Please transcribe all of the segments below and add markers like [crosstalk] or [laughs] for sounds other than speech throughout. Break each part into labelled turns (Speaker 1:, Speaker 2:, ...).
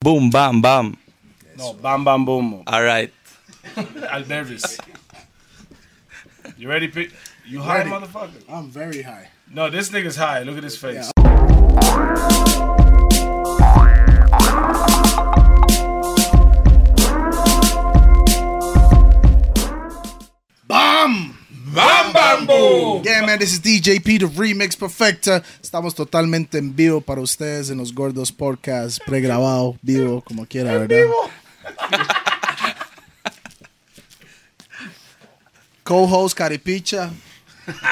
Speaker 1: Boom, bam, bam.
Speaker 2: No, bam, bam, boom.
Speaker 1: All right.
Speaker 2: Albervis. You ready, Pete? You high,
Speaker 3: Ready.
Speaker 2: motherfucker?
Speaker 3: I'm very high.
Speaker 2: No, this nigga's high. Look at his face.
Speaker 3: ¡Bam!
Speaker 2: Bam, bam, boom.
Speaker 3: Yeah, man, this is DJ P, the Remix Perfecta. Estamos totalmente en vivo para ustedes en los Gordos Podcast, pregrabado, vivo, como quiera, ¿verdad? Co-host Caripicha,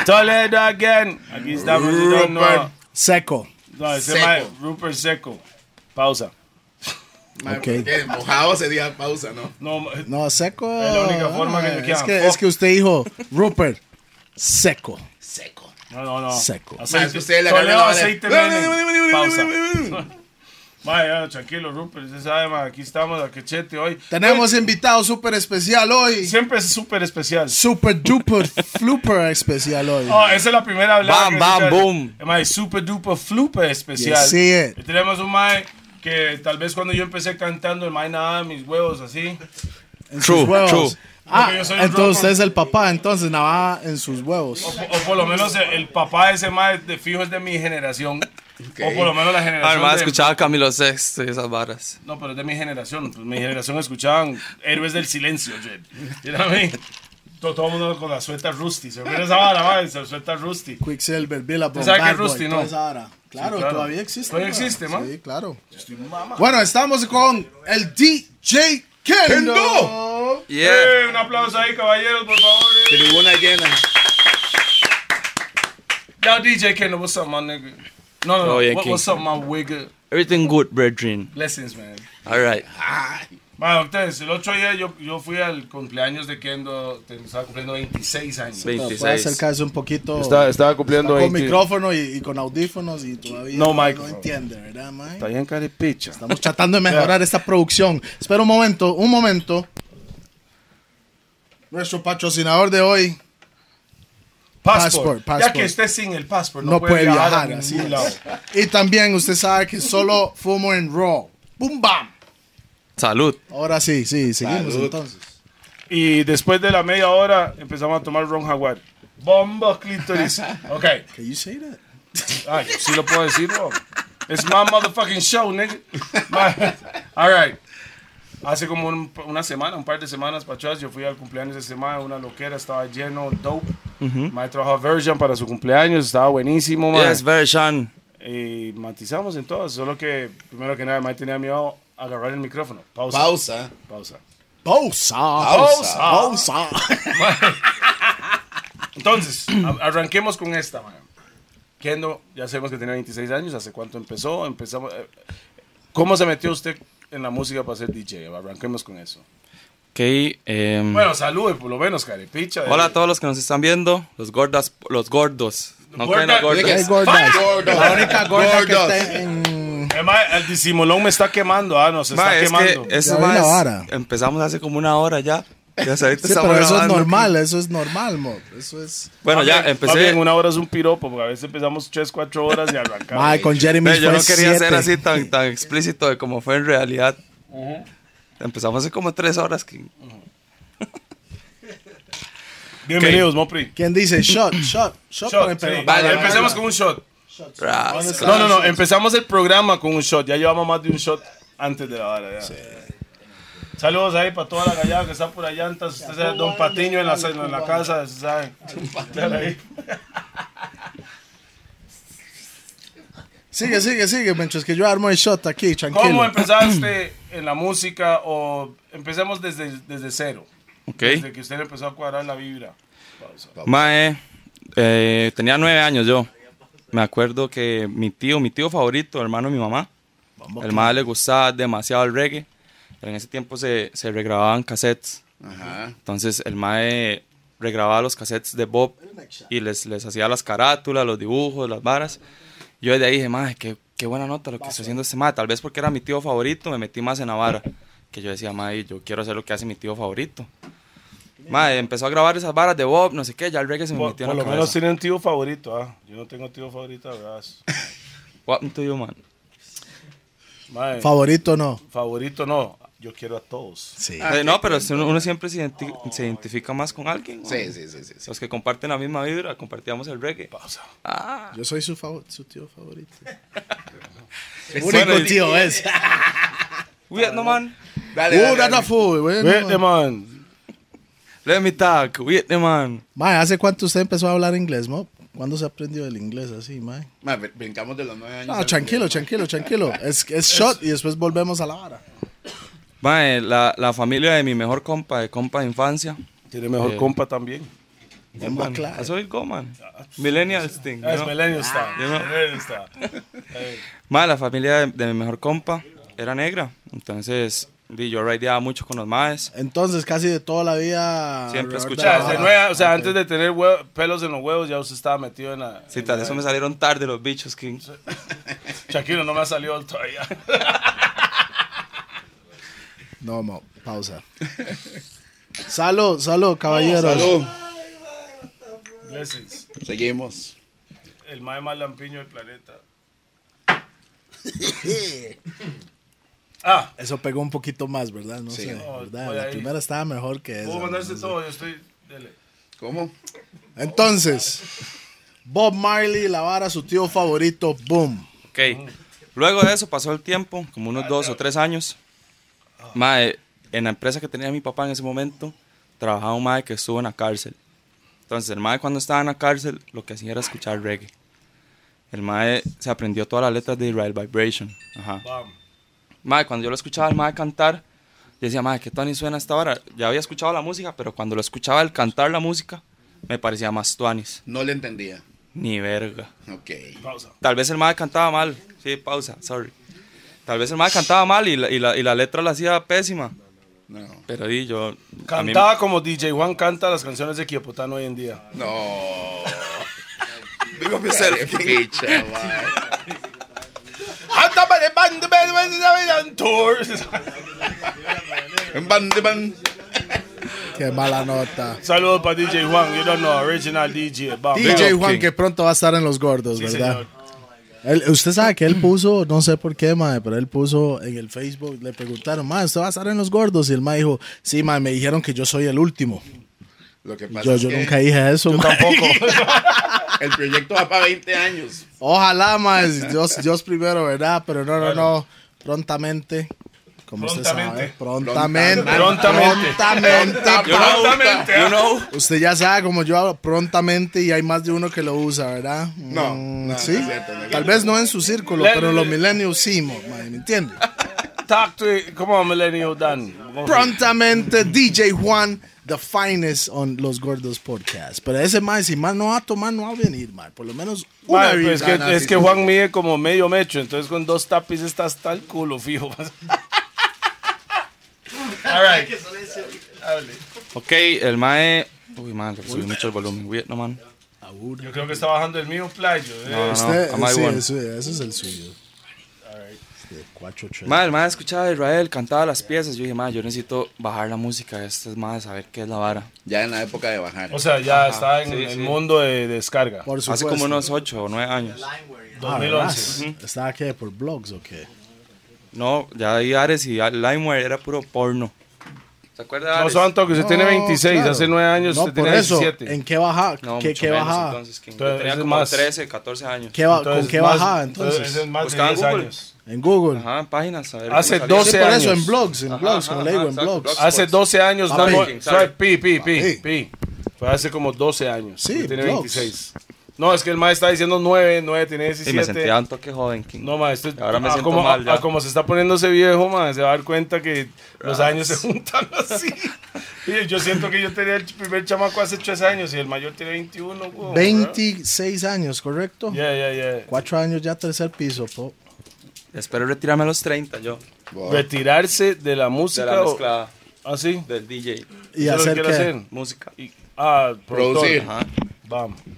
Speaker 2: Toledo again. Aquí estamos. you don't know.
Speaker 3: Seco.
Speaker 2: No, ese
Speaker 4: Seco.
Speaker 2: mae, Rupert Seco. Pausa.
Speaker 4: Mae,
Speaker 3: Ok.
Speaker 4: Ah, porque Mojado sería pausa, ¿no?
Speaker 2: No, ma-
Speaker 3: No, Seco. Ah,
Speaker 2: Es la única forma que yo
Speaker 3: es,
Speaker 2: queda.
Speaker 3: que, es que usted dijo, Rupert, Seco.
Speaker 4: Seco.
Speaker 2: no, no. no.
Speaker 3: Seco.
Speaker 4: Mae, si usted le agarra
Speaker 2: Toledo
Speaker 4: la vara-
Speaker 2: aceite, Menem. Pausa. [laughs] Mae, ya, tranquilo, Rupert. Usted sabe, mae, aquí estamos a quechete hoy.
Speaker 3: Tenemos invitado súper especial hoy.
Speaker 2: Siempre es súper especial.
Speaker 3: Super duper fluper especial hoy.
Speaker 2: Oh, esa es la primera hablada.
Speaker 1: Bam,
Speaker 2: que
Speaker 1: bam,
Speaker 2: escuchas.
Speaker 1: boom.
Speaker 2: El mae super duper flupe especial.
Speaker 3: Yes, see it.
Speaker 2: Y Tenemos un mae que tal vez cuando yo empecé cantando, el mae nada, mis huevos así.
Speaker 3: En
Speaker 1: True,
Speaker 3: sus huevos.
Speaker 1: true.
Speaker 3: Ah,
Speaker 2: Porque yo soy
Speaker 3: entonces
Speaker 2: rojo.
Speaker 3: usted es el papá, entonces nada en sus
Speaker 2: O,
Speaker 3: huevos.
Speaker 2: o por lo menos el, el papá de ese mae de fijo es de mi generación. O por lo menos la generación.
Speaker 1: Además,
Speaker 2: de-
Speaker 1: escuchaba a Camilo Sesto y esas varas.
Speaker 2: No, pero es de mi generación. Pues, mi generación escuchaban Héroes del Silencio, Jed. You know what I mean? Todo, todo el mundo con la suelta Rusty. Se acuerdan esa vara, mae, se suelta Rusty.
Speaker 3: Quicksilver,
Speaker 2: ¿Tú
Speaker 3: Billabong,
Speaker 2: sabes que
Speaker 3: Bad Boy,
Speaker 2: Rusty, no?
Speaker 3: toda esa vara. Claro,
Speaker 2: claro.
Speaker 3: todavía existe.
Speaker 2: Todavía
Speaker 3: man.
Speaker 2: existe, man.
Speaker 3: Sí, claro. Bueno, estamos con el DJ Kendo.
Speaker 4: Kendo.
Speaker 1: Yeah.
Speaker 2: Eh, un aplauso ahí, caballeros, por favor. eh.
Speaker 4: Tribuna llena.
Speaker 2: Now DJ Kendall, what's up, my nigga? No, no, no.
Speaker 1: Oh, yeah,
Speaker 2: What-
Speaker 1: King.
Speaker 2: what's up, my wigger?
Speaker 1: Everything good, brethren.
Speaker 2: Blessings, man.
Speaker 1: All right.
Speaker 4: Ay,
Speaker 2: Bueno, ustedes, el otro día yo, yo fui al cumpleaños de Kendo, te- estaba cumpliendo 26 años.
Speaker 3: Bueno, Puede
Speaker 1: 26.
Speaker 3: acercarse un poquito
Speaker 2: Está- estaba cumpliendo
Speaker 3: Está con
Speaker 2: 20.
Speaker 3: micrófono y, y con audífonos y todavía
Speaker 2: No
Speaker 3: no
Speaker 2: microphone.
Speaker 3: entiende, ¿verdad, man?
Speaker 2: bien, caripicha.
Speaker 3: Estamos tratando de mejorar esta producción. Espera un momento, un momento. Nuestro patrocinador de hoy,
Speaker 2: Passport,
Speaker 3: Passport, passport.
Speaker 2: Ya que usted sin el passport no,
Speaker 3: no puede viajar,
Speaker 2: a
Speaker 3: así
Speaker 2: ningún lado.
Speaker 3: es. Y también usted sabe que solo fumo en raw. ¡Bum, bam!
Speaker 1: Salud.
Speaker 3: Ahora sí, sí, seguimos
Speaker 4: Salud.
Speaker 3: entonces.
Speaker 2: Y después de la media hora empezamos a tomar ron jaguar. Bomba
Speaker 3: [laughs]
Speaker 2: clítoris. Ok,
Speaker 3: Can you say that?
Speaker 2: Ay, sí lo puedo decir, bro. It's my motherfucking show, nigga. My- All right. Hace como un- una semana, un par de semanas para atrás, yo fui al cumpleaños de semana, una loquera, estaba lleno, dope. Mae trajo Version para su cumpleaños, estaba buenísimo, mae.
Speaker 1: Yes, version.
Speaker 2: Y matizamos en todo, solo que primero que nada, Mae tenía miedo a agarrar el micrófono. Pausa.
Speaker 4: Pausa.
Speaker 2: pausa.
Speaker 3: Pausa. Pausa.
Speaker 4: Pausa.
Speaker 2: Entonces, a- arranquemos con esta, man. Kendo, ya sabemos que tenía 26 años, ¿hace cuánto empezó? Empezamos. eh, ¿Cómo se metió usted en la música para ser DJ? Arranquemos con eso.
Speaker 1: Ok. em,
Speaker 2: Bueno, salude por lo menos, carepicha.
Speaker 1: hola a todos los que nos están viendo. Los gordas. Los gordos. No
Speaker 2: Gorda-
Speaker 1: creen a gordas.
Speaker 4: Tiene que-
Speaker 3: Hey, gordas.
Speaker 4: Gordos.
Speaker 3: La única gorda que
Speaker 4: Gordos.
Speaker 3: está en...
Speaker 2: Además, Eh, el disimulón me está quemando, ah, nos está
Speaker 1: Ma, es
Speaker 2: quemando.
Speaker 1: que eso
Speaker 3: Ya vi la
Speaker 1: más-
Speaker 3: vara.
Speaker 1: empezamos hace como una hora ya. Ya hasta ahorita
Speaker 3: Sí,
Speaker 1: estamos
Speaker 3: pero eso es
Speaker 1: grabando.
Speaker 3: normal, eso es normal, mo. Eso es...
Speaker 1: Bueno,
Speaker 2: Más
Speaker 1: ya
Speaker 2: bien-
Speaker 1: empecé.
Speaker 2: más bien, una hora es un piropo, porque a veces empezamos 3, 4 horas y arrancamos.
Speaker 3: Ay, con Jeremy
Speaker 1: Ve, yo
Speaker 3: fue
Speaker 1: no quería ser
Speaker 3: siete.
Speaker 1: así tan, tan explícito de como fue en realidad. Empezamos hace como tres horas. Que,
Speaker 2: Bienvenidos, Mopri.
Speaker 3: ¿Quién dice shot, shot, shot,
Speaker 2: Shot,
Speaker 3: para
Speaker 2: sí.
Speaker 3: empezar?
Speaker 2: Vale, empecemos con un shot.
Speaker 1: Ras,
Speaker 2: No, no, no, empezamos el programa con un shot. Ya llevamos más de un shot antes de la hora. ya. Saludos ahí para toda la gallada que está por allá. Entonces, usted sabe, don Patiño en la, en la casa, usted sabe. Dale ahí.
Speaker 3: Sigue, sigue, sigue, mientras que yo armo el shot aquí, tranquilo.
Speaker 2: ¿Cómo empezaste en la música? O empecemos desde, desde cero,
Speaker 1: ok.
Speaker 2: desde que usted empezó a cuadrar la vibra.
Speaker 1: Mae, eh, tenía nueve años yo. Me acuerdo que mi tío, mi tío favorito, hermano de mi mamá, el mae le gustaba demasiado el reggae. En ese tiempo se, se regrababan cassettes.
Speaker 4: Ajá.
Speaker 1: Entonces el mae regrababa los cassettes de Bob y les, les hacía las carátulas, los dibujos, las varas. Yo desde ahí dije, mae, qué, qué buena nota lo que está haciendo este mae. Tal vez porque era mi tío favorito, me metí más en la vara. Que yo decía, mae, yo quiero hacer lo que hace mi tío favorito. Mae, empezó a grabar esas varas de Bob, no sé qué, ya el reggae se me
Speaker 2: Por,
Speaker 1: metió
Speaker 2: por
Speaker 1: en la
Speaker 2: lo menos
Speaker 1: cabeza.
Speaker 2: tiene un tío favorito. ah. Yo no tengo tío favorito, ¿verdad?
Speaker 1: What happened to you, man?
Speaker 2: Mae,
Speaker 3: Favorito no.
Speaker 2: favorito no. Yo quiero a todos.
Speaker 3: Sí.
Speaker 1: Eh, no, pero si uno, uno siempre se, identi- se identifica más con alguien. ¿no?
Speaker 4: Sí, sí, sí, sí, sí.
Speaker 1: Los que comparten la misma vibra, compartíamos el reggae.
Speaker 2: Pausa.
Speaker 3: Yo soy su, favo- su tío favorito.
Speaker 1: Bueno,
Speaker 3: Único
Speaker 1: y-
Speaker 3: tío es.
Speaker 1: Vietnam,
Speaker 4: Dale, dale, dale.
Speaker 3: Uh, food,
Speaker 2: Vete,
Speaker 3: bueno.
Speaker 2: man.
Speaker 1: let me talk, Vietnam.
Speaker 3: Mae, ¿hace cuánto usted empezó a hablar inglés, mo? ¿Cuándo se aprendió el inglés así, mae?
Speaker 4: Ma, br- brincamos de los nueve años.
Speaker 3: No,
Speaker 4: al-
Speaker 3: Ah, tranquilo, tranquilo, tranquilo. Es, es shot y después volvemos a la vara.
Speaker 1: Mae, la, la familia de mi mejor compa, de compa de infancia.
Speaker 2: Tiene mejor
Speaker 1: Eh.
Speaker 2: compa también.
Speaker 3: Bomba clara.
Speaker 1: Soy Goman. Millennial Sting.
Speaker 2: Es Melenio está.
Speaker 1: yo no.
Speaker 2: Melenio está. Eh,
Speaker 1: Mae, la familia de, de mi mejor compa era negra. Entonces, di, yo raideaba mucho con los maes.
Speaker 3: Entonces, casi de toda la vida.
Speaker 1: Siempre
Speaker 3: alrededor
Speaker 2: O
Speaker 1: escuché.
Speaker 3: de la
Speaker 2: sea,
Speaker 1: Ah,
Speaker 2: desde
Speaker 3: vara.
Speaker 2: nueve- o sea, antes de tener hue- pelos en los huevos, ya usted estaba metido en la.
Speaker 1: Sí, tal, eso me salieron tarde los bichos, King.
Speaker 2: Shakiro no me
Speaker 1: [laughs]
Speaker 2: ha salido todavía.
Speaker 3: No, mo, pausa. Salud, salud, caballeros.
Speaker 4: Salud.
Speaker 2: Blessings.
Speaker 4: Oh, Seguimos.
Speaker 2: El mae más lampiño
Speaker 1: [laughs]
Speaker 2: del planeta. Ah,
Speaker 3: Eso pegó un poquito más, ¿verdad? No
Speaker 4: Sí.
Speaker 3: sé,
Speaker 2: No,
Speaker 3: ¿verdad?
Speaker 2: voy
Speaker 3: La
Speaker 2: ahí.
Speaker 3: primera estaba mejor que esa.
Speaker 2: puedo mandarse todo, yo estoy. Dele.
Speaker 4: ¿Cómo?
Speaker 3: Entonces, Bob Marley, la vara, su tío favorito, boom.
Speaker 1: Ok. Luego de eso pasó el tiempo, como unos dos o tres años. Mae, en la empresa que tenía mi papá en ese momento, trabajaba un mae que estuvo en la cárcel. Entonces, el mae cuando estaba en la cárcel, lo que hacía era escuchar reggae. El mae se aprendió todas las letras de Israel Vibration. Ajá.
Speaker 2: Bam.
Speaker 1: Mae, cuando yo lo escuchaba al mae cantar, yo decía, mae, ¿qué Tony suena hasta ahora? Ya había escuchado la música, pero cuando lo escuchaba al cantar la música, me parecía más Tuanis.
Speaker 4: No le entendía.
Speaker 1: Ni verga.
Speaker 4: Ok.
Speaker 2: Pausa.
Speaker 1: Tal vez el mae cantaba mal. Sí, pausa, sorry. Tal vez el mae cantaba mal y la, y la, y la letra la hacía pésima.
Speaker 4: No.
Speaker 1: Pero di, yo. a mí-
Speaker 2: Cantaba como DJ Juan canta las canciones de Kiepotán hoy en día.
Speaker 4: No. Digo myself. [laughs] Picha, ma.
Speaker 2: Andaba de band, de band, de band, de band, and tours.
Speaker 4: Ban, de ban.
Speaker 3: Qué mala nota.
Speaker 2: Saludos para DJ Juan, you don't know, original DJ. Bam.
Speaker 3: DJ
Speaker 1: King.
Speaker 3: Juan, que pronto va a estar en los gordos,
Speaker 2: Sí,
Speaker 3: ¿verdad?
Speaker 2: señor.
Speaker 3: Él- usted sabe que él puso, no sé por qué, mae, pero él puso en el Facebook, le preguntaron, mae, ¿usted va a estar en los gordos? Y el mae dijo, sí, mae, me dijeron que yo soy el último.
Speaker 4: Lo que pasa
Speaker 3: Yo,
Speaker 4: es
Speaker 3: yo
Speaker 4: que
Speaker 3: nunca dije eso, [laughs] mae.
Speaker 4: el proyecto va para 20 años.
Speaker 3: Ojalá, mae, Dios, Dios primero, ¿verdad? Pero no, no, no, prontamente. Como usted sabe, prontamente.
Speaker 2: Prontamente.
Speaker 3: Prontamente. pa-
Speaker 2: Prontamente.
Speaker 1: You know.
Speaker 3: Usted ya sabe como yo hablo prontamente y hay más de uno que lo usa, ¿verdad?
Speaker 4: No,
Speaker 3: Mm,
Speaker 4: no, no
Speaker 3: sí.
Speaker 4: es cierto, no es
Speaker 3: Tal vez no en su círculo,
Speaker 2: Le-
Speaker 3: pero los millennials sí, mo, mae, ¿me entiende?
Speaker 2: Talk to it. Come on, Millennial Dan.
Speaker 3: Prontamente DJ Juan, the finest on Los Gordos Podcast. Pero ese mae, si mal no va a tomar, no va a venir, mae. pues, Por lo menos una
Speaker 2: Mae, pero
Speaker 3: vez.
Speaker 2: es que,
Speaker 4: No, no,
Speaker 2: es
Speaker 4: sí,
Speaker 2: que
Speaker 4: sí.
Speaker 2: Juan mide como medio metro, entonces con dos tapiz está hasta el culo, fijo. All right. Hable.
Speaker 1: Ok, el mae. Uy, man, le subí mucho el volumen. Weird, no, man.
Speaker 2: Yo creo que está bajando el mío playo. eh.
Speaker 1: No, no, no.
Speaker 3: Ah, Usted-
Speaker 1: am I
Speaker 3: sí,
Speaker 1: one?
Speaker 3: eso- ese es el suyo. Este, cuatro, tres.
Speaker 1: Mae, el mae escuchaba a Israel, cantaba las piezas. Yo dije, mae, yo necesito bajar la música. Este es mae, saber qué es la vara.
Speaker 4: Ya en la época de bajar.
Speaker 2: O sea, ya está en
Speaker 1: sí,
Speaker 2: el
Speaker 1: sí.
Speaker 2: mundo de descarga.
Speaker 3: Por
Speaker 1: Hace
Speaker 3: supuesto.
Speaker 1: como unos 8 o 9 años.
Speaker 3: Ah,
Speaker 2: 2011.
Speaker 3: ¿verdad? ¿Estaba qué? ¿Por blogs o qué?
Speaker 1: No, ya ahí Ares y Limeware era puro porno. ¿Se acuerda de
Speaker 2: No,
Speaker 1: Ares?
Speaker 2: Santo, que usted tiene
Speaker 3: No,
Speaker 2: 26,
Speaker 3: claro.
Speaker 2: hace 9 años,
Speaker 3: No,
Speaker 2: usted tiene
Speaker 3: por eso,
Speaker 2: 17.
Speaker 3: ¿En qué bajaba?
Speaker 1: No,
Speaker 3: ¿Qué,
Speaker 1: mucho
Speaker 3: qué
Speaker 1: menos,
Speaker 3: bajaba?
Speaker 1: entonces, King.
Speaker 2: Pero
Speaker 1: Yo tenía
Speaker 2: es
Speaker 1: como
Speaker 2: más.
Speaker 1: 13, 14 años.
Speaker 3: ¿Qué ba-
Speaker 2: Entonces,
Speaker 3: ¿Con qué
Speaker 2: más-
Speaker 3: bajaba entonces?
Speaker 2: ese es más de
Speaker 1: Buscaba en
Speaker 2: 10
Speaker 1: Google.
Speaker 2: años.
Speaker 3: En Google.
Speaker 1: Ajá, en páginas. a ver
Speaker 2: Hace
Speaker 1: cómo salía.
Speaker 2: 12
Speaker 3: Sí, por eso,
Speaker 2: años.
Speaker 3: en blogs, en
Speaker 1: Ajá,
Speaker 3: blogs, como
Speaker 1: ajá,
Speaker 3: le digo, en
Speaker 1: exacto,
Speaker 3: blogs.
Speaker 1: blogs.
Speaker 2: Hace 12 años,
Speaker 1: Ah,
Speaker 2: Dan
Speaker 1: pi,
Speaker 2: Mor-
Speaker 1: sorry.
Speaker 2: sorry, pi, pi, pi,
Speaker 3: Pi.
Speaker 2: pi. Fue hace como 12 años.
Speaker 3: Sí,
Speaker 2: Yo tenía
Speaker 3: blogs.
Speaker 2: 26. No, es que el maestro está diciendo 9, 9, tiene
Speaker 1: Sí, me
Speaker 2: 17.
Speaker 1: sentía un toque joven, King.
Speaker 2: no, maestro,
Speaker 1: Ahora me
Speaker 2: a
Speaker 1: siento
Speaker 2: como,
Speaker 1: mal ya.
Speaker 2: a como se está poniendo ese viejo, ma, se va a dar cuenta que los años se juntan
Speaker 1: [laughs]
Speaker 2: así. Y yo siento que yo tenía el primer chamaco hace 3 años y el mayor tiene 21. güey,
Speaker 3: 26 años, ¿correcto?
Speaker 2: ¿verdad? Yeah, yeah, yeah.
Speaker 3: Cuatro años ya tercer piso, po.
Speaker 1: Espero retirarme a los 30 yo.
Speaker 4: Wow.
Speaker 2: Retirarse de la
Speaker 1: De
Speaker 2: música.
Speaker 1: la
Speaker 2: o-
Speaker 1: mezclada,
Speaker 2: Ah, sí.
Speaker 1: del DJ.
Speaker 3: Y
Speaker 2: Eso es lo
Speaker 3: hacer
Speaker 2: que quiero
Speaker 3: que...
Speaker 2: hacer.
Speaker 1: Música. Y,
Speaker 2: Ah,
Speaker 4: Producir.
Speaker 2: productor.
Speaker 1: ajá.
Speaker 2: Vamos.
Speaker 3: Yo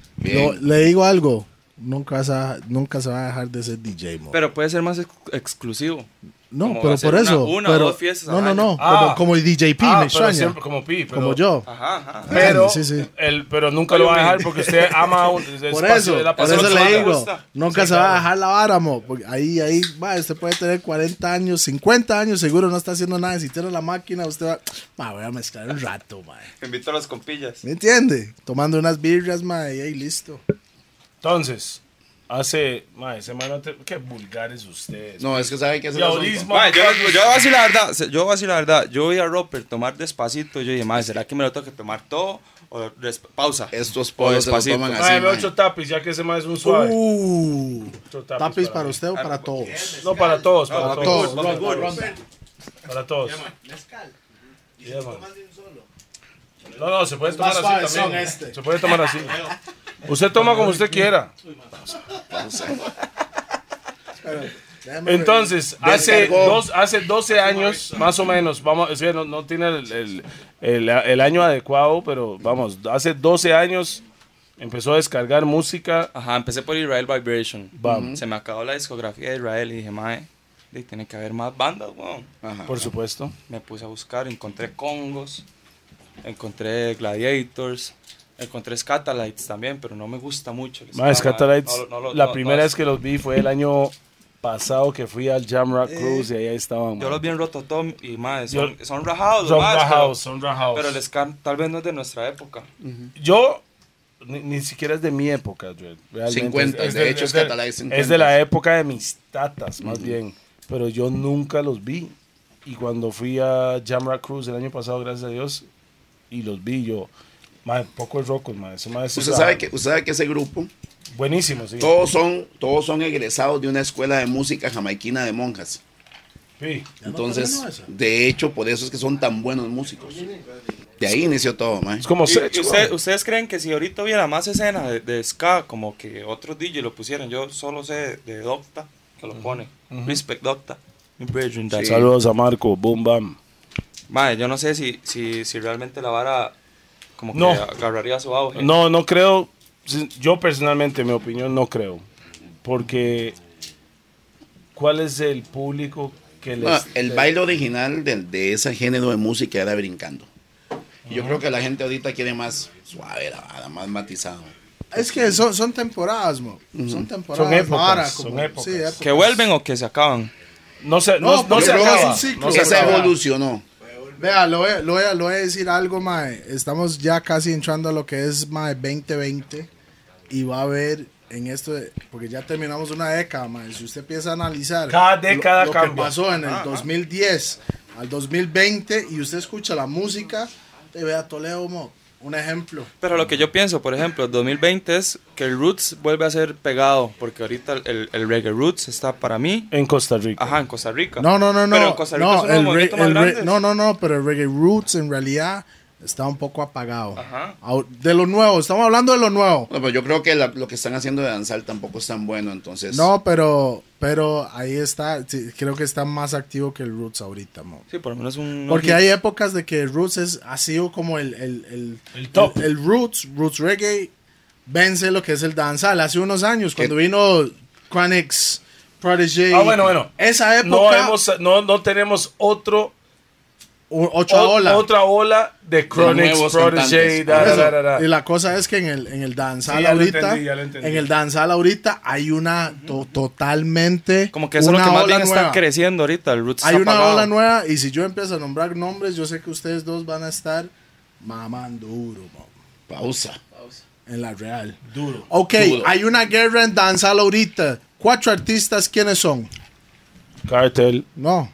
Speaker 4: Bien.
Speaker 3: le digo algo, nunca, vas a- nunca se va a dejar de ser DJ, mo.
Speaker 1: Pero puede ser más ex- exclusivo.
Speaker 3: No,
Speaker 1: Como
Speaker 3: pero
Speaker 1: hacer
Speaker 3: por
Speaker 1: una-
Speaker 3: eso.
Speaker 1: una o
Speaker 3: pero-
Speaker 1: dos fiestas
Speaker 3: No,
Speaker 1: al
Speaker 3: no, no.
Speaker 1: año.
Speaker 2: Ah.
Speaker 3: Como, como el DJ P,
Speaker 2: Ah,
Speaker 3: me
Speaker 2: pero
Speaker 3: extraña.
Speaker 2: siempre como pi, pero- Ah,
Speaker 3: como yo.
Speaker 1: Ajá, ajá.
Speaker 2: Pero,
Speaker 3: Sí, sí.
Speaker 2: El, pero nunca lo va a dejar porque usted ama
Speaker 3: [laughs]
Speaker 2: a un,
Speaker 3: Por
Speaker 2: espacio
Speaker 3: eso,
Speaker 2: de la
Speaker 3: por
Speaker 2: pasión
Speaker 3: eso
Speaker 2: que
Speaker 3: le
Speaker 2: le
Speaker 3: digo,
Speaker 1: gusta.
Speaker 3: nunca se va a dejar la vara, mo, porque ahí, ahí, ma, usted puede tener 40 años, 50 años, seguro no está haciendo nada, si tiene la máquina, usted va, ma, voy a mezclar un rato, ma.
Speaker 1: Invito a las compillas.
Speaker 3: ¿Me entiende? Tomando unas birras, ma, y ahí listo.
Speaker 2: Entonces, hace, mae, semana, te- qué vulgares ustedes.
Speaker 4: No, es que sabe que es el asunto.
Speaker 2: Diabolismo.
Speaker 1: Mae, yo, yo voy a decir la verdad, se- yo voy a decir la verdad, yo vi a Robert tomar despacito, yo dije, madre, ¿será que me lo tengo que tomar todo? O des- pausa.
Speaker 4: Estos
Speaker 1: O
Speaker 4: pollos se los
Speaker 1: despacito.
Speaker 4: toman así.
Speaker 2: Mae, veo
Speaker 4: mae.
Speaker 2: Ah, ocho tapis, ya que ese mae es un suave.
Speaker 3: Uh,
Speaker 2: Ocho tapis
Speaker 3: tapis
Speaker 2: para
Speaker 3: para
Speaker 2: mí. Ah,
Speaker 3: usted o para todos.
Speaker 2: No, pues, para todos, para,
Speaker 1: para
Speaker 2: todos.
Speaker 1: todos. Vamos,
Speaker 3: Ronda,
Speaker 1: Ronda.
Speaker 3: ronda.
Speaker 2: Para todos. Yeah, man. No, no, se puede tomar
Speaker 3: Más
Speaker 2: así
Speaker 3: suavezón
Speaker 2: también.
Speaker 3: este.
Speaker 2: Se puede tomar así. Usted toma como usted quiera.
Speaker 3: Déjame
Speaker 2: Entonces, hace,
Speaker 4: Descargó.
Speaker 2: dos, hace 12 años, más o menos, vamos, es que no, no tiene el, el- el- el año adecuado, pero vamos, hace 12 años empezó a descargar música.
Speaker 1: Ajá, empecé por Israel Vibration.
Speaker 2: Vamos.
Speaker 1: Se me acabó la discografía de Israel y dije, madre, tiene que haber más bandas, weón.
Speaker 4: Ajá.
Speaker 2: Por supuesto.
Speaker 1: Me puse a buscar, encontré Congos, encontré Gladiators, encontré Scatalites también, pero no me gusta mucho. el
Speaker 2: Más
Speaker 1: ska, mae.
Speaker 2: Scatalites,
Speaker 1: No lo- no lo-
Speaker 2: la
Speaker 1: no-
Speaker 2: primera
Speaker 1: no-
Speaker 2: vez que los vi fue el año pasado que fui al Jamrock Cruise y ahí estaban.
Speaker 1: Yo
Speaker 2: man.
Speaker 1: los vi en Rototom y más,
Speaker 2: Yo-
Speaker 1: son, son rajados, los
Speaker 2: Son
Speaker 1: maes, pero-
Speaker 2: rajados, son rajados.
Speaker 1: Pero el ska tal vez no es de nuestra época.
Speaker 2: Yo ni, ni siquiera es de mi época, Dredd, realmente.
Speaker 4: 50, de hecho, es catalán, es 50.
Speaker 2: es de la época de mis tatas, más bien. Pero yo nunca los vi. Y cuando fui a Jamrock Cruise el año pasado, gracias a Dios, y los vi yo. Madre, pocos rocos, madre. Ese mae es
Speaker 4: Usted
Speaker 2: ra-
Speaker 4: sabe, que, usted sabe que ese grupo,
Speaker 2: Buenísimo, sí.
Speaker 4: todos son, todos son egresados de una escuela de música jamaiquina de monjas.
Speaker 2: Sí.
Speaker 4: Entonces,
Speaker 3: terminó esa?
Speaker 4: de hecho, por eso es que son tan buenos músicos. De ahí inició todo, mae.
Speaker 2: Es como
Speaker 1: Y-
Speaker 2: Sech,
Speaker 1: y usted-
Speaker 2: weón.
Speaker 1: ¿Ustedes creen que si ahorita hubiera más escenas de, de ska, como que otros DJ lo pusieran? Yo solo sé de Docta, que lo pone. Respect Docta. Mi brethren, that's all.
Speaker 2: Saludos a Marco, boom, bam.
Speaker 1: Mae, yo no sé si, si, si realmente la vara como que
Speaker 2: No.
Speaker 1: agarraría su auge.
Speaker 2: No, no creo. Sin- Yo personalmente, mi opinión, no creo. Porque, ¿cuál es el público que les... eh,
Speaker 4: No,
Speaker 3: Ah,
Speaker 4: el baile original de, de ese género de música era brincando. Y Yo creo que la gente ahorita quiere más suave, la vara, más matizado.
Speaker 3: Es que son, son temporadas, mo. Son temporadas.
Speaker 2: Son épocas,
Speaker 3: vara,
Speaker 2: son
Speaker 3: como-
Speaker 2: épocas.
Speaker 3: sí, épocas.
Speaker 1: ¿Que vuelven o que se acaban?
Speaker 2: No se,
Speaker 3: No,
Speaker 2: no, no
Speaker 3: porque
Speaker 2: se
Speaker 3: creo que es
Speaker 2: acaba.
Speaker 3: un ciclo.
Speaker 2: No se
Speaker 4: Ese
Speaker 2: acaba.
Speaker 4: evolucionó.
Speaker 3: Vea, lo voy, lo voy a- lo voy a decir algo, mae. Estamos ya casi entrando a lo que es, mae, 2020. Y va a haber en esto, de- porque ya terminamos una década, mae. Si usted empieza a analizar
Speaker 2: Cada
Speaker 3: lo-
Speaker 2: década
Speaker 3: lo, que
Speaker 2: cambia.
Speaker 3: pasó en el 2010 al 2020 y usted escucha la música, te vea Toledo, mo. Un ejemplo.
Speaker 1: Pero lo que yo pienso, por ejemplo, el 2020 es que el Roots vuelve a ser pegado, porque ahorita el- el, el reggae Roots está para mí,
Speaker 2: En Costa Rica.
Speaker 1: ajá, en Costa Rica.
Speaker 3: No, no, no, no.
Speaker 1: Pero en Costa Rica
Speaker 3: no,
Speaker 1: son los
Speaker 3: el
Speaker 1: movimientos
Speaker 3: re-
Speaker 1: más
Speaker 3: el re-
Speaker 1: grandes.
Speaker 3: no, no, no, pero el reggae roots en realidad está un poco apagado.
Speaker 1: Ajá.
Speaker 3: Au- De lo nuevo, estamos hablando de lo nuevo.
Speaker 4: Bueno, pero yo creo que la- lo que están haciendo de danzar tampoco es tan bueno, entonces.
Speaker 2: Pues,
Speaker 3: No, pero, pero ahí está, sí, creo que está más activo que el roots ahorita, mo.
Speaker 1: Sí, por lo menos un...
Speaker 3: Porque hay épocas de que Roots es, ha sido como el, el, el,
Speaker 2: El top.
Speaker 3: el- el Roots, Roots Reggae, vence lo que es el danzal. Hace unos años, cuando vino Chronix, Prodigy.
Speaker 2: Ah, bueno, bueno.
Speaker 3: Esa
Speaker 2: No,
Speaker 3: época,
Speaker 2: hemos, no, no tenemos otro,
Speaker 3: o- otra
Speaker 2: o-
Speaker 3: ola.
Speaker 2: otra ola de Chronics,
Speaker 4: nuevos
Speaker 2: Protege,
Speaker 4: cantantes.
Speaker 2: da,
Speaker 3: Por
Speaker 2: da,
Speaker 3: eso,
Speaker 2: da, da, da.
Speaker 3: Y la cosa es que en el, en el danzal
Speaker 2: Sí, ya lo
Speaker 3: ahorita,
Speaker 2: entendí, ya lo entendí.
Speaker 3: en el danzal ahorita hay una to- totalmente
Speaker 1: Como que eso es lo
Speaker 3: una
Speaker 1: que más
Speaker 3: ola
Speaker 1: bien está
Speaker 3: nueva.
Speaker 1: creciendo ahorita, el Roots
Speaker 3: Hay
Speaker 1: está
Speaker 3: una
Speaker 1: apagado.
Speaker 3: ola nueva y si yo empiezo a nombrar nombres, yo sé que ustedes dos van a estar mamando duro, mo,
Speaker 4: Pausa.
Speaker 3: en la real.
Speaker 2: Duro.
Speaker 3: Ok,
Speaker 4: Duro.
Speaker 3: hay una guerra en danzal ahorita. Cuatro artistas, ¿quiénes son?
Speaker 2: Cartel.
Speaker 3: No,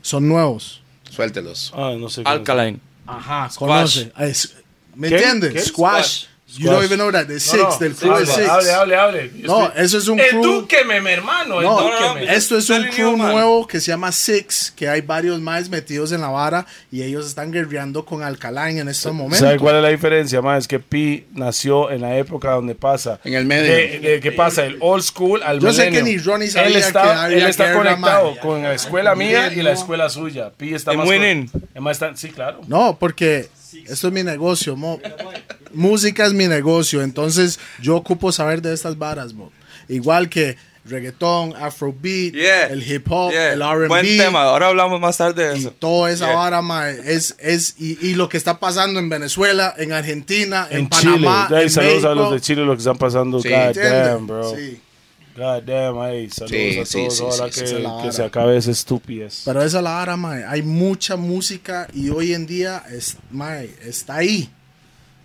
Speaker 3: son nuevos.
Speaker 4: Suéltelos.
Speaker 2: Ah, no sé. qué
Speaker 1: Alkaline.
Speaker 3: Ajá,
Speaker 1: Squash.
Speaker 3: conoce. Ah, Es- ¿Me
Speaker 2: Ah, ¿Qué?
Speaker 3: entiendes?
Speaker 2: ¿Qué?
Speaker 3: Squash. You
Speaker 2: Squash.
Speaker 3: don't even know that. The
Speaker 2: No,
Speaker 3: Six,
Speaker 2: no,
Speaker 3: del
Speaker 2: sí,
Speaker 3: crew de
Speaker 2: hable,
Speaker 3: Six.
Speaker 2: Hable, hable, hable. Yo
Speaker 3: No,
Speaker 2: estoy-
Speaker 3: eso es un crew.
Speaker 2: Edúqueme, mi hermano.
Speaker 3: No,
Speaker 2: edúqueme.
Speaker 3: Esto es un
Speaker 1: Sale
Speaker 3: crew
Speaker 1: Newman.
Speaker 3: nuevo que se llama Six, que hay varios más metidos en la vara y ellos están guerreando con Alcalán en estos
Speaker 2: ¿Sabe
Speaker 3: momentos.
Speaker 2: cuál es la diferencia, más Es que Pi nació en la época donde pasa.
Speaker 4: En el medio.
Speaker 2: De, de que pasa el old school al
Speaker 3: Yo sé
Speaker 2: milenio.
Speaker 3: que ni Ronnie sabía
Speaker 2: él
Speaker 3: que
Speaker 2: está,
Speaker 3: había
Speaker 2: él está
Speaker 3: guerra,
Speaker 2: conectado
Speaker 3: man.
Speaker 2: con la escuela mía y la
Speaker 3: Guerra.
Speaker 2: escuela suya. Pi está
Speaker 1: En
Speaker 2: más.
Speaker 1: Winning.
Speaker 2: con- Emma está- sí, claro.
Speaker 3: No, porque esto es mi negocio, mo. Música es mi negocio, entonces yo ocupo saber de estas varas, mo. Igual que reggaetón, afrobeat,
Speaker 1: Yeah.
Speaker 3: el hip hop,
Speaker 1: Yeah.
Speaker 3: el R&B.
Speaker 1: Buen tema, ahora hablamos más tarde de
Speaker 3: Y
Speaker 1: eso.
Speaker 3: toda esa
Speaker 1: Yeah.
Speaker 3: vara, mae, es, es, y, y lo que está pasando en Venezuela, en Argentina, en,
Speaker 2: En Chile.
Speaker 3: Panamá,
Speaker 2: Ay,
Speaker 3: en
Speaker 2: saludos a
Speaker 3: México,
Speaker 2: los de Chile, los que están pasando.
Speaker 4: Sí.
Speaker 2: God
Speaker 3: ¿entiende?
Speaker 2: damn, bro.
Speaker 3: Sí.
Speaker 2: God damn, ay, saludos
Speaker 4: Sí,
Speaker 2: a
Speaker 4: sí,
Speaker 2: todos.
Speaker 4: sí,
Speaker 2: Ojalá
Speaker 4: sí,
Speaker 2: que,
Speaker 3: esa es la
Speaker 2: que
Speaker 3: vara.
Speaker 2: se acabe esa estupidez.
Speaker 3: Pero esa es la vara, mae. Hay mucha música y hoy en día es, mae, está ahí.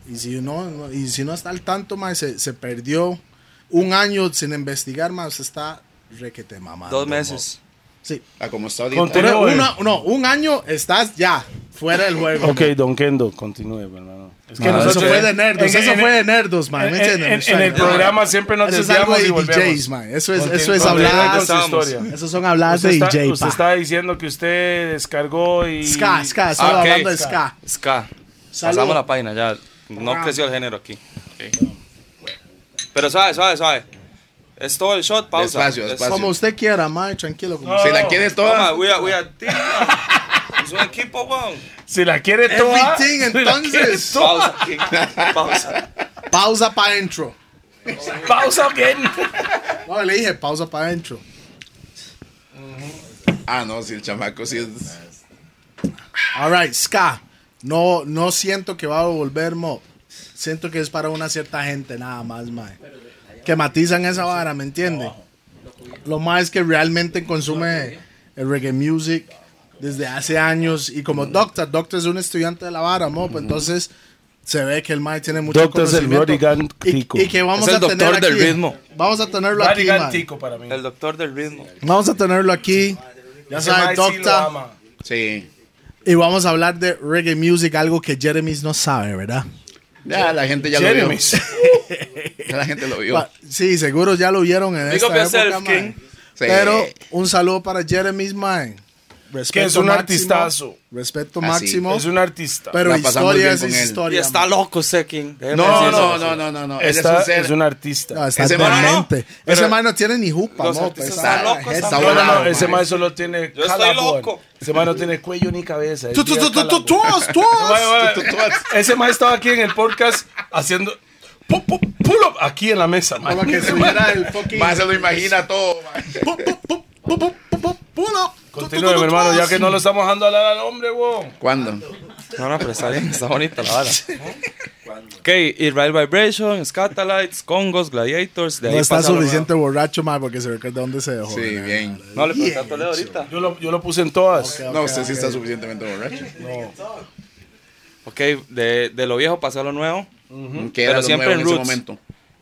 Speaker 3: Y si no, no- y si no está al tanto, mae, se, se perdió un año sin investigar, mae, se está requete mamando.
Speaker 1: Dos meses.
Speaker 3: mae. Sí.
Speaker 4: Ah, como está
Speaker 2: Contenido.
Speaker 4: ahorita.
Speaker 3: Pero
Speaker 2: Pero,
Speaker 3: una- no, un año estás ya fuera del juego.
Speaker 2: eh. Ok, Don Kendo, continúe, hermano. Es
Speaker 3: mae. Eso
Speaker 1: nosotros-
Speaker 3: fue de nerdos,
Speaker 2: en-
Speaker 3: eso
Speaker 2: en-
Speaker 3: fue de nerdos, mae.
Speaker 2: en,
Speaker 3: ¿me
Speaker 2: en-
Speaker 3: entienden?
Speaker 2: en- en el
Speaker 3: Eso
Speaker 2: programa siempre nos
Speaker 3: es algo
Speaker 2: desviamos
Speaker 3: de
Speaker 2: y volvemos.
Speaker 3: DJs, mae. Eso es, eso es
Speaker 2: Continúe
Speaker 3: hablar.
Speaker 2: con su
Speaker 1: Estamos.
Speaker 2: historia.
Speaker 3: Esos son habladas
Speaker 2: Usted
Speaker 3: de
Speaker 2: está,
Speaker 3: DJ,
Speaker 2: usted
Speaker 3: pa.
Speaker 2: está diciendo que usted descargó y...
Speaker 3: Ska, ska, estaba
Speaker 1: Ah, ok.
Speaker 3: hablando de ska.
Speaker 1: Ska.
Speaker 3: Salud.
Speaker 1: Pasamos la página ya. No creció el género aquí. Ok. Pero suave, suave, suave. Es todo el shot, pausa.
Speaker 4: Despacio,
Speaker 1: Es-
Speaker 4: despacio.
Speaker 3: Como usted quiera, mae, tranquilo. Como
Speaker 4: Si la quieres
Speaker 1: Toma,
Speaker 4: toda.
Speaker 1: we are, we are team, man. Es un equipo, weón.
Speaker 2: Si la quiere toda...
Speaker 3: Everything,
Speaker 2: si la
Speaker 3: entonces.
Speaker 2: quiere toda,
Speaker 1: Pausa. aquí. Pausa.
Speaker 3: Pausa para adentro.
Speaker 2: Pausa bien.
Speaker 3: No, le dije pausa para adentro.
Speaker 4: Ah, no, si el chamaco sí es.
Speaker 3: All right, Ska. No, no siento que va a volver, mo. Siento que es para una cierta gente nada más, mae. Que matizan esa vara, ¿me entiende? Lo más es que realmente consume el reggae music desde hace años. Y como Doctor, Doctor es un estudiante de la vara, mo. pues entonces se ve que el mae tiene mucho
Speaker 2: Doctor es el
Speaker 3: conocimiento.
Speaker 2: Rodigan
Speaker 3: Y-
Speaker 2: Tico.
Speaker 3: y, que vamos
Speaker 1: Es el
Speaker 3: a tener
Speaker 1: doctor del
Speaker 3: aquí-
Speaker 1: ritmo.
Speaker 3: Vamos a tenerlo aquí, mae.
Speaker 2: Varigantico para mí.
Speaker 1: El doctor del ritmo.
Speaker 3: Vamos a tenerlo aquí. Ya
Speaker 2: Ese mae sí
Speaker 3: sabes,
Speaker 2: lo
Speaker 3: Doctor.
Speaker 2: ama.
Speaker 4: Sí.
Speaker 3: Y vamos a hablar de reggae music, algo que Jeremy's no sabe, ¿verdad?
Speaker 4: Ya, la gente ya lo vio.
Speaker 2: Jeremy.
Speaker 4: [laughs] Ya la gente lo vio.
Speaker 3: Pa- Sí, seguro ya lo vieron en
Speaker 1: Big up yourself,
Speaker 3: esta época, mae.
Speaker 1: King.
Speaker 4: Sí.
Speaker 3: Pero un saludo para Jeremy's, man. Respeto
Speaker 2: Que es un
Speaker 3: máximo,
Speaker 2: artistazo.
Speaker 3: Respeto
Speaker 4: Así.
Speaker 3: máximo.
Speaker 2: Es un artista.
Speaker 3: Pero
Speaker 4: La pasamos
Speaker 3: historia
Speaker 4: bien
Speaker 3: es
Speaker 4: con él.
Speaker 1: Y
Speaker 3: historia.
Speaker 1: está
Speaker 3: mae.
Speaker 1: loco usted, King. Déjeme
Speaker 4: No,
Speaker 1: decir eso.
Speaker 4: no, no, no, no, no. Él es
Speaker 2: Esta
Speaker 4: un
Speaker 2: es
Speaker 4: ser.
Speaker 2: un
Speaker 3: No,
Speaker 2: artista.
Speaker 3: está
Speaker 4: Ese mae-
Speaker 3: demente.
Speaker 1: pero-
Speaker 3: ese man no tiene ni jupa,
Speaker 1: Los
Speaker 3: mo,
Speaker 1: artistas
Speaker 3: pero esa
Speaker 1: están
Speaker 3: vara
Speaker 1: locos
Speaker 3: es
Speaker 1: también.
Speaker 4: Está
Speaker 2: No, no,
Speaker 4: volado,
Speaker 2: no, ese
Speaker 4: mae.
Speaker 2: mae solo tiene
Speaker 1: Yo estoy
Speaker 2: calabón.
Speaker 1: loco.
Speaker 2: Ese mae no tiene cuello ni cabeza. es
Speaker 3: Tú, tú,
Speaker 2: bien
Speaker 3: tú, tú, tú,
Speaker 2: calabón.
Speaker 3: tú, tú.
Speaker 2: Mae,
Speaker 4: Tú,
Speaker 2: mae,
Speaker 4: tú, tú.
Speaker 2: Ese mae estaba aquí en el podcast haciendo pu- pu- pull up aquí en la mesa, mae.
Speaker 3: Como que se hubiera el fucking...
Speaker 4: Más se lo imagina todo. mae.
Speaker 3: Pu- pu- pu- pu- pu- pu- pu- pulo. Tú, tú,
Speaker 2: Continúe,
Speaker 3: tú,
Speaker 2: mi
Speaker 3: tú,
Speaker 2: hermano,
Speaker 3: tú.
Speaker 2: ya que no lo estamos dejando hablar al hombre, weón.
Speaker 4: ¿Cuándo?
Speaker 1: No, no, pero está bien, está bonita la bala. ok, Israel Vibration, Scatalites, Congos, Gladiators. De ahí
Speaker 3: No está
Speaker 1: pasa lo
Speaker 3: suficiente borracho, mae, porque se recuerda dónde se dejó.
Speaker 4: Sí, bien.
Speaker 1: nuevo. No, le pregunté a Toledo ahorita.
Speaker 2: Yo lo, yo lo puse en todas.
Speaker 4: No, usted sí está suficientemente borracho.
Speaker 1: Ok, de, de lo viejo pasó a lo nuevo.
Speaker 4: Que
Speaker 1: Pero
Speaker 4: era lo
Speaker 1: siempre
Speaker 4: nuevo en
Speaker 1: en
Speaker 4: ese
Speaker 1: Roots.
Speaker 4: momento.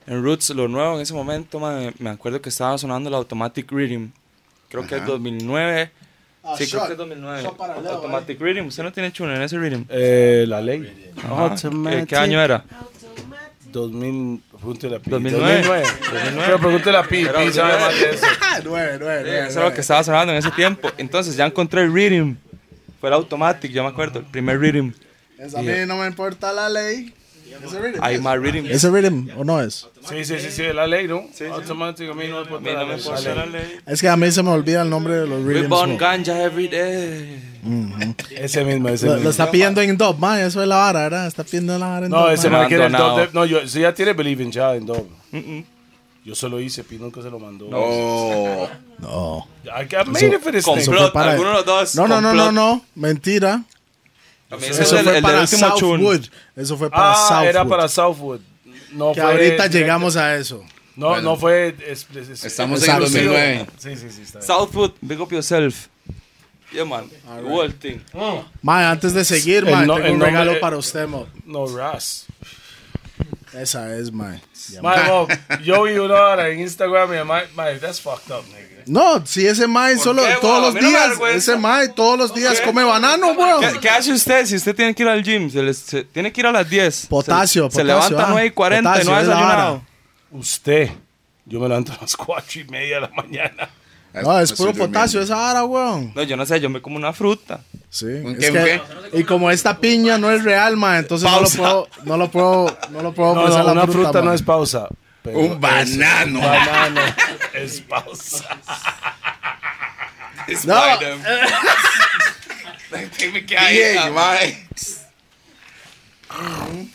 Speaker 1: En Roots, lo nuevo en ese momento, mae, me acuerdo que estaba sonando el Automatic Rhythm. Creo que es 2009.
Speaker 3: Ah,
Speaker 1: sí,
Speaker 3: shot.
Speaker 1: creo que es 2009.
Speaker 3: Shot para eh. Leo,
Speaker 1: Automatic Rhythm. Usted no tiene chuno en ese Rhythm.
Speaker 2: Eh, la ley.
Speaker 1: Ajá, ¿Qué, qué año era?
Speaker 2: 2000, pregúntele a Pi.
Speaker 1: 2009.
Speaker 2: 2009. Pero pregúntele a Pi,
Speaker 1: Era
Speaker 2: Pi sabe
Speaker 1: 2009.
Speaker 2: más de eso.
Speaker 3: Ah, nueve, nueve, nueve,
Speaker 1: Eso es lo que estaba sonando en ese tiempo. Entonces ya encontré el Rhythm. Fue el Automatic, yo me acuerdo, el primer Rhythm.
Speaker 3: nueve. Es- A mí no me importa la ley. Ese rhythm.
Speaker 1: Hay más Rhythm.
Speaker 3: ¿Ese rhythm o no es?
Speaker 2: Sí, sí, sí, sí, la ley, ¿no? Automático, a mí no me importa la ley. La ley.
Speaker 3: Es que a mí se me olvida el nombre de los
Speaker 1: We
Speaker 3: rhythms.
Speaker 1: burn
Speaker 3: mo.
Speaker 1: ganja every day.
Speaker 2: Ese mismo, ese
Speaker 3: Lo, lo
Speaker 2: mismo.
Speaker 3: está pidiendo en dub, man. Eso es la vara, ¿verdad? Está pidiendo la vara en
Speaker 2: No,
Speaker 3: dub,
Speaker 2: ese
Speaker 3: man.
Speaker 2: man quiere el
Speaker 1: Abandonado.
Speaker 2: doble. No, yo, si ya tiene Believe in ya en doble. Yo se lo hice, Pi nunca se lo mandó.
Speaker 4: Oh.
Speaker 3: No.
Speaker 2: I got made it for this thing.
Speaker 3: fue
Speaker 1: Complot,
Speaker 3: para-
Speaker 1: alguno de los dos.
Speaker 3: No, no, no, no,
Speaker 1: complot.
Speaker 3: no. Mentira.
Speaker 1: A mí ese
Speaker 3: Eso,
Speaker 1: es el,
Speaker 3: fue
Speaker 1: el del
Speaker 3: para
Speaker 1: último tune.
Speaker 3: Southwood. Eso fue para
Speaker 2: Ah,
Speaker 3: Southwood.
Speaker 2: era para Southwood. No
Speaker 3: que
Speaker 2: fue-
Speaker 3: ahorita llegamos a eso.
Speaker 2: No, no fue. es- es- es-
Speaker 4: Estamos
Speaker 2: es
Speaker 4: en el
Speaker 2: exclusivo.
Speaker 4: 2009.
Speaker 2: Sí, sí, sí. Está bien.
Speaker 1: Southwood, big up yourself. Yeah, man. World thing.
Speaker 3: Man, antes de seguir,
Speaker 2: El
Speaker 3: man,
Speaker 2: no-
Speaker 3: tengo
Speaker 2: el
Speaker 3: un
Speaker 2: nombre-
Speaker 3: regalo para usted, mo.
Speaker 2: No, Ras.
Speaker 3: Esa es, man.
Speaker 2: Mae, mo, yo vi una hora en Instagram y mae, mae, that's fucked up, nigga.
Speaker 3: No, si ese mae solo
Speaker 1: qué,
Speaker 3: todos
Speaker 1: weón?
Speaker 3: los
Speaker 1: A mí no me da
Speaker 3: días,
Speaker 1: vergüenza.
Speaker 3: ese mae todos los días come banano,
Speaker 1: ¿Qué,
Speaker 3: weón.
Speaker 1: qué hace usted si usted tiene que ir al gym? Se, les- se- tiene que ir a las 10.
Speaker 3: Potasio,
Speaker 1: se, se
Speaker 3: potasio,
Speaker 1: levanta
Speaker 3: ah.
Speaker 1: a 9 y 40 y no ha
Speaker 3: Potasio, es la
Speaker 1: desayunado.
Speaker 2: Usted. Yo me levanto a las cuatro y media de la mañana.
Speaker 3: No, es puro
Speaker 4: Estoy
Speaker 3: potasio
Speaker 4: durmiendo.
Speaker 3: esa vara, weón.
Speaker 1: No, yo no sé, yo me como una fruta.
Speaker 3: Sí.
Speaker 4: ¿Un
Speaker 3: es
Speaker 4: qué, un
Speaker 3: que- Y como esta piña no es real, ma, entonces no lo
Speaker 1: Pausa.
Speaker 3: puedo, no lo puedo, no lo puedo
Speaker 2: No,
Speaker 3: ofrecer
Speaker 2: no,
Speaker 3: la
Speaker 2: una fruta
Speaker 3: ma.
Speaker 2: no es pausa. pero
Speaker 4: Un banano.
Speaker 2: Banano es pausa.
Speaker 3: No,
Speaker 4: Bien, mae.
Speaker 1: Am.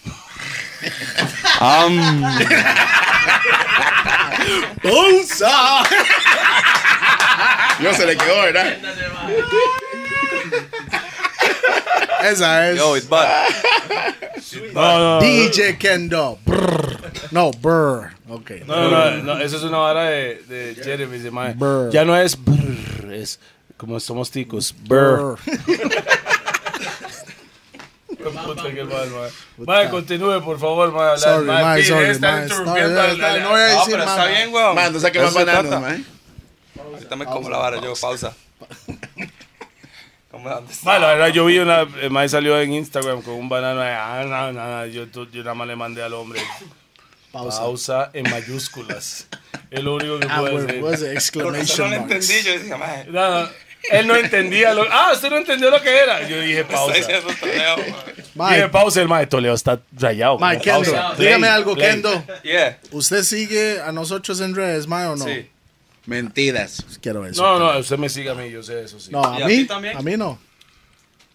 Speaker 4: ¡Ponza! No se le quedó, ¿verdad?
Speaker 3: Esa es.
Speaker 1: Yo, it's
Speaker 4: Ah.
Speaker 1: bad.
Speaker 2: No, no,
Speaker 3: DJ Kendo. Brr. No, brr. Ok.
Speaker 2: no, no, no, no, Esa es una vara de, de Jeremy. dice, mae,
Speaker 3: Brr.
Speaker 2: Ya no es brr, es como somos ticos. Brr.
Speaker 3: Brr.
Speaker 2: Puta, qué mal, mae. Mae, continúe, por favor, mae. hablar,
Speaker 3: Sorry,
Speaker 2: mae,
Speaker 3: mae,
Speaker 2: pide,
Speaker 3: sorry,
Speaker 2: están
Speaker 3: mae,
Speaker 2: interrumpiendo
Speaker 3: sorry,
Speaker 2: al-
Speaker 3: mae,
Speaker 2: al-
Speaker 3: no es-
Speaker 1: No,
Speaker 3: Sí,
Speaker 1: pero está
Speaker 3: mama.
Speaker 1: bien, weón.
Speaker 4: Man, no saque más
Speaker 1: Eso se
Speaker 4: bananas,
Speaker 1: trata.
Speaker 4: man.
Speaker 1: Ahorita me como la vara, yo, pausa. ¿Cómo dónde está?
Speaker 2: Mae, la verdad, yo vi una. El mae salió en Instagram con un banano. eh, Ah, no, no, no, yo, tú- yo nada más le mandé al hombre. Pausa,
Speaker 3: Pausa.
Speaker 2: en mayúsculas. Es lo único que
Speaker 3: Ah,
Speaker 2: puedo
Speaker 3: bueno,
Speaker 2: decir.
Speaker 3: pues,
Speaker 1: Por eso no
Speaker 3: exclamation
Speaker 1: lo
Speaker 3: marks.
Speaker 1: entendí, yo dije, mae,
Speaker 2: No, no, él no entendía lo Ah, usted no entendió lo que era. Yo dije
Speaker 1: está
Speaker 2: pausa.
Speaker 1: diciendo torneo, mae.
Speaker 2: Dije
Speaker 3: Mike,
Speaker 2: pausa, el mae Toledo está rayado.
Speaker 3: Mike,
Speaker 2: Pausa.
Speaker 3: Kendo,
Speaker 2: Play,
Speaker 3: dígame algo,
Speaker 2: play.
Speaker 3: Kendo.
Speaker 1: Yeah,
Speaker 3: ¿Usted sigue a nosotros en redes, Mae, o no?
Speaker 1: sí.
Speaker 4: Mentiras.
Speaker 3: [laughs] Quiero eso.
Speaker 2: No, no, usted me sigue a mí, yo sé eso sí.
Speaker 3: No, ah,
Speaker 1: ¿Y
Speaker 3: a
Speaker 1: a
Speaker 3: mí,
Speaker 1: ti también?
Speaker 3: a mí no.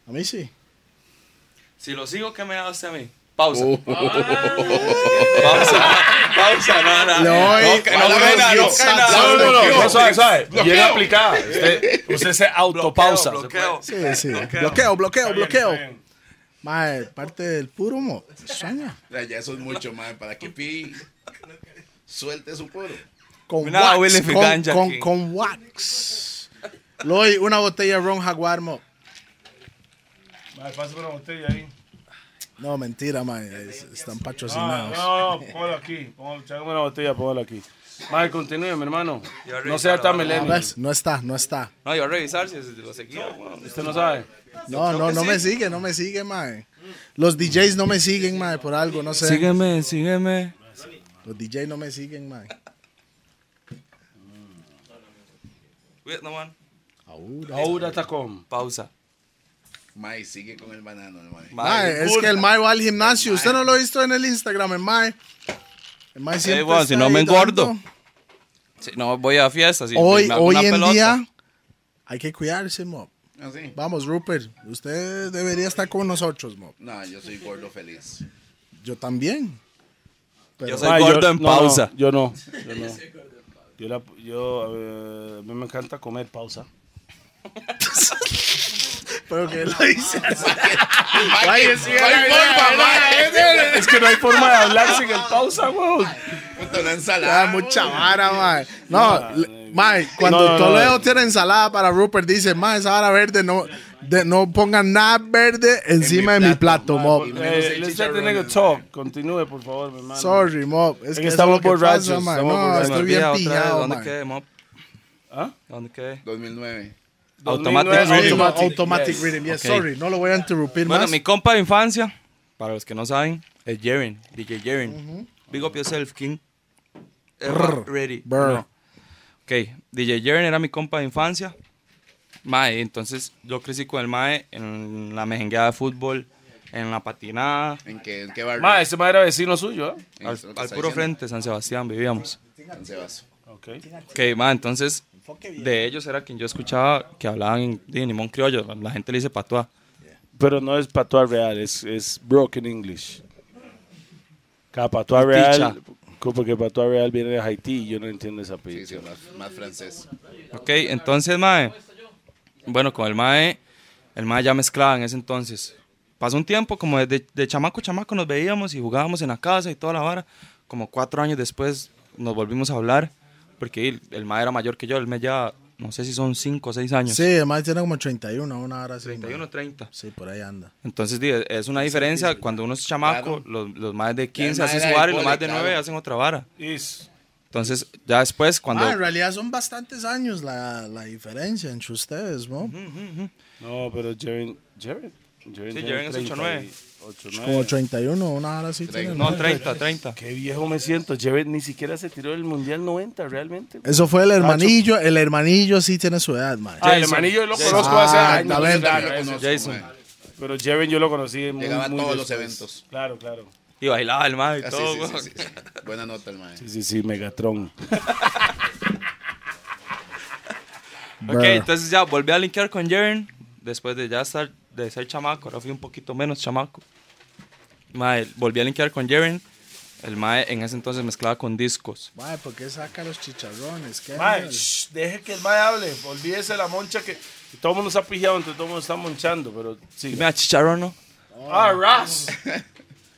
Speaker 3: A mí sí.
Speaker 1: Si lo sigo, ¿qué me hace a mí? Pausa.
Speaker 4: Uh,
Speaker 1: Pausa. Pausa, nada.
Speaker 3: Le
Speaker 1: No,
Speaker 3: doy
Speaker 1: que no,
Speaker 4: palabras
Speaker 1: cae nada, no,
Speaker 4: bien
Speaker 1: cae
Speaker 4: sanas.
Speaker 1: nada.
Speaker 2: No, no, no, no, suave, suave.
Speaker 4: Bloqueo.
Speaker 2: Llega aplicada. Usted, usted se autopausa.
Speaker 1: Bloqueo, [laughs] bloqueo.
Speaker 3: Sí, sí. Bloqueo, bloqueo, bloqueo.
Speaker 2: Está bien,
Speaker 3: Mae, parte del puro mo. Sueña.
Speaker 4: ya eso es mucho, man. Para que Pi suelte su puro.
Speaker 3: Con
Speaker 1: Nada, huele
Speaker 3: wax. Con,
Speaker 1: figanja
Speaker 3: con,
Speaker 1: aquí.
Speaker 3: con wax. Loy, una botella de ron jaguar mo.
Speaker 2: está bien. Mae, pásame una botella ahí.
Speaker 3: No, mentira, mae. es- Están
Speaker 2: Ah,
Speaker 3: patrocinados.
Speaker 2: no, no, póngalo aquí. Póngalo, chágame una botella, póngalo aquí. Mae, continúe, mi hermano.
Speaker 1: Ya
Speaker 2: No
Speaker 1: revisaron,
Speaker 2: sea tan
Speaker 1: ¿no?
Speaker 2: milenio.
Speaker 3: Ah, ¿Ves? No está, no está.
Speaker 1: No, yo a revisar si lo seguía. weón.
Speaker 2: Usted no sabe.
Speaker 3: No, no, no me sigue, no me sigue, mae. Los DJs no me siguen, mae, por algo, no sé.
Speaker 1: Sígueme, sígueme.
Speaker 3: Los DJs no me siguen, mae.
Speaker 1: Wait, no, man.
Speaker 3: Ahora.
Speaker 2: Ahora está con.
Speaker 1: Pausa.
Speaker 4: Mae, sigue con el banano, man.
Speaker 3: Mae,
Speaker 1: Mae,
Speaker 3: es que el mae va al gimnasio. Usted no lo ha visto en el Instagram, el mae. El mae siempre
Speaker 1: weón,
Speaker 3: está
Speaker 1: si no
Speaker 3: ahí
Speaker 1: me
Speaker 3: dando.
Speaker 1: engordo. si no voy a fiestas. y
Speaker 3: Hoy,
Speaker 1: me hago
Speaker 3: hoy
Speaker 1: una
Speaker 3: en
Speaker 1: pelota.
Speaker 3: día hay que cuidarse, mo.
Speaker 4: Así.
Speaker 3: Vamos, Rupert, usted debería estar con nosotros, mo.
Speaker 4: No, yo soy gordo feliz.
Speaker 3: Yo también.
Speaker 1: Yo soy
Speaker 2: Mae, yo-
Speaker 1: gordo en
Speaker 2: no, no,
Speaker 1: pausa.
Speaker 2: Yo no. Yo no. Yo, la, yo eh, a mí me encanta comer pausa.
Speaker 3: Pero que lo dice así.
Speaker 4: Ay, es forma, mae.
Speaker 2: Es que no hay forma de hablar sin el pausa, weón.
Speaker 4: Puta,
Speaker 3: [laughs]
Speaker 4: una
Speaker 3: Ah,
Speaker 4: ensalada.
Speaker 3: mucha vara, mae. No, le- mae, cuando
Speaker 2: No, no,
Speaker 3: Toledo
Speaker 2: no.
Speaker 3: tiene ensalada para Rupert, dice, mae, esa vara verde no, de- no pongan nada verde encima de mi plato, mo.
Speaker 4: mae.
Speaker 2: Eh,
Speaker 4: menos el
Speaker 2: let's let the
Speaker 4: chicharrón,
Speaker 2: nigga talk. Continúe, por favor, mi hermano.
Speaker 3: Sorry, mo. Es
Speaker 2: que
Speaker 3: que
Speaker 2: estamos
Speaker 3: estamos por
Speaker 2: borrachos,
Speaker 3: pasa, mae.
Speaker 2: estamos
Speaker 3: No,
Speaker 2: borrachos.
Speaker 3: Ah, estoy bien
Speaker 1: Olvida otra vez,
Speaker 3: pillado,
Speaker 1: ¿Dónde
Speaker 3: mae.
Speaker 1: quedé, mop?
Speaker 2: ¿Ah?
Speaker 1: ¿Dónde quedé?
Speaker 4: 2009.
Speaker 1: Automatic
Speaker 2: 2009.
Speaker 1: Rhythm.
Speaker 3: Automa-
Speaker 2: Automatic,
Speaker 3: Automatic
Speaker 2: yes.
Speaker 3: rhythm, yes,
Speaker 1: Ok.
Speaker 3: sorry, no lo voy a interrumpir
Speaker 1: Bueno,
Speaker 3: más.
Speaker 1: mi compa de infancia, para los que no saben, es Jaren, DJ Jaren. Big up yourself, King. Eh, ready.
Speaker 3: Brr.
Speaker 1: No. Ok, DJ Jaren era mi compa de infancia. Mae, entonces yo crecí con el Mae en la mejengueada de fútbol, en la patinada,
Speaker 4: ¿En qué, en qué barrio?
Speaker 2: Ma, ese ma era vecino suyo, ¿eh?
Speaker 4: En-
Speaker 1: al,
Speaker 4: lo que
Speaker 1: al
Speaker 4: está
Speaker 1: puro
Speaker 4: diciendo.
Speaker 1: frente, San Sebastián, vivíamos.
Speaker 4: En Sebas.
Speaker 2: Ok.
Speaker 1: Ok, mae, entonces de ellos era quien yo escuchaba que hablaban en, en limón criollo, la- la gente le dice patuá.
Speaker 2: Pero no es patuar real, es, es broken English. Cada patuar
Speaker 1: Meticha.
Speaker 2: real, co- porque patuar real viene de Haití y yo no entiendo esa
Speaker 4: Sí,
Speaker 2: apellido.
Speaker 4: sí, más, más francés.
Speaker 1: Ok, entonces, mae. Bueno, con el mae, el mae ya mezclaba en ese entonces. Pasó un tiempo, como de, de chamaco a chamaco nos veíamos y jugábamos en la casa y toda la vara. Como cuatro años después nos volvimos a hablar, porque el, el mae era mayor que yo, él me lleva, no sé si son cinco o seis años.
Speaker 3: Sí, además tiene como 31, una hora así.
Speaker 1: 31, 30.
Speaker 3: Sí, por ahí anda.
Speaker 1: Entonces, di, es
Speaker 4: Pues
Speaker 1: una diferencia cuando uno es chamaco,
Speaker 4: Claro.
Speaker 1: los, los más de 15
Speaker 4: mae
Speaker 1: hacen su
Speaker 4: era de
Speaker 1: vara y los
Speaker 4: cole,
Speaker 1: más de 9
Speaker 4: claro.
Speaker 1: hacen otra vara.
Speaker 2: Is.
Speaker 1: Entonces, ya después, cuando...
Speaker 3: Ah, en realidad son bastantes años la, la diferencia entre ustedes, ¿no?
Speaker 2: No, pero Jaren. Jaren. Jaren
Speaker 1: Sí,
Speaker 2: tiene
Speaker 1: Jaren es
Speaker 2: 39.
Speaker 3: Como
Speaker 2: 89.
Speaker 3: 31, una hora así.
Speaker 1: [laughs]
Speaker 3: tiene,
Speaker 1: no,
Speaker 3: ¿no?
Speaker 1: 30, 30.
Speaker 2: Qué viejo me siento. Jaren ni siquiera se tiró del Mundial 90, realmente.
Speaker 3: Eso fue el hermanillo. El hermanillo sí tiene su edad, mae.
Speaker 2: Ah,
Speaker 1: Jason.
Speaker 2: el hermanillo lo
Speaker 1: Jason.
Speaker 2: conozco hace
Speaker 3: Ah,
Speaker 2: años.
Speaker 3: talento.
Speaker 2: claro,
Speaker 4: Yo
Speaker 2: eso.
Speaker 4: conozco,
Speaker 1: Jason.
Speaker 4: mae.
Speaker 2: Pero Jaren yo lo conocí muy,
Speaker 4: Llegaba a
Speaker 2: muy
Speaker 4: todos los
Speaker 2: después.
Speaker 4: eventos.
Speaker 2: Claro, claro.
Speaker 1: Y bailaba el mae y
Speaker 4: Ah, sí,
Speaker 1: todo,
Speaker 4: sí,
Speaker 1: weón.
Speaker 4: sí, sí, sí. Buena nota el maestro.
Speaker 2: Sí, sí, sí, Megatron.
Speaker 1: Ok,
Speaker 3: Brr.
Speaker 1: entonces ya volví a linkear con Jern. Después de ya estar, de ser chamaco, ahora fui un poquito menos chamaco. Mae, volví a linkear con Jern. El mae en ese entonces mezclaba con discos.
Speaker 3: Mae, ¿por qué saca los chicharrones? ¿Qué
Speaker 2: Mae,
Speaker 3: mierda?
Speaker 2: shh, deje que el mae hable. Olvídese la moncha que. Todo el mundo está pijado, entonces todo el mundo está monchando, pero sí.
Speaker 1: Mira, chicharrón, ¿no?
Speaker 2: ¡Ah, ras!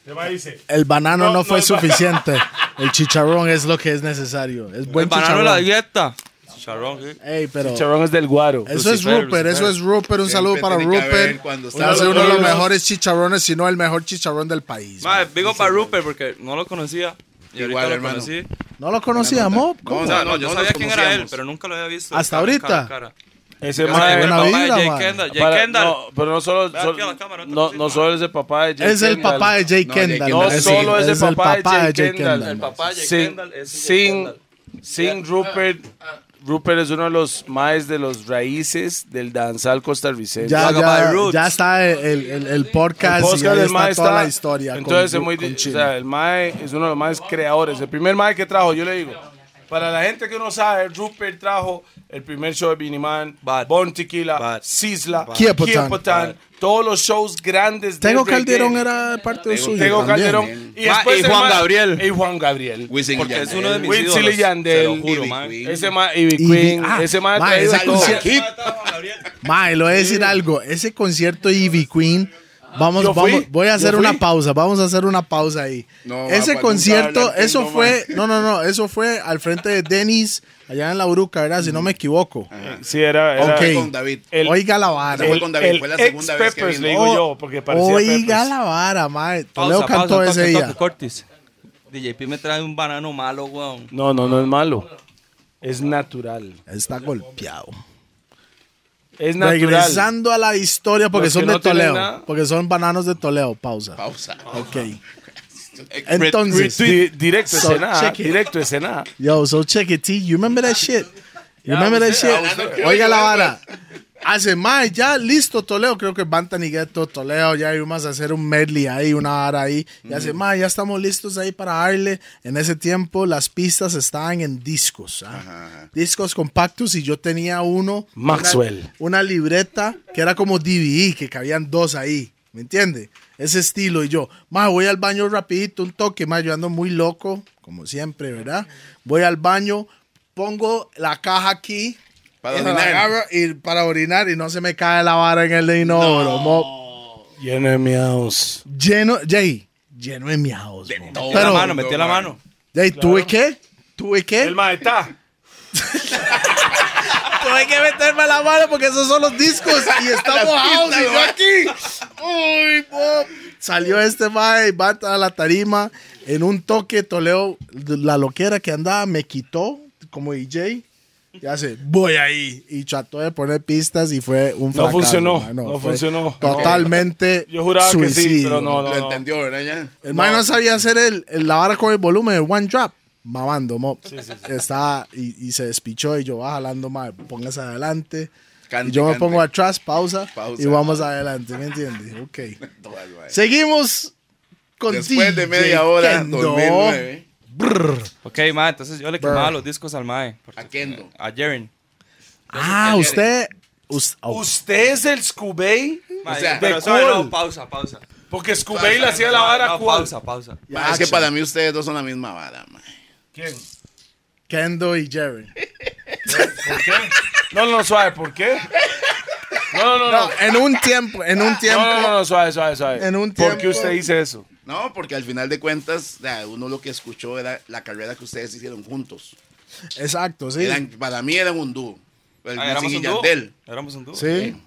Speaker 2: El mae dice.
Speaker 3: El banano
Speaker 2: No,
Speaker 3: no,
Speaker 2: no,
Speaker 3: fue
Speaker 2: el ba-
Speaker 3: suficiente. El chicharrón es lo que es necesario. Es buen
Speaker 1: El banano de la
Speaker 3: chicharrón.
Speaker 1: dieta. Chicharrón, sí.
Speaker 3: Ey, pero
Speaker 2: Chicharrón es del guaro.
Speaker 3: eso es
Speaker 1: Lucifer,
Speaker 3: Rupert, eso
Speaker 1: Lucifer.
Speaker 3: es Rupert. Un saludo
Speaker 4: Siempre
Speaker 3: para
Speaker 4: tiene que haber
Speaker 3: Rupert.
Speaker 4: cuando está-
Speaker 3: Uno hace uno de los
Speaker 2: Uno de los-
Speaker 3: mejores chicharrones, si no el mejor chicharrón del país.
Speaker 1: Mae, digo para Rupert porque no lo conocía. Y
Speaker 4: Igual,
Speaker 1: ahorita lo
Speaker 4: hermano.
Speaker 1: conocí.
Speaker 3: ¿No lo conocía, Mob?
Speaker 4: No,
Speaker 1: O
Speaker 3: ¿Cómo?
Speaker 1: sea,
Speaker 4: no,
Speaker 1: no, yo
Speaker 4: no
Speaker 1: sabía
Speaker 4: los
Speaker 1: quién era él,
Speaker 4: conocíamos.
Speaker 1: pero nunca lo había visto.
Speaker 3: ¿Hasta
Speaker 1: cara,
Speaker 3: ahorita?
Speaker 1: cara, cara.
Speaker 2: Ese
Speaker 1: Yo sabía que
Speaker 2: mae.
Speaker 1: era
Speaker 3: buena
Speaker 1: el papá de
Speaker 3: vibra,
Speaker 1: Jay
Speaker 3: mae.
Speaker 1: Kendall. Jay
Speaker 2: para-
Speaker 1: Kendall.
Speaker 2: no, pero no solo.
Speaker 1: Ve aquí
Speaker 2: solo-
Speaker 1: a la cámara, no te
Speaker 2: no,
Speaker 1: preocupes,
Speaker 2: no
Speaker 1: mae.
Speaker 2: solo es el papá de Jay
Speaker 3: Es el papá de Jay
Speaker 4: No, Jay
Speaker 3: Kendall.
Speaker 4: Kendall,
Speaker 2: No
Speaker 4: Sí,
Speaker 2: solo es el papá de Jay
Speaker 3: Kendall.
Speaker 2: Kendall.
Speaker 1: El papá de Jay
Speaker 2: Sin-
Speaker 1: Ah, Kendall es el Jay
Speaker 2: Sin,
Speaker 1: Kendall. Ah,
Speaker 2: sin Rupert. Rupert es uno de los maes de los raíces del danzal costarricense.
Speaker 3: Ya,
Speaker 1: Talk
Speaker 3: ya,
Speaker 1: about roots.
Speaker 3: ya está el, el, el podcast,
Speaker 2: El
Speaker 3: y
Speaker 2: podcast
Speaker 3: ahí
Speaker 2: del
Speaker 3: está
Speaker 2: mae
Speaker 3: toda
Speaker 2: está.
Speaker 3: la historia. con
Speaker 2: Entonces,
Speaker 3: Ru-
Speaker 2: es muy,
Speaker 3: con
Speaker 2: di- o
Speaker 3: Chile.
Speaker 2: sea, el mae es uno de los más creadores. El primer mae que trajo, yo le digo. Para la gente que no sabe, Rupert trajo el primer show de Beanie Man,
Speaker 1: Bad.
Speaker 2: Bon Tequila,
Speaker 1: Bad.
Speaker 2: Sisla,
Speaker 3: Kiepotan.
Speaker 2: Kiepotan, todos los shows grandes de
Speaker 3: Tengo
Speaker 2: reggae.
Speaker 3: Calderón era parte de suyo.
Speaker 2: Tego
Speaker 3: también.
Speaker 2: Calderón y,
Speaker 1: Ma,
Speaker 2: después
Speaker 1: y
Speaker 2: el
Speaker 1: Juan
Speaker 2: ma-
Speaker 1: Gabriel.
Speaker 2: Y Juan Gabriel.
Speaker 4: Wisin y
Speaker 1: Porque es
Speaker 4: Yandel.
Speaker 1: uno de mis
Speaker 2: Whitney
Speaker 1: ídolos.
Speaker 2: Yandel.
Speaker 1: Se lo juro,
Speaker 4: Ivy
Speaker 1: mae.
Speaker 4: Queen.
Speaker 2: Ese mae, Ivy
Speaker 3: Y-
Speaker 2: Queen.
Speaker 3: ah,
Speaker 2: ese mae
Speaker 3: ma,
Speaker 2: trae
Speaker 3: esa
Speaker 2: de todo.
Speaker 3: canción- Mae, le voy a decir algo. Ese concierto Ivy Queen. Vamos,
Speaker 2: Yo fui,
Speaker 3: vamos, voy a
Speaker 2: yo
Speaker 3: hacer
Speaker 2: fui.
Speaker 3: una pausa, vamos a hacer una pausa ahí.
Speaker 4: No, va,
Speaker 3: Ese
Speaker 4: pa,
Speaker 3: concierto,
Speaker 4: nunca hablar
Speaker 3: eso
Speaker 4: pingo,
Speaker 3: fue, no, no, no, eso fue al frente de Dennis, allá en la Uruca, ¿verdad? Si no me equivoco.
Speaker 2: Sí, era, era
Speaker 3: Ok.
Speaker 4: Con David.
Speaker 2: el-
Speaker 3: Oiga la vara.
Speaker 4: Fue con David, fue la segunda
Speaker 2: ex
Speaker 4: vez que
Speaker 2: Peppers,
Speaker 4: vino.
Speaker 2: le digo yo, porque parecía
Speaker 3: Oiga
Speaker 2: Peppers.
Speaker 3: la vara, mae. Toledo
Speaker 1: Pausa,
Speaker 3: cantó
Speaker 1: pausa,
Speaker 3: ese
Speaker 1: toque,
Speaker 3: día.
Speaker 1: toque, Cortis. DJP me trae un banano malo, weón.
Speaker 2: No, no, no es malo. Es natural.
Speaker 3: Está golpeado.
Speaker 2: Es natural.
Speaker 3: Regresando a la historia, porque
Speaker 2: Los
Speaker 3: son
Speaker 2: que
Speaker 3: de
Speaker 2: no tienen
Speaker 3: Toledo.
Speaker 2: nada.
Speaker 3: Porque son bananos de Toledo. Pausa.
Speaker 4: Pausa. Eh,
Speaker 3: Ok. Entonces,
Speaker 2: Di- directo
Speaker 3: So,
Speaker 2: escena. ah,
Speaker 3: check it.
Speaker 2: Directo escena.
Speaker 3: yo, so check it, T. You remember that shit? You remember that shit? Oiga la vara. Hace más, ya listo, Toledo. Creo que Bantan y Ghetto, Toledo. Ya íbamos a hacer un medley ahí, una vara ahí. Y hace más, ya estamos listos ahí para darle. En ese tiempo, las pistas estaban en discos. ¿ah? Discos compactos. Y yo tenía uno.
Speaker 2: Maxwell.
Speaker 3: una libreta que era como DVD, que cabían dos ahí, ¿me entiende? Ese estilo. Y yo, más voy al baño rapidito, un toque, más yo ando muy loco, como siempre, ¿verdad? Voy al baño, pongo la caja aquí.
Speaker 4: Para
Speaker 3: y la
Speaker 4: orinar.
Speaker 3: agarro y para orinar y no se me cae la vara en el inodoro. mo-
Speaker 2: Lleno de miaos.
Speaker 3: lleno, Jay, lleno de miados. mo.
Speaker 4: todo.
Speaker 1: Metió la
Speaker 3: Pero,
Speaker 1: mano, metió la mano.
Speaker 3: Jay, ¿tuve qué? ¿Tuve qué?
Speaker 2: El maestá.
Speaker 3: Pero hay que meterme la mano porque esos son los discos
Speaker 4: [laughs]
Speaker 3: y está mojado.
Speaker 4: pistas,
Speaker 3: Y yo
Speaker 4: ¿no?
Speaker 3: aquí. Uy, Bob. Salió este mae, bata a la tarima. En un toque, Toleo, la loquera que andaba, me quitó como DJ. Y hace, voy ahí. Y trató de poner pistas y fue un fracaso.
Speaker 2: funcionó,
Speaker 3: mae,
Speaker 2: no
Speaker 3: fue
Speaker 2: funcionó.
Speaker 3: Totalmente
Speaker 2: Yo juraba que
Speaker 3: suicidio.
Speaker 2: sí, pero no,
Speaker 4: Lo
Speaker 2: no. no.
Speaker 4: entendió, ¿verdad? Ya.
Speaker 3: El mae no sabía hacer el, el- la vara con el volumen de One Drop. Mamando, mo. Estaba y, y se despichó y yo va jalando, mae, póngase adelante.
Speaker 4: Cante,
Speaker 3: y yo me
Speaker 4: cante.
Speaker 3: pongo atrás, pausa,
Speaker 4: Pausa.
Speaker 3: y vamos adelante, ¿me entiendes? Ok.
Speaker 4: Todo el baile.
Speaker 3: Seguimos con
Speaker 4: Después de
Speaker 3: DJ
Speaker 4: media hora,
Speaker 3: Kendo.
Speaker 4: 2009.
Speaker 3: Brr.
Speaker 1: Ok, mae, entonces yo le quemaba los discos al mae.
Speaker 4: ¿A Kendo?
Speaker 1: A Jaren.
Speaker 3: Ah, usted... us- oh,
Speaker 2: Usted es el Scubey.
Speaker 1: Mae,
Speaker 4: O sea,
Speaker 1: pero
Speaker 2: de
Speaker 1: suave,
Speaker 2: cool.
Speaker 1: no, pausa, pausa.
Speaker 2: Porque Scubey le hacía la vara
Speaker 1: No,
Speaker 2: cool.
Speaker 1: pausa, pausa.
Speaker 3: ya,
Speaker 4: Ma, es que
Speaker 3: action.
Speaker 4: para mí ustedes dos son la misma vara, man.
Speaker 2: ¿Quién?
Speaker 3: Kendo y Jerry.
Speaker 2: ¿Por qué? No, no, no, suave. ¿Por qué? No, no, no. No,
Speaker 3: En un tiempo, en
Speaker 4: [laughs]
Speaker 3: un tiempo...
Speaker 2: no, no, no, suave, suave, suave.
Speaker 3: En un
Speaker 2: ¿Por qué
Speaker 3: tiempo-
Speaker 2: usted dice eso?
Speaker 4: No, porque al final de cuentas, ya, uno lo que escuchó era la carrera que ustedes hicieron juntos.
Speaker 3: Exacto, sí.
Speaker 4: Eran, para mí eran un dúo. El
Speaker 1: Ah, éramos
Speaker 4: Wisin y
Speaker 1: un dúo.
Speaker 4: Yandel,
Speaker 1: Éramos un dúo.
Speaker 3: Sí.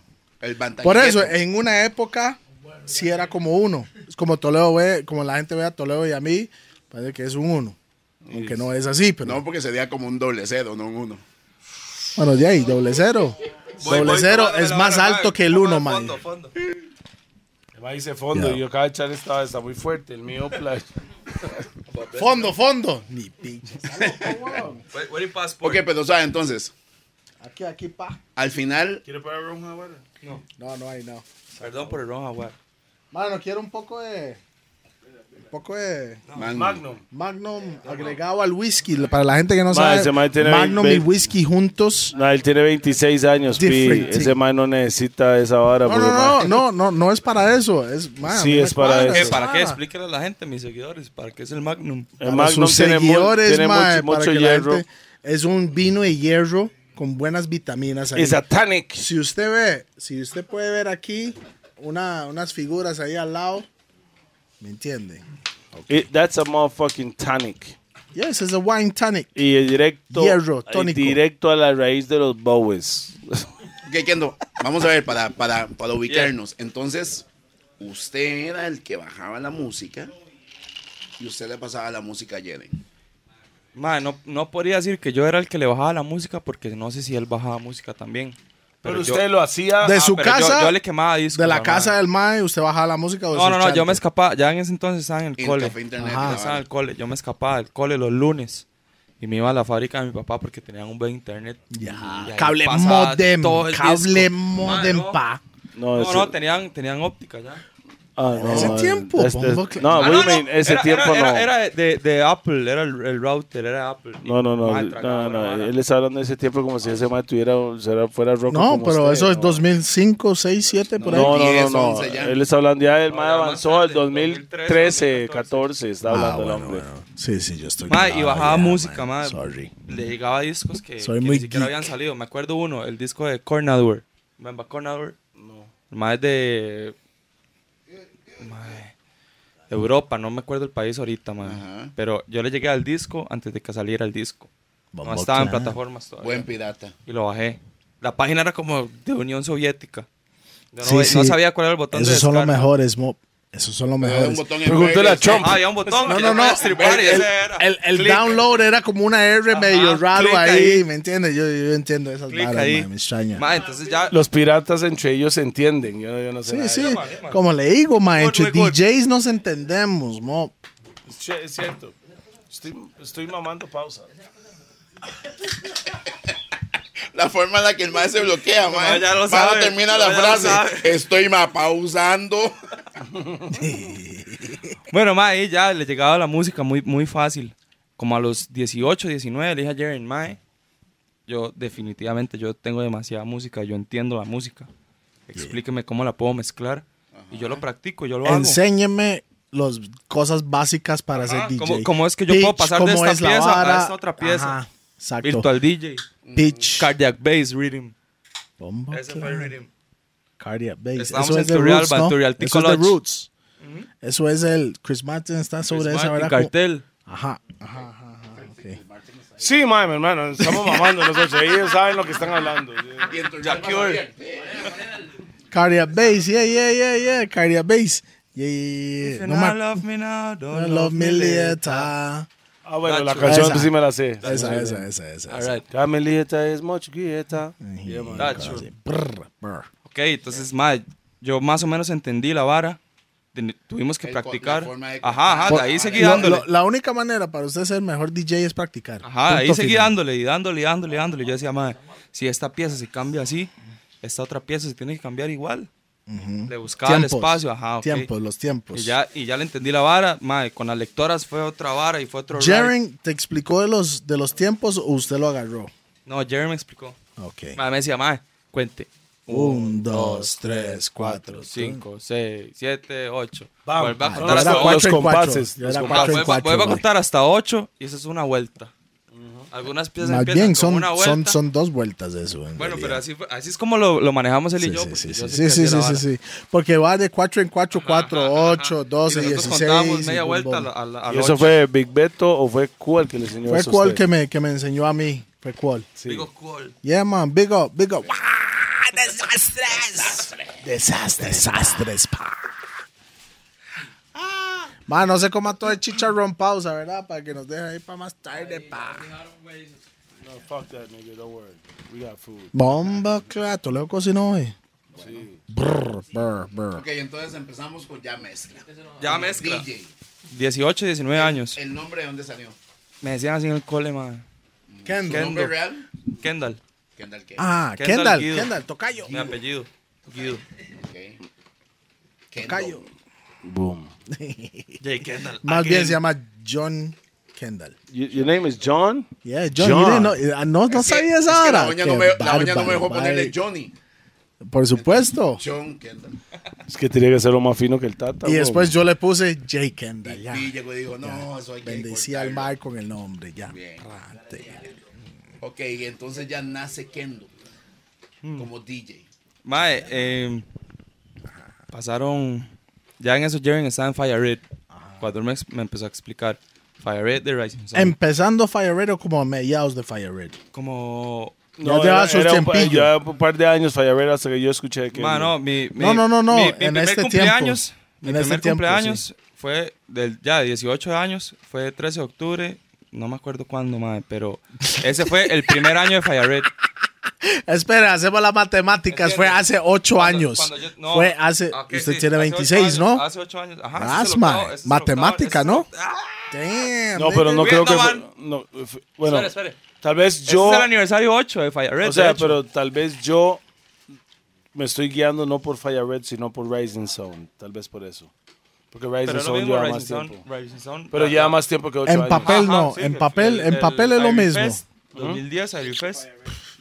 Speaker 4: el Banta
Speaker 3: Por
Speaker 4: y
Speaker 3: eso, eh.
Speaker 4: Ghetto.
Speaker 3: en una época, sí era como uno. Es como Toledo ve, como la gente ve a Toledo y a mí, parece que es un uno. Aunque no es así, pero.
Speaker 4: No, porque sería como un doble cero, no un uno.
Speaker 3: Bueno, de ahí, doble cero.
Speaker 1: Voy-
Speaker 3: doble
Speaker 1: voy
Speaker 3: cero
Speaker 1: tomándome
Speaker 3: es
Speaker 1: la
Speaker 3: más
Speaker 1: vara,
Speaker 3: alto
Speaker 1: mae.
Speaker 3: que el
Speaker 1: Toma
Speaker 3: uno,
Speaker 1: de
Speaker 3: man.
Speaker 1: fondo, fondo.
Speaker 2: El mae dice fondo y yo acabo de echar esta, está muy fuerte. El mío, play.
Speaker 3: Fondo, fondo. Ni pinche.
Speaker 1: Where- where your passport?
Speaker 4: Ok, pero ¿sabes? Entonces,
Speaker 3: Aquí, aquí, pa.
Speaker 4: al final,
Speaker 2: ¿Quiere parar un ahora?
Speaker 3: No, no hay, no.
Speaker 1: Perdón por el rojo, weón.
Speaker 3: Mano, quiero un poco de. un poco de
Speaker 4: Magnum.
Speaker 5: Magnum.
Speaker 3: Magnum agregado al whisky. Para la gente que no
Speaker 2: Ma,
Speaker 3: sabe,
Speaker 2: ese mae tiene
Speaker 3: Magnum y
Speaker 2: veinte-
Speaker 3: whisky juntos.
Speaker 2: [laughs] No, él tiene 26 años, Pi.
Speaker 3: Different.
Speaker 2: Ese man no necesita esa vara.
Speaker 3: No,
Speaker 2: porque,
Speaker 3: no, no,
Speaker 2: mae,
Speaker 3: no, no, no es para eso. Es, mae, a
Speaker 2: Sí,
Speaker 3: mí me
Speaker 2: es para
Speaker 3: cuadra,
Speaker 2: eso.
Speaker 1: Eh,
Speaker 3: me
Speaker 1: ¿Para qué?
Speaker 3: cuadra.
Speaker 1: Explíquele a la gente, mis seguidores, ¿para qué es el Magnum?
Speaker 2: El
Speaker 3: Para
Speaker 2: Magnum
Speaker 3: sus
Speaker 2: tiene, mu-
Speaker 3: seguidores,
Speaker 2: tiene mucho-
Speaker 3: mae,
Speaker 2: mucho,
Speaker 3: para que la
Speaker 2: hierro.
Speaker 3: gente- es un vino de hierro con buenas vitaminas. ahí.
Speaker 2: Es satanic.
Speaker 3: Si usted ve, si usted puede ver aquí una, unas figuras ahí al lado, ¿me entiende?
Speaker 2: It- that's a motherfucking tonic.
Speaker 3: Yes, it's a wine tonic.
Speaker 2: Y es directo,
Speaker 3: Hierro,
Speaker 2: eh,
Speaker 3: tónico.
Speaker 2: directo a la raíz de los Bowies.
Speaker 4: Ok, Kendo, vamos a ver, para, para, para ubicarnos. Entonces, usted era el que bajaba la música y usted le pasaba la música a Jeden.
Speaker 1: Mae, no, no podría decir que yo era el que le bajaba la música porque no sé si él bajaba música también.
Speaker 5: Pero,
Speaker 1: yo-
Speaker 5: usted lo hacía.
Speaker 3: De
Speaker 1: Ah,
Speaker 3: su
Speaker 1: pero yo-
Speaker 3: casa,
Speaker 1: yo le quemaba discos
Speaker 3: de la
Speaker 1: al
Speaker 3: casa
Speaker 1: mae.
Speaker 3: del mae, usted bajaba la música. o
Speaker 1: No,
Speaker 3: se
Speaker 1: no, no, yo
Speaker 3: chanta.
Speaker 1: me escapaba. Ya en ese entonces estaba en el
Speaker 4: En
Speaker 1: cole.
Speaker 4: Café Internet.
Speaker 1: Ajá,
Speaker 4: la
Speaker 1: estaba en
Speaker 4: vara.
Speaker 1: el cole. Yo me escapaba del cole los lunes. Y me iba a la fábrica de mi papá porque tenían un buen internet.
Speaker 3: Ya,
Speaker 1: Y ahí
Speaker 3: cable
Speaker 1: pasaba
Speaker 3: modem,
Speaker 1: todo el
Speaker 3: cable
Speaker 1: disco.
Speaker 3: modem,
Speaker 1: Mae, no.
Speaker 3: pa.
Speaker 2: No,
Speaker 1: No,
Speaker 2: ese-
Speaker 1: no, tenían, tenían óptica ya.
Speaker 2: ah, no,
Speaker 3: Ese
Speaker 2: eh,
Speaker 3: tiempo,
Speaker 2: that's-
Speaker 3: Bombo
Speaker 2: that's-
Speaker 3: Clan.
Speaker 2: no,
Speaker 1: Ah,
Speaker 2: what you mean, ese
Speaker 1: era-
Speaker 2: tiempo
Speaker 1: era,
Speaker 2: no.
Speaker 1: Era, era de, de Apple, era el, el router, era de Apple.
Speaker 2: no, no, no,
Speaker 1: Mae,
Speaker 2: no,
Speaker 1: tragaba
Speaker 2: no,
Speaker 1: la vara.
Speaker 2: Él está hablando de ese tiempo como si ese man tuviera, será- fuera roco
Speaker 3: No,
Speaker 2: como
Speaker 3: pero
Speaker 2: usted,
Speaker 3: eso es
Speaker 2: ¿no?
Speaker 3: 2005, 6, 7, por ahí.
Speaker 2: No, no, no,
Speaker 4: 10,
Speaker 2: no.
Speaker 4: 11 ya.
Speaker 2: Él está hablando ya, el man
Speaker 1: ya más
Speaker 2: avanzó al
Speaker 1: tarde,
Speaker 2: 2013,
Speaker 1: 2013,
Speaker 2: 14, está
Speaker 3: Ah,
Speaker 2: hablando el
Speaker 3: bueno,
Speaker 2: hombre.
Speaker 3: bueno. Sí, sí, yo estoy.
Speaker 1: Ma, y
Speaker 3: clavado
Speaker 1: bajaba
Speaker 3: ya,
Speaker 1: música,
Speaker 3: man.
Speaker 1: ma.
Speaker 3: Sorry.
Speaker 1: Le llegaba discos que,
Speaker 3: Soy
Speaker 1: que
Speaker 3: muy
Speaker 1: ni siquiera
Speaker 3: geek.
Speaker 1: habían salido. Me acuerdo uno, el disco de Cornador. ¿Remember Cornador? No. Más de. mae, Europa, no me acuerdo el país ahorita, ma.
Speaker 4: Ajá.
Speaker 1: Pero yo le llegué al disco antes de que saliera el disco.
Speaker 3: Bombo
Speaker 1: no estaba en
Speaker 3: Clan.
Speaker 1: plataformas todavía.
Speaker 4: Buen pirata.
Speaker 1: Y lo bajé. La página era como de Unión Soviética. Yo no,
Speaker 3: Sí,
Speaker 1: ve- no
Speaker 3: sí.
Speaker 1: sabía cuál era el botón
Speaker 3: Esos
Speaker 1: de
Speaker 3: son los
Speaker 1: descarga.
Speaker 3: mejores, mo. Esos son los
Speaker 4: Había un
Speaker 3: mejores.
Speaker 4: botón en
Speaker 2: Pregúntale a
Speaker 4: verdes.
Speaker 2: Trump.
Speaker 1: Ah, había un botón.
Speaker 3: No,
Speaker 1: que
Speaker 3: no, no.
Speaker 1: llamaba stripar y
Speaker 3: El,
Speaker 1: ese era.
Speaker 3: el- el
Speaker 1: Clic.
Speaker 3: download era como una R medio raro
Speaker 1: clic
Speaker 3: ahí,
Speaker 1: ahí.
Speaker 3: ¿me entiendes? Yo, yo entiendo esas
Speaker 1: Clic
Speaker 3: varas,
Speaker 1: ahí.
Speaker 3: ma, me extraña.
Speaker 1: Ma, entonces ya.
Speaker 2: Los piratas entre ellos se entienden, yo, yo no sé.
Speaker 3: sí,
Speaker 2: nada.
Speaker 3: sí. Como le digo, ma,
Speaker 1: Good,
Speaker 3: entre
Speaker 1: muy good.
Speaker 3: DJs nos entendemos, mo.
Speaker 5: Sí, es cierto. Estoy, estoy mamando pausa.
Speaker 4: "Ah, La forma en la que el mae se bloquea, mae.
Speaker 1: ya lo
Speaker 4: Mae,
Speaker 1: sabe,
Speaker 4: no termina
Speaker 1: mae,
Speaker 4: la
Speaker 1: ya lo
Speaker 4: frase.
Speaker 1: sabe.
Speaker 4: Estoy ma pausando.
Speaker 1: Bueno, mae, ahí ya le llegaba la música muy, muy fácil. Como a los 18, 19, le dije a Jaren, mae, yo definitivamente yo tengo demasiada música, yo entiendo la música. Explíqueme cómo la puedo mezclar. Y yo lo practico, yo lo hago.
Speaker 3: Enséñeme las cosas básicas para ser
Speaker 1: Ajá,
Speaker 3: DJ.
Speaker 1: ¿cómo- cómo es que yo puedo pasar de
Speaker 3: cómo
Speaker 1: esta
Speaker 3: es la
Speaker 1: pieza a
Speaker 3: vara.
Speaker 1: esta otra pieza?
Speaker 3: Ajá, exacto.
Speaker 1: Virtual DJ,
Speaker 3: Pitch.
Speaker 1: cardiac bass, rhythm.
Speaker 3: Bombo
Speaker 1: Ese fue el
Speaker 3: Clan.
Speaker 1: rhythm.
Speaker 3: Cardiac Base.
Speaker 1: Estábamos
Speaker 3: Eso
Speaker 1: en
Speaker 3: es de
Speaker 1: Turrialba,
Speaker 3: Roots, ¿no?
Speaker 1: Turrialba,
Speaker 3: Eso es de
Speaker 1: Ticoloch.
Speaker 3: Roots. Eso es el... Chris Martin está sobre
Speaker 1: Chris
Speaker 3: esa,
Speaker 1: Martin,
Speaker 3: ¿verdad?
Speaker 1: cartel.
Speaker 3: Ajá, ajá, ajá. ajá, ok.
Speaker 2: Sí, mae, mi hermano,
Speaker 5: Estamos mamando nosotros. Ellos saben lo que están hablando.
Speaker 4: Y entonces-
Speaker 3: Cardiac Base, yeah, yeah, yeah, yeah. Cardiac Base. Yeah, yeah, yeah.
Speaker 1: If
Speaker 3: No
Speaker 1: you not
Speaker 3: me-
Speaker 1: love me now, don't
Speaker 3: no love me later.
Speaker 2: Ah, bueno, la
Speaker 1: Nacho.
Speaker 2: canción
Speaker 3: Esa.
Speaker 2: pues, sí me la sé.
Speaker 3: Esa, esa, esa, esa.
Speaker 1: All
Speaker 3: esa.
Speaker 1: right.
Speaker 2: Camelita es much guieta.
Speaker 3: Yeah, man.
Speaker 1: Nacho.
Speaker 3: Así, brr, brr.
Speaker 1: Ok, entonces, mae, yo más o menos entendí la vara. Ten- Tuvimos que
Speaker 4: El po-
Speaker 1: practicar.
Speaker 4: la forma de-
Speaker 1: Ajá, ajá, Ah, de ahí
Speaker 4: Por-
Speaker 1: seguí
Speaker 3: Lo-
Speaker 1: dándole.
Speaker 3: lo- la única manera para usted ser mejor DJ es practicar.
Speaker 1: Ajá, ahí
Speaker 3: Punto
Speaker 1: seguí
Speaker 3: final.
Speaker 1: dándole y dándole y dándole y dándole. Yo decía, madre, si esta pieza se cambia así, esta otra pieza se tiene que cambiar igual. Le buscaba el espacio, ajá, ok.
Speaker 3: Tiempos, los tiempos.
Speaker 1: Y ya, y ya le entendí la vara, madre, con las lectoras fue otra vara y fue otro ride.
Speaker 3: Jaren, ¿te explicó de los, de los tiempos o usted lo agarró?
Speaker 1: No, Jerry me explicó.
Speaker 3: Ok.
Speaker 1: Madre me decía, madre, cuente.
Speaker 3: Un, dos, tres, cuatro,
Speaker 1: 5, 6, 7, 8.
Speaker 5: Vamos.
Speaker 1: Vuelve a
Speaker 3: Yo
Speaker 1: contar
Speaker 3: era
Speaker 1: hasta
Speaker 2: cuatro.
Speaker 1: 8.
Speaker 2: los
Speaker 3: en
Speaker 2: compases,
Speaker 3: Yo
Speaker 2: los
Speaker 3: era
Speaker 2: compases.
Speaker 3: cuatro en cuatro,
Speaker 1: Vuelve a
Speaker 3: güey.
Speaker 1: contar hasta 8 y eso es una vuelta. Algunas piezas
Speaker 3: Más
Speaker 1: empiezan
Speaker 3: bien,
Speaker 1: con
Speaker 3: son,
Speaker 1: una vuelta.
Speaker 3: son, son dos vueltas de eso. en
Speaker 1: Bueno, pero
Speaker 3: realidad.
Speaker 1: así, fue- así es como lo, lo manejamos él y
Speaker 3: Sí,
Speaker 1: yo.
Speaker 3: sí,
Speaker 1: porque
Speaker 3: sí,
Speaker 1: yo
Speaker 3: sí,
Speaker 1: sé
Speaker 3: sí,
Speaker 1: que
Speaker 3: sí,
Speaker 1: hacía la
Speaker 3: sí,
Speaker 1: vara.
Speaker 3: sí, Porque va de cuatro en cuatro, cuatro, ocho, doce,
Speaker 1: Y nosotros
Speaker 3: dieciséis.
Speaker 1: contábamos media
Speaker 3: y
Speaker 1: vuelta
Speaker 3: bum,
Speaker 1: a
Speaker 3: bum.
Speaker 1: la- a la-
Speaker 2: ¿Y
Speaker 1: al
Speaker 2: eso
Speaker 1: ocho.
Speaker 2: fue Big Beto o fue cuál que le enseñó
Speaker 3: Fue
Speaker 2: eso a
Speaker 3: cuál
Speaker 2: usted?
Speaker 3: que me, que me enseñó a mí. Fue cuál.
Speaker 1: Digo, cool.
Speaker 3: Yeah, man, big up, big up. ¡Wah!
Speaker 1: ¡Ah!
Speaker 3: ¡Desastres! Desastres, desastres, pa. Man, no sé cómo todo el chicharrón pausa, ¿verdad? Para que nos deje ahí para más tarde, pa.
Speaker 5: No, fuck that, nigga. Don't worry. We got food.
Speaker 3: Bomba, clato, leo cocinó hoy. Brr, brr, brr.
Speaker 4: Ok, entonces empezamos con ya mezcla.
Speaker 1: Ya mezcla.
Speaker 4: DJ.
Speaker 1: 18, 19 años.
Speaker 4: ¿El nombre de dónde salió?
Speaker 1: Me decían así en el cole, man.
Speaker 4: ¿El
Speaker 3: Kendall.
Speaker 4: nombre real?
Speaker 1: Kendall,
Speaker 4: Kendall K.
Speaker 3: Ah,
Speaker 1: Kendall
Speaker 3: Kendall,
Speaker 1: Guido.
Speaker 3: Kendall, tocayo.
Speaker 1: mi apellido. Guido.
Speaker 4: Ok. Kendall.
Speaker 3: Tocayo.
Speaker 2: Boom.
Speaker 1: Jay Kendall.
Speaker 3: Más
Speaker 1: again.
Speaker 3: bien se llama John Kendall.
Speaker 2: You- your name is John?
Speaker 3: Yeah, John.
Speaker 2: John.
Speaker 3: you didn't know- eh, no, no
Speaker 4: Es que-
Speaker 3: sabías
Speaker 4: es que
Speaker 3: ahora.
Speaker 4: La doña no
Speaker 3: Qué
Speaker 4: me, la doña no me dejó
Speaker 3: bárbaro,
Speaker 4: ponerle
Speaker 3: mae.
Speaker 4: Johnny.
Speaker 3: Por supuesto.
Speaker 4: John Kendall.
Speaker 2: Es que tiene que ser lo más fino que el tata.
Speaker 3: Y
Speaker 2: bro.
Speaker 3: después yo le puse Jay Kendall. Ya.
Speaker 4: Y llegó y dijo, no, eso hay que
Speaker 3: Bendecía al
Speaker 4: cortarlo".
Speaker 3: mar con el nombre. Ya.
Speaker 4: Bien.
Speaker 3: Rate.
Speaker 4: Ok, y entonces ya nace Kendall
Speaker 6: Hmm.
Speaker 4: como DJ.
Speaker 1: Mae, eh, pasaron. Ya en esos Jerry estaba en Fire Red. Cuando él me, ex- me empezó a explicar. Fire Red de Rising Sun.
Speaker 3: Em, Empezando Fire Red o como a mediados de Fire Red.
Speaker 1: como.
Speaker 2: No,
Speaker 3: ya lleva
Speaker 2: era-
Speaker 3: sus
Speaker 2: era un pa-
Speaker 3: tiempillos.
Speaker 2: Ya un par de años Fallavera hasta que yo escuché que.
Speaker 1: Mano, mi, mi-
Speaker 3: No, no, no, no,
Speaker 1: Mi, mi
Speaker 3: en
Speaker 1: primer
Speaker 3: este tiempo.
Speaker 1: cumpleaños. Mi
Speaker 3: En
Speaker 1: primer
Speaker 3: este tiempo,
Speaker 1: cumpleaños
Speaker 3: sí.
Speaker 1: fue del, ya 18 años, fue 13 de octubre, no me acuerdo cuándo, madre, pero ese fue el primer año de Fire
Speaker 3: [laughs]
Speaker 1: Red.
Speaker 3: Espera, hacemos las matemáticas.
Speaker 1: Es que-
Speaker 3: Fue hace ocho
Speaker 1: Cuando-
Speaker 3: años.
Speaker 1: cuando yo- no, ah,
Speaker 3: Fue hace.
Speaker 1: ok,
Speaker 3: usted
Speaker 1: sí, hace
Speaker 3: tiene
Speaker 1: ocho
Speaker 3: 26,
Speaker 1: años,
Speaker 3: ¿no?
Speaker 1: Hace 8 años. Ajá. ese es el
Speaker 3: Asma.
Speaker 1: octavo, ese es el
Speaker 3: Matemática,
Speaker 1: octavo,
Speaker 3: ¿no?
Speaker 1: ese es el octavo.
Speaker 3: Damn,
Speaker 2: No, pero no
Speaker 1: Ve,
Speaker 2: creo
Speaker 1: no
Speaker 2: que.
Speaker 1: van.
Speaker 2: no, f- bueno,
Speaker 1: Espere, espere.
Speaker 2: tal vez
Speaker 1: Ese
Speaker 2: yo.
Speaker 1: es el aniversario 8 de Fire Red.
Speaker 2: o sea,
Speaker 1: de hecho.
Speaker 2: pero tal vez yo me estoy guiando no por Fire Red, sino por Rising Sound. Tal vez por eso. Porque
Speaker 1: Pero
Speaker 2: Rising
Speaker 1: es lo
Speaker 2: Sound
Speaker 1: mismo
Speaker 2: lleva
Speaker 1: Rising
Speaker 2: más tiempo.
Speaker 1: Sun, Rising Sun.
Speaker 2: Pero
Speaker 1: la-
Speaker 2: lleva
Speaker 1: la-
Speaker 2: más tiempo que ocho
Speaker 3: En
Speaker 2: años.
Speaker 1: ah,
Speaker 3: papel. Él Pues no, en
Speaker 1: que-
Speaker 3: papel- en papel es lo
Speaker 1: Ivy
Speaker 3: mismo.
Speaker 1: Fest,
Speaker 2: ¿Mm?
Speaker 1: 2010 Ivy Fest.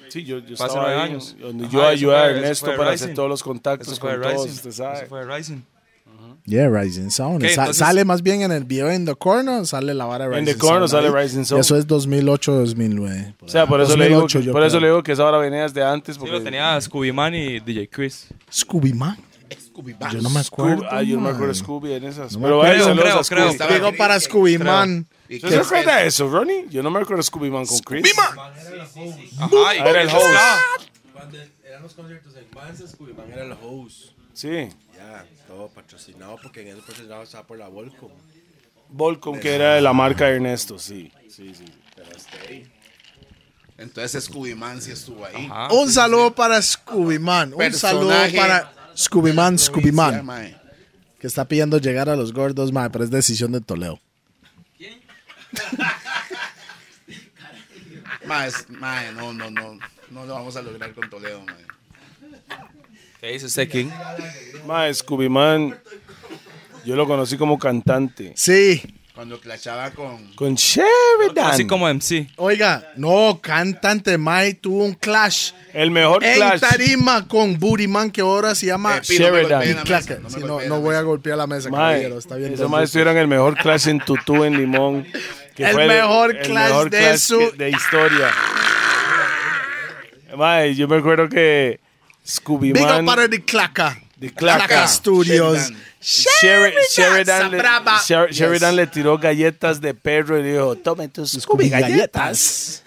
Speaker 2: Sí, yo, yo
Speaker 1: Fue hace
Speaker 2: estaba
Speaker 1: nueve
Speaker 2: ahí,
Speaker 1: años.
Speaker 2: Donde
Speaker 1: Ajá,
Speaker 2: yo
Speaker 1: eso
Speaker 2: ayudé
Speaker 1: fue-
Speaker 2: a
Speaker 1: eso
Speaker 2: Ernesto
Speaker 1: fue
Speaker 2: para
Speaker 1: Rising.
Speaker 2: hacer todos los
Speaker 1: Eso
Speaker 2: contactos
Speaker 1: fue
Speaker 2: con todos.
Speaker 1: Rising.
Speaker 2: Usted
Speaker 1: Eso
Speaker 2: sabe.
Speaker 1: fue Rising.
Speaker 3: Yeah, Rising
Speaker 1: Ok,
Speaker 3: Sound. Sa-
Speaker 1: entonces-
Speaker 3: sale más bien en el video In the Corner, sale la vara de
Speaker 2: In
Speaker 3: Rising
Speaker 2: the Corner
Speaker 3: Sound
Speaker 2: sale
Speaker 3: ahí.
Speaker 2: Rising
Speaker 3: Y
Speaker 2: Sound.
Speaker 3: Eso es 2008-2009.
Speaker 2: O sea, por eso, le digo, que- por eso le
Speaker 3: digo.
Speaker 2: digo que esa hora venía desde antes.
Speaker 1: Sí,
Speaker 2: Porque
Speaker 1: lo tenía Scooby Man y DJ Chris.
Speaker 3: Scooby Man.
Speaker 4: Scooby Bass.
Speaker 3: Yo no me
Speaker 2: Scooby-
Speaker 3: acuerdo.
Speaker 2: ah, yo no me
Speaker 3: man.
Speaker 2: acuerdo de Scooby eh, en esas.
Speaker 3: No me
Speaker 2: pero vaya,
Speaker 1: acuerdo.
Speaker 2: saludos
Speaker 1: Creo,
Speaker 2: a
Speaker 1: creo,
Speaker 2: Scooby.
Speaker 1: creo.
Speaker 3: Digo para Scooby Man.
Speaker 4: ¿Y
Speaker 2: ¿Usted se acuerda de eso, Ronnie? Yo no me acuerdo de Scooby-Man con Chris.
Speaker 1: Ajá, y
Speaker 2: Era el
Speaker 1: Chris
Speaker 2: host.
Speaker 1: estaba.
Speaker 6: Cuando eran los conciertos en Kansas, Cubimán era el host.
Speaker 2: Sí.
Speaker 6: Ya, todo patrocinado, porque en ese patrocinado estaba por la Volcom.
Speaker 2: Volcom, que era de la marca de Ernesto, sí. Sí, sí.
Speaker 4: Entonces Scooby Man sí estuvo ahí.
Speaker 1: Ajá.
Speaker 2: Ah,
Speaker 3: Un saludo para Scooby Man. Un saludo
Speaker 4: Personaje.
Speaker 3: para Scooby Man, Scooby
Speaker 4: Sí,
Speaker 3: Man.
Speaker 4: mae.
Speaker 3: Que está pidiendo llegar a los gordos, mae, pero es decisión de Toledo.
Speaker 4: Mae, es- mae, no, no, no. No lo vamos a lograr con Toledo, mae.
Speaker 1: ¿Qué dice usted, King?
Speaker 2: Ma, Scooby-Man, yo lo conocí como cantante.
Speaker 3: Sí.
Speaker 4: Cuando clashaba con.
Speaker 2: Con Sheridan.
Speaker 1: Así como MC.
Speaker 3: Oiga, no, cantante Mae tuvo un clash
Speaker 2: El mejor
Speaker 3: en
Speaker 2: clash.
Speaker 3: Tarima con Booty Man, que ahora se llama
Speaker 4: Eh, Pi, no me
Speaker 2: Sheridan.
Speaker 4: golpeen la
Speaker 3: Clack.
Speaker 4: mesa,
Speaker 3: Sí,
Speaker 4: me
Speaker 3: no,
Speaker 4: golpeen
Speaker 3: no
Speaker 4: la
Speaker 3: voy a
Speaker 4: mesa.
Speaker 3: golpear la mesa,
Speaker 2: Ma,
Speaker 3: caballero. Está bien.
Speaker 2: esos maes tuvieron el mejor clash en Tutú, en Limón. que
Speaker 3: El
Speaker 2: fue
Speaker 3: mejor clash de
Speaker 2: que-
Speaker 3: su-
Speaker 2: de
Speaker 3: [laughs]
Speaker 2: historia. Ma, yo me acuerdo que
Speaker 3: Big
Speaker 2: Scooby-Man...
Speaker 3: up para The Claca.
Speaker 2: The Claca.
Speaker 3: Claca, Studios.
Speaker 2: Sheri- Sheridan, le,
Speaker 3: Sabraba.
Speaker 2: Sher-
Speaker 3: Yes.
Speaker 2: Sheridan le tiró galletas de perro y le dijo, tome tus Scooby galletas.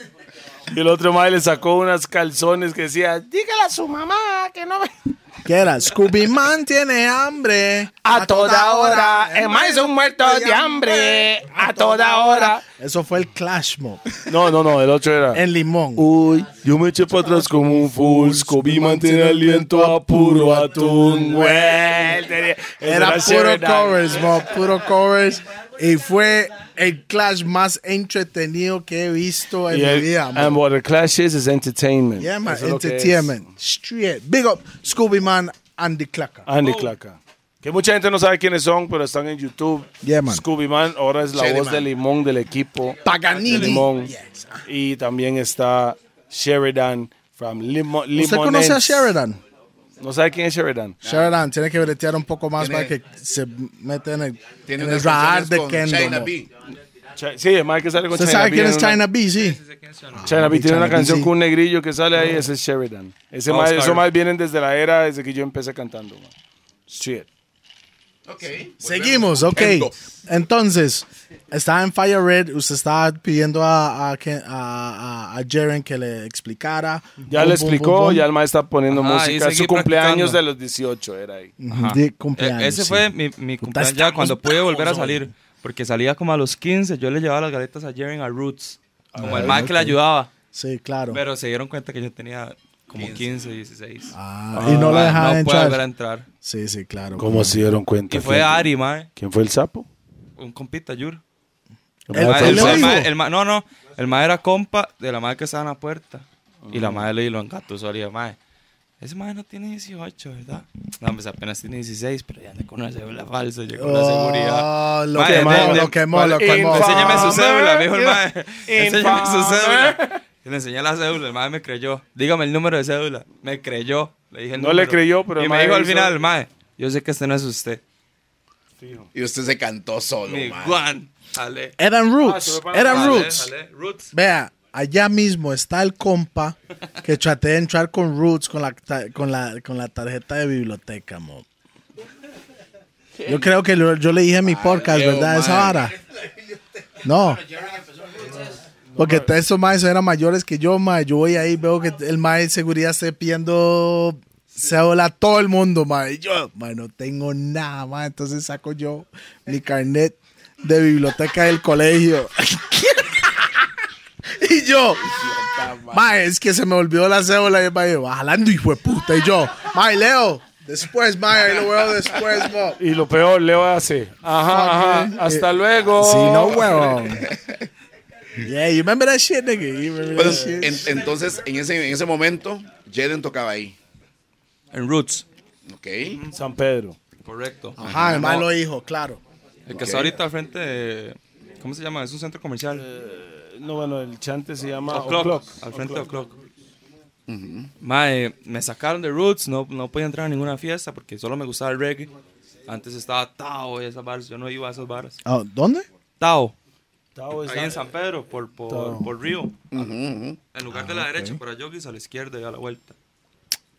Speaker 2: Y el otro madre le sacó unas calzones que decía, dígale a su mamá que no me...
Speaker 3: ¿Qué era? Scooby Man tiene hambre.
Speaker 2: A toda hora, el mae es un muerto de hambre. A toda hora.
Speaker 3: Eso fue el clash, mo.
Speaker 2: No, no, no, el otro era...
Speaker 3: En Limón.
Speaker 2: Uy, yo me eché para atrás como un full. Scooby mantiene aliento a puro atún, güey. Tenía- ese
Speaker 3: Era puro
Speaker 2: Sheridan.
Speaker 3: covers, mo. Puro covers. Y fue el clash más entretenido que he visto en
Speaker 2: Y
Speaker 3: mi
Speaker 2: el-
Speaker 3: vida, mo.
Speaker 2: and what a clash is, is entertainment.
Speaker 3: Yeah, man.
Speaker 2: Eso es lo que es.
Speaker 3: Entertainment. Straight. Big up, Scooby Man and the Clacker.
Speaker 1: Oh.
Speaker 2: Andy Claca. Que mucha gente no sabe quiénes son, pero están en YouTube.
Speaker 3: Yeah, man.
Speaker 2: Scooby Man ahora es la
Speaker 4: Shady
Speaker 2: voz
Speaker 4: Man.
Speaker 2: de Limón del equipo.
Speaker 3: Paganini.
Speaker 2: De Limón.
Speaker 3: Yes. ah.
Speaker 2: Y también está Sheridan from Limo, Limonense.
Speaker 3: ¿Usted conoce a Sheridan?
Speaker 2: ¿No sabe quién es Sheridan?
Speaker 3: Sheridan tiene que bretear un poco más
Speaker 4: Tiene-
Speaker 3: para que se meta en el,
Speaker 4: Tiene
Speaker 3: en
Speaker 4: unas
Speaker 3: el radar
Speaker 4: canciones
Speaker 3: de
Speaker 4: con
Speaker 3: Kendall.
Speaker 4: China
Speaker 3: mo.
Speaker 4: B.
Speaker 2: Ch- sí, el Mike que sale con
Speaker 3: ¿Usted
Speaker 2: China B
Speaker 3: sabe quién
Speaker 2: en
Speaker 3: es
Speaker 2: una-
Speaker 3: China B? Sí.
Speaker 2: China B tiene
Speaker 3: China
Speaker 2: una
Speaker 3: B,
Speaker 2: canción
Speaker 3: sí.
Speaker 2: con un negrillo que sale ahí, ese es Sheridan. Ese
Speaker 1: Oh,
Speaker 2: mae-
Speaker 1: Scar.
Speaker 2: esos más vienen desde la era, desde que yo empecé cantando. man. Shit.
Speaker 4: Ok.
Speaker 3: Seguimos, ok.
Speaker 4: Kendall.
Speaker 3: Entonces, estaba en Fire Red, usted estaba pidiendo a, a, Ken- a, a- a Jaren que le explicara.
Speaker 2: Ya
Speaker 3: Bum,
Speaker 2: le
Speaker 3: bum,
Speaker 2: explicó,
Speaker 3: bum, bum.
Speaker 2: ya el maestro está poniendo
Speaker 1: Ajá, y
Speaker 2: música. Su
Speaker 1: seguí
Speaker 2: cumpleaños
Speaker 1: practicando.
Speaker 2: de los 18 era ahí.
Speaker 3: Ujú, de cumpleaños,
Speaker 1: E- ese
Speaker 3: sí.
Speaker 1: fue mi, mi cumpleaños ya
Speaker 3: estamos
Speaker 1: cuando pude volver a
Speaker 3: bravos hoy.
Speaker 1: salir. Porque salía como a los 15. Yo le llevaba las galetas a Jaren a Roots. Como el man que le ayudaba.
Speaker 3: Sí, claro.
Speaker 1: Pero se dieron cuenta que yo tenía como 15, 16.
Speaker 3: Ah, y no lo
Speaker 1: Mae,
Speaker 3: dejaba
Speaker 1: No pude volver a
Speaker 3: entrar.
Speaker 1: entrar.
Speaker 3: Sí, sí, claro.
Speaker 2: ¿Cómo se dieron cuenta?
Speaker 1: Y fue
Speaker 2: ¿Quién-
Speaker 1: Ari, mae.
Speaker 2: ¿Quién fue el sapo?
Speaker 1: Un compita, Yur.
Speaker 3: El-
Speaker 1: Mae,
Speaker 3: él
Speaker 1: Ah, el
Speaker 3: le
Speaker 1: mae-
Speaker 3: dijo.
Speaker 1: mae- el mae- no, no. El mae era compa de la madre que estaba en la puerta. Y la madre le lo engatusó. Le dije, mae, Ese mae no tiene 18, ¿verdad? No, pues apenas tiene 16, pero ya le conoce la falsa, llegó la
Speaker 3: Oh,
Speaker 1: seguridad.
Speaker 3: lo
Speaker 1: Mae,
Speaker 3: quemó,
Speaker 1: de- de-
Speaker 3: lo quemó, lo quemó.
Speaker 1: Enséñame su cédula, me dijo el mae.
Speaker 2: Infamer.
Speaker 1: Enséñame su
Speaker 2: Infamer.
Speaker 1: cédula. Y le enseñé la cédula, el mae me creyó. Dígame el número de cédula. Me creyó. Le dije el
Speaker 2: No
Speaker 1: número.
Speaker 2: le creyó, pero el
Speaker 1: Y me
Speaker 2: mae
Speaker 1: dijo al
Speaker 2: hizo-
Speaker 1: final, mae, yo sé que este no es usted.
Speaker 4: Y usted se cantó
Speaker 3: Oh,
Speaker 4: solo,
Speaker 1: Mi
Speaker 4: man.
Speaker 1: Juan. Ale.
Speaker 3: Eran Roots, eran
Speaker 1: Ale,
Speaker 3: Roots.
Speaker 1: ale, Roots.
Speaker 3: Vea, allá mismo está el compa que traté de entrar con Roots con la, ta- con la, con la tarjeta de biblioteca, mo. Yo creo que lo- yo le dije en mi podcast,
Speaker 4: Leo,
Speaker 3: ¿verdad? Esa
Speaker 4: mae.
Speaker 3: vara. No. Porque todos esos maes eran mayores que yo, mae. Yo voy ahí, veo que el mae de seguridad está pidiendo cédula a todo el mundo, mae. Y yo, mae, no tengo nada, mae. Entonces saco yo mi carnet de biblioteca del colegio. [laughs] y yo, mae, es que se me olvidó la cédula. Y el mae, va jalando, hijo de puta. Y yo, mae, Leo. Después, mae, ahí lo veo después, mo.
Speaker 2: Y lo peor, Leo hace. Ajá,
Speaker 3: Fuck, eh.
Speaker 2: ajá. Hasta
Speaker 3: Eh,
Speaker 2: luego.
Speaker 3: Sí, no,
Speaker 2: [laughs]
Speaker 3: huevón. Yeah, you remember that shit, nigga. You remember
Speaker 4: Bueno,
Speaker 3: that shit.
Speaker 4: Pues, en- entonces, en ese, en ese momento, Jaden tocaba ahí.
Speaker 1: En Roots.
Speaker 4: ¿Ok?
Speaker 2: San Pedro.
Speaker 1: Correcto.
Speaker 3: Ajá, el malo hijo, claro.
Speaker 1: El que está ahorita al frente de... ¿Cómo se llama? Es un centro comercial.
Speaker 2: No, bueno, el chante se llama
Speaker 1: O'Clock.
Speaker 2: Eh, O'Clock.
Speaker 1: Al frente de O'Clock. Mae, me sacaron de Roots, no, no podía entrar a ninguna fiesta porque solo me gustaba el reggae. Antes estaba Tao y esas barras, yo no iba a esas barras.
Speaker 3: Ah, ¿Dónde?
Speaker 1: Tao,
Speaker 2: Tao
Speaker 1: ahí
Speaker 2: está-
Speaker 1: en San Pedro, por, por, por Río. En lugar
Speaker 3: Ah,
Speaker 1: de la derecha, para Yogis, a la izquierda y a la vuelta.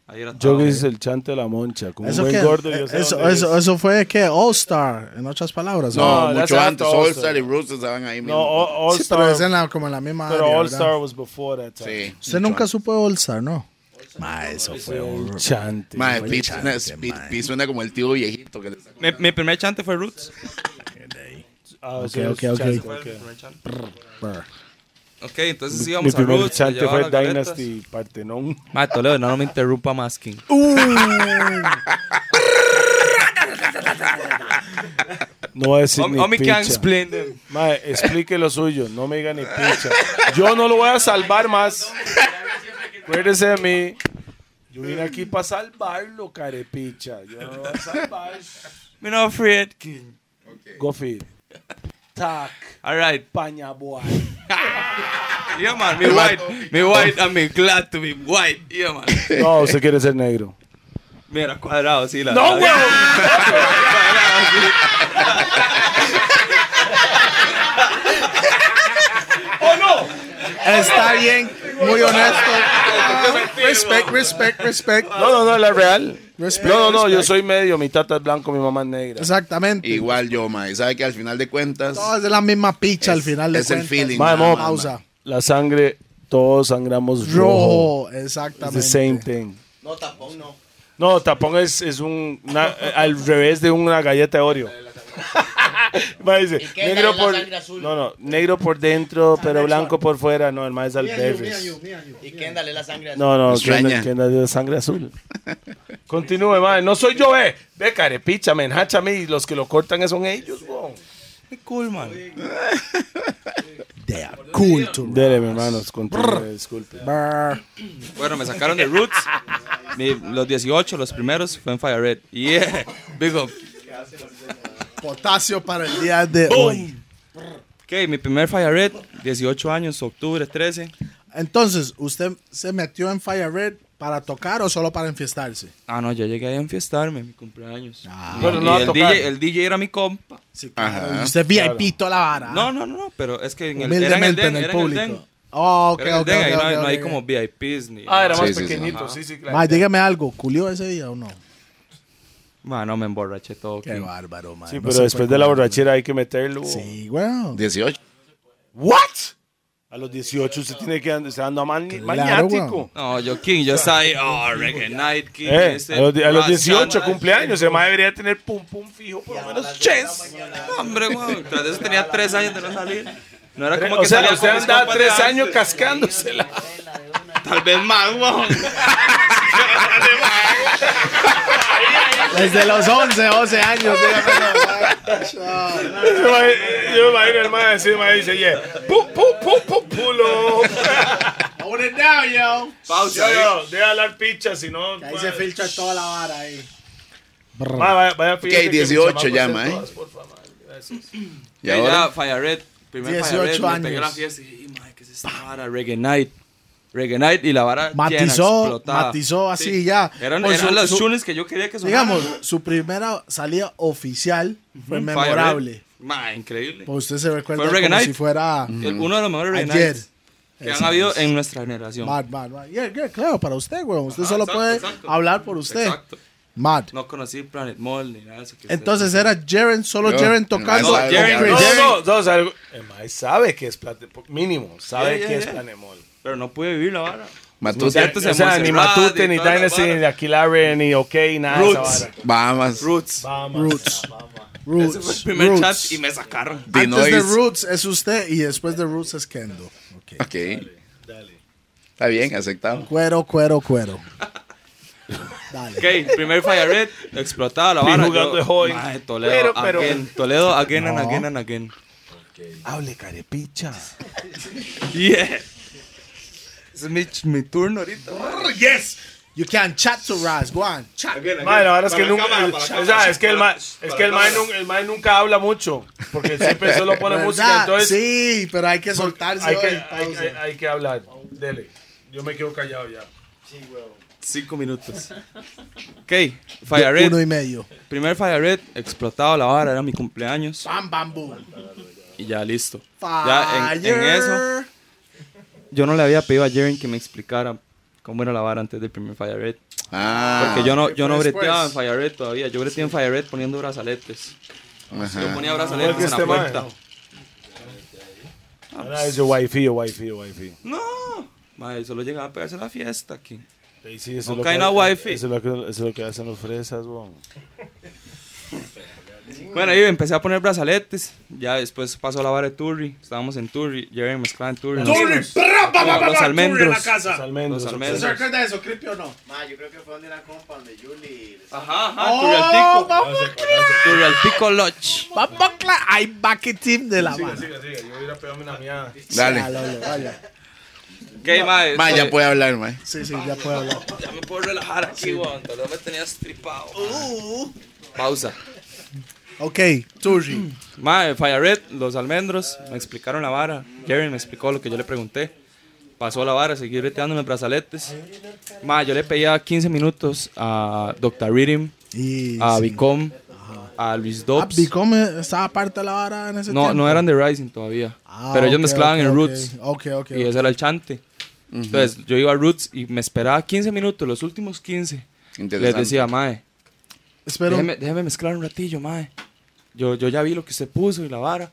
Speaker 1: Ahí era Tao.
Speaker 2: Yogi es el chante de la moncha. Como un
Speaker 3: Eso, que,
Speaker 2: buen gordo. yo sé
Speaker 3: eso,
Speaker 2: dónde
Speaker 3: eso,
Speaker 2: es.
Speaker 3: eso fue que All Star, en otras palabras.
Speaker 4: No,
Speaker 2: No, that's
Speaker 4: mucho antes.
Speaker 2: after All
Speaker 4: All
Speaker 2: Star.
Speaker 4: Star y Roots estaban ahí
Speaker 2: No, oh.
Speaker 4: mismo.
Speaker 2: All All
Speaker 3: Sí, pero
Speaker 2: Star.
Speaker 3: es en la, como en la misma
Speaker 2: Pero
Speaker 3: área,
Speaker 2: All
Speaker 3: ¿verdad?
Speaker 2: Star was before that time.
Speaker 4: Sí.
Speaker 3: Usted nunca supo de All Star, ¿no? Ma, eso fue
Speaker 2: El chante.
Speaker 4: Mae,
Speaker 3: Fue
Speaker 4: Pete
Speaker 3: chante,
Speaker 4: suena, [laughs] Pete- Pete suena como el tío viejito que le sacó.
Speaker 1: Mi, mi primer chante fue Roots.
Speaker 2: Ah,
Speaker 3: Ok,
Speaker 2: sí,
Speaker 3: ok,
Speaker 2: el
Speaker 3: ok.
Speaker 2: chante
Speaker 1: Fue
Speaker 2: fue-
Speaker 1: el primer chante.
Speaker 3: brr.
Speaker 1: Ok, entonces íbamos
Speaker 2: Mi
Speaker 1: a
Speaker 2: primer
Speaker 1: Roots,
Speaker 2: chante
Speaker 1: llevaba
Speaker 2: fue
Speaker 1: las galetas.
Speaker 2: Dynasty Partenón.
Speaker 1: Mae, Toledo, no, no me interrumpa más, King.
Speaker 2: No voy a decir ni
Speaker 1: Homie
Speaker 2: picha.
Speaker 1: can't explain them.
Speaker 2: Mae, explique lo suyo, no me diga ni picha. Yo no lo voy a salvar más. Acuérdese de mí. Yo vine aquí para salvarlo, carepicha. Yo no lo voy a salvar.
Speaker 1: Me no afraid, King.
Speaker 2: Gofi. Tac,
Speaker 1: All right.
Speaker 2: paña boy.
Speaker 1: Yeah, man, me white. Me white, I'm glad to be white. Yeah, man.
Speaker 2: No, usted quiere ser negro.
Speaker 1: Mira, cuadrado, sí, la
Speaker 2: ¡No,
Speaker 1: la-
Speaker 2: huevo!
Speaker 3: Está bien, muy honesto. Respect, respect, respect.
Speaker 2: No, no, no, la real.
Speaker 3: Respect,
Speaker 2: No, no, no, yo
Speaker 3: respect.
Speaker 2: soy medio, mi tata es blanco, mi mamá es negra.
Speaker 3: Exactamente.
Speaker 4: Igual yo, mae. ¿Sabe que al final de cuentas.
Speaker 3: Todo es de la misma picha al
Speaker 4: Es-
Speaker 3: final de
Speaker 4: es el
Speaker 3: cuentas.
Speaker 4: feeling,
Speaker 2: Mae,
Speaker 4: nada
Speaker 2: mo,
Speaker 4: más, mae.
Speaker 3: Pausa.
Speaker 2: La sangre, todos sangramos rojo.
Speaker 3: Rojo,
Speaker 2: It's
Speaker 3: exactamente.
Speaker 2: the same thing. No, tapón no. No, tapón es, es un, una- eh, al revés de una galleta de Oreo. [laughs] Ma dice,
Speaker 7: qué es la-
Speaker 2: negro
Speaker 7: la
Speaker 2: por,
Speaker 7: sangre azul?
Speaker 2: no, no, negro por dentro, pero blanco por fuera. No, el más es al revés.
Speaker 7: ¿Y Kendall es la sangre azul?
Speaker 2: No, no,
Speaker 4: Extraña.
Speaker 2: ¿quién quién da de sangre
Speaker 7: [laughs]
Speaker 2: azul? Continúe, mae. No soy yo, eh. Ve, carepicha, me enhacha a mí. Los que lo cortan son ellos, weón.
Speaker 1: Qué cool, man.
Speaker 3: They are cool to
Speaker 2: Dele, mi hermanos, continúe, disculpe.
Speaker 3: Brr.
Speaker 1: Bueno, me sacaron de Roots. Mi- los 18, los primeros, fue en Fire Red. Yeah. Big up.
Speaker 3: Potasio para el día de hoy.
Speaker 1: Ok, mi primer Fire Red, 18 años, octubre 13.
Speaker 3: Entonces, ¿usted se metió en Fire Red para tocar o solo para enfiestarse?
Speaker 1: Ah, no, yo llegué ahí a enfiestarme, mi cumpleaños.
Speaker 3: Ah.
Speaker 1: Y-
Speaker 2: Pero
Speaker 1: y
Speaker 2: no a
Speaker 1: el,
Speaker 2: tocar.
Speaker 1: DJ, el DJ era mi compa.
Speaker 3: Sí,
Speaker 4: Ajá.
Speaker 3: claro. Y Usted VIP toda la vara.
Speaker 1: No, no, no, no, pero es que en el, era en el
Speaker 3: Humildemente
Speaker 1: den,
Speaker 3: en el
Speaker 1: era
Speaker 3: público.
Speaker 1: En el den.
Speaker 3: Ah, ok,
Speaker 1: Era en el
Speaker 3: ok,
Speaker 1: den,
Speaker 3: ok,
Speaker 1: ahí no, hay-
Speaker 3: ok,
Speaker 1: no hay
Speaker 3: ok.
Speaker 1: como VIPs ni.
Speaker 2: Ah, era más
Speaker 4: Sí, sí, sí.
Speaker 2: pequeñito, sí, sí, claro.
Speaker 3: Ma, dígame algo, ¿culió ese día o no?
Speaker 1: Ma, no me emborraché todo.
Speaker 3: Qué
Speaker 1: King.
Speaker 3: bárbaro, man.
Speaker 2: Sí, pero después de la borrachera hay que meterlo.
Speaker 3: Sí, weón.
Speaker 4: 18.
Speaker 2: ¿What? A los 18 usted tiene que andar, usted anda man, maniático.
Speaker 3: weón.
Speaker 1: No, yo King, yo estaba ahí, oh, Reggae Night King.
Speaker 2: Eh,
Speaker 1: ese
Speaker 2: a, los, di- a los
Speaker 1: Ras
Speaker 2: 18
Speaker 1: Chan-
Speaker 2: cumpleaños, el más debería tener pum pum fijo por lo menos chess.
Speaker 1: No, hombre, weón. Tras de eso tenía tres años de no salir. No era como
Speaker 2: O
Speaker 1: que
Speaker 2: sea,
Speaker 1: salía
Speaker 2: usted
Speaker 1: con mis
Speaker 2: andaba
Speaker 1: compas de
Speaker 2: tres
Speaker 1: antes.
Speaker 2: años cascándosela.
Speaker 1: [laughs] Tal vez más, weón.
Speaker 3: Desde los 11, 11 años.
Speaker 2: Yo me imagino el man así, me dice, yeah, pum pum pum pum pulo.
Speaker 7: I want it now, yo.
Speaker 1: Pausa.
Speaker 2: Yo,
Speaker 1: ¿eh?
Speaker 2: yo, deja hablar picha, si no.
Speaker 7: Ahí se filtra toda la vara ahí.
Speaker 2: Ma, vaya, vaya, fíjate que mis
Speaker 4: 18
Speaker 2: chamacos
Speaker 4: ya,
Speaker 2: en
Speaker 4: ma, ¿eh?
Speaker 2: todas, por favor, gracias.
Speaker 4: Y
Speaker 1: Ya,
Speaker 4: ahora,
Speaker 1: Fire Red, primer
Speaker 3: 18
Speaker 1: Fire Red, me pegué la
Speaker 3: años.
Speaker 1: fiesta y dije, "Y, mae, ¿qué es esta vara? Reggae Night. Reggae Night y la vara llena,
Speaker 3: Matizó,
Speaker 1: explotada.
Speaker 3: matizó así
Speaker 1: Sí.
Speaker 3: ya.
Speaker 1: Eran,
Speaker 3: Por
Speaker 1: eran
Speaker 3: su-
Speaker 1: las
Speaker 3: su-
Speaker 1: tunes que yo quería que sonaran.
Speaker 3: Digamos, su primera salida oficial fue
Speaker 1: Fire
Speaker 3: memorable.
Speaker 1: Red. Mae, increíble.
Speaker 3: Pues usted se recuerda
Speaker 1: Fue Reggae
Speaker 3: como
Speaker 1: Night.
Speaker 3: si fuera
Speaker 1: El- Uno de los mejores Reggae
Speaker 3: ayer.
Speaker 1: Nights que han habido en nuestra generación.
Speaker 3: Mad, mad, mad. Yeah, yeah, claro, para usted, güey. Usted
Speaker 1: Ah,
Speaker 3: solo
Speaker 1: exacto,
Speaker 3: puede
Speaker 1: exacto.
Speaker 3: hablar por usted.
Speaker 1: Exacto.
Speaker 3: Mad.
Speaker 1: No conocí Planet Mall ni nada de eso. que
Speaker 3: Entonces
Speaker 1: usted-
Speaker 3: era Jaren, solo
Speaker 4: Yo,
Speaker 3: Jaren
Speaker 4: no,
Speaker 3: tocando. con
Speaker 1: Jaren,
Speaker 3: Chris.
Speaker 2: No,
Speaker 1: Jerry.
Speaker 2: no, no, o sea, el- el mae sabe que es Planemol, mínimo,
Speaker 1: Yeah,
Speaker 2: sabe
Speaker 1: yeah,
Speaker 2: que es
Speaker 1: yeah.
Speaker 2: Planemol.
Speaker 1: Pero no pude vivir la vara.
Speaker 4: Matute,
Speaker 1: Cierto,
Speaker 2: O sea,
Speaker 1: Montserrat
Speaker 2: ni
Speaker 1: y
Speaker 2: Matute, ni
Speaker 1: toda la
Speaker 2: Dynasty,
Speaker 1: vara.
Speaker 2: ni Aquilare, ni OK, nada de esa
Speaker 1: Roots.
Speaker 2: vara.
Speaker 4: Bahamas,
Speaker 1: Roots.
Speaker 3: Roots.
Speaker 1: Ese fue el
Speaker 3: Roots.
Speaker 1: primer
Speaker 3: Roots.
Speaker 1: chat y me sacaron.
Speaker 4: The
Speaker 3: Antes de
Speaker 4: Noise.
Speaker 3: Roots es usted y después de Roots es Kendo. Ok.
Speaker 4: Ok. Está bien, aceptado.
Speaker 3: Cuero, cuero, cuero. Dale.
Speaker 1: Ok, primer Fire Red, explotaba la
Speaker 2: Fui
Speaker 1: vara.
Speaker 2: jugando
Speaker 1: yo,
Speaker 2: de joven.
Speaker 1: mae, Toledo,
Speaker 2: Pero, pero-
Speaker 1: again, Toledo, again and again and again.
Speaker 2: Hable, carepicha.
Speaker 1: Yeah. Es mi, mi turno ahorita. mae.
Speaker 3: You can chat to Raz. Go on.
Speaker 2: Mae, la verdad es que
Speaker 8: Para la
Speaker 2: nunca.
Speaker 8: cámara,
Speaker 2: el-
Speaker 8: para la
Speaker 2: o sea,
Speaker 8: cámara,
Speaker 2: es que el mae, es que el mae nun- el mae nunca habla mucho. Porque siempre [laughs] solo pone
Speaker 3: ¿Verdad?
Speaker 2: música. Entonces,
Speaker 3: sí, pero hay que soltarse.
Speaker 2: hay, que,
Speaker 3: hoy,
Speaker 2: hay,
Speaker 3: pausa.
Speaker 2: hay- hay que hablar. Dele. Yo me quedo callado ya.
Speaker 1: Cinco minutos. Ok, Fire Red.
Speaker 3: Uno y medio.
Speaker 1: Primer Fire Red, explotado la vara, era mi cumpleaños.
Speaker 3: Bam, bam, boom.
Speaker 1: Y ya listo.
Speaker 3: Fire.
Speaker 1: Ya en, en eso, yo no le había pedido a Jaren que me explicara cómo era la vara antes del primer Fire Red.
Speaker 4: Ah,
Speaker 1: Porque yo no, yo no
Speaker 3: fue
Speaker 1: breteaba en
Speaker 3: después.
Speaker 1: Fire Red todavía. Yo breteaba en Fire Red poniendo brazaletes. Yo
Speaker 4: ajá.
Speaker 1: ponía
Speaker 2: Igual
Speaker 1: brazaletes
Speaker 2: que
Speaker 1: en la
Speaker 2: este mae,
Speaker 1: puerta.
Speaker 2: Ahora es yo wifi, yo wifi, yo wifi.
Speaker 1: No. Mae, solo llegaba a pegarse la fiesta aquí.
Speaker 2: Y sí, eso
Speaker 1: No
Speaker 2: es lo
Speaker 1: cae
Speaker 2: que-
Speaker 1: en la wifi.
Speaker 2: Eso es lo que, eso es lo que hacen los fresas, weón.
Speaker 1: Bueno, ahí empecé a poner brazaletes. Ya después pasó la vara de Turri. Estábamos en Turri. Jaren mezclaba en Turri. Nos- Los almendros.
Speaker 2: Los
Speaker 1: Los
Speaker 2: almendros. ok.
Speaker 1: almendros.
Speaker 7: ¿Se acuerda de eso, Cripi o no?
Speaker 9: Ma, yo creo que fue donde la compa, donde Yuli.
Speaker 1: Ajá, ajá. Turri al pico. Turri al pico Lodge.
Speaker 3: Papocla, hay bucket team de la mano.
Speaker 2: Siga, siga, yo voy a ir a pegarme una miada.
Speaker 3: Ya,
Speaker 4: Dale.
Speaker 3: Lolo, vaya.
Speaker 1: Ok, mae.
Speaker 4: Ma, ya
Speaker 1: soy-
Speaker 4: puede hablar, ma.
Speaker 3: Sí, sí, ya puedo hablar.
Speaker 1: Ya me puedo relajar aquí, weón. Tal vez me tenía stripado.
Speaker 3: Uh.
Speaker 1: Pausa.
Speaker 3: Ok, Turri.
Speaker 1: Mae, Fire Red, los almendros, me explicaron la vara. Kevin me explicó lo que yo le pregunté. Pasó la vara, seguí breteando mis brazaletes. Mae, yo le pedía 15 minutos a Dr. Rhythm,
Speaker 3: Y.
Speaker 1: a
Speaker 3: sí.
Speaker 1: Vicom, a Luis
Speaker 3: Ah,
Speaker 1: Dobbs.
Speaker 3: Vicom estaba parte de la vara en ese
Speaker 1: No,
Speaker 3: tiempo.
Speaker 1: no eran de Rising todavía.
Speaker 3: Ah,
Speaker 1: pero ellos
Speaker 3: ok,
Speaker 1: mezclaban
Speaker 3: ok,
Speaker 1: en
Speaker 3: ok.
Speaker 1: Roots.
Speaker 3: Ok, ok.
Speaker 1: Y ese era el chante. Entonces, yo iba a Roots y me esperaba 15 minutos, los últimos 15. Les
Speaker 4: Interesante.
Speaker 1: decía, eh, Mae,
Speaker 3: Espero.
Speaker 1: Déjeme, déjeme mezclar un ratillo, mae. Yo, yo ya vi lo que usted puso y la vara.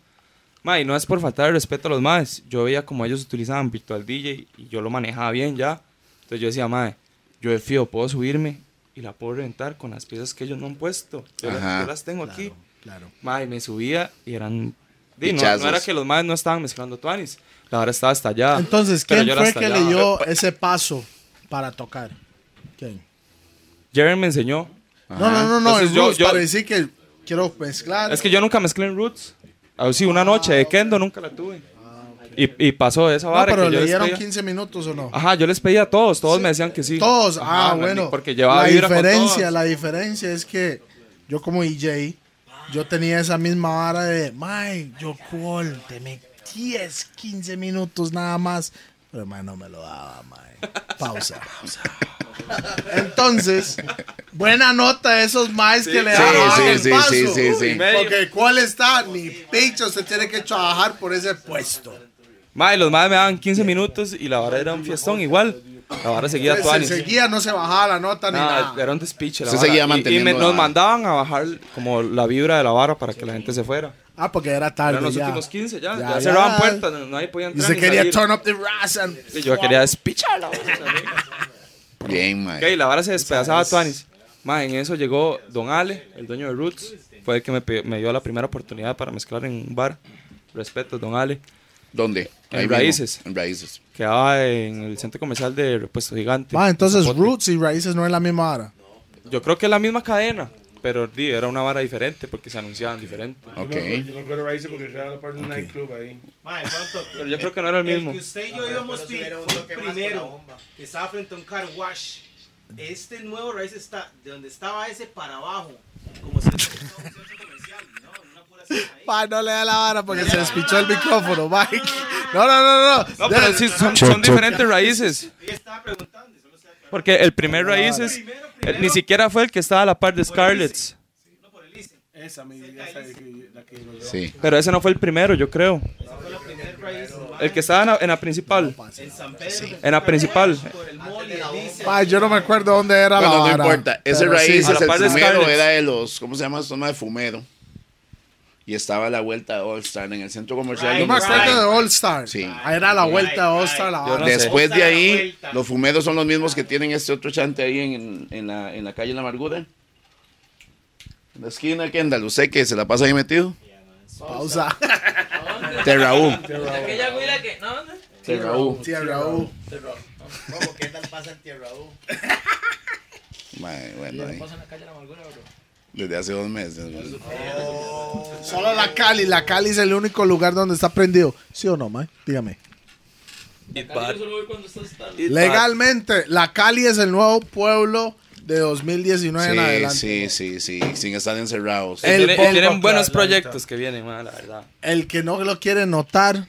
Speaker 1: Mae, y no es por faltar de respeto a los maes. Yo veía como ellos utilizaban Virtual DJ y yo lo manejaba bien ya. Entonces yo decía, mae, yo de fío puedo subirme y la puedo reventar con las piezas que ellos no han puesto. Yo, las,
Speaker 4: Ajá.
Speaker 1: yo las tengo aquí.
Speaker 3: Claro.
Speaker 1: Mae, me subía y eran... di, no,
Speaker 4: Pichazos.
Speaker 1: no era que los maes no estaban mezclando tuanis. La vara estaba hasta allá.
Speaker 3: Entonces,
Speaker 1: Pero
Speaker 3: ¿quién
Speaker 1: yo la
Speaker 3: fue que le
Speaker 1: estallaba.
Speaker 3: dio ese paso para tocar? ¿Quién?
Speaker 1: Jeremy me enseñó.
Speaker 3: No, no, no, no.
Speaker 1: Entonces,
Speaker 3: el
Speaker 1: yo-
Speaker 3: Roots,
Speaker 1: yo-
Speaker 3: para decir que quiero mezclar.
Speaker 1: Es que yo nunca mezclé en Roots. Ah, sí, una noche de Kendo nunca la tuve.
Speaker 4: Ah,
Speaker 1: Y, y pasó de esa
Speaker 3: no,
Speaker 1: vara
Speaker 3: pero
Speaker 1: que yo
Speaker 3: le
Speaker 1: les
Speaker 3: dieron
Speaker 1: pedía-
Speaker 3: 15 minutos o no.
Speaker 1: Ajá, yo les pedí a todos, todos me decían que sí.
Speaker 3: Todos,
Speaker 1: Ajá, la-
Speaker 3: ah, bueno.
Speaker 1: Porque llevaba
Speaker 3: la
Speaker 1: vibra con
Speaker 3: diferencia,
Speaker 1: todos.
Speaker 3: la diferencia es que yo como DJ, yo tenía esa misma vara de, "Mae, yo cool, deme 10, 15 minutos nada más." Pero mae no me lo daba, mae. Pausa. Entonces, buena nota esos maes que le
Speaker 4: Sí,
Speaker 3: daban
Speaker 4: sí,
Speaker 3: el
Speaker 4: sí,
Speaker 3: paso.
Speaker 4: sí, sí, sí.
Speaker 3: Porque cuál está, ni picho, se tiene que trabajar por ese puesto.
Speaker 1: Mae, los madres me daban 15 minutos y la vara era un fiestón igual. La vara seguía toda
Speaker 3: Se seguía, no se bajaba la nota ni
Speaker 1: Nada,
Speaker 3: nada.
Speaker 1: era un despiche. la
Speaker 4: Se
Speaker 1: vara.
Speaker 4: seguía
Speaker 1: Y- Y,
Speaker 4: manteniendo
Speaker 1: me-
Speaker 4: la
Speaker 1: nos
Speaker 4: vara.
Speaker 1: mandaban a bajar como la vibra de la vara para que la gente se fuera.
Speaker 3: Ah, porque era tarde.
Speaker 1: Eran los
Speaker 3: ya.
Speaker 1: últimos 15 ya.
Speaker 3: Ya,
Speaker 1: Ya,
Speaker 3: ya.
Speaker 1: cerraban puertas, no- nadie podía
Speaker 3: Y
Speaker 1: entrar.
Speaker 3: se
Speaker 1: ni
Speaker 3: quería
Speaker 1: salir.
Speaker 3: turn up the ras and-
Speaker 1: Sí, Yo quería despicharla.
Speaker 4: Bien, ma.
Speaker 1: Ok, la vara se despedazaba a Tuanis. Mae, en eso llegó Don Ale, el dueño de Roots. Fue el que me, pi- me dio la primera oportunidad para mezclar en un bar. Respeto, Don Ale.
Speaker 4: ¿Dónde?
Speaker 1: En
Speaker 4: mismo,
Speaker 1: Raíces.
Speaker 4: En Raíces.
Speaker 1: Quedaba en el centro comercial de Repuesto Gigante.
Speaker 3: Ah, entonces
Speaker 1: Zapote.
Speaker 3: Roots y Raíces no es la misma hora.
Speaker 1: Yo creo que es la misma cadena. Pero di, era una vara diferente porque se anunciaban diferente.
Speaker 4: Ok.
Speaker 7: Yo me acuerdo ahí sí, porque era la parte de un nightclub ahí.
Speaker 10: Mae, ¿cuánto?
Speaker 1: Pero yo creo que no era el mismo.
Speaker 10: El que usted y yo íbamos pi-
Speaker 11: subieron un toque más con la
Speaker 10: primero,
Speaker 11: bomba.
Speaker 10: que estaba frente a un car wash. Este nuevo raíz está de donde estaba ese para abajo, como si fuera un centro comercial, ¿no? Una pura esquina ahí.
Speaker 3: Pa, no le da la vara porque se despichó el micrófono, Mike. No, no, no, no.
Speaker 1: No, pero sí, son, son diferentes raíces.
Speaker 10: Yo estaba preguntando, y solo se
Speaker 1: Porque el primer raíces
Speaker 10: primero,
Speaker 1: eh,
Speaker 10: primero,
Speaker 1: ni siquiera fue el que estaba a la par de Scarlett's.
Speaker 10: no por el Isen.
Speaker 7: Esa, mi ya sabe que- la que nos dio.
Speaker 4: Sí.
Speaker 1: Pero ese no fue el primero, yo creo.
Speaker 10: Ese fue el primer raíz, mae,
Speaker 1: El que estaba en la, en la principal.
Speaker 10: en San Pedro.
Speaker 1: En la principal.
Speaker 10: Por el mall y el Isen.
Speaker 3: Pa, yo no me acuerdo dónde era la
Speaker 4: Bueno, no
Speaker 3: vara.
Speaker 4: importa. Ese
Speaker 3: pero
Speaker 4: raíz
Speaker 1: A
Speaker 4: es
Speaker 1: la
Speaker 4: el
Speaker 1: par de
Speaker 4: fumero,
Speaker 1: Scarlett.
Speaker 4: era de los. ¿Cómo se llama? Toma de fumero. Y estaba a la vuelta de All Star en el centro comercial.
Speaker 10: Right,
Speaker 3: Yo me
Speaker 4: donde
Speaker 3: acuerdo
Speaker 4: está.
Speaker 3: de All Star.
Speaker 4: Sí.
Speaker 3: Ahí era la vuelta de All Star. La
Speaker 1: Yo no
Speaker 3: vara.
Speaker 1: sé.
Speaker 4: Después
Speaker 10: All
Speaker 4: de
Speaker 10: Star a la
Speaker 4: ahí,
Speaker 10: vuelta.
Speaker 4: los fumeros son los mismos que tienen este otro chante ahí en, en la, en la calle La Amargura. En la esquina, Kendall. Usted que se la pasa ahí metido.
Speaker 3: Pausa.
Speaker 4: Terraú.
Speaker 12: Aquella güila que. No, no.
Speaker 4: Terraú.
Speaker 3: Tierra U.
Speaker 11: ¿Cómo que tal pasa en Tierra U?
Speaker 4: Mae, Bueno, ahí,
Speaker 12: Pasa en la calle la amargura, bro.
Speaker 4: desde hace dos meses. mae.
Speaker 3: Solo la Cali. La Cali es el único lugar donde está prendido. ¿Sí o no, Mike? Dígame.
Speaker 1: Eat
Speaker 12: Yo
Speaker 1: bad,
Speaker 12: solo voy cuando estás tan.
Speaker 1: eat bad.
Speaker 3: Legalmente, la Cali es el nuevo pueblo de 2019 en adelante. Eh,
Speaker 4: Sí, sí, sí, sí. Sin estar encerrados.
Speaker 1: Y
Speaker 3: El
Speaker 1: tiene- y
Speaker 3: bombo,
Speaker 1: tienen buenos
Speaker 3: claro,
Speaker 1: proyectos que vienen, man, la verdad.
Speaker 3: El que no lo quiere notar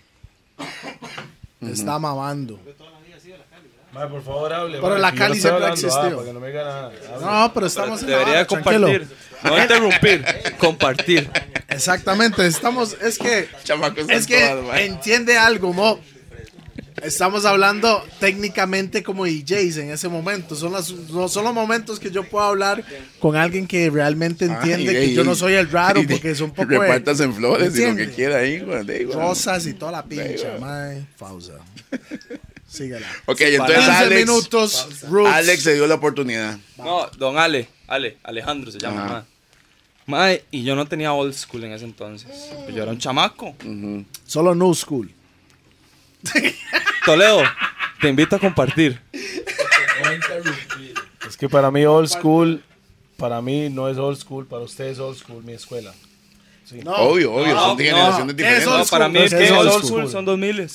Speaker 3: está mamando.
Speaker 7: Mae, por favor, hable.
Speaker 3: Pero
Speaker 7: mae,
Speaker 3: la
Speaker 7: que yo
Speaker 3: Cali
Speaker 7: no estoy
Speaker 3: siempre ha
Speaker 7: hablando, ah,
Speaker 3: existido.
Speaker 7: para que no me diga nada. Hable.
Speaker 3: No, pero estamos en la
Speaker 1: Debería
Speaker 3: vara, tranquilo.
Speaker 1: compartir. No interrumpir. Compartir.
Speaker 3: Exactamente, estamos es que
Speaker 4: Chamacos
Speaker 3: es que entiende algo, mo. Estamos hablando técnicamente como DJs en ese momento. Son, las, no- son los momentos que yo puedo hablar con alguien que realmente entiende que yo no soy el
Speaker 4: [laughs]
Speaker 3: raro porque son un poco de-
Speaker 4: Repartas en flores y lo que
Speaker 3: ¿Entiende?
Speaker 4: quiera ahí, güey, de ahí, güey.
Speaker 3: Rosas y toda la pincha,
Speaker 4: Venga.
Speaker 3: mae.
Speaker 4: [laughs]
Speaker 3: Pausa. Sígala.
Speaker 4: Ok, entonces
Speaker 3: 15
Speaker 4: Pues, Alex,
Speaker 3: minutos, Roots.
Speaker 4: Alex se dio la oportunidad.
Speaker 1: No, don Ale, Ale, Alejandro se llama,
Speaker 4: Ajá.
Speaker 1: man. Mae, y yo no tenía old school en ese entonces. Pues yo era un chamaco.
Speaker 4: Ujú.
Speaker 3: Solo New School.
Speaker 1: Toledo, te invito a compartir.
Speaker 7: Ah.
Speaker 2: Es que para mí old school, para mí no es old school, para usted es old school, mi escuela.
Speaker 3: No.
Speaker 4: Obvio, obvio, son de
Speaker 1: no,
Speaker 4: generaciones
Speaker 3: ¿qué es
Speaker 4: diferentes.
Speaker 1: No,
Speaker 3: old
Speaker 1: para
Speaker 3: school,
Speaker 1: mí
Speaker 3: no
Speaker 1: es
Speaker 3: sé,
Speaker 1: que
Speaker 3: es
Speaker 1: old
Speaker 3: old
Speaker 1: school,
Speaker 3: school.
Speaker 1: son 2000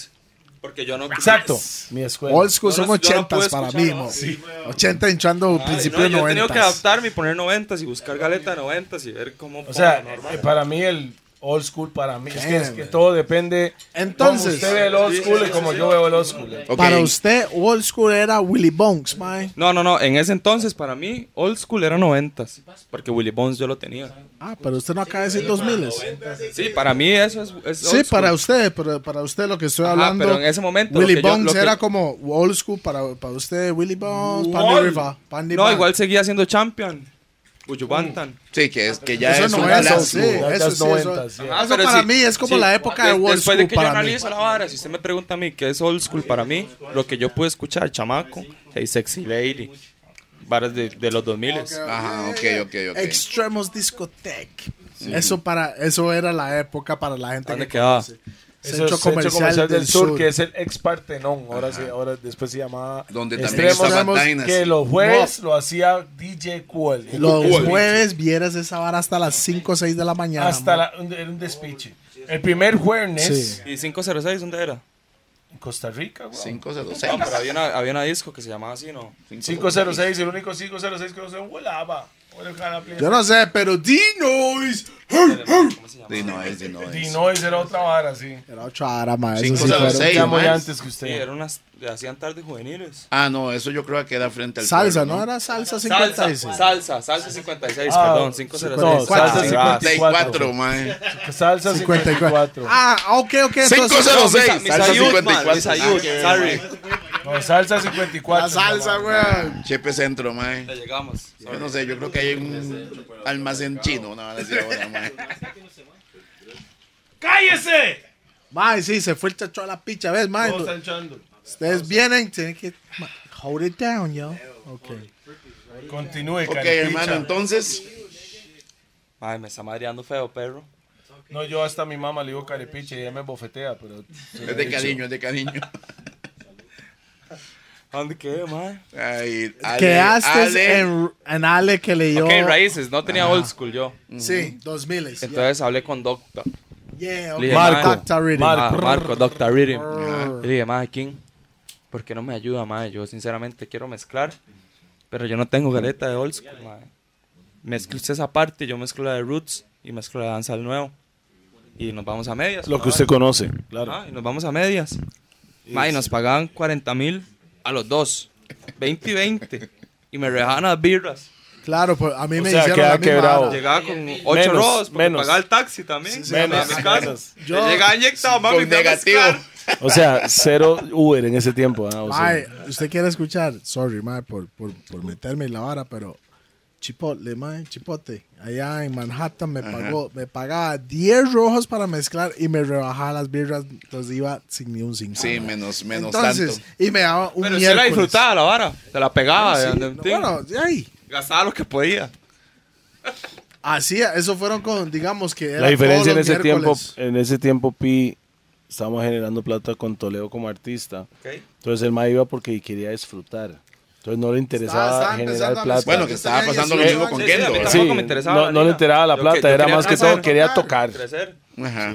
Speaker 1: Porque yo no.
Speaker 2: Exacto, mi escuela.
Speaker 3: Old School
Speaker 1: Yo
Speaker 3: son
Speaker 1: no- yo no puedo
Speaker 3: 80s para mí,
Speaker 1: escucharlo
Speaker 3: mo.
Speaker 1: así,
Speaker 3: 80 hinchando
Speaker 1: Ay,
Speaker 3: principios
Speaker 1: no, yo he tenido que
Speaker 3: 90s.
Speaker 1: adaptarme y poner 90 y buscar galeta de 90 y ver cómo.
Speaker 2: O sea,
Speaker 1: pongo, ¿no?
Speaker 2: eh, para mí el old school, para mí, es que, es que
Speaker 3: Damn.
Speaker 2: todo depende
Speaker 3: Entonces-
Speaker 2: como usted ve el old school y como yo veo el old school.
Speaker 4: Ok,
Speaker 3: Para usted, Old School era Willy Bonks, mae.
Speaker 1: No, no, no. En ese entonces, para mí, old school era 90 Porque Willy Bones yo lo tenía.
Speaker 3: Ah, pero usted no acaba de decir 2000
Speaker 1: Sí, para mí eso es. es
Speaker 3: Sí,
Speaker 1: old school.
Speaker 3: para usted, pero para usted lo que estoy
Speaker 1: Ajá,
Speaker 3: hablando.
Speaker 1: pero en ese momento, lo
Speaker 3: Willy
Speaker 1: que yo-
Speaker 3: Bonks
Speaker 1: lo que-
Speaker 3: era como Old School para, para usted, Willy Bonks, Pandy
Speaker 7: Wall.
Speaker 3: River, Pandy
Speaker 1: No,
Speaker 3: Bank.
Speaker 1: igual seguía siendo champion. Ujubantan.
Speaker 4: Sí, que, es, que ya
Speaker 3: Eso
Speaker 4: es
Speaker 3: no
Speaker 4: un
Speaker 3: es
Speaker 4: clásico.
Speaker 3: así. Eso
Speaker 2: Las
Speaker 3: sí, eso-
Speaker 2: 90s, sí.
Speaker 3: Ah, Eso para mí es como la época de old
Speaker 1: Después de
Speaker 3: school
Speaker 1: que yo
Speaker 3: para mí.
Speaker 1: analizo la vara, si usted me pregunta a mí qué es old school para mí, lo que yo pude escuchar, chamaco, hey, sexy lady, varas de, de los 2000
Speaker 4: Ajá, ok, ok, ok.
Speaker 3: Extremos Discotech. Eso para eso era la época para la gente
Speaker 1: ¿Dónde
Speaker 3: que
Speaker 1: quedaba?
Speaker 2: Eso es Centro Comercial del, sur, que es el ex Partenón, ahora sí, ahora después se llamaba
Speaker 4: Donde también
Speaker 2: Extremos,
Speaker 4: estaban
Speaker 3: digamos,
Speaker 4: Dainas.
Speaker 2: que los jueves lo hacía DJ Cool.
Speaker 3: Los
Speaker 4: Ujú.
Speaker 3: jueves vieras esa vara hasta las 5 o 6 de la mañana.
Speaker 2: Hasta
Speaker 3: man.
Speaker 2: la- un, era un despiche. El primer jueves
Speaker 3: Sí.
Speaker 1: ¿Y 506 dónde era?
Speaker 2: en Costa Rica, güey.
Speaker 4: 506.
Speaker 1: No, pero había una, había una disco que se llamaba así, ¿no?
Speaker 2: 506, el único 506 que no se volaba. Era el Jaraplén.
Speaker 3: Yo no sé, pero D-Noise.
Speaker 1: ¿Cómo se llamaba?
Speaker 4: Sí, no es, sí, no
Speaker 2: Y
Speaker 4: es.
Speaker 2: no, esa era otra vara, sí.
Speaker 3: Era otra vara, ma. Eso
Speaker 4: Cinco
Speaker 3: sí
Speaker 4: de los
Speaker 3: fueron-
Speaker 4: seis.
Speaker 2: Ya muy
Speaker 4: más.
Speaker 2: antes
Speaker 1: Sí,
Speaker 2: que usted.
Speaker 1: eran unas, hacían tardes juveniles.
Speaker 4: Ah, no, eso yo creo que era frente al
Speaker 3: Salsa,
Speaker 4: pueblo,
Speaker 3: ¿no? Era salsa
Speaker 1: Salsa,
Speaker 3: 56.
Speaker 1: salsa, salsa 56,
Speaker 2: Ah,
Speaker 1: perdón,
Speaker 2: no,
Speaker 1: 506.
Speaker 2: salsa
Speaker 1: Ah,
Speaker 2: 56.
Speaker 4: 54, mae.
Speaker 2: Salsa 54.
Speaker 3: Ah, ok, ok. entonces-
Speaker 4: 506.
Speaker 1: mis
Speaker 4: Salsa
Speaker 1: ayud, man,
Speaker 4: 54.
Speaker 1: mis ayud, sorry.
Speaker 2: No, salsa 54.
Speaker 3: La salsa,
Speaker 2: mamá.
Speaker 3: weón.
Speaker 4: Chepe Centro, mae.
Speaker 1: Ya llegamos.
Speaker 4: Yo no sé, yo creo que hay un almacén chino, una vara así ahora, mae.
Speaker 7: ¡Cállese!
Speaker 3: Ma, sí, se fue el chacho a la picha. ¿Ves, ma?
Speaker 7: Todos están echando.
Speaker 3: Ustedes vienen, tienen que. ma, Hold it down, yo. Okay.
Speaker 2: Continúe,
Speaker 4: Ok,
Speaker 2: caripicha.
Speaker 4: hermano, entonces.
Speaker 1: Ay, me está madreando feo, perro.
Speaker 2: No, yo hasta a mi mamá le digo carepicha y ella me bofetea, pero...
Speaker 4: Es de cariño, es de cariño.
Speaker 1: ¿Dónde quedé, mae?
Speaker 4: Ay, Ale,
Speaker 3: Quedaste
Speaker 4: Ale.
Speaker 3: En, en Ale que leyó.
Speaker 1: Ok, raíces, no tenía old school yo.
Speaker 3: Sí, 2000. s
Speaker 1: Entonces hablé con Doctor.
Speaker 3: yeah,
Speaker 1: Le dije,
Speaker 3: Marco.
Speaker 1: "Mae,
Speaker 3: Doctor Reading.
Speaker 1: Ah, Marco, Doctor Reading. Y le dije, mae, King, ¿por qué no me ayuda, mae? Yo sinceramente quiero mezclar, pero yo no tengo galeta de old school, mae. Mezcle usted esa parte, yo mezclo la de roots y mezclo la de danza al nuevo. Y nos vamos a medias.
Speaker 2: Lo que
Speaker 1: mae.
Speaker 2: usted conoce. Claro.
Speaker 1: Ah, y nos vamos a medias. Mae, y nos pagaban 40 mil a los dos. 20 y 20. Y me rebajaban las birras.
Speaker 3: Claro, pues, a mí
Speaker 2: O
Speaker 3: me
Speaker 2: sea,
Speaker 3: hicieron
Speaker 2: queda
Speaker 3: la misma
Speaker 2: quebrado.
Speaker 3: vara.
Speaker 1: Llegaba con 8
Speaker 2: Menos,
Speaker 1: robos porque
Speaker 2: menos.
Speaker 1: pagaba el taxi también.
Speaker 2: menos,
Speaker 1: a mi casa.
Speaker 2: menos.
Speaker 1: Yo llegaba inyectado, mami.
Speaker 4: Con
Speaker 1: fui a
Speaker 4: negativo.
Speaker 1: mezclar.
Speaker 2: O sea, cero Uber en ese tiempo. ah, o sea.
Speaker 3: Mae, usted quiere escuchar, sorry, mae, por, por, por meterme en la vara, pero Chipotle, mae, Chipote, allá en Manhattan me pagó, me pagaba 10 rojos para mezclar y me rebajaba las birras, entonces iba sin ni un cinco.
Speaker 4: Sí, menos, menos
Speaker 3: entonces,
Speaker 4: tanto.
Speaker 3: y me daba un
Speaker 1: Pero
Speaker 3: miércoles.
Speaker 1: se la disfrutaba la vara. Se la pegaba. de
Speaker 3: Sí,
Speaker 1: donde-
Speaker 3: no,
Speaker 1: ting.
Speaker 3: bueno, de ahí.
Speaker 1: Gastaba lo que podía.
Speaker 3: Así, eso fueron con, digamos que. era
Speaker 2: La diferencia en
Speaker 3: todos los
Speaker 2: ese tiempo,
Speaker 3: miércoles.
Speaker 2: en ese tiempo, Pi, estábamos generando plata con Toledo como artista. Entonces el mae iba porque quería disfrutar. Entonces no le interesaba
Speaker 3: Estaba- estaba
Speaker 2: generar
Speaker 3: empezando a
Speaker 2: plata.
Speaker 4: Bueno, que
Speaker 3: Entonces,
Speaker 4: estaba
Speaker 3: tenía
Speaker 4: pasando lo
Speaker 3: 18
Speaker 4: mismo con
Speaker 3: años.
Speaker 1: Sí, sí, a
Speaker 4: Kendo.
Speaker 1: mí
Speaker 4: ¿verdad?
Speaker 2: Sí,
Speaker 1: tampoco me interesaba
Speaker 2: no,
Speaker 1: la
Speaker 2: no le
Speaker 1: liga.
Speaker 2: enteraba la
Speaker 1: Yo
Speaker 2: plata,
Speaker 1: que- yo
Speaker 2: era
Speaker 1: quería
Speaker 2: más que
Speaker 1: crecer,
Speaker 2: todo, quería tocar.
Speaker 1: Crecer.
Speaker 4: Ajá.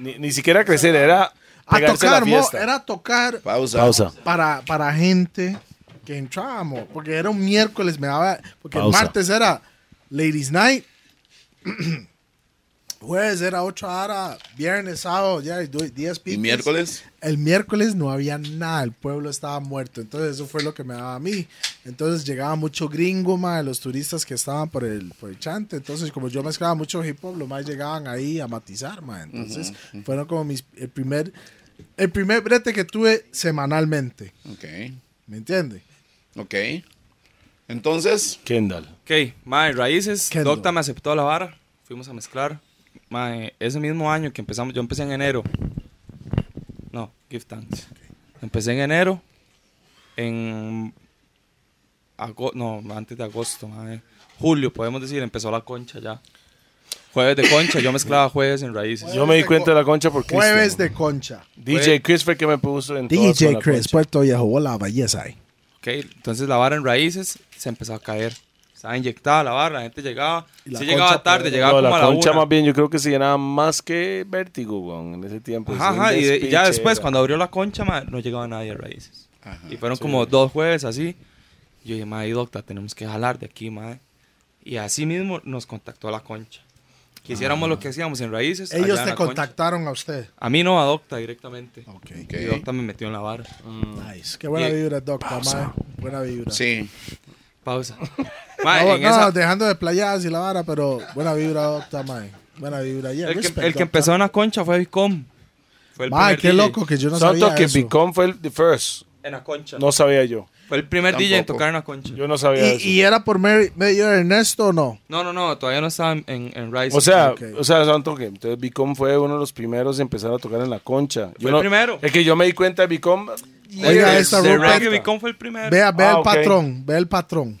Speaker 2: Ni, ni siquiera crecer, era
Speaker 3: A
Speaker 2: pegarse a
Speaker 3: tocar,
Speaker 2: la
Speaker 3: mo,
Speaker 2: fiesta.
Speaker 3: era tocar
Speaker 4: Pausa.
Speaker 2: Pausa.
Speaker 3: para, para gente que entrábamos. Porque era un miércoles, me daba. Porque
Speaker 2: Pausa.
Speaker 3: el martes era Ladies Night. [clears throat] Jueves era 8 horas, viernes, sábado, ya 10
Speaker 4: ¿Y
Speaker 3: piques.
Speaker 4: miércoles?
Speaker 3: El miércoles no había nada, el pueblo estaba muerto. Entonces, eso fue lo que me daba a mí. Entonces, llegaba mucho gringo, ma, de los turistas que estaban por el, por el chante. Entonces, como yo mezclaba mucho hip hop, los más llegaban ahí a matizar, ma. Entonces, fueron como mis, el primer, el primer brete que tuve semanalmente.
Speaker 4: Ok.
Speaker 3: ¿Me entiendes?
Speaker 4: Ok. Entonces,
Speaker 2: Kendall.
Speaker 1: Ok, mae, raíces.
Speaker 3: Kendo.
Speaker 1: Docta me aceptó la vara. Fuimos a mezclar. Mae, ese mismo año que empezamos, yo empecé en enero. No, give thanks. Empecé en enero. En. ago- no, antes de agosto, mae. Julio, podemos decir, empezó la concha ya. Jueves de concha, yo mezclaba jueves en raíces.
Speaker 2: Yo me di cuenta de la concha por Cristian.
Speaker 3: Jueves de concha.
Speaker 2: DJ Chris fue que me puso en todas con
Speaker 3: DJ
Speaker 2: la
Speaker 3: Chris,
Speaker 2: concha.
Speaker 3: Puerto Viejo, hola, belleza ahí.
Speaker 1: Ok, entonces la vara en raíces se empezó a caer. Estaba inyectada la vara, la gente llegaba.
Speaker 3: Y la
Speaker 1: sí llegaba
Speaker 3: concha
Speaker 1: tarde,
Speaker 3: por-
Speaker 1: llegaba
Speaker 2: No,
Speaker 1: como a
Speaker 2: la
Speaker 1: la
Speaker 2: concha
Speaker 1: una.
Speaker 2: más bien yo creo que se llenaba más que Vértigo, weón, en ese tiempo.
Speaker 3: pues,
Speaker 1: Ajá,
Speaker 2: Es un
Speaker 1: ajá, y, de- y ya
Speaker 2: despiche,
Speaker 1: después,
Speaker 2: era.
Speaker 1: cuando abrió la concha, ma, no llegaba nadie a raíces. y fueron como dos jueves así. Yo dije, madre, docta, tenemos que jalar de aquí, madre. Y así mismo nos contactó la concha. Que hiciéramos lo que hacíamos en raíces. allá
Speaker 3: Ah. Ellos
Speaker 1: en
Speaker 3: te
Speaker 1: la concha.
Speaker 3: contactaron a usted.
Speaker 1: A mí no, a docta directamente.
Speaker 3: Ok.
Speaker 4: ok.
Speaker 1: Y docta me metió en la
Speaker 3: [laughs]
Speaker 1: vara.
Speaker 3: Nice. Qué buena
Speaker 1: Y-
Speaker 3: vibra, doctor, ma. Buena vibra.
Speaker 4: Sí.
Speaker 1: Pausa. Ma,
Speaker 3: no,
Speaker 1: Ah, en
Speaker 3: no,
Speaker 1: esa-
Speaker 3: dejando de playas y la vara, pero buena vibra, doctor, mae. Buena vibra. Yeah,
Speaker 1: el, que,
Speaker 3: respect,
Speaker 1: el que
Speaker 3: doctor.
Speaker 1: empezó en la concha fue Vicom. Fue el
Speaker 3: Mae,
Speaker 1: primer
Speaker 3: qué
Speaker 1: DJ.
Speaker 3: loco que yo no
Speaker 2: Santo
Speaker 3: sabía
Speaker 2: que
Speaker 3: eso.
Speaker 2: Bicom fue el the first.
Speaker 1: En la concha.
Speaker 2: No sabía yo.
Speaker 1: Fue el primer DJ en
Speaker 4: Tampoco.
Speaker 1: tocar en la concha.
Speaker 2: Yo no sabía eso.
Speaker 3: ¿Y, y era por Mary- medio de Ernesto o no?
Speaker 1: No, no, no, todavía no estaba en, en, en Rise.
Speaker 2: O sea,
Speaker 3: Ok.
Speaker 2: o sea, Santo que entonces Bicom fue uno de los primeros en empezar a tocar en la concha. Yo
Speaker 1: el
Speaker 2: no-
Speaker 1: primero.
Speaker 2: Es que yo me di cuenta de Bicom. eh,
Speaker 3: Oiga,
Speaker 2: de-
Speaker 3: esta
Speaker 2: de
Speaker 3: ropa-
Speaker 2: Rasta.
Speaker 1: Reggae Vicom fue el primero.
Speaker 3: Vea, vea
Speaker 2: Ah,
Speaker 3: el
Speaker 2: ok.
Speaker 3: patrón, vea el patrón.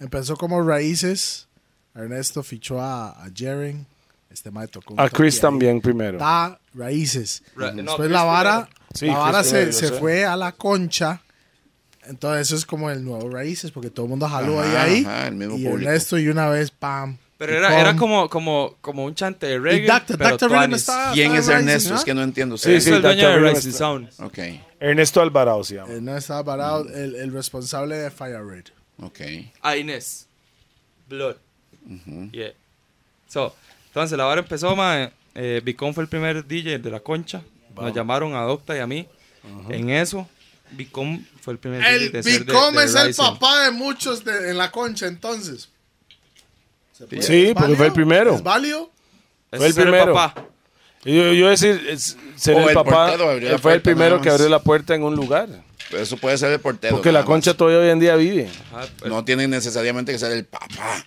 Speaker 3: Empezó como Raíces, Ernesto fichó a, a Jeren, este mae tocó. un
Speaker 2: A
Speaker 3: toque
Speaker 2: Chris
Speaker 3: ahí.
Speaker 2: también primero.
Speaker 3: Ta, Raíces.
Speaker 1: Ra- no,
Speaker 3: Después
Speaker 1: Chris
Speaker 3: la vara,
Speaker 2: Sí,
Speaker 3: la
Speaker 2: Chris
Speaker 3: vara
Speaker 2: primero, yo
Speaker 3: se, se
Speaker 2: sé.
Speaker 3: fue a la concha. Entonces eso es como el nuevo Raíces, porque todo el mundo jaló
Speaker 4: Ajá,
Speaker 3: ahí. ahí
Speaker 4: ajá, el mismo
Speaker 3: y
Speaker 4: público.
Speaker 3: Ernesto y una vez, pam.
Speaker 1: Pero
Speaker 3: y
Speaker 1: era, era
Speaker 3: pam.
Speaker 1: como, como, como un chante de
Speaker 3: Y
Speaker 1: reggae.
Speaker 3: Dacta,
Speaker 1: pero
Speaker 3: Dacta Rhythm
Speaker 1: tuanis.
Speaker 3: estaba.
Speaker 4: ¿Quién
Speaker 3: estaba
Speaker 4: es
Speaker 3: en Rising,
Speaker 4: Ernesto?
Speaker 3: ¿no?
Speaker 4: Es que no entiendo.
Speaker 2: Sí,
Speaker 1: Es
Speaker 2: sí.
Speaker 4: ustedes.
Speaker 1: el dueño
Speaker 2: Dacta
Speaker 1: de
Speaker 2: Rhythm
Speaker 1: Rising
Speaker 2: está-
Speaker 1: Sound.
Speaker 4: Ok.
Speaker 2: Ernesto Alvarado se llama.
Speaker 3: Él Eh, no estaba parado, el, el responsable de Fire Red.
Speaker 4: Ok.
Speaker 1: A Ah, Inés. Blood. Yeah. So, entonces la vara empezó, ma. Eh, Vicom fue el primer DJ de la concha. Nos llamaron a Docta y a mí. En eso, Vicom fue el primer DJ de ser de- de Rising.
Speaker 3: de muchos de- en la concha, entonces.
Speaker 2: Sí, porque
Speaker 3: ¿Válido?
Speaker 2: fue el primero.
Speaker 3: ¿Es válido?
Speaker 1: Ese
Speaker 2: Fue el
Speaker 1: ser
Speaker 2: primero.
Speaker 1: papá.
Speaker 2: Yo, yo decir, es- ser
Speaker 4: O
Speaker 2: el,
Speaker 4: el
Speaker 2: papá
Speaker 4: portero abrió la
Speaker 2: él fue el
Speaker 4: puerta,
Speaker 2: primero
Speaker 4: nada
Speaker 2: que
Speaker 4: más.
Speaker 2: abrió la puerta en un lugar.
Speaker 4: Pero eso puede ser el portero.
Speaker 2: Porque
Speaker 4: nada
Speaker 2: la concha
Speaker 4: más.
Speaker 2: todavía hoy en día vive.
Speaker 1: Ajá, pues.
Speaker 4: No tiene necesariamente que ser el papá.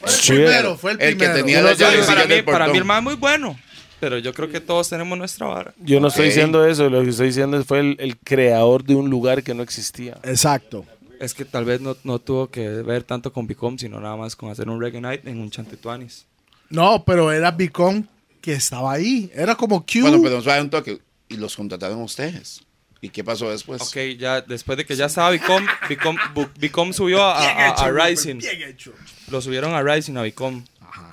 Speaker 3: Fue el
Speaker 2: Sí.
Speaker 3: primero, fue el,
Speaker 4: El que
Speaker 3: primero.
Speaker 4: tenía
Speaker 2: Yo
Speaker 4: la
Speaker 2: no sé,
Speaker 4: llave
Speaker 1: Para,
Speaker 4: y
Speaker 1: para
Speaker 4: silla
Speaker 1: mí,
Speaker 4: del
Speaker 1: para mí el
Speaker 4: portón.
Speaker 1: man es muy bueno. Pero yo creo que todos tenemos nuestra vara.
Speaker 2: Yo no estoy
Speaker 4: Ok.
Speaker 2: diciendo eso, lo que estoy diciendo es fue el, el creador de un lugar que no existía.
Speaker 3: Exacto.
Speaker 1: Es que tal vez no, no tuvo que ver tanto con Vicom, sino nada más con hacer un reggae night en un chante tuanis.
Speaker 3: No, pero era Bicom que estaba ahí. Era como Q.
Speaker 4: Bueno, pero nos va a dar un toque. Y los contrataron ustedes. ¿Y qué pasó después?
Speaker 1: Ok, ya después de que ya estaba Vicom, Vicom, Bu- Vicom subió a, a- a Rising. Lo subieron a Rising, a Vicom.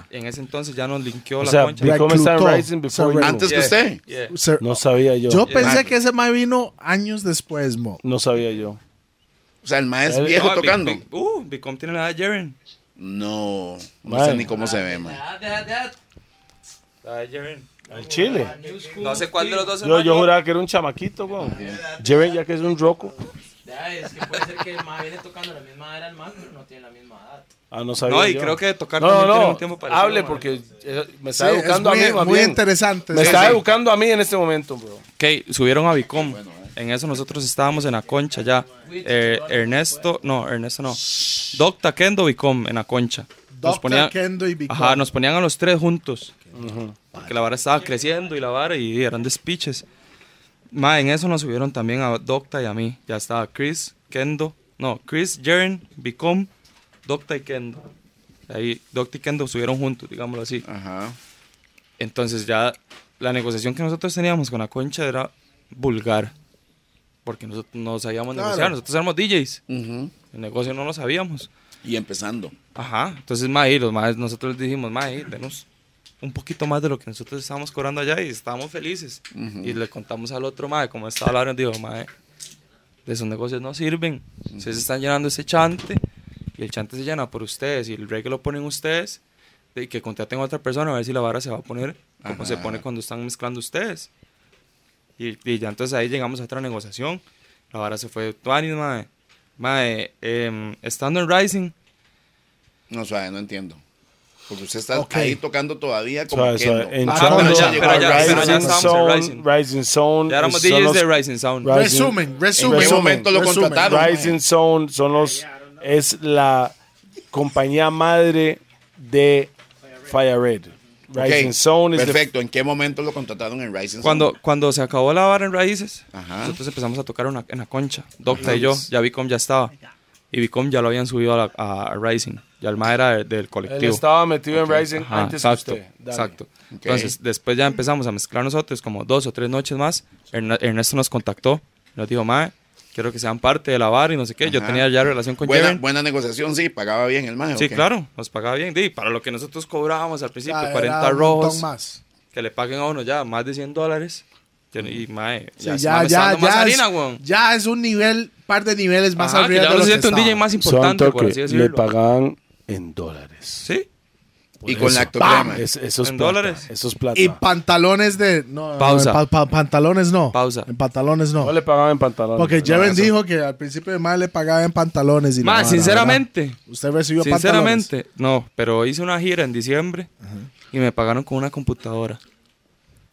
Speaker 1: En ese entonces ya nos linkeó
Speaker 2: O
Speaker 1: la
Speaker 2: sea,
Speaker 1: concha.
Speaker 2: Vic- ¿Cómo está en
Speaker 13: Reclutó.
Speaker 2: Rising before you?
Speaker 4: Antes que
Speaker 1: Yeah.
Speaker 4: usted.
Speaker 1: Yeah.
Speaker 13: Se-
Speaker 2: No sabía yo.
Speaker 13: Yo pensé que ese mae vino años después, mo.
Speaker 2: No sabía yo.
Speaker 4: O sea, el maestro
Speaker 2: El-
Speaker 4: viejo
Speaker 1: No, Vic-
Speaker 4: tocando.
Speaker 1: Vic- uh, Vicom tiene la edad de Jaren.
Speaker 4: No, no
Speaker 2: Madre.
Speaker 4: sé ni cómo se ve, man.
Speaker 10: Deja, Ah, deja, deja.
Speaker 1: La edad de Jaren.
Speaker 2: Al Chile.
Speaker 10: New school.
Speaker 1: No sé cuál de los dos es
Speaker 2: Yo, yo
Speaker 1: mayor.
Speaker 2: juraba que era un chamaquito, weón. Jaren ya que es un roco.
Speaker 10: Deja, es que puede ser que el más viene tocando la misma era al más, pero no tiene la misma edad.
Speaker 2: Ah, no sabía
Speaker 1: No, y
Speaker 2: yo.
Speaker 1: creo que tocar
Speaker 2: No,
Speaker 1: también
Speaker 2: no,
Speaker 1: tiene
Speaker 2: no.
Speaker 1: un tiempo parecido,
Speaker 2: Hable
Speaker 1: man.
Speaker 2: porque eh, me
Speaker 13: Sí,
Speaker 2: está
Speaker 13: es
Speaker 2: educando a mí.
Speaker 13: muy,
Speaker 2: más
Speaker 13: muy
Speaker 2: bien.
Speaker 13: interesante.
Speaker 2: Me
Speaker 13: sí.
Speaker 2: está educando a mí en este momento, bro.
Speaker 1: Ok, subieron a Vicom. En eso nosotros estábamos en la concha ya. Eh, Ernesto, no, Ernesto no. Doc Taquendo, Vicom en la concha.
Speaker 13: Dr.
Speaker 1: ponían-
Speaker 13: Kendo y Big
Speaker 1: Ajá,
Speaker 13: Boy.
Speaker 1: nos ponían a los tres juntos. Porque la vara estaba creciendo y la vara y eran despiches. Más en eso nos subieron también a Docta y a mí. Ya estaba Chris, Kendo. No, Chris, Jaren, Vicom, Docta y Kendo. Ahí Docta y Kendo subieron juntos, digámoslo así.
Speaker 4: Ajá.
Speaker 1: Entonces ya la negociación que nosotros teníamos con la concha era vulgar. Porque nosotros no sabíamos negociar, nosotros éramos DJs.
Speaker 4: Ujú.
Speaker 1: El negocio no lo sabíamos.
Speaker 4: Y empezando.
Speaker 1: Ajá, entonces, ma, ahí los más, nosotros les dijimos, ma, ahí, denos un poquito más de lo que nosotros estábamos cobrando allá y estábamos felices. Y le contamos al otro, ma, como estaba hablando, dijo, ma, de esos negocios no sirven. Ustedes están llenando ese chante y el chante se llena por ustedes y el reggae lo ponen ustedes y que contraten a otra persona a ver si la vara se va a poner como
Speaker 4: Ajá,
Speaker 1: se
Speaker 4: ajá.
Speaker 1: pone cuando están mezclando ustedes. Y, y ya entonces ahí llegamos a otra negociación. La vara se fue, tuanis, ma. Mae, em, estando en Rising,
Speaker 4: No, suave, no entiendo. Porque usted está
Speaker 13: Ok.
Speaker 4: ahí tocando todavía como
Speaker 2: Suave,
Speaker 4: Ah, que
Speaker 2: suave.
Speaker 4: no.
Speaker 2: Entrando
Speaker 1: Ah, pero ya-
Speaker 2: a
Speaker 1: pero ya- pero ya
Speaker 2: Rising
Speaker 1: estábamos en
Speaker 2: Zone,
Speaker 1: Rising.
Speaker 2: Rising Zone.
Speaker 1: Ya éramos
Speaker 2: son
Speaker 1: DJs
Speaker 2: los-
Speaker 1: de Rising Sound.
Speaker 2: Rising-
Speaker 13: Resumen, resumen.
Speaker 4: ¿En qué
Speaker 2: Resumen,
Speaker 4: momento lo
Speaker 13: resumen.
Speaker 4: contrataron?
Speaker 2: Rising Zone son los es la compañía madre de Fire Red.
Speaker 4: Ok,
Speaker 2: Rising Zone es
Speaker 4: Perfecto. ¿En qué momento lo contrataron en Rising
Speaker 1: Cuando, cuando se acabó la vara en Raíces,
Speaker 4: Ajá.
Speaker 1: nosotros empezamos a tocar una- en la concha. Docta y yo, ya Vicom ya estaba. Y Vicom ya lo habían subido a, la- a Rising. Ya el ma era de- del
Speaker 2: él
Speaker 1: colectivo.
Speaker 2: estaba metido en Rising
Speaker 1: Ajá,
Speaker 2: antes
Speaker 1: exacto,
Speaker 2: que usted. Dale.
Speaker 1: exacto. Entonces, después ya empezamos a mezclar nosotros como dos o tres noches más. Ern- Ernesto nos contactó. Nos dijo, mae, quiero que sean parte de la vara y no sé qué. Yo
Speaker 4: Ajá.
Speaker 1: tenía ya relación con
Speaker 4: Buena,
Speaker 1: Jaren.
Speaker 4: buena negociación, sí. Pagaba bien el maestro.
Speaker 1: Sí, claro, nos pagaba bien. Di, para lo que nosotros cobrábamos al principio,
Speaker 13: Ah, era
Speaker 1: 40
Speaker 13: un
Speaker 1: rojos.
Speaker 13: montón más.
Speaker 1: que le paguen a uno ya más de 100 dólares. que- Y mae,
Speaker 13: Sí,
Speaker 1: ya,
Speaker 13: ya,
Speaker 1: se van
Speaker 13: ya,
Speaker 1: gastando
Speaker 13: ya,
Speaker 1: más
Speaker 13: es,
Speaker 1: harina, weón.
Speaker 13: ya es un nivel, par de niveles más
Speaker 1: Ajá, que
Speaker 13: arriba de
Speaker 1: ya uno
Speaker 13: lo
Speaker 1: se
Speaker 13: que
Speaker 1: siente un
Speaker 13: estaba.
Speaker 1: DJ más
Speaker 2: Son
Speaker 1: importante, por así
Speaker 2: toque, le
Speaker 1: decirlo.
Speaker 2: pagaban en dólares.
Speaker 1: Sí,
Speaker 4: Y con la
Speaker 2: Pam,
Speaker 4: actual
Speaker 2: es- eso es
Speaker 1: En
Speaker 2: plata,
Speaker 1: dólares.
Speaker 2: Eso es plata.
Speaker 13: Y pantalones de... No, no,
Speaker 1: Pausa.
Speaker 13: en pa- pa- pantalones no.
Speaker 1: Pausa.
Speaker 13: En pantalones no.
Speaker 2: no le pagaban en pantalones.
Speaker 13: Porque
Speaker 2: ¿verdad?
Speaker 13: Jaren dijo que al principio de Mae le pagaba en pantalones. Y la
Speaker 1: Mae,
Speaker 13: vara,
Speaker 1: sinceramente,
Speaker 13: ¿verdad? Usted recibió pantalones.
Speaker 1: sinceramente, no, pero hice una gira en diciembre y me pagaron con una computadora.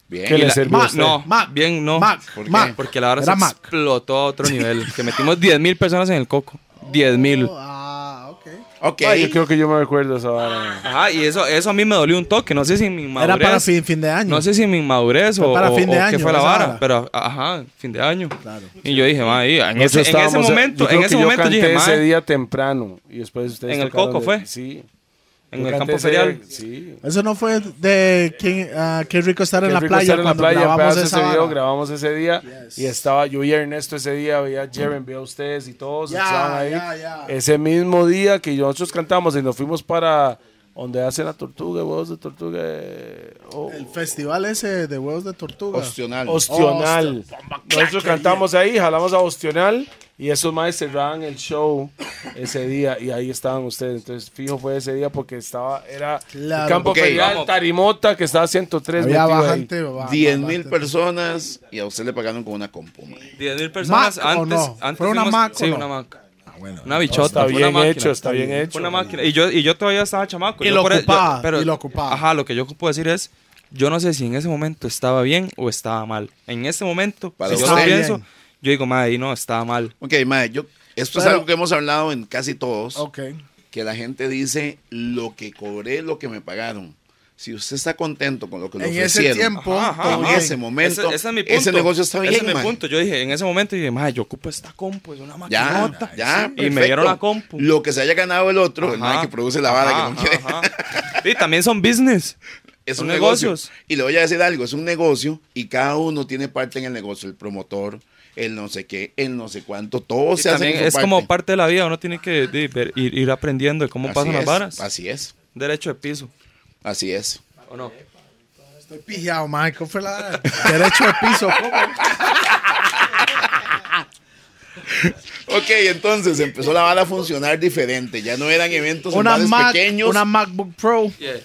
Speaker 4: Bien.
Speaker 2: ¿Qué
Speaker 4: Y
Speaker 2: le
Speaker 4: la-
Speaker 2: sirvió a
Speaker 13: Mac,
Speaker 2: usted?
Speaker 1: No,
Speaker 13: Mac,
Speaker 1: bien no.
Speaker 13: Mac,
Speaker 4: ¿Por qué?
Speaker 13: Mac.
Speaker 1: Porque la hora se
Speaker 13: Era Mac.
Speaker 1: explotó
Speaker 13: [laughs]
Speaker 1: a otro nivel. Que metimos 10 mil personas en el coco. 10 mil.
Speaker 13: Ah, ok.
Speaker 4: Ok.
Speaker 2: Ay, yo creo que yo me recuerdo esa vara.
Speaker 1: Ajá, y eso, eso a mí me dolió un toque. No sé si mi madurez.
Speaker 13: Era para fin, fin de año.
Speaker 1: No sé si mi inmadurez
Speaker 13: Fue
Speaker 1: o,
Speaker 13: para
Speaker 1: o-
Speaker 13: fin de
Speaker 1: o
Speaker 13: año,
Speaker 1: qué fue la
Speaker 13: esa
Speaker 1: vara,
Speaker 13: vara.
Speaker 1: pero ajá, fin de año.
Speaker 13: Claro.
Speaker 1: Y yo dije, ma, ahí, en,
Speaker 2: Nosotros
Speaker 1: ese, en ese
Speaker 2: estábamos- yo
Speaker 1: momento,
Speaker 2: creo
Speaker 1: en
Speaker 2: que
Speaker 1: ese
Speaker 2: yo
Speaker 1: momento yo
Speaker 2: canté
Speaker 1: dije, ma,
Speaker 2: ese día temprano y después ustedes
Speaker 1: En el
Speaker 2: tocaron
Speaker 1: Coco,
Speaker 2: de-
Speaker 1: fue.
Speaker 2: Sí.
Speaker 1: en
Speaker 2: Yo
Speaker 1: el
Speaker 2: canté
Speaker 1: campo
Speaker 2: ese
Speaker 1: ferial.
Speaker 2: día, Sí.
Speaker 13: Eso no fue de quién, ah, qué rico estar en la
Speaker 2: Rico
Speaker 13: playa
Speaker 2: estar en la
Speaker 13: cuando
Speaker 2: playa,
Speaker 13: grabamos
Speaker 2: grabamos
Speaker 13: esa
Speaker 2: ese video,
Speaker 13: vara.
Speaker 2: grabamos ese día y estaba yo y Ernesto ese día, veía a Jeren, veía a ustedes y todos
Speaker 13: Ya,
Speaker 2: estaban ahí.
Speaker 13: ya, ya.
Speaker 2: Ese mismo día que nosotros cantamos y nos fuimos para donde hace la tortuga, huevos de tortuga, eh, oh,
Speaker 13: El festival ese de huevos de tortuga.
Speaker 4: Opcional.
Speaker 2: Ostional. Nosotros cantamos ahí, jalamos a Ostional y esos maes cerraban el show ese día y ahí estaban ustedes. Entonces, fijo fue ese día porque estaba, era
Speaker 13: Claro.
Speaker 2: el campo
Speaker 4: Ok,
Speaker 2: ferial,
Speaker 1: vamos.
Speaker 2: Tarimota, que estaba 103
Speaker 13: Había
Speaker 2: metido ahí.
Speaker 13: bajante. ba-
Speaker 4: 10
Speaker 13: bajante.
Speaker 4: mil personas y a usted le pagaron con una compu. man.
Speaker 1: 10 mil personas
Speaker 13: ¿Mac o
Speaker 1: antes,
Speaker 13: no?
Speaker 1: antes.
Speaker 13: ¿Fue una
Speaker 1: fuimos-
Speaker 13: Mac o
Speaker 1: Sí,
Speaker 13: no?
Speaker 1: una Mac.
Speaker 13: bueno.
Speaker 1: una bichota.
Speaker 2: Ah, Está
Speaker 1: fue una
Speaker 2: bien
Speaker 1: máquina.
Speaker 2: hecho, está bien hecho.
Speaker 1: Fue una máquina. Y yo, y yo todavía estaba chamaco.
Speaker 13: Y
Speaker 1: Yo
Speaker 13: lo
Speaker 1: por- e-, yo-
Speaker 13: ocupaba, y lo ocupaba.
Speaker 1: Ajá, lo que yo puedo decir es, yo no sé si en ese momento estaba bien o estaba mal. En ese momento,
Speaker 4: Para
Speaker 1: si yo
Speaker 4: usted.
Speaker 1: lo pienso,
Speaker 13: Bien.
Speaker 1: yo digo, ma, ahí no, estaba mal.
Speaker 4: Ok, mae, yo, esto es
Speaker 13: Pero-
Speaker 4: algo que hemos hablado en casi todos,
Speaker 13: Ok.
Speaker 4: que la gente dice lo que cobré, lo que me pagaron. Si usted está contento con lo que le
Speaker 13: En ese
Speaker 4: ofrecieron,
Speaker 13: tiempo.
Speaker 4: en
Speaker 13: ok.
Speaker 4: ese momento,
Speaker 1: Ese, ese es mi punto.
Speaker 4: ese negocio está bien,
Speaker 1: Ese es mi
Speaker 4: mae.
Speaker 1: punto. Yo dije, en ese momento, dije, ma, yo ocupo esta compu, es una
Speaker 4: ya,
Speaker 1: maquinota.
Speaker 4: ya,
Speaker 1: Y
Speaker 4: perfecto.
Speaker 1: me dieron la compu.
Speaker 4: Lo que se haya ganado el otro, el
Speaker 1: Ajá.
Speaker 4: mae que produce la vara
Speaker 1: Ajá,
Speaker 4: que no quiere.
Speaker 1: ajá, ajá. Sí, también son business.
Speaker 4: [laughs] Es
Speaker 1: Son
Speaker 4: un negocio.
Speaker 1: negocios.
Speaker 4: Y le voy a decir algo, es un negocio y cada uno tiene parte en el negocio, el promotor, el no sé qué, el no sé cuánto, todo
Speaker 1: Y
Speaker 4: se hace
Speaker 1: también
Speaker 4: por
Speaker 1: es
Speaker 4: su
Speaker 1: como
Speaker 4: parte.
Speaker 1: parte de la vida, uno tiene que di, ver- ir, ir aprendiendo de cómo
Speaker 4: Así
Speaker 1: pasan las
Speaker 4: es,
Speaker 1: varas.
Speaker 4: Así es,
Speaker 1: Derecho de piso,
Speaker 4: así es.
Speaker 1: ¿o no?
Speaker 3: Estoy pillado, mae. ¿Cómo fue la derecho de piso? ¿Cómo?
Speaker 4: Ok, entonces empezó la bala a funcionar diferente. Ya no eran eventos en
Speaker 3: Una,
Speaker 4: bares
Speaker 3: Mac,
Speaker 4: pequeños.
Speaker 3: una MacBook Pro,
Speaker 1: Yeah,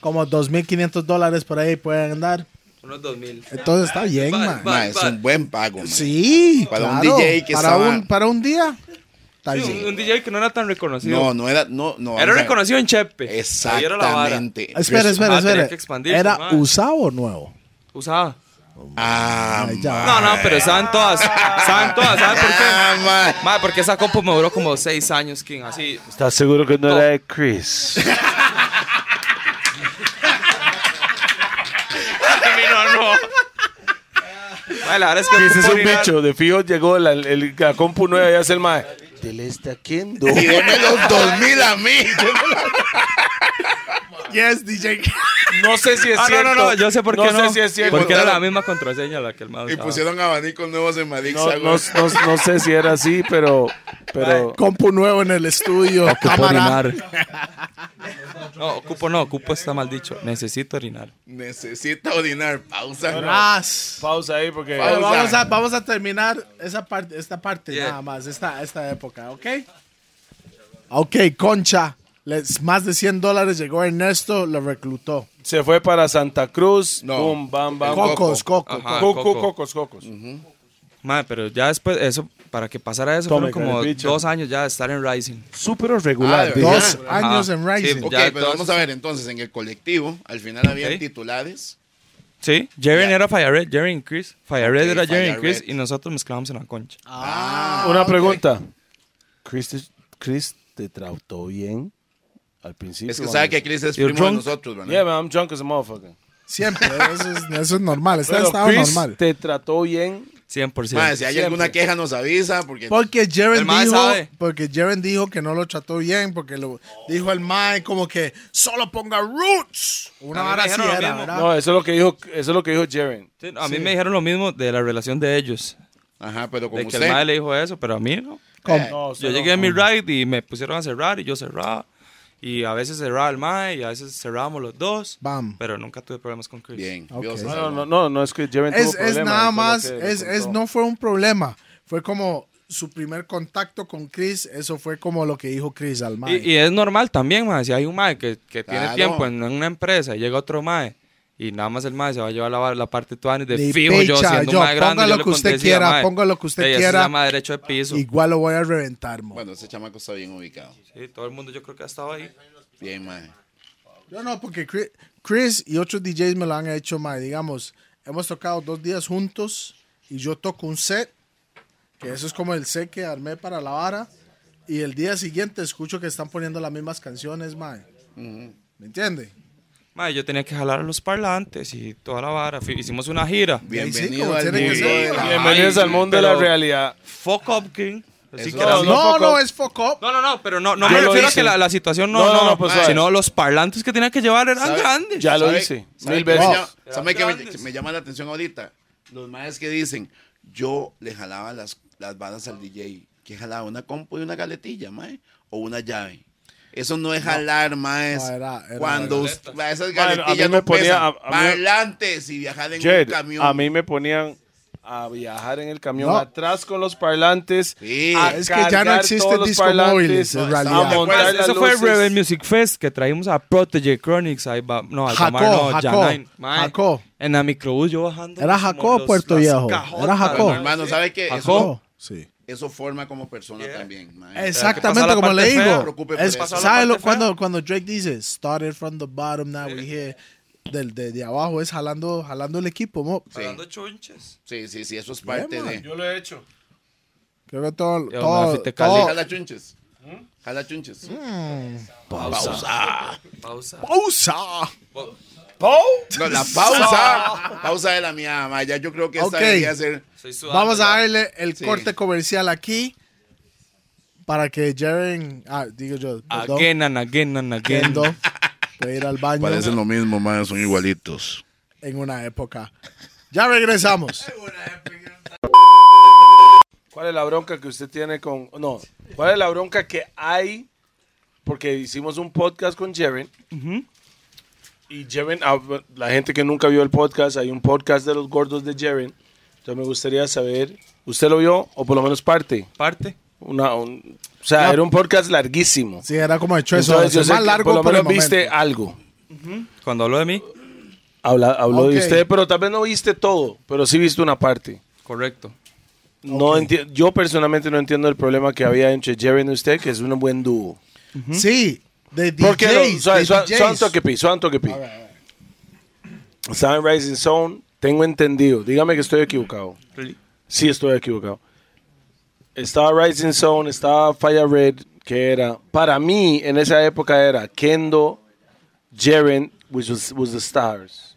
Speaker 3: como 2.500 dólares por ahí pueden andar.
Speaker 1: unos 2000.
Speaker 3: Entonces está bien,
Speaker 1: Vale,
Speaker 3: mae.
Speaker 1: vale.
Speaker 4: Ma, es un buen pago, man.
Speaker 3: Sí,
Speaker 4: Para un
Speaker 3: claro,
Speaker 4: DJ que
Speaker 3: para
Speaker 4: estaba-
Speaker 3: un Para un día, está
Speaker 1: Sí,
Speaker 3: bien.
Speaker 1: un, un DJ que no era tan reconocido.
Speaker 4: No, no era, no, no.
Speaker 1: era
Speaker 4: o sea,
Speaker 1: reconocido en Chepe. Ahí era la vara.
Speaker 4: Exactamente.
Speaker 3: Espera,
Speaker 4: Res-
Speaker 3: espera,
Speaker 1: Ah, tenía
Speaker 3: espera.
Speaker 1: que expandirse,
Speaker 3: ¿Era
Speaker 1: mae.
Speaker 3: usado o nuevo?
Speaker 1: Usaba.
Speaker 4: Ah,
Speaker 3: Ay, ya.
Speaker 1: No, no, pero estaban todas. Estaban todas, ¿sabes por
Speaker 4: Ah,
Speaker 1: qué?
Speaker 4: ma.
Speaker 1: Madre, porque esa copa me duró como 6 años, King, así.
Speaker 2: ¿Estás seguro que no era de Chris?
Speaker 1: no, Madre, la verdad es que.
Speaker 2: Chris es
Speaker 1: ocupo
Speaker 2: un
Speaker 1: ir a-
Speaker 2: bicho. De fijo llegó la, el, la compu nueva y hace el mae. Del este Kendo.
Speaker 4: Y deme los dos mil a mí.
Speaker 3: Yes, DJ.
Speaker 2: No sé si es
Speaker 1: Ah, no,
Speaker 2: cierto.
Speaker 1: no, no, yo sé por qué no.
Speaker 2: No sé si es cierto.
Speaker 1: Porque era
Speaker 4: Claro.
Speaker 1: la misma contraseña la que el man
Speaker 4: Y
Speaker 1: usaba.
Speaker 4: pusieron abanicos nuevos en Madix.
Speaker 2: No, no, no- no sé si era así, pero. pero
Speaker 3: Compu nuevo en el estudio,
Speaker 1: Ocupo
Speaker 3: cámara.
Speaker 1: orinar. No, ocupo no, ocupo está mal dicho. Necesito orinar.
Speaker 4: Necesita odinar. Pausa.
Speaker 3: Ah, Ras.
Speaker 2: pausa ahí porque.
Speaker 4: Pausa.
Speaker 3: Bueno, vamos, a, vamos a terminar esa parte, esta parte
Speaker 1: Yeah.
Speaker 3: nada más, esta, esta época, ¿ok? Ok, concha. Les, más de 100 dólares llegó Ernesto, lo reclutó.
Speaker 2: Se fue para Santa Cruz.
Speaker 4: No.
Speaker 2: Bum, bam, bam.
Speaker 4: Coco.
Speaker 3: Cocos, coco.
Speaker 1: Ajá,
Speaker 2: Coco,
Speaker 1: Coco.
Speaker 2: cocos, cocos.
Speaker 1: Madre, pero ya después, eso, para que pasara eso,
Speaker 2: Tome,
Speaker 1: fueron como
Speaker 2: carepicha.
Speaker 1: dos años ya de estar en Rising.
Speaker 2: Súper regular.
Speaker 4: Ah,
Speaker 2: dije.
Speaker 3: Dos
Speaker 4: Ajá.
Speaker 3: años en
Speaker 1: Sí,
Speaker 3: Rising.
Speaker 4: Ok,
Speaker 1: Ya,
Speaker 4: pero
Speaker 1: entonces-
Speaker 4: vamos a ver entonces en el colectivo. Al final habían
Speaker 1: Ok.
Speaker 4: titulares.
Speaker 1: Sí, Jerry
Speaker 4: Ya.
Speaker 1: era Fire Red, Jerry y Chris. Fire Red
Speaker 4: Ok, Ah.
Speaker 1: era Jerry
Speaker 4: Fire
Speaker 1: y Chris
Speaker 4: Red.
Speaker 1: y nosotros mezclábamos en la concha. Ah,
Speaker 2: Una pregunta. Chris te, Chris te trató bien al principio.
Speaker 4: Es que sabe que Chris es
Speaker 1: You're
Speaker 4: primo de
Speaker 1: drunk?
Speaker 4: nosotros, ¿verdad?
Speaker 2: Yeah, man, I'm drunk as a motherfucker.
Speaker 3: Siempre, eso es, eso es normal, está en
Speaker 2: Pero
Speaker 3: estado
Speaker 2: Chris
Speaker 3: normal.
Speaker 2: te trató bien.
Speaker 1: 100%.
Speaker 4: Ma, si hay
Speaker 2: Siempre.
Speaker 4: alguna queja nos avisa porque
Speaker 3: Porque Jaren
Speaker 1: El mae
Speaker 3: dijo,
Speaker 1: sabe.
Speaker 3: porque Jaren dijo que no lo trató bien, porque lo dijo el mae como que solo ponga roots.
Speaker 1: A
Speaker 3: Una
Speaker 1: mí me
Speaker 3: hora así
Speaker 1: dijeron lo
Speaker 3: era,
Speaker 1: mismo.
Speaker 3: ¿verdad?
Speaker 2: No, eso es lo que dijo, eso es lo que dijo Jaren.
Speaker 1: Sí, a mí me dijeron lo mismo de la relación de ellos.
Speaker 4: Ajá, pero
Speaker 1: De
Speaker 4: como
Speaker 1: que
Speaker 4: usted.
Speaker 1: el madre le dijo eso, pero a mí no.
Speaker 2: No,
Speaker 1: Yo
Speaker 2: no.
Speaker 1: llegué a mi ride y me pusieron a cerrar y yo cerraba. Y a veces cerraba el mae y a veces cerrábamos los dos.
Speaker 3: Bam.
Speaker 1: Pero nunca tuve problemas con Chris.
Speaker 4: Bien,
Speaker 3: Ok.
Speaker 4: Dios,
Speaker 2: No, no, no, no, no, es que Jaren tuvo
Speaker 3: Es, es
Speaker 2: problemas,
Speaker 3: nada
Speaker 2: eso lo
Speaker 3: más,
Speaker 2: que le
Speaker 3: es, es-
Speaker 2: contó.
Speaker 3: no fue un problema, fue como su primer contacto con Chris, eso fue como lo que dijo Chris al mae.
Speaker 1: Y, y es normal también, mae. Si hay un mae que, que tiene
Speaker 4: Claro.
Speaker 1: tiempo en una empresa y llega otro mae y nada más el mae se va a llevar la, la parte tuanis de,
Speaker 3: De
Speaker 1: fijo yo
Speaker 3: pecha,
Speaker 1: siendo
Speaker 3: yo,
Speaker 1: un mae grande.
Speaker 3: ponga
Speaker 1: yo
Speaker 3: lo
Speaker 1: le
Speaker 3: que usted
Speaker 1: contesté,
Speaker 3: quiera,
Speaker 1: mae,
Speaker 3: ponga lo que usted
Speaker 1: "Ey, ese
Speaker 3: quiera".
Speaker 1: Es mae derecho de piso.
Speaker 3: Igual lo voy a reventar, mo.
Speaker 4: Bueno, ese chamaco está bien ubicado.
Speaker 1: Sí, todo el mundo yo creo que ha estado ahí.
Speaker 4: Bien, madre.
Speaker 3: No, no, porque Chri- Chris y otros DJs me lo han hecho más. Digamos, hemos tocado dos días juntos y yo toco un set, que eso es como el set que armé para la vara, y el día siguiente escucho que están poniendo las mismas canciones, mae. ¿Me entiende?
Speaker 1: Mae, yo tenía que jalar a los parlantes y toda la vara. Fui- hicimos una gira.
Speaker 3: sí, como
Speaker 4: Bienvenido al
Speaker 3: tiene que
Speaker 4: mundo
Speaker 3: ser.
Speaker 4: de la-
Speaker 2: Bienvenidos
Speaker 1: Ay,
Speaker 2: al mundo de la
Speaker 1: pero-
Speaker 2: realidad.
Speaker 1: Fuck up, King. Así
Speaker 4: Eso
Speaker 1: que
Speaker 4: no,
Speaker 1: así-
Speaker 2: Sí,
Speaker 3: No, no,
Speaker 2: fuck up.
Speaker 3: es fuck up.
Speaker 1: No, no, no, pero no, no
Speaker 2: Ya
Speaker 1: me
Speaker 2: lo
Speaker 1: refiero a
Speaker 2: hice.
Speaker 1: que la, la situación no,
Speaker 2: No,
Speaker 1: no,
Speaker 2: no,
Speaker 1: no,
Speaker 2: pues, suave.
Speaker 1: sino los parlantes que tenía que llevar eran
Speaker 4: ¿Sabe?
Speaker 1: grandes.
Speaker 2: Ya lo
Speaker 4: ¿Sabe-
Speaker 2: hice.
Speaker 4: sabe
Speaker 2: Mil
Speaker 4: qué me
Speaker 2: veces.
Speaker 4: llama- ¿Sabe qué me,
Speaker 1: grandes.
Speaker 4: me llama la atención ahorita? Los maes que dicen, yo le jalaba las, las balas al DJ. que jalaba? ¿Una compu y una galetilla, mae? ¿O una llave? Eso no es jalar, maes.
Speaker 3: No, era- era
Speaker 4: Cuando us- ma, esas
Speaker 2: Bueno, a mí
Speaker 4: galetillas
Speaker 2: me
Speaker 4: no
Speaker 2: ponía-
Speaker 4: pesan.
Speaker 2: a- a mí-
Speaker 4: Parlantes y viajar en
Speaker 2: Jed,
Speaker 4: un camión.
Speaker 2: a mí me ponían a viajar en el camión
Speaker 3: No.
Speaker 2: atrás con los parlantes.
Speaker 4: Sí.
Speaker 2: a
Speaker 3: Es que ya no
Speaker 2: cargar
Speaker 3: existen
Speaker 2: todos los
Speaker 3: disco
Speaker 2: parlantes,
Speaker 3: móviles, en
Speaker 2: a
Speaker 3: realidad.
Speaker 2: montar
Speaker 1: Pues,
Speaker 2: las
Speaker 1: eso fue
Speaker 2: luces.
Speaker 1: Rebel Music Fest que traímos a Protege Chronics. Ahí va, no, a
Speaker 3: Jacó,
Speaker 1: Jamar, no,
Speaker 3: Jacó,
Speaker 1: Janine. mae.
Speaker 3: Jacó.
Speaker 1: En la microbús yo bajando.
Speaker 3: Era
Speaker 1: como
Speaker 3: Jacó, Puerto
Speaker 1: las
Speaker 3: Viejo. Era Jacó.
Speaker 1: mae.
Speaker 4: Hermano, ¿sabe qué? Eso,
Speaker 1: Ajó.
Speaker 3: Oh, sí.
Speaker 4: eso forma como persona también, mae.
Speaker 3: Exactamente
Speaker 1: Eh, la
Speaker 3: como
Speaker 1: parte
Speaker 3: le
Speaker 1: fea,
Speaker 3: digo.
Speaker 4: preocupe por
Speaker 3: Es,
Speaker 4: eso.
Speaker 1: Pasar
Speaker 3: ¿Sabes
Speaker 1: la
Speaker 3: lo-
Speaker 1: parte
Speaker 3: cuando, cuando Drake dice, started from the bottom, now we
Speaker 1: Eh.
Speaker 3: here, del, de, de abajo es jalando, jalando el equipo, mo.
Speaker 1: Hablando chunches.
Speaker 4: Sí, sí, sí, eso es parte
Speaker 3: Yeah,
Speaker 4: de...
Speaker 14: Yo lo he hecho.
Speaker 3: Creo que todo,
Speaker 1: Yo,
Speaker 3: todo,
Speaker 1: mae, te
Speaker 3: todo-
Speaker 1: calé.
Speaker 4: Jala chunches.
Speaker 1: ¿Mm?
Speaker 4: Jala chunches.
Speaker 3: Mm.
Speaker 1: Pausa.
Speaker 3: pausa.
Speaker 4: No, la
Speaker 3: [laughs]
Speaker 4: pausa. pausa de la mía, ma. Ya yo creo que esta
Speaker 3: Ok.
Speaker 4: debería ser.
Speaker 1: Soy sudando,
Speaker 3: Vamos a
Speaker 1: ya.
Speaker 3: darle el
Speaker 4: Sí.
Speaker 3: corte comercial aquí para que Jaren, ah, digo yo, perdón,
Speaker 1: Again and again and again.
Speaker 3: Kendo, pueda ir al baño
Speaker 4: lo mismo, ma. Son igualitos.
Speaker 3: en una época. Ya regresamos.
Speaker 2: ¿Cuál es la bronca que usted tiene con.? No, ¿cuál es la bronca que hay? Porque hicimos un podcast con Jeren. Y Jeren, ah, la gente que nunca vio el podcast, hay un podcast de los gordos de Jeren. Entonces me gustaría saber, ¿usted lo vio o por lo menos parte?
Speaker 1: Parte.
Speaker 2: Una, un- o sea, era un podcast larguísimo.
Speaker 3: Sí, era como de tres
Speaker 2: Entonces,
Speaker 3: horas.
Speaker 2: yo
Speaker 3: Es
Speaker 2: sé
Speaker 3: más
Speaker 2: que
Speaker 3: largo,
Speaker 2: por lo
Speaker 3: por el
Speaker 2: menos viste
Speaker 3: momento.
Speaker 2: algo.
Speaker 1: Cuando habló de mí,
Speaker 2: Habla- habló
Speaker 3: Ok.
Speaker 2: de usted, pero tal vez no viste todo, pero sí viste una parte.
Speaker 1: correcto.
Speaker 2: No enti- yo personalmente no entiendo el problema que había entre Jerry y usted, que es un buen dúo.
Speaker 3: Sí, de DJs.
Speaker 2: Porque lo- suave,
Speaker 3: de
Speaker 2: suave,
Speaker 3: DJs.
Speaker 2: suave un toque, pi, suave un toque, pi. Estaban en Rising Zone, tengo entendido. Dígame que estoy equivocado. Sí, estoy equivocado. Estaba Rising Zone, estaba Fire Red, que era, para mí, en esa época era Kendo, Jaren, which was, was the stars.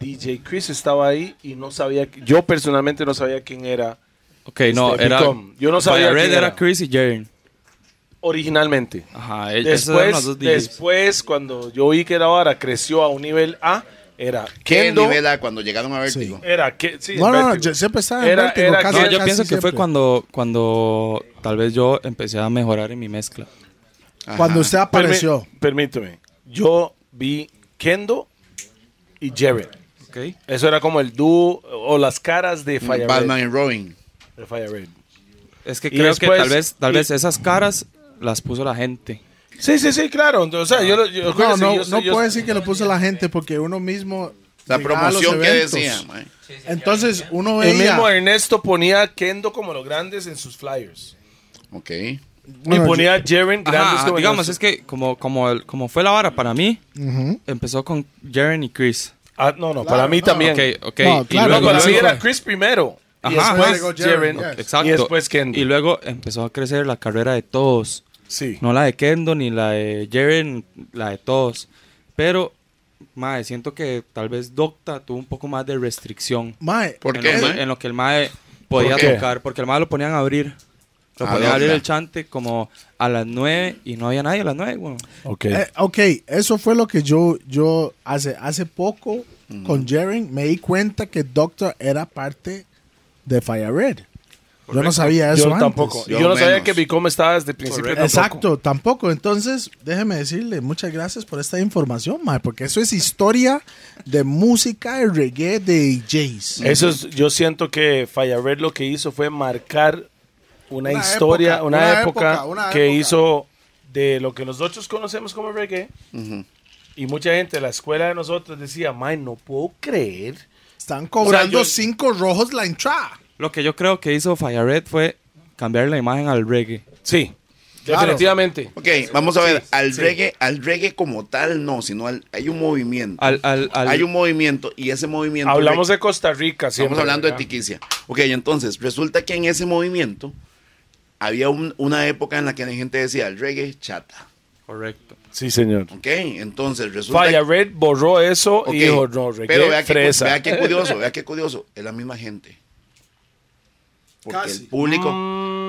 Speaker 2: DJ Chris estaba ahí y no sabía, yo personalmente no sabía quién era
Speaker 1: Ok, no,
Speaker 2: Este,
Speaker 1: era.
Speaker 2: Picom. Yo no sabía
Speaker 1: Fire Red
Speaker 2: quién
Speaker 1: era
Speaker 2: era.
Speaker 1: Chris y Jaren.
Speaker 2: originalmente.
Speaker 1: Ajá, ellos eran los
Speaker 2: Después,
Speaker 1: dos DJs.
Speaker 2: después, cuando yo vi que era ahora, creció a un nivel A, era
Speaker 4: ¿Qué
Speaker 2: Kendo.
Speaker 4: nivel A cuando llegaron a Vértigo?
Speaker 2: Era que, sí,
Speaker 3: No, no, no,
Speaker 2: Vértigo.
Speaker 3: yo siempre estaba en
Speaker 2: Era-
Speaker 3: vértigo,
Speaker 2: era-
Speaker 1: No,
Speaker 3: casi-
Speaker 2: Así
Speaker 1: yo
Speaker 3: casi
Speaker 1: pienso que fue
Speaker 3: siempre.
Speaker 1: cuando, cuando tal vez yo empecé a mejorar en mi mezcla.
Speaker 4: Ajá.
Speaker 3: Cuando usted
Speaker 2: Permi-
Speaker 3: apareció.
Speaker 2: permíteme. Yo vi Kendo y Jared.
Speaker 1: Ok.
Speaker 2: Eso era como el dúo o las caras
Speaker 1: Mm,
Speaker 2: de Fire
Speaker 4: Batman
Speaker 2: Red.
Speaker 4: y Robin.
Speaker 2: de Fire Red.
Speaker 1: Es que
Speaker 2: Y
Speaker 1: creo que
Speaker 2: después-
Speaker 1: tal vez, tal
Speaker 2: y-
Speaker 1: vez esas caras las puso la gente.
Speaker 2: Sí, sí, sí, claro. O sea, yo, lo- yo-
Speaker 3: No,
Speaker 2: acuérdese,
Speaker 3: no,
Speaker 2: yo-
Speaker 3: no
Speaker 2: yo-
Speaker 3: puede decir que lo puso la gente porque uno mismo.
Speaker 4: La
Speaker 3: llegaba a los
Speaker 4: promoción que
Speaker 3: eventos.
Speaker 4: decía, mae.
Speaker 3: Entonces uno
Speaker 2: El
Speaker 3: veía.
Speaker 2: mismo Ernesto ponía a Kendo como los grandes en sus flyers.
Speaker 4: Ok.
Speaker 3: Bueno,
Speaker 2: y ponía a Jaren grandes
Speaker 1: Ajá,
Speaker 2: como
Speaker 1: digamos,
Speaker 2: los-
Speaker 1: es que como, como, el- como fue la vara para mí,
Speaker 3: Ujú.
Speaker 1: empezó con Jaren y Chris.
Speaker 2: Ah, no, no, para mí también.
Speaker 1: Ok, ok.
Speaker 3: No,
Speaker 1: y
Speaker 3: claro,
Speaker 1: luego-
Speaker 2: Ah, No, para mí
Speaker 1: luego-
Speaker 2: era Chris primero. y
Speaker 1: Ajá,
Speaker 2: después
Speaker 3: luego
Speaker 2: Jaren.
Speaker 3: Jaren,
Speaker 2: Ok,
Speaker 3: yes.
Speaker 1: Exacto.
Speaker 2: Y después Kendo.
Speaker 1: Y luego empezó a crecer la carrera de todos.
Speaker 2: sí.
Speaker 1: No la de Kendo, ni la de Jaren, la de todos. Pero, mae, siento que tal vez Docta tuvo un poco más de restricción.
Speaker 3: Mae,
Speaker 4: ¿Por
Speaker 1: en,
Speaker 4: qué,
Speaker 1: lo,
Speaker 4: mae?
Speaker 1: en lo que el mae podía
Speaker 2: ¿Por qué?
Speaker 1: tocar, porque el mae lo ponían a abrir. Lo
Speaker 4: Ah,
Speaker 1: podían abrir
Speaker 4: Docta.
Speaker 1: el chante como a las 9 y no había nadie a las 9, weón.
Speaker 2: Ok.
Speaker 3: eh, ok, eso fue lo que yo, yo hace, hace poco
Speaker 4: Mm.
Speaker 3: con Jaren me di cuenta que Doctor era parte de Fire Red. Yo no sabía eso
Speaker 2: yo
Speaker 3: antes.
Speaker 2: tampoco.
Speaker 4: Yo
Speaker 2: Yo, no sabía
Speaker 4: menos.
Speaker 2: que Bicom estaba desde el principio.
Speaker 3: Exacto, tampoco. Entonces, déjeme decirle, muchas gracias por esta información, mae, porque eso es historia de música de reggae de DJs.
Speaker 2: Eso es, yo siento que Fire Red lo que hizo fue marcar una,
Speaker 3: Una
Speaker 2: historia,
Speaker 3: época,
Speaker 2: una,
Speaker 3: una
Speaker 2: época,
Speaker 3: época, una
Speaker 2: que
Speaker 3: época.
Speaker 2: hizo de lo que nosotros conocemos como reggae. Y mucha gente de la escuela de nosotros decía, "Mae, no puedo creer."
Speaker 3: Están cobrando
Speaker 2: O sea, yo-
Speaker 3: cinco rojos la entrada.
Speaker 1: Lo que yo creo que hizo Fire Red fue cambiar la imagen al reggae.
Speaker 2: Sí, definitivamente.
Speaker 4: Ok, vamos a ver. Al reggae, al reggae como tal, no, sino al- hay un movimiento.
Speaker 1: Al, al, al-
Speaker 4: Hay un movimiento y ese movimiento.
Speaker 2: Hablamos de Costa Rica, siempre,
Speaker 4: Estamos hablando
Speaker 2: ¿verdad?
Speaker 4: de Tiquicia. Ok, entonces, resulta que en ese movimiento había un- una época en la que la gente decía el reggae chata.
Speaker 1: Correcto.
Speaker 2: Sí, señor.
Speaker 4: Ok, entonces resulta
Speaker 2: Fire Red borró eso
Speaker 4: Ok,
Speaker 2: y dijo, "No, reggae
Speaker 4: pero vea que,
Speaker 2: fresa." [laughs]
Speaker 4: vea que curioso, vea que curioso. Es la misma gente. Porque el público.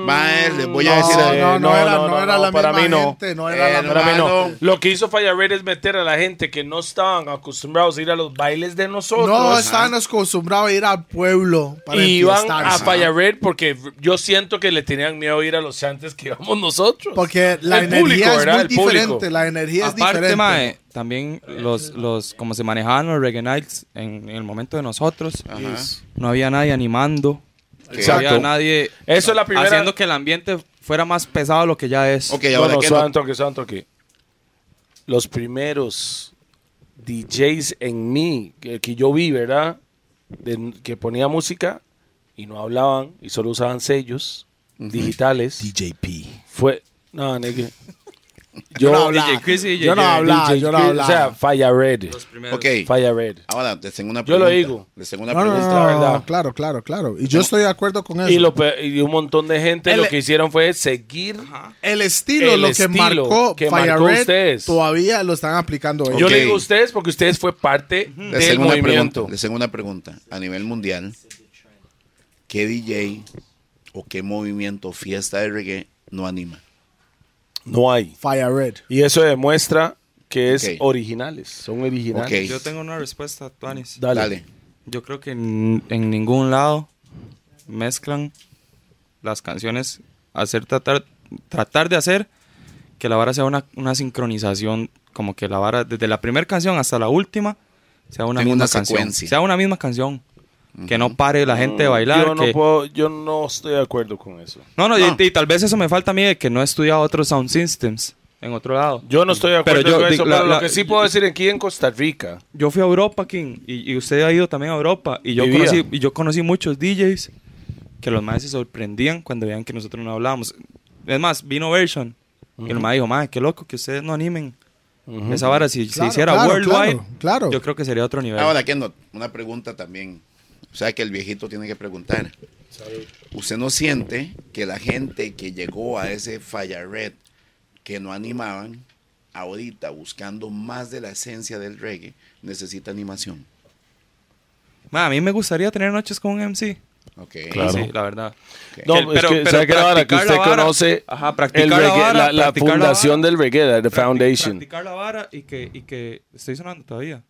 Speaker 4: Mae, les voy a
Speaker 2: Mm. no,
Speaker 4: decir algo.
Speaker 2: no, no, no, no, para mí no.
Speaker 3: no
Speaker 4: Eh,
Speaker 3: era la
Speaker 2: Para mí no.
Speaker 4: Hermano.
Speaker 2: Lo que hizo Fire Red es meter a la gente que no estaban acostumbrados a ir a los bailes de nosotros.
Speaker 3: No estaban acostumbrados a ir al pueblo para
Speaker 2: y iban a
Speaker 3: enfiestarse.
Speaker 2: Fire Red porque yo siento que le tenían miedo ir a los chantes que íbamos nosotros.
Speaker 3: Porque la
Speaker 2: El
Speaker 3: energía
Speaker 2: público,
Speaker 3: es
Speaker 2: ¿verdad?
Speaker 3: muy
Speaker 2: El público.
Speaker 3: diferente. La energía es
Speaker 1: Aparte,
Speaker 3: diferente.
Speaker 1: mae, también los, los, como se manejaban los reggae nights en, en el momento de nosotros,
Speaker 4: Ajá.
Speaker 1: no había nadie animando. No
Speaker 2: Exacto.
Speaker 1: había nadie
Speaker 2: Eso es la primera-
Speaker 1: haciendo que el ambiente fuera más pesado de lo que ya es.
Speaker 4: Ok,
Speaker 2: No,
Speaker 4: ahora
Speaker 2: no,
Speaker 4: que
Speaker 2: suave
Speaker 4: no-
Speaker 2: un toque, suave un toque. Los primeros DJs en mí que, que yo vi, ¿verdad? De- que ponía música y no hablaban y solo usaban sellos digitales. DJP. Fue. No,
Speaker 3: [laughs]
Speaker 2: nigga. Yo,
Speaker 3: no hablaba.
Speaker 1: DJ Chris y DJ
Speaker 3: yo no
Speaker 1: Jerry.
Speaker 3: hablaba,
Speaker 2: DJ,
Speaker 3: yo no
Speaker 2: O
Speaker 3: hablaba.
Speaker 2: sea, Fire Red.
Speaker 4: Ok,
Speaker 2: Fire Red.
Speaker 4: ahora les tengo una
Speaker 2: Yo
Speaker 4: pregunta.
Speaker 2: lo digo.
Speaker 4: Les tengo una
Speaker 3: No, no,
Speaker 4: pregunta.
Speaker 3: no, no,
Speaker 2: verdad.
Speaker 3: claro, claro, claro. Y yo estoy de acuerdo con eso.
Speaker 2: Y, lo pe- y un montón de gente lo
Speaker 3: El-
Speaker 2: que hicieron fue seguir.
Speaker 3: el estilo,
Speaker 2: el
Speaker 3: lo que
Speaker 2: estilo
Speaker 3: marcó
Speaker 2: que
Speaker 3: Fire
Speaker 2: marcó
Speaker 3: Red,
Speaker 2: ustedes.
Speaker 3: todavía lo están aplicando. hoy.
Speaker 2: Yo
Speaker 4: Ok.
Speaker 2: le digo a ustedes porque ustedes fue parte
Speaker 4: Les
Speaker 2: del
Speaker 4: tengo, una pregunta,
Speaker 2: movimiento.
Speaker 4: les tengo una pregunta. A nivel mundial, ¿qué DJ o qué movimiento o fiesta de reggae no anima?
Speaker 2: No hay.
Speaker 3: Fire Red.
Speaker 2: Y eso demuestra que es
Speaker 4: Ok.
Speaker 2: originales. Son originales.
Speaker 4: Ok.
Speaker 1: Yo tengo una respuesta, Tuanis.
Speaker 2: Dale.
Speaker 4: Dale.
Speaker 1: Yo creo que en, en ningún lado mezclan las canciones, hacer tratar, tratar de hacer que la vara sea una, una sincronización, como que la vara, desde la primera canción hasta la última, sea una
Speaker 4: Tenga
Speaker 1: misma
Speaker 4: una
Speaker 1: canción.
Speaker 4: secuencia.
Speaker 1: Sea una misma canción. Que no pare la gente de bailar.
Speaker 2: yo, no
Speaker 1: que-
Speaker 2: puedo- yo no estoy de acuerdo con eso.
Speaker 1: No, no, y-
Speaker 4: No.
Speaker 1: Y, tal vez eso me falta a mí de que no he estudiado otros sound systems en otro lado.
Speaker 2: Yo no estoy de
Speaker 1: Pero
Speaker 2: acuerdo
Speaker 1: yo
Speaker 2: con
Speaker 1: digo,
Speaker 2: eso,
Speaker 1: la-
Speaker 2: pero
Speaker 1: la-
Speaker 2: lo que sí puedo decir aquí en Costa Rica,
Speaker 1: Yo fui a Europa, King, y, y usted ha ido también a Europa. Y yo,
Speaker 2: Vivía.
Speaker 1: conocí, y yo conocí muchos DJs que los más se sorprendían cuando veían que nosotros no hablábamos. Es más, vino Version. Y el más dijo, más, qué loco que ustedes no animen. Esa vara, si se
Speaker 3: Claro,
Speaker 1: hiciera
Speaker 3: claro,
Speaker 1: worldwide,
Speaker 3: claro, claro.
Speaker 1: yo creo que sería otro nivel.
Speaker 4: Ahora, que no, una pregunta también. O sea, que el viejito tiene que preguntar. ¿Usted no siente que la gente que llegó a ese Fire Red que no animaban, ahorita buscando más de la esencia del reggae, necesita animación?
Speaker 1: Ma, a mí me gustaría tener noches con un MC.
Speaker 4: Ok.
Speaker 2: Claro.
Speaker 1: Sí, la verdad.
Speaker 2: No,
Speaker 1: El-
Speaker 2: es que, ¿sabe qué vara? Que
Speaker 1: practicar
Speaker 2: usted
Speaker 1: la vara-
Speaker 2: conoce
Speaker 1: Ajá,
Speaker 2: el
Speaker 1: practicar la
Speaker 2: reggae-
Speaker 1: vara,
Speaker 2: la, la
Speaker 1: practicar la
Speaker 2: fundación
Speaker 1: vara.
Speaker 2: del reggae, la- the
Speaker 1: Practi-
Speaker 2: foundation.
Speaker 1: Practicar la vara y que, y que estoy sonando todavía.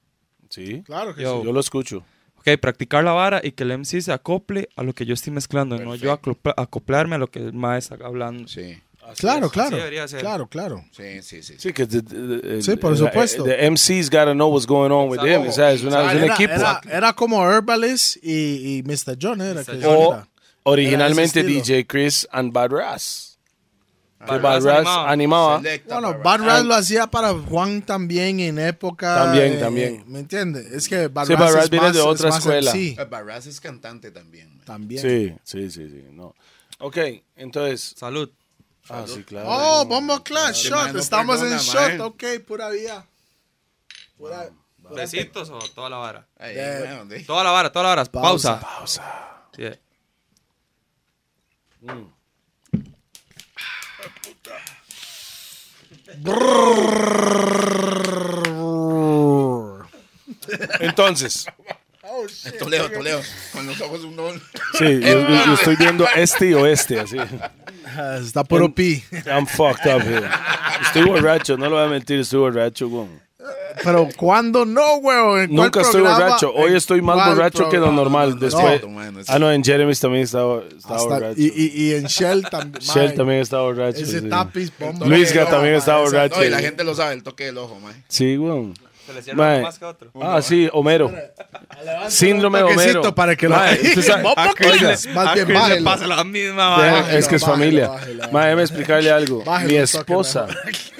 Speaker 2: Sí,
Speaker 3: Claro que
Speaker 1: Yo-
Speaker 2: yo lo escucho.
Speaker 1: Ok, practicar la vara y que el MC se acople a lo que yo estoy mezclando, no yo acopla- acoplarme a lo que el maestro está hablando.
Speaker 4: Sí,
Speaker 3: sí. Claro,
Speaker 1: Así
Speaker 3: claro.
Speaker 1: debería ser.
Speaker 3: Claro, claro.
Speaker 4: sí, sí, sí.
Speaker 2: Sí, que the- the-
Speaker 3: Sí, por
Speaker 2: the-
Speaker 3: supuesto.
Speaker 2: The MC's gotta know what's going on with him. O sea, es, una- Ah, es un
Speaker 3: Era,
Speaker 2: equipo.
Speaker 3: era- era como Herbalist y, y Mr. John ¿eh? era. que
Speaker 2: o
Speaker 3: era.
Speaker 2: originalmente
Speaker 3: era ese estilo.
Speaker 2: DJ Chris and Bad Ras. Que
Speaker 1: Bad Ras
Speaker 2: Bad Ras
Speaker 1: animaba.
Speaker 2: animaba.
Speaker 4: Selecta,
Speaker 3: Bueno,
Speaker 4: Barbara.
Speaker 3: Bad Rat lo hacía para Juan también en época.
Speaker 2: También,
Speaker 3: eh,
Speaker 2: también.
Speaker 3: ¿Me entiendes? Es que Bad
Speaker 2: Sí,
Speaker 3: Rat
Speaker 2: Bad Rat
Speaker 3: es
Speaker 2: viene
Speaker 3: más-
Speaker 2: de
Speaker 3: es
Speaker 2: otra
Speaker 3: más
Speaker 2: escuela.
Speaker 3: MC
Speaker 4: Eh, Barbara es cantante también. man.
Speaker 3: también.
Speaker 2: Sí, sí, sí, sí. No. Ok, entonces.
Speaker 1: Salud.
Speaker 2: Ah, sí, claro.
Speaker 3: Oh, Bombo Clash,
Speaker 4: Sí,
Speaker 3: shot.
Speaker 4: mano,
Speaker 3: Estamos en
Speaker 4: perdona,
Speaker 3: shot.
Speaker 4: man.
Speaker 3: Ok, pura vida. Pura-
Speaker 1: ¿Besitos o toda la vara?
Speaker 4: Ay,
Speaker 3: Eh,
Speaker 4: bueno, de-
Speaker 1: Toda la vara, toda la vara. Pausa. Pausa.
Speaker 2: Entonces.
Speaker 4: Toledo, Toledo, con los ojos un gol.
Speaker 2: [laughs] Sí, yo, yo- yo estoy viendo este y oeste, así.
Speaker 3: Ah, Está puro pi.
Speaker 2: I'm fucked up here. Estoy borracho, no lo voy a mentir, estoy borracho, güey.
Speaker 3: Pero ¿cuándo no, güey? ¿En cuál
Speaker 2: Nunca estoy
Speaker 3: programa?
Speaker 2: borracho. Hoy
Speaker 3: ¿En
Speaker 2: estoy más
Speaker 3: cuál
Speaker 2: borracho que lo
Speaker 3: programa?
Speaker 2: normal. Después,
Speaker 4: No, mano, es-
Speaker 2: ah, no, en Jeremy's también estaba, estaba
Speaker 3: Hasta-
Speaker 2: borracho.
Speaker 3: y, y, y en Shell también.
Speaker 2: Shell
Speaker 3: mae.
Speaker 2: también estaba borracho.
Speaker 3: Ese
Speaker 2: sí.
Speaker 3: tapis, bombo.
Speaker 2: Luisga
Speaker 3: Pero,
Speaker 2: también
Speaker 3: mae,
Speaker 2: estaba
Speaker 3: ese-
Speaker 2: borracho.
Speaker 4: No, y la gente lo sabe, el toque del ojo, man.
Speaker 2: Sí, güey.
Speaker 1: Se le
Speaker 2: cierra Mae. más que
Speaker 1: otro.
Speaker 2: Ah, sí, Homero. Síndrome de
Speaker 3: toquecito
Speaker 2: Homero.
Speaker 3: para que lo- [laughs]
Speaker 2: Mae, usted sabe-
Speaker 3: Bombo
Speaker 2: Oiga,
Speaker 3: Clash, Más
Speaker 1: Ah,
Speaker 3: bien, bájelo.
Speaker 1: pasa la misma
Speaker 2: Deja-
Speaker 1: vara.
Speaker 3: Bájelo,
Speaker 2: es que es
Speaker 3: bájelo,
Speaker 2: familia.
Speaker 3: bájelo,
Speaker 2: Ma,
Speaker 3: bájelo.
Speaker 2: déjame explicarle algo.
Speaker 3: Bájelo,
Speaker 2: mi
Speaker 3: toque,
Speaker 2: esposa,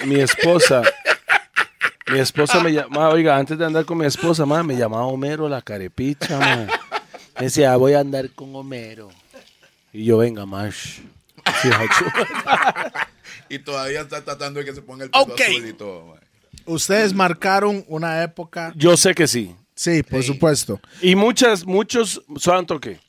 Speaker 2: mi esposa, mi esposa me llamaba, oiga, antes de andar con mi esposa, ma, me llamaba Homero la carepicha, ma. Me decía, "Ah, voy a andar con Homero. Y yo, venga, Marsh. Sí, [laughs] hacho.
Speaker 4: Y todavía está tratando de que se ponga el pelo azul y todo, man.
Speaker 3: Ustedes marcaron una época.
Speaker 2: Yo sé que sí.
Speaker 3: Sí, por supuesto.
Speaker 2: Y muchas, muchos, son toque.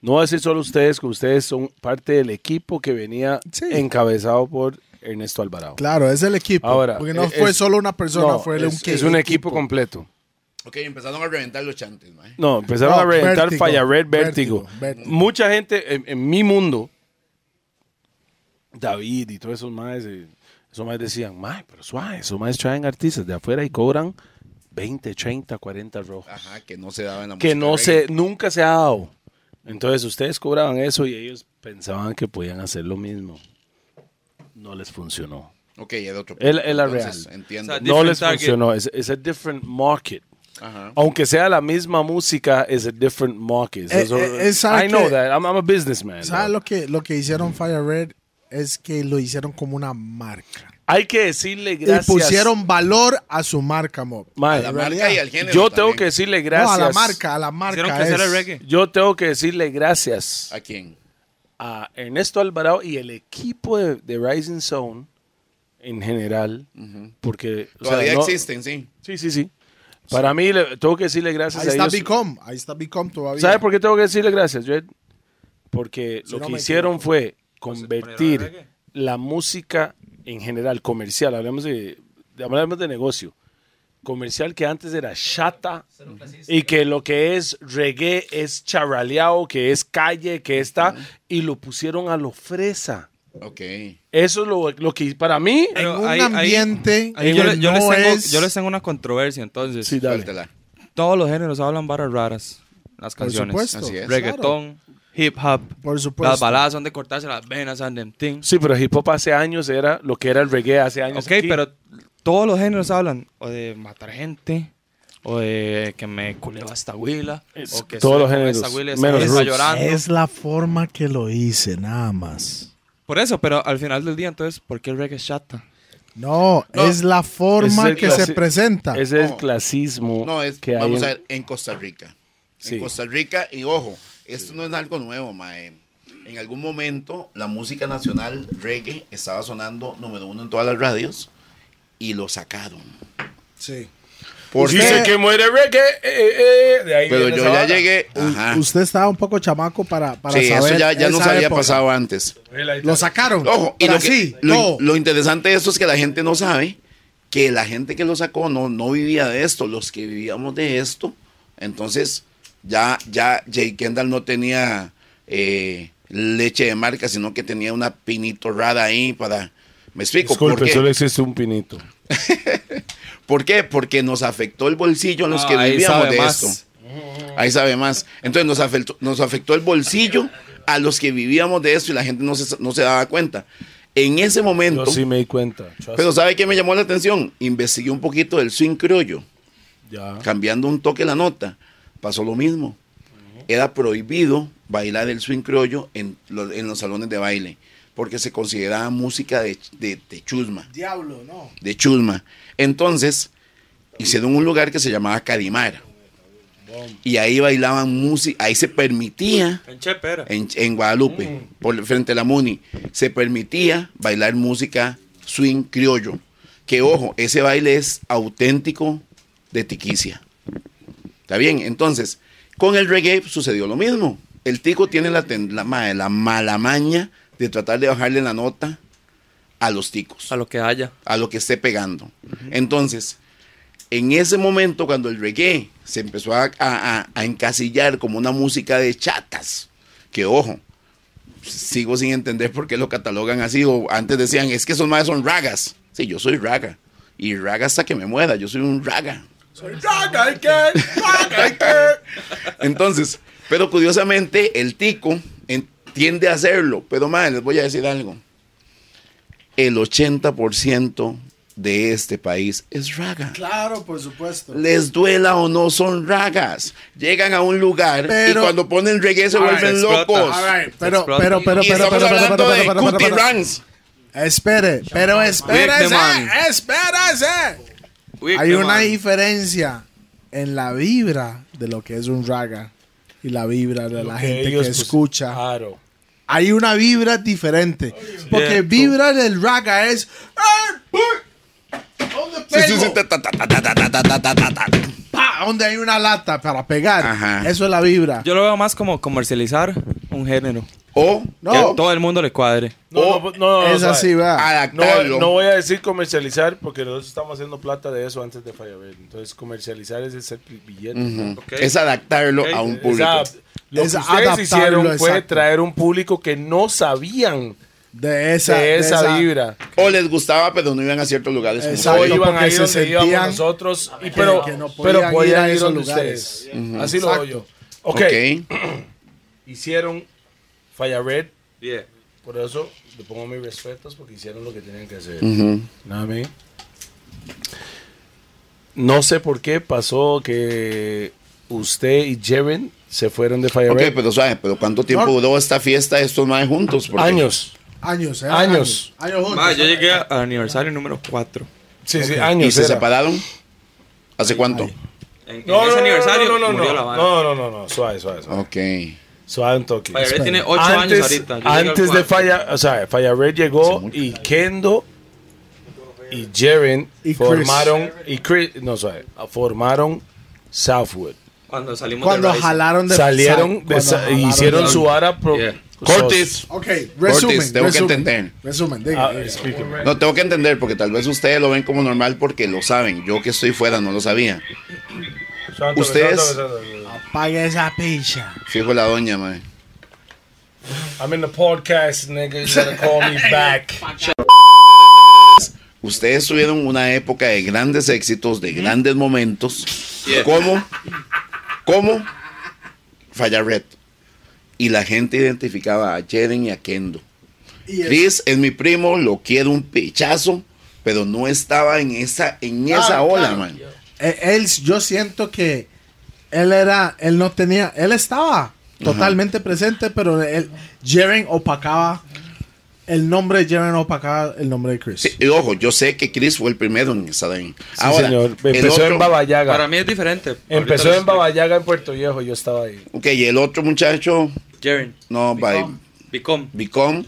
Speaker 2: No voy a decir solo ustedes, que ustedes son parte del equipo que venía
Speaker 3: Sí.
Speaker 2: encabezado por Ernesto Alvarado.
Speaker 3: Claro, es el equipo.
Speaker 2: Ahora,
Speaker 3: Porque no
Speaker 2: es-
Speaker 3: fue solo una persona,
Speaker 2: No,
Speaker 3: fue un
Speaker 2: es, es un equipo
Speaker 3: completo.
Speaker 2: completo.
Speaker 4: Ok, empezaron a reventar los chantes, man.
Speaker 2: No, empezaron
Speaker 3: No,
Speaker 2: a reventar
Speaker 3: Vértigo,
Speaker 2: Falla Red Vértigo.
Speaker 3: Vértigo, Vértigo.
Speaker 2: Mucha gente en, en mi mundo, David y todos esos maes, eh, esos maes decían, mae, pero suave, esos maes traen artistas de afuera y cobran 20, 30, 40 rojos.
Speaker 4: Ajá, que no se
Speaker 3: Ah,
Speaker 4: daba en la
Speaker 2: que
Speaker 4: música
Speaker 2: no
Speaker 4: reggae.
Speaker 2: se, nunca se ha dado. Entonces ustedes cobraban eso y ellos pensaban que podían hacer lo mismo. No les funcionó.
Speaker 4: Ok, el otro.
Speaker 2: El- el la
Speaker 4: Entonces,
Speaker 2: real.
Speaker 4: Entiendo.
Speaker 1: O sea,
Speaker 2: No
Speaker 1: Different
Speaker 2: les
Speaker 1: target.
Speaker 2: funcionó. Es es a different market.
Speaker 4: Ajá.
Speaker 2: Aunque sea la misma música, es a different market.
Speaker 3: Eh,
Speaker 2: Eso-
Speaker 3: eh, eh, ¿sabe
Speaker 2: I know
Speaker 3: qué?
Speaker 2: that. I'm, I'm a businessman.
Speaker 3: ¿Sabes
Speaker 2: bro.
Speaker 3: lo que, lo que hicieron Fire Red? Es que lo hicieron como una marca.
Speaker 2: Hay que decirle gracias.
Speaker 3: Y pusieron valor a su marca, Mob.
Speaker 2: Mae,
Speaker 4: A la marca y al género.
Speaker 2: Yo tengo
Speaker 4: también.
Speaker 2: que decirle
Speaker 3: No,
Speaker 2: gracias.
Speaker 3: a la marca, a la marca.
Speaker 1: Hicieron crecer
Speaker 3: es.
Speaker 1: el reggae.
Speaker 2: Yo tengo que decirle gracias
Speaker 4: ¿A quién?
Speaker 2: a Ernesto Alvarado y el equipo de, de Rising Zone en general, porque o sea,
Speaker 4: Todavía
Speaker 2: no-
Speaker 4: existen, sí.
Speaker 2: Sí, sí, sí. Para mí le- tengo que decirle gracias
Speaker 3: Ahí
Speaker 2: a
Speaker 3: está
Speaker 2: ellos.
Speaker 3: Bicom, ahí está Bicom todavía.
Speaker 2: ¿Sabe por qué tengo que decirle gracias, Joel? Porque
Speaker 3: Si
Speaker 2: lo
Speaker 3: no
Speaker 2: que
Speaker 3: me
Speaker 2: hicieron
Speaker 3: equivoco. pues,
Speaker 2: fue
Speaker 1: ¿ponieron
Speaker 2: convertir
Speaker 1: reggae?
Speaker 2: la música en general, comercial, hablemos de, de- hablemos de negocio, comercial que antes era chata y que lo que es reggae es charraleado, que es calle, que está, y lo pusieron a lo fresa.
Speaker 4: Ok.
Speaker 2: Eso es lo, lo que para mí...
Speaker 1: Pero
Speaker 3: un
Speaker 1: ahí- ahí-
Speaker 3: ambiente
Speaker 1: ahí
Speaker 3: en
Speaker 1: yo,
Speaker 3: el
Speaker 1: le- yo
Speaker 3: no
Speaker 1: les tengo,
Speaker 3: es-
Speaker 1: yo les tengo una controversia entonces.
Speaker 2: Sí, dale.
Speaker 4: Suéltela.
Speaker 1: Todos los géneros hablan varas raras. Las
Speaker 3: Por
Speaker 1: canciones.
Speaker 3: supuesto.
Speaker 4: Así es.
Speaker 1: Reggaetón, hip hop.
Speaker 13: Por supuesto.
Speaker 1: Las baladas son de cortarse las venas and them things.
Speaker 2: Sí, pero hip hop hace años era lo que era el reggae hace años.
Speaker 1: Ok,
Speaker 2: aquí.
Speaker 1: pero todos los géneros hablan o de matar gente, o de que me culeo hasta Huila,
Speaker 2: Es-
Speaker 1: o que estoy
Speaker 2: todos los
Speaker 1: con
Speaker 2: géneros,
Speaker 1: esta Huila y
Speaker 2: menos
Speaker 1: esta
Speaker 2: roots.
Speaker 1: llorando.
Speaker 3: Es la forma que lo hice, nada más.
Speaker 1: Por eso, pero al final del día, entonces, ¿por qué el reggae es chata?
Speaker 3: No,
Speaker 1: No,
Speaker 3: es la forma
Speaker 2: es el
Speaker 3: que
Speaker 2: clasi-
Speaker 3: se presenta.
Speaker 2: Ese es el
Speaker 4: No.
Speaker 2: clasismo
Speaker 4: No, es,
Speaker 2: que hay
Speaker 4: vamos
Speaker 2: en-
Speaker 4: a ver, en Costa Rica.
Speaker 2: Sí.
Speaker 4: En Costa Rica, y ojo, esto no es algo nuevo, mae. En algún momento, la música nacional reggae estaba sonando número uno en todas las radios y lo sacaron.
Speaker 13: Sí.
Speaker 4: ¿Por
Speaker 2: Dice
Speaker 4: qué?
Speaker 2: que muere reggae. eh, eh, de ahí
Speaker 4: Pero
Speaker 2: viene
Speaker 4: yo
Speaker 2: esa
Speaker 4: ya
Speaker 2: vara.
Speaker 4: llegué.
Speaker 3: U-
Speaker 4: Ajá.
Speaker 3: Usted estaba un poco chamaco para, para
Speaker 4: Sí,
Speaker 3: saber.
Speaker 4: eso ya, ya nos
Speaker 3: esa
Speaker 4: había
Speaker 3: época.
Speaker 4: pasado antes.
Speaker 13: Lo sacaron.
Speaker 4: Ojo, y
Speaker 13: Pero
Speaker 4: lo, que-
Speaker 13: así,
Speaker 4: lo-
Speaker 13: todo.
Speaker 4: lo interesante de esto es que la gente no sabe que la gente que lo sacó no, no vivía de esto, los que vivíamos de esto. Entonces, ya, ya Jay Kendall no tenía eh, leche de marca, sino que tenía una pinito rara ahí para. Me explico, ¿por
Speaker 2: Disculpe,
Speaker 4: qué?
Speaker 2: solo existe un pinito.
Speaker 4: ¿Por qué? Porque nos afectó el bolsillo a los
Speaker 1: Ah,
Speaker 4: que
Speaker 1: ahí
Speaker 4: vivíamos
Speaker 1: sabe
Speaker 4: de
Speaker 1: más.
Speaker 4: esto. Ahí sabe más. Entonces nos afectó, nos afectó el bolsillo a los que vivíamos de esto y la gente no se, no se daba cuenta. En ese
Speaker 2: Yo
Speaker 4: momento,
Speaker 2: sí me di cuenta. Trust
Speaker 4: pero ¿sabe qué me llamó la atención? Investigué un poquito del swing criollo,
Speaker 2: Ya.
Speaker 4: cambiando un toque la nota. Pasó lo mismo. Era prohibido bailar el swing criollo en, lo- en los salones de baile, porque se consideraba música de, de, de chusma
Speaker 13: Diablo, no.
Speaker 4: de Chusma. Entonces, hicieron un lugar que se llamaba Carimara. Y ahí bailaban música, ahí se permitía,
Speaker 1: En Chepera.
Speaker 4: en, en Guadalupe, por, frente a la Muni, se permitía bailar música swing criollo. Que ojo, ese baile es auténtico de tiquicia. ¿Está bien? Entonces, con el reggae sucedió lo mismo. El tico tiene la, ten- la, ma- la mala maña de tratar de bajarle la nota a los ticos
Speaker 1: A lo que haya.
Speaker 4: a lo que esté pegando. Entonces, en ese momento, cuando el reggae se empezó a, a- a- a encasillar como una música de chatas, que ojo, sigo sin entender por qué lo catalogan así, o antes decían, es que esos más son ragas. Sí, yo soy raga, y raga hasta que me muera, yo soy un raga. [laughs] Entonces, pero curiosamente, el tico en- tiende a hacerlo, pero más, les voy a decir algo el 80% de este país es raga.
Speaker 13: Claro, por supuesto.
Speaker 4: Les duela o no son ragas. Llegan a un lugar
Speaker 13: Pero-
Speaker 4: y cuando ponen reggae se
Speaker 1: All right,
Speaker 4: vuelven
Speaker 1: explota.
Speaker 4: locos.
Speaker 1: All
Speaker 13: All right,
Speaker 3: Pero,
Speaker 1: Explota.
Speaker 3: pero, pero,
Speaker 4: Y
Speaker 3: pero,
Speaker 4: estamos
Speaker 3: pero, pero,
Speaker 4: hablando
Speaker 3: pero,
Speaker 4: de
Speaker 3: pero, pero,
Speaker 4: Cuti
Speaker 3: pero,
Speaker 4: Ranks.
Speaker 3: Espere, pero
Speaker 1: Big
Speaker 3: espérese,
Speaker 1: demand.
Speaker 3: espérese. Hay una diferencia en la vibra de lo que es un raga y la vibra de la
Speaker 2: que
Speaker 3: gente que
Speaker 2: ellos, pues,
Speaker 3: escucha.
Speaker 2: Claro.
Speaker 3: Hay una vibra diferente. Porque
Speaker 1: Cierto.
Speaker 3: vibra del raga es.
Speaker 4: Sí, sí, sí, ta, ta, ta, ta, ta, ta, ta, ta, ta, ta.
Speaker 3: pa, Donde hay una lata para pegar.
Speaker 4: Ajá.
Speaker 3: Eso es la vibra.
Speaker 1: Yo lo veo más como comercializar un género.
Speaker 4: O
Speaker 1: Que a
Speaker 3: no,
Speaker 1: todo el mundo le cuadre.
Speaker 2: No, no, no, no,
Speaker 3: es
Speaker 2: no,
Speaker 3: así,
Speaker 2: sabe.
Speaker 3: va.
Speaker 2: No,
Speaker 4: adaptarlo.
Speaker 2: no voy a decir comercializar porque nosotros estamos haciendo plata de eso antes de Firebird. Entonces, comercializar es hacer billetes.
Speaker 4: Ujú.
Speaker 1: Ok.
Speaker 4: Es adaptarlo a un
Speaker 2: Es
Speaker 4: público.
Speaker 2: adap- lo
Speaker 3: Es
Speaker 2: que ustedes
Speaker 3: adaptarlo,
Speaker 2: hicieron fue
Speaker 3: exacto.
Speaker 2: traer un público que no sabían
Speaker 3: De esa,
Speaker 2: de
Speaker 3: de
Speaker 2: esa, vibra.
Speaker 4: O les gustaba, pero no iban a ciertos lugares. como
Speaker 3: Exacto.
Speaker 2: O
Speaker 4: hoy.
Speaker 2: iban
Speaker 3: porque
Speaker 2: a ir
Speaker 3: se
Speaker 2: donde
Speaker 3: sentían
Speaker 2: íbamos nosotros, y- pero,
Speaker 3: que no podían
Speaker 2: pero
Speaker 3: ir
Speaker 2: podían
Speaker 3: a
Speaker 2: ir
Speaker 3: esos
Speaker 2: donde
Speaker 3: lugares.
Speaker 2: ustedes. Así lo veo yo. ok,
Speaker 4: Ok.
Speaker 2: hicieron Fire Red. Por eso le pongo mis respetos porque hicieron lo que tenían que hacer.
Speaker 4: Ujú.
Speaker 2: Nada, me. No sé por qué pasó que usted y Jaren se fueron de Fire
Speaker 4: Ok, pues,
Speaker 2: Red.
Speaker 4: pero ¿sabes? ¿Pero cuánto tiempo duró esta fiesta estos más juntos? Porque-
Speaker 2: años.
Speaker 3: Años, eh,
Speaker 2: Años.
Speaker 3: Años
Speaker 4: Oh,
Speaker 3: juntos.
Speaker 1: Ma, yo llegué al aniversario número 4.
Speaker 2: Sí, sí,
Speaker 4: ¿Y
Speaker 2: años.
Speaker 4: se
Speaker 2: era.
Speaker 4: separaron? ¿Hace cuánto?
Speaker 1: En, en
Speaker 2: No,
Speaker 1: ese
Speaker 2: no, no,
Speaker 1: aniversario
Speaker 2: no, no, no,
Speaker 1: murió
Speaker 2: no,
Speaker 1: la banda.
Speaker 2: no, no, no, no, suave, suave, suave,
Speaker 4: Ok.
Speaker 2: suave un toque.
Speaker 1: Fire Red tiene 8 años
Speaker 2: Antes,
Speaker 1: ahorita. Yo llegué
Speaker 2: antes
Speaker 1: al
Speaker 2: de
Speaker 1: cuatro.
Speaker 2: Fire, o sea, Fire Red llegó y Kendo y Jaren
Speaker 3: Y Chris.
Speaker 2: formaron y Chris, no suave, formaron Southwood.
Speaker 1: Cuando salimos
Speaker 3: Cuando
Speaker 1: de Ryzen.
Speaker 3: jalaron de
Speaker 2: Salieron,
Speaker 3: cuando
Speaker 2: de sa-
Speaker 3: jalaron
Speaker 2: hicieron
Speaker 3: de-
Speaker 2: su ara pro-
Speaker 1: Yeah.
Speaker 4: Cortis.
Speaker 3: Ok, resumen.
Speaker 4: tengo que
Speaker 3: resumen,
Speaker 4: entender.
Speaker 3: Resumen, diga.
Speaker 2: Ah, explíqueme.
Speaker 4: No, tengo que entender, porque tal vez ustedes lo ven como normal porque lo saben. Yo que estoy fuera no lo sabía.
Speaker 2: Santo,
Speaker 4: Ustedes-
Speaker 2: santo, santo.
Speaker 3: Apague esa pincha.
Speaker 4: Fijo la doña, madre.
Speaker 2: I'm in the podcast, nigga. You gotta call me back.
Speaker 4: Ustedes tuvieron una época de grandes éxitos, de grandes momentos.
Speaker 1: Yeah.
Speaker 4: Como, como Falla Red. y la gente identificaba a Jeren y a Kendo. Chris es mi primo, lo quiero un pichazo, pero no estaba en esa, en
Speaker 3: Ah,
Speaker 4: esa ola,
Speaker 3: claro.
Speaker 4: man.
Speaker 3: Eh, él, yo siento que él era, él no tenía, él estaba totalmente presente, pero él, Jaren opacaba, el nombre de Jaren opacaba el nombre de Chris.
Speaker 4: Sí, y ojo, yo sé que Chris fue el primero en estar ahí.
Speaker 2: Ahora, señor.
Speaker 4: el
Speaker 2: Empezó en
Speaker 4: otro-
Speaker 2: Babayaga.
Speaker 1: Para mí es diferente.
Speaker 2: Empezó
Speaker 1: Ahorita
Speaker 2: en Babayaga, en Puerto Viejo, yo estaba ahí.
Speaker 4: Ok, y el otro muchacho,
Speaker 1: les- Jaren,
Speaker 4: no, by
Speaker 1: Bicom.
Speaker 4: Bicom,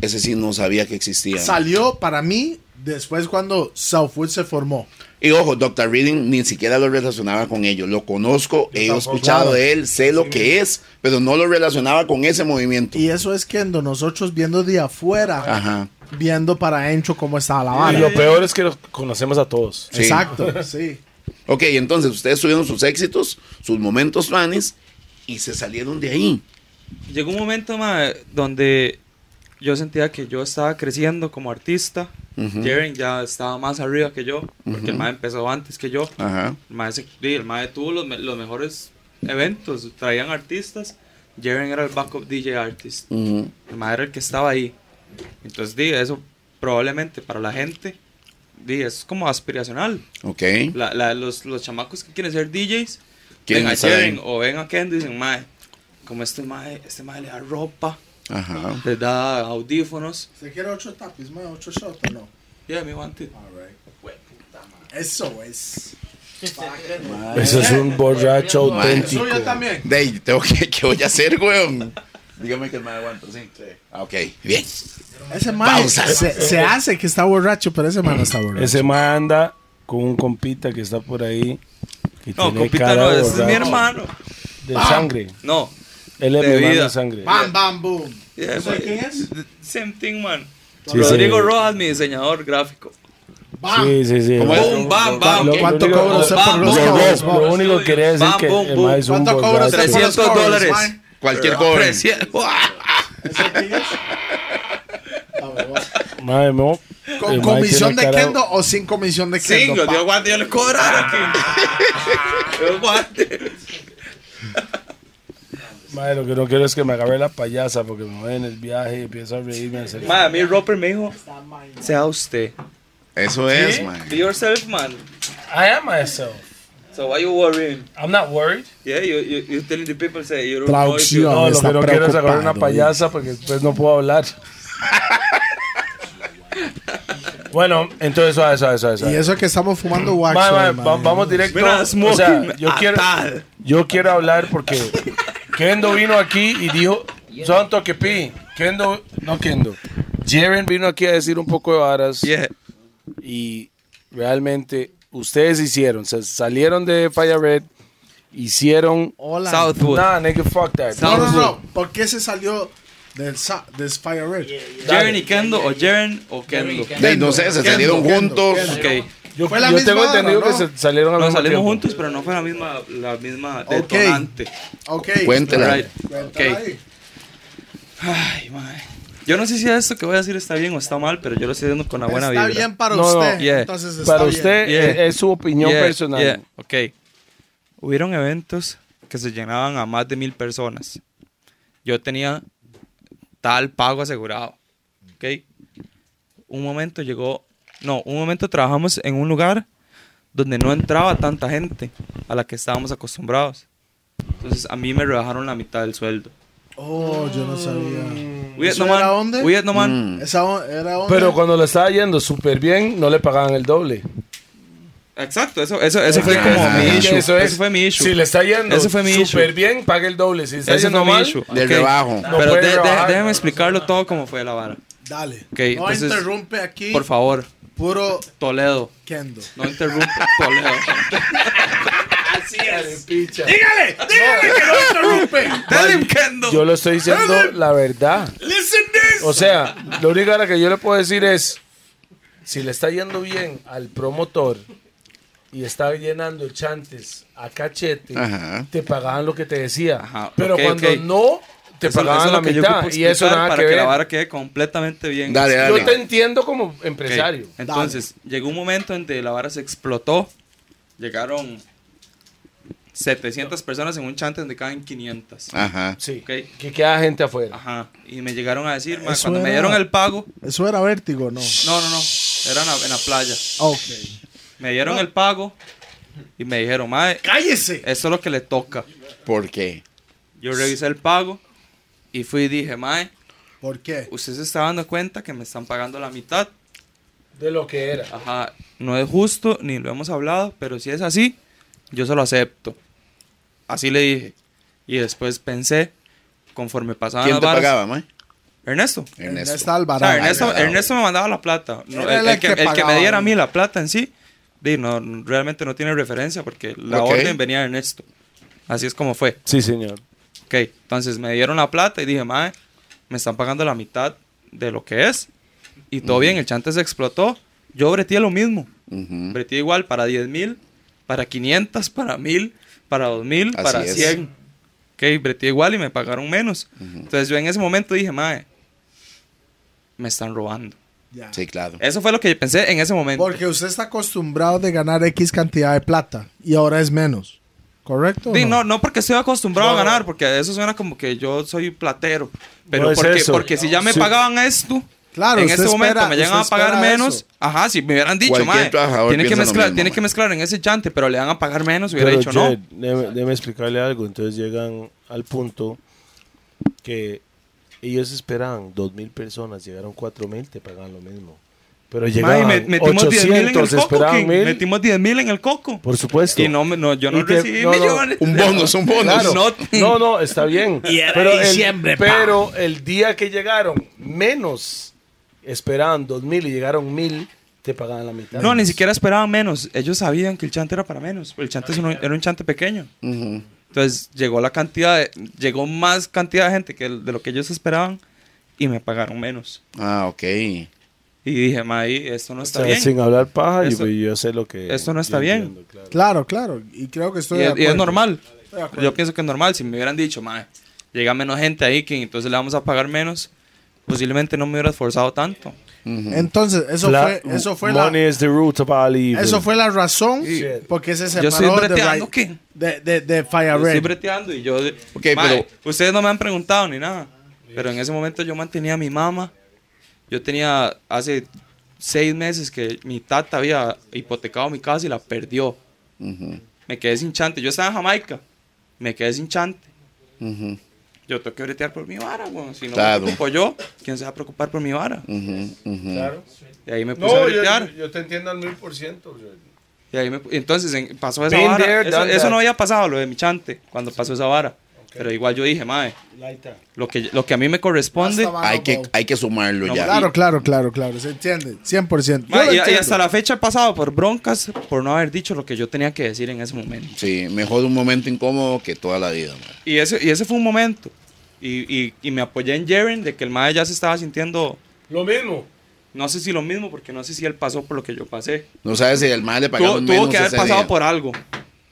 Speaker 4: ese sí no sabía que existía.
Speaker 3: Salió para mí después cuando Southwood se formó.
Speaker 4: Y ojo, Dr. Reading ni siquiera lo relacionaba con ellos. Lo conozco, he escuchado de él, sé lo que es, pero no lo relacionaba con ese movimiento.
Speaker 3: Y eso es que nosotros viendo de afuera,
Speaker 4: Ajá.
Speaker 3: viendo para Encho cómo estaba la
Speaker 2: Y
Speaker 3: vara.
Speaker 2: lo peor es que los conocemos a todos.
Speaker 4: Sí.
Speaker 3: Exacto, sí.
Speaker 4: Ok, entonces ustedes tuvieron sus éxitos, sus momentos fanes y se salieron de ahí.
Speaker 1: Llegó un momento mae, donde yo sentía que yo estaba creciendo como artista.
Speaker 4: Ujú.
Speaker 1: Jaren ya estaba más arriba que yo, porque el
Speaker 4: Ujú. Ah.
Speaker 1: mae empezó antes que yo.
Speaker 4: Ajá.
Speaker 1: El mae, se- sí, el mae tuvo los, me- los mejores eventos, traían artistas. Jaren era el backup DJ artist.
Speaker 4: Ujú.
Speaker 1: El mae era el que estaba ahí. Entonces, di, eso probablemente para la gente di, es como aspiracional.
Speaker 4: Ok.
Speaker 1: La- la- los, los chamacos que quieren ser DJs,
Speaker 4: Quieren
Speaker 1: ven a
Speaker 4: estar ahí.
Speaker 1: Jaren o ven a Kendo y dicen, mae, como este mae, este mae le da ropa,
Speaker 4: Ajá.
Speaker 1: le da audífonos.
Speaker 3: ¿Se quiere ocho tapis, más ocho shots no?
Speaker 1: Yeah, me want it.
Speaker 3: Eso es.
Speaker 2: Eso es un borracho auténtico.
Speaker 3: también.
Speaker 4: Dey, tengo que, [laughs] ¿qué voy a hacer, weón? Dígame que me aguanto, sí. Ah, Ok, bien.
Speaker 3: Ese man
Speaker 4: Pausa.
Speaker 3: se, se hace que está borracho, pero ese man no está borracho.
Speaker 2: Ese man anda con un compita que está por ahí. Que
Speaker 1: No,
Speaker 2: tiene
Speaker 1: compita
Speaker 2: cara
Speaker 1: no,
Speaker 2: de
Speaker 1: ese es mi
Speaker 2: borracho.
Speaker 1: hermano.
Speaker 2: De sangre.
Speaker 1: No,
Speaker 2: Él es
Speaker 1: De
Speaker 2: mi hermano
Speaker 1: vida.
Speaker 2: de sangre.
Speaker 3: Bam, bam, boom.
Speaker 1: yeah, mae, same thing, man.
Speaker 2: Sí,
Speaker 1: Rodrigo
Speaker 2: sí.
Speaker 1: Rojas, mi diseñador gráfico.
Speaker 3: Bam.
Speaker 2: Sí, sí, sí.
Speaker 4: ¿Cómo
Speaker 2: Lo-
Speaker 4: es?
Speaker 1: Boom, bam, bam.
Speaker 2: lo- lo
Speaker 3: ¿Cuánto
Speaker 2: único-
Speaker 3: cobra usted por
Speaker 1: Bam,
Speaker 3: los
Speaker 1: bam,
Speaker 3: covers?
Speaker 2: Lo, lo único que quería decir
Speaker 1: Bam,
Speaker 2: es que
Speaker 1: boom,
Speaker 2: el
Speaker 1: boom.
Speaker 2: man es un
Speaker 3: ¿Cuánto cobra
Speaker 2: borracho.
Speaker 3: usted por los
Speaker 1: 300
Speaker 3: covers,
Speaker 1: dólares.
Speaker 3: mae?
Speaker 4: Cualquier cover.
Speaker 1: 300.
Speaker 2: Madre, no.
Speaker 3: ¿Con
Speaker 2: El man
Speaker 3: comisión
Speaker 2: tiene
Speaker 3: de
Speaker 2: cara-
Speaker 3: Kendo o sin comisión de
Speaker 1: Sí,
Speaker 3: Kendo?
Speaker 1: yo
Speaker 3: pa?
Speaker 1: digo, guante, yo le cobraron Yo guante.
Speaker 2: Madre, lo que no quiero es que me agarre la payasa porque me voy en el viaje y empiezo a reírme. a hacer-
Speaker 1: Mae, a mí Roper me dijo, sea usted.
Speaker 4: Eso es, man.
Speaker 1: Be yourself, man.
Speaker 2: I am myself.
Speaker 1: So why you worrying?
Speaker 2: I'm not worried.
Speaker 1: Yeah, you, you, you telling the people, say, you don't know if you...
Speaker 3: Traducción.
Speaker 2: No, lo
Speaker 3: está
Speaker 2: que no quiero es agarrar una
Speaker 3: preocupado,
Speaker 2: payasa porque después no puedo hablar. bueno, entonces, suave, suave, suave.
Speaker 3: Y
Speaker 2: suave.
Speaker 3: eso que estamos fumando wax.
Speaker 2: Mae, mae,
Speaker 3: hoy,
Speaker 2: va-
Speaker 3: mae.
Speaker 2: vamos directo.
Speaker 1: Mira,
Speaker 2: o
Speaker 1: Smokey,
Speaker 2: sea, yo quiero,
Speaker 1: atado.
Speaker 2: yo quiero hablar porque Kendo vino aquí y dijo, son toquepi. Kendo, no Kendo. Jaren vino aquí a decir un poco de varas
Speaker 1: Yeah.
Speaker 2: y realmente ustedes hicieron, se salieron de Fire Red, hicieron...
Speaker 3: Hola.
Speaker 1: Southwood.
Speaker 2: Nah, nigga, fuck that.
Speaker 3: No,
Speaker 1: South-
Speaker 3: no, no. ¿Por qué se salió del, sa- del Fire Red?
Speaker 1: Jaren y Kendo, o Jaren o Kendo.
Speaker 4: Dey, no sé, se salieron juntos.
Speaker 1: Ok.
Speaker 2: Yo,
Speaker 3: Fue la
Speaker 2: yo
Speaker 3: misma
Speaker 2: tengo
Speaker 3: hora,
Speaker 2: entendido
Speaker 3: ¿no?
Speaker 2: que se salieron al
Speaker 1: Nos
Speaker 2: mismo
Speaker 1: salimos
Speaker 2: tiempo.
Speaker 1: juntos, pero no fue la misma, la misma
Speaker 3: Ok.
Speaker 1: detonante.
Speaker 3: Ok.
Speaker 4: Cuéntela.
Speaker 1: Right. Ok. Ay, mae. Yo no sé si esto que voy a decir está bien o está mal, pero yo lo estoy diciendo con la buena
Speaker 3: está
Speaker 1: vibra.
Speaker 3: bien para
Speaker 2: No, no,
Speaker 3: usted.
Speaker 1: yeah.
Speaker 3: Entonces está
Speaker 2: Para
Speaker 3: bien.
Speaker 2: usted eh,
Speaker 1: bien.
Speaker 2: es,
Speaker 1: Yeah.
Speaker 2: es su opinión
Speaker 1: Yeah,
Speaker 2: personal.
Speaker 1: yeah, Ok. Hubieron eventos que se llenaban a más de mil personas. Yo tenía tal pago asegurado. Ok. Un momento llegó. No, un momento trabajamos en un lugar donde no entraba tanta gente a la que estábamos acostumbrados. Entonces a mí me rebajaron la mitad del sueldo.
Speaker 3: Oh, yo no sabía.
Speaker 1: We at
Speaker 3: ¿Eso
Speaker 1: no man,
Speaker 3: era dónde?
Speaker 1: we at no man.
Speaker 3: Esa o- era onda.
Speaker 2: Pero cuando le estaba yendo súper bien, no le pagaban el doble.
Speaker 1: Exacto, eso, eso, eso fue como
Speaker 4: ah,
Speaker 1: mi
Speaker 4: ah,
Speaker 1: issue.
Speaker 2: Eso
Speaker 1: Eso,
Speaker 2: es.
Speaker 1: fue mi issue.
Speaker 2: Si le está yendo
Speaker 1: Ese fue mi issue.
Speaker 2: súper bien, pague el doble. Si está
Speaker 1: Ese
Speaker 2: yendo
Speaker 1: fue mi
Speaker 2: mal,
Speaker 1: issue.
Speaker 4: Del
Speaker 1: ok.
Speaker 4: rebajo.
Speaker 2: No
Speaker 1: Pero
Speaker 2: puede
Speaker 1: de- de-
Speaker 2: rebajar.
Speaker 1: déjame explicarlo todo como fue la vara.
Speaker 3: Dale.
Speaker 1: Ok,
Speaker 3: no
Speaker 1: entonces-
Speaker 3: interrumpe aquí.
Speaker 1: Por favor,
Speaker 3: Puro
Speaker 1: Toledo.
Speaker 3: Kendo.
Speaker 1: No interrumpa, Toledo.
Speaker 3: ¡Dígale! ¡Dígale que no interrumpe!
Speaker 1: Tell him, Kendo.
Speaker 2: yo lo estoy diciendo la verdad.
Speaker 3: ¡Listen this!
Speaker 2: O sea, lo único ahora que yo le puedo decir es, si le está yendo bien al promotor y está llenando chantes a cachete,
Speaker 4: Ajá.
Speaker 2: te pagaban lo que te decía.
Speaker 1: Ajá,
Speaker 2: Pero
Speaker 1: ok,
Speaker 2: cuando
Speaker 1: ok.
Speaker 2: no, te
Speaker 1: Eso-
Speaker 2: pagaban
Speaker 1: eso es
Speaker 2: la
Speaker 1: lo que yo
Speaker 2: mitad.
Speaker 1: ocupo
Speaker 2: Y eso
Speaker 1: explicar
Speaker 2: nada
Speaker 1: para
Speaker 2: que ver.
Speaker 1: la vara quede completamente bien.
Speaker 4: Dale, dale.
Speaker 2: Yo te entiendo como
Speaker 1: Ok,
Speaker 2: empresario.
Speaker 1: Entonces, llegó un momento en que la vara se explotó. Llegaron 700 personas en un chante donde caben 500.
Speaker 4: Ajá.
Speaker 2: Sí.
Speaker 1: Ok.
Speaker 2: Que queda gente afuera.
Speaker 1: Ajá. Y me llegaron a decir, ma,
Speaker 3: Eso
Speaker 1: cuando me
Speaker 3: era-
Speaker 1: dieron el pago,
Speaker 3: Eso era vértigo, ¿no?
Speaker 1: no, no, no, era en la, en la playa.
Speaker 3: Ok.
Speaker 1: Me dieron el pago y me dijeron, mae,
Speaker 3: ¡Cállese!
Speaker 1: eso es lo que le toca.
Speaker 4: ¿Por qué?
Speaker 1: Yo revisé el pago y fui y dije, mae,
Speaker 3: ¿Por qué?
Speaker 1: usted se está dando cuenta que me están pagando la mitad.
Speaker 2: De lo que era.
Speaker 1: Ajá, no es justo, ni lo hemos hablado, pero si es así, yo se lo acepto. Así le dije. Y después pensé, conforme pasaban
Speaker 4: ¿Quién
Speaker 1: las
Speaker 4: te
Speaker 1: varas-
Speaker 4: pagaba, mae?
Speaker 1: Ernesto.
Speaker 4: Ernesto.
Speaker 3: Ernesto
Speaker 1: O sea,
Speaker 3: Alvarado.
Speaker 1: Ernesto,
Speaker 4: Alvarado.
Speaker 1: Ernesto me mandaba la plata. No, el,
Speaker 3: Era el
Speaker 1: el que,
Speaker 3: que
Speaker 1: el que
Speaker 3: pagaba.
Speaker 1: me diera a mí la plata en sí, di, no, realmente no tiene referencia porque la
Speaker 4: Ok.
Speaker 1: orden venía de Ernesto. Así es como fue.
Speaker 2: Sí, señor.
Speaker 1: Ok, entonces me dieron la plata y dije, mae, me están pagando la mitad de lo que es. Y todo bien, el chante se explotó. Yo breteé lo mismo.
Speaker 4: Ujú.
Speaker 1: Breteé igual para 10 mil, para 500, para 1000, para 2000,
Speaker 4: Así
Speaker 1: para
Speaker 4: es.
Speaker 1: 100. Ok, breteé igual y me pagaron menos. Entonces yo en ese momento dije, mae, me están robando.
Speaker 3: Ya.
Speaker 4: Sí, claro.
Speaker 1: Eso fue lo que yo pensé en ese momento.
Speaker 3: Porque usted está acostumbrado de ganar X cantidad de plata y ahora es menos. ¿Correcto? o
Speaker 1: Sí, no, no porque estoy acostumbrado
Speaker 2: No.
Speaker 1: a ganar, porque eso suena como que yo soy platero. Pero
Speaker 2: No es
Speaker 1: porque,
Speaker 2: eso.
Speaker 1: porque si ya me
Speaker 2: Sí.
Speaker 1: pagaban esto,
Speaker 3: Claro,
Speaker 1: en
Speaker 3: usted
Speaker 1: ese momento
Speaker 3: espera-
Speaker 1: me llegan a
Speaker 3: usted
Speaker 1: pagar
Speaker 3: espera
Speaker 1: menos.
Speaker 3: eso.
Speaker 1: Ajá, si me hubieran dicho,
Speaker 4: Cualquier
Speaker 1: mae,
Speaker 4: trabajador
Speaker 1: tiene que
Speaker 4: piensa lo
Speaker 1: mezclar,
Speaker 4: mismo,
Speaker 1: tiene
Speaker 4: mae.
Speaker 1: que mezclar en ese chante, pero le van a pagar menos, hubiera
Speaker 2: Pero
Speaker 1: dicho no.
Speaker 2: Jed, deme- deme explicarle algo. Entonces llegan al punto que ellos esperaban 2.000 personas, llegaron 4.000, te pagan lo mismo. Pero
Speaker 1: Mae,
Speaker 2: llegaban
Speaker 1: me- metimos 10 mil en el
Speaker 2: 800,
Speaker 1: coco,
Speaker 2: esperaban
Speaker 1: King.
Speaker 2: 1.000.
Speaker 1: metimos 10 mil en el coco.
Speaker 2: Por supuesto.
Speaker 1: Y no, me- no yo no
Speaker 2: Y te-
Speaker 1: recibí
Speaker 2: no, no,
Speaker 1: millones.
Speaker 4: Un bonus, un bonus.
Speaker 2: Claro.
Speaker 1: No,
Speaker 2: [laughs] No, no, está bien. pero el, pero el día que llegaron, menos esperaban 2.000 y llegaron 1.000, te pagaban la mitad.
Speaker 1: No, ni siquiera esperaban menos. Ellos sabían que el chante era para menos. El chante es un- era un chante pequeño.
Speaker 4: Ujú.
Speaker 1: Entonces llegó la cantidad, de- llegó más cantidad de gente que el- de lo que ellos esperaban y me pagaron menos.
Speaker 4: Ah, ok.
Speaker 1: Y dije, May, esto no
Speaker 2: O
Speaker 1: está
Speaker 2: sea,
Speaker 1: bien.
Speaker 2: sin hablar paja,
Speaker 1: Eso-
Speaker 2: yo, pues, yo sé lo que...
Speaker 1: eso no está
Speaker 2: yo
Speaker 1: bien.
Speaker 2: claro.
Speaker 3: Claro, claro. Y creo
Speaker 1: Y,
Speaker 3: que estoy. de
Speaker 1: es- y es
Speaker 3: acuerdo.
Speaker 1: normal.
Speaker 3: Estoy de acuerdo.
Speaker 1: Yo pienso que es normal. Si me hubieran dicho, Mae, llega menos gente ahí, que entonces le vamos a pagar menos, posiblemente no me hubiera esforzado tanto.
Speaker 3: Entonces, eso
Speaker 2: La-
Speaker 3: fue, eso fue la.
Speaker 2: money is the root of all evil.
Speaker 3: Eso fue la razón
Speaker 2: Sí.
Speaker 3: porque se
Speaker 1: Yo
Speaker 3: separó
Speaker 1: estoy
Speaker 3: de,
Speaker 1: breteando,
Speaker 3: Ray-
Speaker 1: ¿qué?
Speaker 3: de, de, de
Speaker 1: Yo
Speaker 3: Fire
Speaker 1: estoy
Speaker 3: Red.
Speaker 1: breteando y yo.
Speaker 4: Ok,
Speaker 1: Mae,
Speaker 4: pero-
Speaker 1: Ustedes no me han preguntado ni nada. Pero en ese momento yo mantenía a mi mamá. Yo tenía hace seis meses que mi tata había hipotecado mi casa y la perdió.
Speaker 4: Ujú,
Speaker 1: Me quedé sin chante. Yo estaba en Jamaica. Me quedé sin chante.
Speaker 4: ujú,
Speaker 1: Yo tengo que bretear por mi vara, weón. Si no
Speaker 4: Claro.
Speaker 1: me preocupo yo, ¿quién se va a preocupar por mi vara?
Speaker 4: ujú, ujú.
Speaker 1: Y ahí me puse a
Speaker 7: No, yo,
Speaker 1: bretear.
Speaker 7: yo te entiendo al mil por ciento. yo-
Speaker 1: Y ahí me pu- entonces en- pasó esa
Speaker 2: Been
Speaker 1: vara.
Speaker 2: there,
Speaker 1: eso,
Speaker 2: done
Speaker 1: eso
Speaker 2: that.
Speaker 1: no había pasado, lo de mi chante, cuando pasó esa vara. Pero igual yo dije, madre, lo que, lo que a mí me corresponde.
Speaker 3: Basta,
Speaker 4: Hay,
Speaker 3: mano,
Speaker 4: que,
Speaker 1: pues.
Speaker 3: Bob.
Speaker 4: hay que sumarlo ya.
Speaker 3: Claro, claro, claro, claro. Se entiende. 100%. Yo
Speaker 1: Ma,
Speaker 3: lo
Speaker 1: y, y
Speaker 3: entiendo.
Speaker 1: hasta la fecha he pasado por broncas por no haber dicho lo que yo tenía que decir en ese momento.
Speaker 4: Sí, mejor un momento incómodo que toda la vida. mae.
Speaker 1: Y ese, y ese fue un momento. Y, y- y me apoyé en Jaren de que el mae ya se estaba sintiendo,
Speaker 7: Lo mismo.
Speaker 1: no sé si lo mismo, porque no sé si él pasó por lo que yo pasé.
Speaker 4: No sabes si el mal le
Speaker 1: Tuvo,
Speaker 4: pagaron
Speaker 1: tuvo
Speaker 4: menos
Speaker 1: que haber
Speaker 4: ese
Speaker 1: pasado
Speaker 4: día.
Speaker 1: por algo.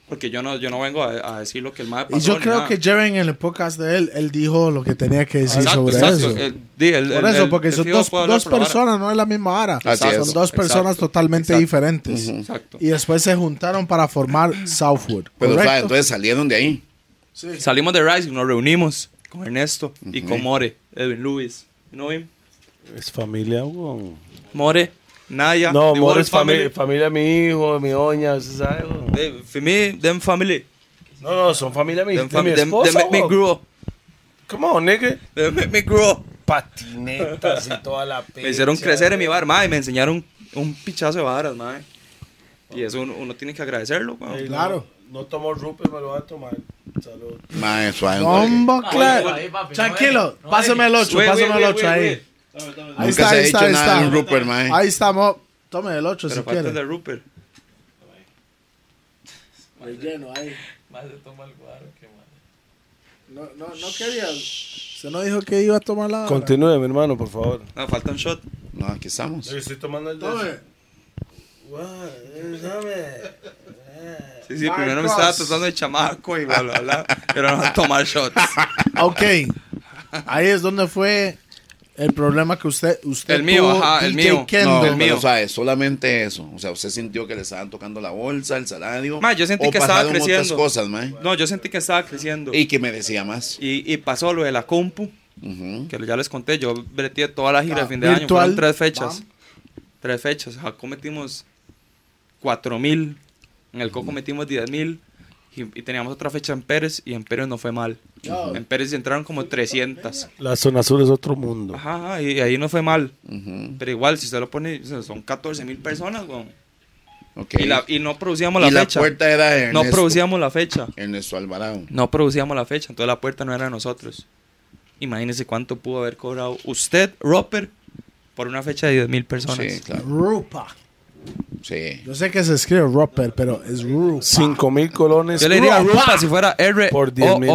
Speaker 1: Porque yo no, yo no vengo a, a decir lo que el mae pasó.
Speaker 3: Y yo
Speaker 1: ni
Speaker 3: creo
Speaker 1: nada.
Speaker 3: que Jaren en el podcast de él, él dijo lo que tenía que decir
Speaker 1: Exacto,
Speaker 3: sobre
Speaker 1: exacto.
Speaker 3: eso.
Speaker 1: El- di, el-
Speaker 3: por
Speaker 1: el-
Speaker 3: eso,
Speaker 1: el-
Speaker 3: porque
Speaker 1: el
Speaker 3: son
Speaker 1: fijo
Speaker 3: dos,
Speaker 1: puede hablar
Speaker 3: dos
Speaker 1: por la vara.
Speaker 3: personas, no es la misma ara.
Speaker 4: Así
Speaker 3: son
Speaker 4: es.
Speaker 3: dos personas
Speaker 1: Exacto.
Speaker 3: totalmente
Speaker 1: Exacto.
Speaker 3: diferentes.
Speaker 1: Exacto.
Speaker 3: Y después se juntaron para formar Southwood.
Speaker 4: Pero,
Speaker 3: ¿correcto?
Speaker 4: ¿sabes? Entonces salieron de ahí.
Speaker 1: Salimos de Rising, nos reunimos con Ernesto y con More, Edwin Lewis. ¿No ven?
Speaker 2: Es familia, weón.
Speaker 1: More, Naya,
Speaker 2: No,
Speaker 1: The
Speaker 2: amor,
Speaker 1: Wolf
Speaker 2: es familia, familia de mi hijo, de mi doña, usted sabe, weón.
Speaker 1: Eh, For me, them family.
Speaker 2: No, no, son familia de mi,
Speaker 1: Them,
Speaker 2: de mi
Speaker 1: fam- them,
Speaker 2: esposa,
Speaker 1: them make me
Speaker 2: weón.
Speaker 1: grow.
Speaker 2: Come on, nigga.
Speaker 1: They make me grow.
Speaker 2: Patinetas y toda la
Speaker 1: Me hicieron crecer en mi bar, mae, me enseñaron un pichazo de varas, mae. Y eso uno, uno tiene que agradecerlo, weón.
Speaker 2: Ey, no,
Speaker 3: Claro.
Speaker 2: No, tomo Rupert, me lo va a tomar. Salud.
Speaker 4: Mae, suave. porque
Speaker 3: Bomba, claro.
Speaker 10: Ah, ahí, papi,
Speaker 3: Tranquilo,
Speaker 10: no, eh.
Speaker 3: pásame el
Speaker 1: Wait,
Speaker 3: 8,
Speaker 1: wait,
Speaker 3: pásame el
Speaker 1: wait,
Speaker 3: 8
Speaker 1: wait,
Speaker 3: ahí.
Speaker 1: wait.
Speaker 3: Ahí
Speaker 4: Nunca
Speaker 3: está,
Speaker 4: se ha
Speaker 3: ahí
Speaker 4: dicho
Speaker 3: está, ahí
Speaker 4: nada de un
Speaker 3: está.
Speaker 4: Rupert, eh. mae.
Speaker 3: Ahí estamos. Tome el 8 si
Speaker 1: Pero falta el de
Speaker 3: quiere.
Speaker 1: Rupert.
Speaker 10: Más se toma el guaro que más.
Speaker 3: No, no, no quería. Se no dijo que iba a tomar la.
Speaker 2: Continúe, mi hermano, por favor.
Speaker 1: No, falta un shot.
Speaker 4: No, aquí estamos.
Speaker 7: Yo estoy tomando el
Speaker 3: Tome.
Speaker 1: Sí, sí, primero me estaba tratando de chamaco y bla, bla, [laughs] bla. Pero no, tomar shots.
Speaker 3: Ok. Ahí es donde fue El problema que usted, usted
Speaker 1: El mío,
Speaker 3: tuvo,
Speaker 1: ajá, el
Speaker 3: DJ
Speaker 1: mío.
Speaker 3: Kendo.
Speaker 1: No,
Speaker 4: No,
Speaker 1: el mío.
Speaker 4: pero, ¿sabe? solamente eso. O sea, usted sintió que le estaban tocando la bolsa, el salario.
Speaker 1: Ma, yo sentí
Speaker 4: o
Speaker 1: que estaba
Speaker 4: pasaron
Speaker 1: creciendo.
Speaker 4: otras cosas, mae,
Speaker 1: No, yo sentí que estaba creciendo.
Speaker 4: Y que merecía más.
Speaker 1: Y, y pasó lo de la compu,
Speaker 4: Ujú.
Speaker 1: que ya les conté, yo breteé toda la gira de fin de año,
Speaker 3: virtual,
Speaker 1: fueron tres fechas. Tres fechas, Jacó metimos 4 mil, en el
Speaker 4: Mm.
Speaker 1: Coco metimos 10 mil, y, y teníamos otra fecha en Pérez, y en Pérez no fue mal. En Pérez entraron como 300.
Speaker 2: La zona azul es otro mundo.
Speaker 1: Ajá, ajá, y ahí no fue mal.
Speaker 4: Ujú.
Speaker 1: Pero igual, si usted lo pone, o sea, son 14 mil personas, weón.
Speaker 4: Ok.
Speaker 1: Y, la- y no producíamos la
Speaker 4: Y
Speaker 1: fecha.
Speaker 4: puerta era de
Speaker 1: no
Speaker 4: Ernesto,
Speaker 1: producíamos la fecha.
Speaker 4: Ernesto Alvarado.
Speaker 1: No producíamos la fecha, entonces la puerta no era de nosotros. Imagínese cuánto pudo haber cobrado usted, Roper, por una fecha de 10 mil personas.
Speaker 4: Sí, claro.
Speaker 3: Rupa.
Speaker 4: Sí.
Speaker 3: Yo sé que se escribe Roper, pero es Rupa.
Speaker 2: 5 mil colones.
Speaker 1: Yo le diría Rupa si fuera R
Speaker 2: Por
Speaker 1: por
Speaker 2: 10 mil.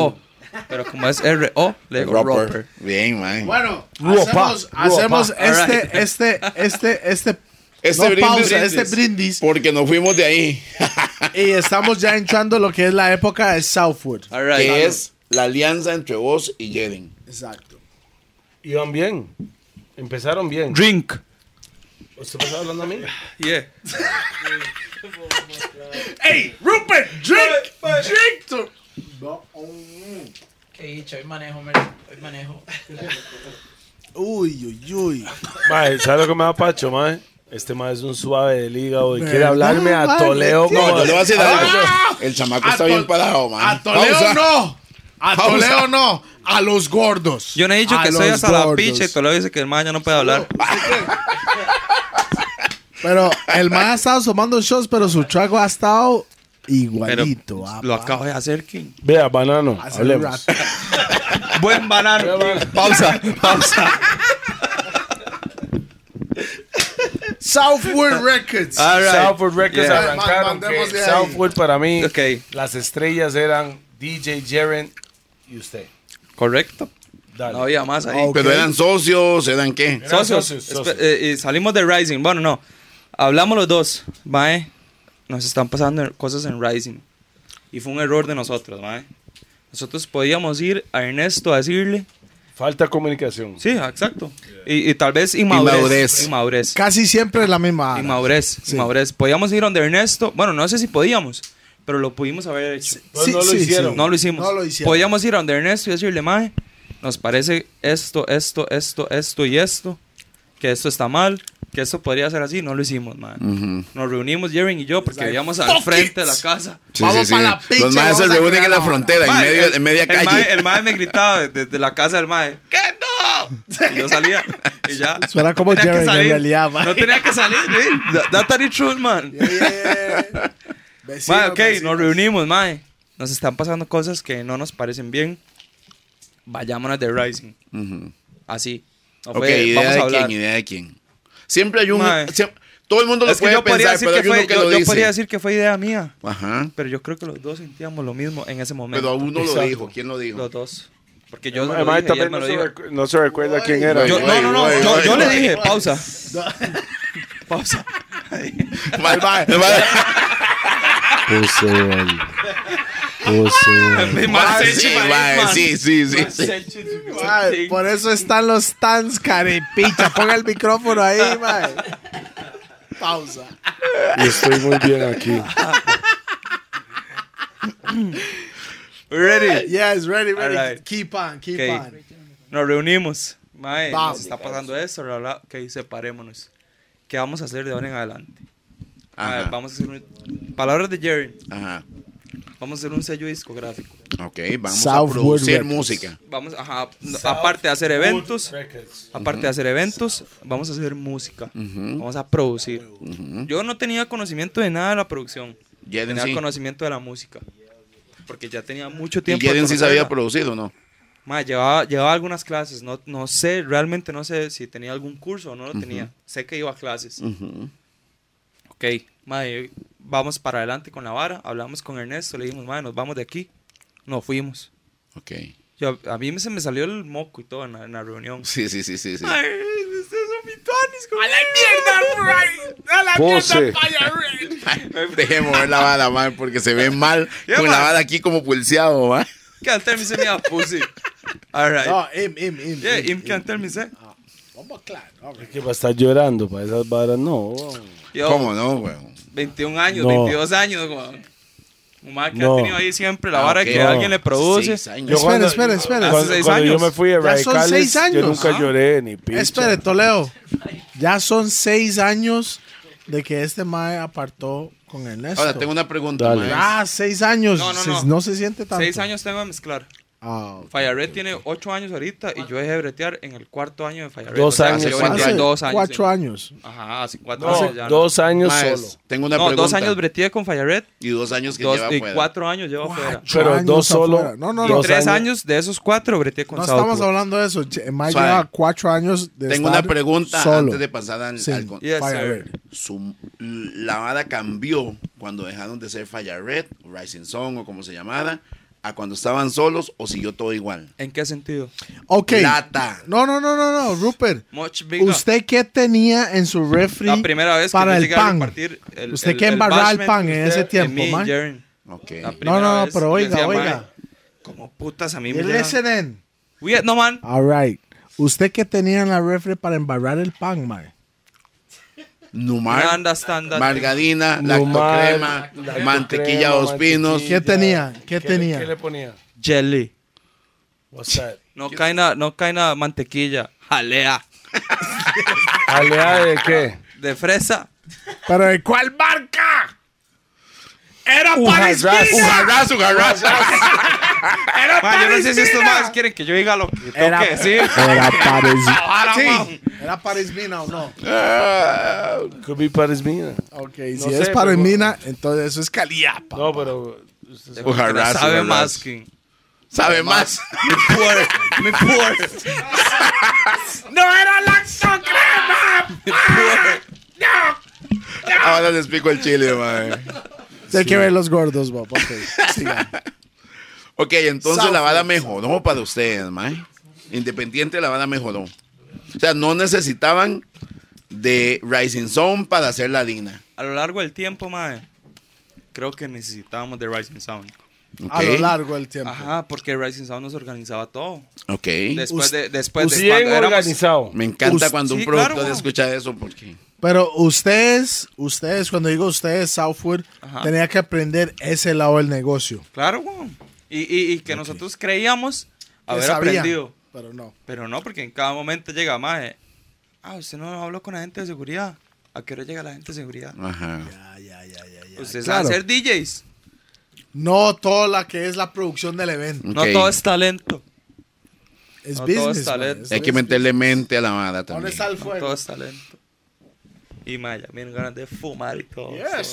Speaker 1: pero como es R O, le digo
Speaker 4: Roper.
Speaker 1: Roper.
Speaker 4: Bien, eh. mae.
Speaker 3: Bueno,
Speaker 2: Rupa,
Speaker 3: hacemos, hacemos
Speaker 1: Rupa.
Speaker 3: este,
Speaker 1: Alright.
Speaker 3: este, este, este,
Speaker 4: Este
Speaker 3: no,
Speaker 4: brindis-
Speaker 3: pausa, este brindis.
Speaker 4: Porque nos fuimos de ahí. [laughs]
Speaker 3: Y estamos ya entrando lo que es la época de Southwood.
Speaker 1: All right.
Speaker 4: que es la alianza entre vos y Jeden.
Speaker 3: Exacto.
Speaker 2: Iban bien. Empezaron bien.
Speaker 1: Drink.
Speaker 2: ¿Usted me está hablando a mí?
Speaker 1: Yeah.
Speaker 10: Qué dicho, hoy manejo, Mary, hoy manejo.
Speaker 3: Uy, uy, uy.
Speaker 2: Mae, ¿sabe lo que me da Pacho, mae? Este mae es un suave del hígado y quiere
Speaker 3: ¿Verdad,
Speaker 2: hablarme a
Speaker 3: mae?
Speaker 2: Toleo.
Speaker 3: No,
Speaker 2: como-
Speaker 4: No, yo le voy a decir algo.
Speaker 3: Ah,
Speaker 4: El chamaco está bien parado, man.
Speaker 3: A Toledo
Speaker 4: Pausa.
Speaker 3: no.
Speaker 1: [laughs]
Speaker 3: A
Speaker 4: Pausa.
Speaker 3: Toledo no. A los gordos.
Speaker 1: Yo no he dicho
Speaker 3: A
Speaker 1: que soy
Speaker 3: los
Speaker 1: hasta la
Speaker 3: gordos.
Speaker 1: picha y Toledo dice que el man ya no puede hablar.
Speaker 3: Pero el man ha estado tomando shows, pero su trago ha estado igualito. apa.
Speaker 1: Lo acabo de hacer, King.
Speaker 2: Vea, banano,
Speaker 3: Hace un
Speaker 2: hablemos.
Speaker 3: rato.
Speaker 1: Buen banano. pausa, pausa.
Speaker 3: Southwood Records.
Speaker 1: All right.
Speaker 2: Southwood Records
Speaker 1: Yeah.
Speaker 2: arrancaron.
Speaker 3: Man- mandémosle
Speaker 2: que
Speaker 3: ahí.
Speaker 2: Southwood para mí,
Speaker 1: Ok.
Speaker 2: las estrellas eran DJ Jaren y usted.
Speaker 1: Correcto.
Speaker 2: Dale.
Speaker 1: No había más ahí.
Speaker 4: Pero eran socios, eran qué.
Speaker 2: Eran
Speaker 1: Socios, espe- eh, y salimos de Rising. Bueno, no. Hablamos los dos. Mae, nos están pasando cosas en Rising. Y fue un error de nosotros, mae. Nosotros podíamos ir a Ernesto a decirle.
Speaker 2: Falta comunicación.
Speaker 1: Sí, exacto. Y, y tal vez inmadurez.
Speaker 4: Inmadurez.
Speaker 1: Inmadurez.
Speaker 3: Casi siempre es la misma. vara.
Speaker 1: Inmadurez. Inmadurez. Podíamos ir donde Ernesto. Bueno, no sé si podíamos, pero lo pudimos haber hecho.
Speaker 2: Pero
Speaker 3: Pues
Speaker 2: no lo hicieron.
Speaker 1: No lo hicimos.
Speaker 3: No lo hicieron.
Speaker 1: Podíamos ir a donde Ernesto y decirle, mae, nos parece esto, esto, esto, esto y esto, que esto está mal, que esto podría ser así. No lo hicimos, mae. Nos reunimos, Jeremy y yo, porque vivíamos al frente de la casa.
Speaker 3: Vamos pa' la pinche
Speaker 4: Los
Speaker 3: y
Speaker 4: maes
Speaker 3: vamos
Speaker 4: se
Speaker 3: a
Speaker 4: reúnen
Speaker 3: crear
Speaker 4: en la
Speaker 3: ahora.
Speaker 4: frontera, en,
Speaker 1: Mae,
Speaker 4: medio-
Speaker 1: el-
Speaker 4: en media
Speaker 1: el mae-
Speaker 4: calle.
Speaker 1: el mae me gritaba desde, desde la casa del mae, ¿qué no? Y yo salía y ya.
Speaker 3: Suena como
Speaker 1: Tenía que
Speaker 3: Jerry en
Speaker 1: salir.
Speaker 3: realidad, mae.
Speaker 1: No tenía que salir, ¿eh?
Speaker 3: [laughs]
Speaker 1: That- That's the truth, man.
Speaker 3: Yeah. Vecinos,
Speaker 1: Mae, ok,
Speaker 3: vecinos.
Speaker 1: nos reunimos, mae. Nos están pasando cosas que no nos parecen bien. Vayámonos de Rising.
Speaker 4: Ujú.
Speaker 1: Así. No
Speaker 4: Ok,
Speaker 1: fue,
Speaker 4: idea
Speaker 1: vamos a
Speaker 4: de
Speaker 1: hablar.
Speaker 4: quién, idea de quién. Siempre hay un.
Speaker 1: Mae.
Speaker 4: siem- todo el mundo lo
Speaker 1: Es que
Speaker 4: puede
Speaker 1: yo podría
Speaker 4: pensar,
Speaker 1: decir
Speaker 4: pero
Speaker 1: que
Speaker 4: hay uno
Speaker 1: fue,
Speaker 4: que
Speaker 1: yo,
Speaker 4: lo
Speaker 1: yo
Speaker 4: dice.
Speaker 1: podría decir que fue idea mía.
Speaker 4: Ajá.
Speaker 1: Pero yo creo que los dos sentíamos lo mismo en ese
Speaker 4: Pero a
Speaker 1: momento.
Speaker 4: uno lo
Speaker 2: Exacto.
Speaker 4: dijo. ¿Quién lo dijo? [laughs]
Speaker 1: Los dos. Porque yo no lo
Speaker 2: Además,
Speaker 1: dije, y él
Speaker 2: también
Speaker 1: me
Speaker 2: no
Speaker 1: lo
Speaker 2: se,
Speaker 1: dijo.
Speaker 2: recu- no se recuerda quién era.
Speaker 4: Yo-
Speaker 1: Yo- no, no, no.
Speaker 4: Oye,
Speaker 1: yo,
Speaker 4: oye,
Speaker 1: yo le
Speaker 4: oye.
Speaker 1: dije,
Speaker 4: [laughs]
Speaker 1: pausa. pausa.
Speaker 4: Mae,
Speaker 1: [laughs]
Speaker 4: mae.
Speaker 1: [laughs]
Speaker 4: Mae, Ah, sí, mae, sí, sí, sí, sí.
Speaker 3: Ay, por eso están los tans, carepicha. Ponga el micrófono ahí, mae. Pausa.
Speaker 2: Y estoy muy bien aquí.
Speaker 1: Ready.
Speaker 3: Yes, ready, ready.
Speaker 1: Alright.
Speaker 3: Keep on, keep
Speaker 1: Ok.
Speaker 3: on.
Speaker 1: Nos reunimos. Mae,
Speaker 3: Vamos.
Speaker 1: nos está pasando esto, bla, bla. Ok, separémonos. ¿Qué vamos a hacer de ahora en adelante? Mae,
Speaker 4: Ajá,
Speaker 1: vamos a hacer un... Palabras de Jerry.
Speaker 4: ajá.
Speaker 1: Vamos a hacer un sello discográfico.
Speaker 4: Ok, vamos
Speaker 3: Southwood
Speaker 4: a producir
Speaker 3: Records.
Speaker 4: música.
Speaker 1: Vamos, ajá, no, aparte de hacer eventos, aparte de hacer eventos, vamos a hacer música. Vamos a producir. Yo no tenía conocimiento de nada de la producción.
Speaker 4: Jeden
Speaker 1: tenía
Speaker 4: sí.
Speaker 1: conocimiento de la música. Porque ya tenía mucho
Speaker 4: ¿Y
Speaker 1: tiempo. de
Speaker 4: Jeden sí sabía
Speaker 1: conocerla.
Speaker 4: producido o no?
Speaker 1: Ma, llevaba, llevaba algunas clases, no, no sé, realmente no sé si tenía algún curso o no lo tenía. Sé que iba a clases.
Speaker 4: Ujú.
Speaker 1: Ok, madre, vamos para adelante con la vara, hablamos con Ernesto, le dijimos, madre, nos vamos de aquí. Nos fuimos.
Speaker 4: Ok.
Speaker 1: Yo- a mí me- se me salió el moco y todo en la, en la reunión.
Speaker 4: Sí, sí, sí, sí. sí.
Speaker 1: Ay, ustedes son mitones, güey.
Speaker 2: Pose.
Speaker 4: Deje mover la vara, man, porque se ve mal
Speaker 1: Ya,
Speaker 4: con la
Speaker 1: man.
Speaker 4: vara aquí como pulseado, man.
Speaker 1: Can't tell me say me a pussy. All right.
Speaker 3: No, im, im, im.
Speaker 1: yeah,
Speaker 3: im,
Speaker 1: him
Speaker 3: im.
Speaker 1: can't tell me say.
Speaker 13: ¿Cómo claro?
Speaker 2: Es que va a estar llorando para esas varas, no. weón.
Speaker 1: Yo,
Speaker 4: ¿Cómo no, weón?
Speaker 1: 21 años,
Speaker 2: No.
Speaker 1: 22 años, weón. Un mae que
Speaker 2: No.
Speaker 1: ha tenido ahí siempre la
Speaker 4: Ah,
Speaker 1: vara
Speaker 4: ok.
Speaker 1: que
Speaker 2: No.
Speaker 1: alguien le produce.
Speaker 4: Seis años.
Speaker 2: Yo
Speaker 3: Espere, espere, espere.
Speaker 2: Cuando,
Speaker 1: Hace seis
Speaker 2: cuando
Speaker 1: años.
Speaker 2: yo me fui de
Speaker 3: Ya son
Speaker 2: radicales,
Speaker 3: seis
Speaker 2: yo
Speaker 3: años.
Speaker 2: nunca
Speaker 3: Ajá.
Speaker 2: lloré ni picha.
Speaker 3: Espere, Toledo. Ya son seis años de que este mae apartó con Ernesto.
Speaker 4: Ahora tengo una pregunta,
Speaker 2: Dale.
Speaker 4: mae.
Speaker 3: Ah, seis años.
Speaker 1: No, no,
Speaker 3: Se-
Speaker 1: no.
Speaker 3: se siente tanto.
Speaker 1: 6 años tengo de mezclar.
Speaker 3: Ah, ok.
Speaker 1: Firered tiene 8 años ahorita y yo dejé de bretear en el cuarto año de Firered.
Speaker 2: Dos años,
Speaker 1: Hace,
Speaker 4: Yo
Speaker 3: Hace
Speaker 1: 22 años.
Speaker 3: cuatro
Speaker 1: sí.
Speaker 3: años.
Speaker 1: Ajá, hace 4
Speaker 2: No,
Speaker 1: años ya. no.
Speaker 2: dos años
Speaker 4: Mae,
Speaker 2: solo.
Speaker 4: Tengo una
Speaker 1: no,
Speaker 4: pregunta.
Speaker 1: dos años breteé con Firered
Speaker 4: Y dos años que
Speaker 1: dos-
Speaker 4: lleva
Speaker 1: y
Speaker 4: afuera.
Speaker 1: 4 años llevo afuera.
Speaker 2: Pero
Speaker 3: años
Speaker 2: dos solo.
Speaker 3: afuera. No, no,
Speaker 2: y
Speaker 3: no.
Speaker 1: Y
Speaker 2: dos
Speaker 1: 3 años de esos 4 breteé con
Speaker 3: No
Speaker 1: Southwood.
Speaker 3: estamos hablando de eso. Che- Mae
Speaker 4: Suave.
Speaker 3: lleva cuatro años de
Speaker 4: Tengo
Speaker 3: estar
Speaker 4: una pregunta
Speaker 3: solo.
Speaker 4: antes de pasar al,
Speaker 3: Sí.
Speaker 4: al con-
Speaker 1: Yes,
Speaker 3: Fire
Speaker 1: sir.
Speaker 3: Red.
Speaker 4: su- la vara cambió cuando dejaron de ser Fire Red, Rising Song o como se llamara, a cuando estaban solos o siguió todo igual.
Speaker 1: ¿En qué sentido?
Speaker 3: Ok.
Speaker 4: Plata.
Speaker 3: No, no, no, no, no, Rupert.
Speaker 1: Much bigger.
Speaker 3: ¿Usted qué tenía en su refri
Speaker 1: La primera vez que
Speaker 3: para
Speaker 1: yo
Speaker 3: el
Speaker 1: llegué a
Speaker 3: pan?
Speaker 1: compartir el,
Speaker 3: ¿Usted
Speaker 1: el-
Speaker 3: qué
Speaker 1: el
Speaker 3: embarraba el
Speaker 1: bashment
Speaker 3: pan en
Speaker 1: usted-
Speaker 3: ese tiempo,
Speaker 1: mí y
Speaker 3: man?
Speaker 1: Jaren.
Speaker 4: Ok.
Speaker 1: La
Speaker 3: No,
Speaker 1: primera
Speaker 3: no, no,
Speaker 1: vez,
Speaker 3: pero
Speaker 1: yo
Speaker 3: oiga,
Speaker 1: decía,
Speaker 3: oiga.
Speaker 1: "Mae, Como putas a mí me
Speaker 3: El
Speaker 1: llegan".
Speaker 3: SNN.
Speaker 1: Weird, No, man.
Speaker 3: All right. ¿Usted qué tenía en la refri para embarrar el pan, mae?
Speaker 4: Numar,
Speaker 1: No understand that.
Speaker 4: margarina,
Speaker 2: Numar,
Speaker 4: lactocrema,
Speaker 2: lactocrema,
Speaker 4: mantequilla dos pinos.
Speaker 2: mantequilla.
Speaker 3: ¿Qué tenía? ¿Qué
Speaker 2: le-
Speaker 3: tenía?
Speaker 2: ¿Qué le ponía?
Speaker 1: Jelly.
Speaker 2: What's that?
Speaker 1: No cae nada, no cae nada mantequilla. Jalea.
Speaker 2: ¿Alea de qué?
Speaker 1: De fresa.
Speaker 3: ¿Pero de cuál marca? ¡Era
Speaker 2: Ujarrás.
Speaker 4: Ujarrás, [laughs] ujarrás.
Speaker 3: ¡Era
Speaker 1: Man, yo no sé si estos más quieren que yo diga lo que tengo
Speaker 3: Era-
Speaker 1: que decir.
Speaker 3: Era Paris.
Speaker 1: Ahora, man.
Speaker 3: Sí. ¿Era Paris Mina o no?
Speaker 2: Could be Paris Mina.
Speaker 3: Ok,
Speaker 2: No
Speaker 3: si
Speaker 2: sé,
Speaker 3: es Paris
Speaker 2: pero-
Speaker 3: Mina, entonces eso es Caliapa.
Speaker 2: No, pero. usted sabe.
Speaker 4: Ujarrás,
Speaker 1: Sabe
Speaker 4: ujarrás.
Speaker 1: más que.
Speaker 4: Sabe más.
Speaker 1: Me
Speaker 4: [laughs]
Speaker 1: poor.
Speaker 4: Ahora les explico el chile, mae.
Speaker 3: Hay que ver los gordos, Bob. Ok, siga.
Speaker 4: Ok, entonces la bala mejoró para ustedes, mae. Independiente, la bala mejoró. O sea, no necesitaban de Rising Zone para hacer la Dina.
Speaker 1: A lo largo del tiempo, madre, creo que necesitábamos de Rising Sound.
Speaker 4: Ok.
Speaker 3: A lo largo del tiempo.
Speaker 1: Ajá, porque Rising Sound nos organizaba todo.
Speaker 4: Ok.
Speaker 1: Después de, después de
Speaker 2: Bien
Speaker 1: cuando éramos-
Speaker 2: organizado.
Speaker 4: Me encanta
Speaker 3: Us-
Speaker 4: cuando un
Speaker 1: sí,
Speaker 4: productor
Speaker 1: claro, weón.
Speaker 4: escucha eso porque.
Speaker 3: Pero ustedes, ustedes, cuando digo ustedes, Southwood,
Speaker 1: Ajá.
Speaker 3: tenía que aprender ese lado del negocio.
Speaker 1: Claro, weón. Y, y, y que nosotros creíamos
Speaker 3: Que
Speaker 1: haber
Speaker 3: sabían,
Speaker 1: aprendido.
Speaker 3: Pero no.
Speaker 1: Pero no, porque en cada momento llega más. Ah, usted no habló con la gente de seguridad. ¿A qué hora llega la gente de seguridad?
Speaker 4: Ajá.
Speaker 1: Ustedes
Speaker 3: claro.
Speaker 1: saben ser DJs.
Speaker 3: No toda la que es la producción del evento.
Speaker 1: No
Speaker 4: Ok.
Speaker 1: todo es talento.
Speaker 3: Es
Speaker 1: No todo es
Speaker 3: business. man,
Speaker 1: talento.
Speaker 3: es
Speaker 4: Hay que
Speaker 3: business.
Speaker 4: meterle mente a la bala
Speaker 3: ¿Dónde
Speaker 4: también.
Speaker 3: está el
Speaker 1: No todo
Speaker 3: fuego?
Speaker 1: es talento. Y Maya, miren ganas de fumar y todo.
Speaker 3: Yeah,
Speaker 1: Todo, mae.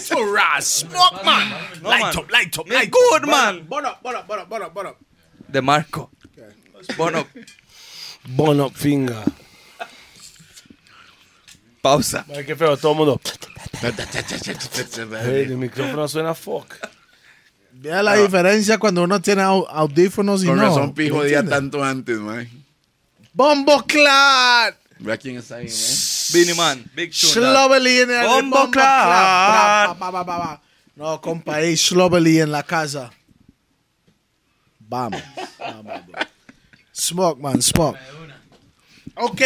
Speaker 3: smoke to rise, smoke man.
Speaker 1: No,
Speaker 3: light
Speaker 1: man.
Speaker 3: up, light up,
Speaker 1: Miren,
Speaker 3: light up.
Speaker 1: good, man.
Speaker 3: Burn up, burn up, burn up, burn up, burn up.
Speaker 1: De Marco. Bueno,
Speaker 2: Bono Finga.
Speaker 1: pausa.
Speaker 2: Ay, qué feo, todo el mundo. Ey, el micrófono suena fuck.
Speaker 3: Vea la diferencia cuando uno tiene au- audífonos y
Speaker 4: Con
Speaker 3: no.
Speaker 4: razón, pijo,
Speaker 3: ¿me
Speaker 4: día
Speaker 3: entiendes?
Speaker 4: tanto antes, mae.
Speaker 3: Bombo Clat.
Speaker 4: Vea quién está ahí, mae.
Speaker 1: Vinny Man, Big Tuna.
Speaker 3: Schlobeli en el
Speaker 1: Bombo Clat.
Speaker 3: Bombo Clat. Bra, pa, pa, pa, pa. No, compa, ahí Schlobeli en la casa. Vamos. Vamos, bro. Smoke, man, smoke. Ok.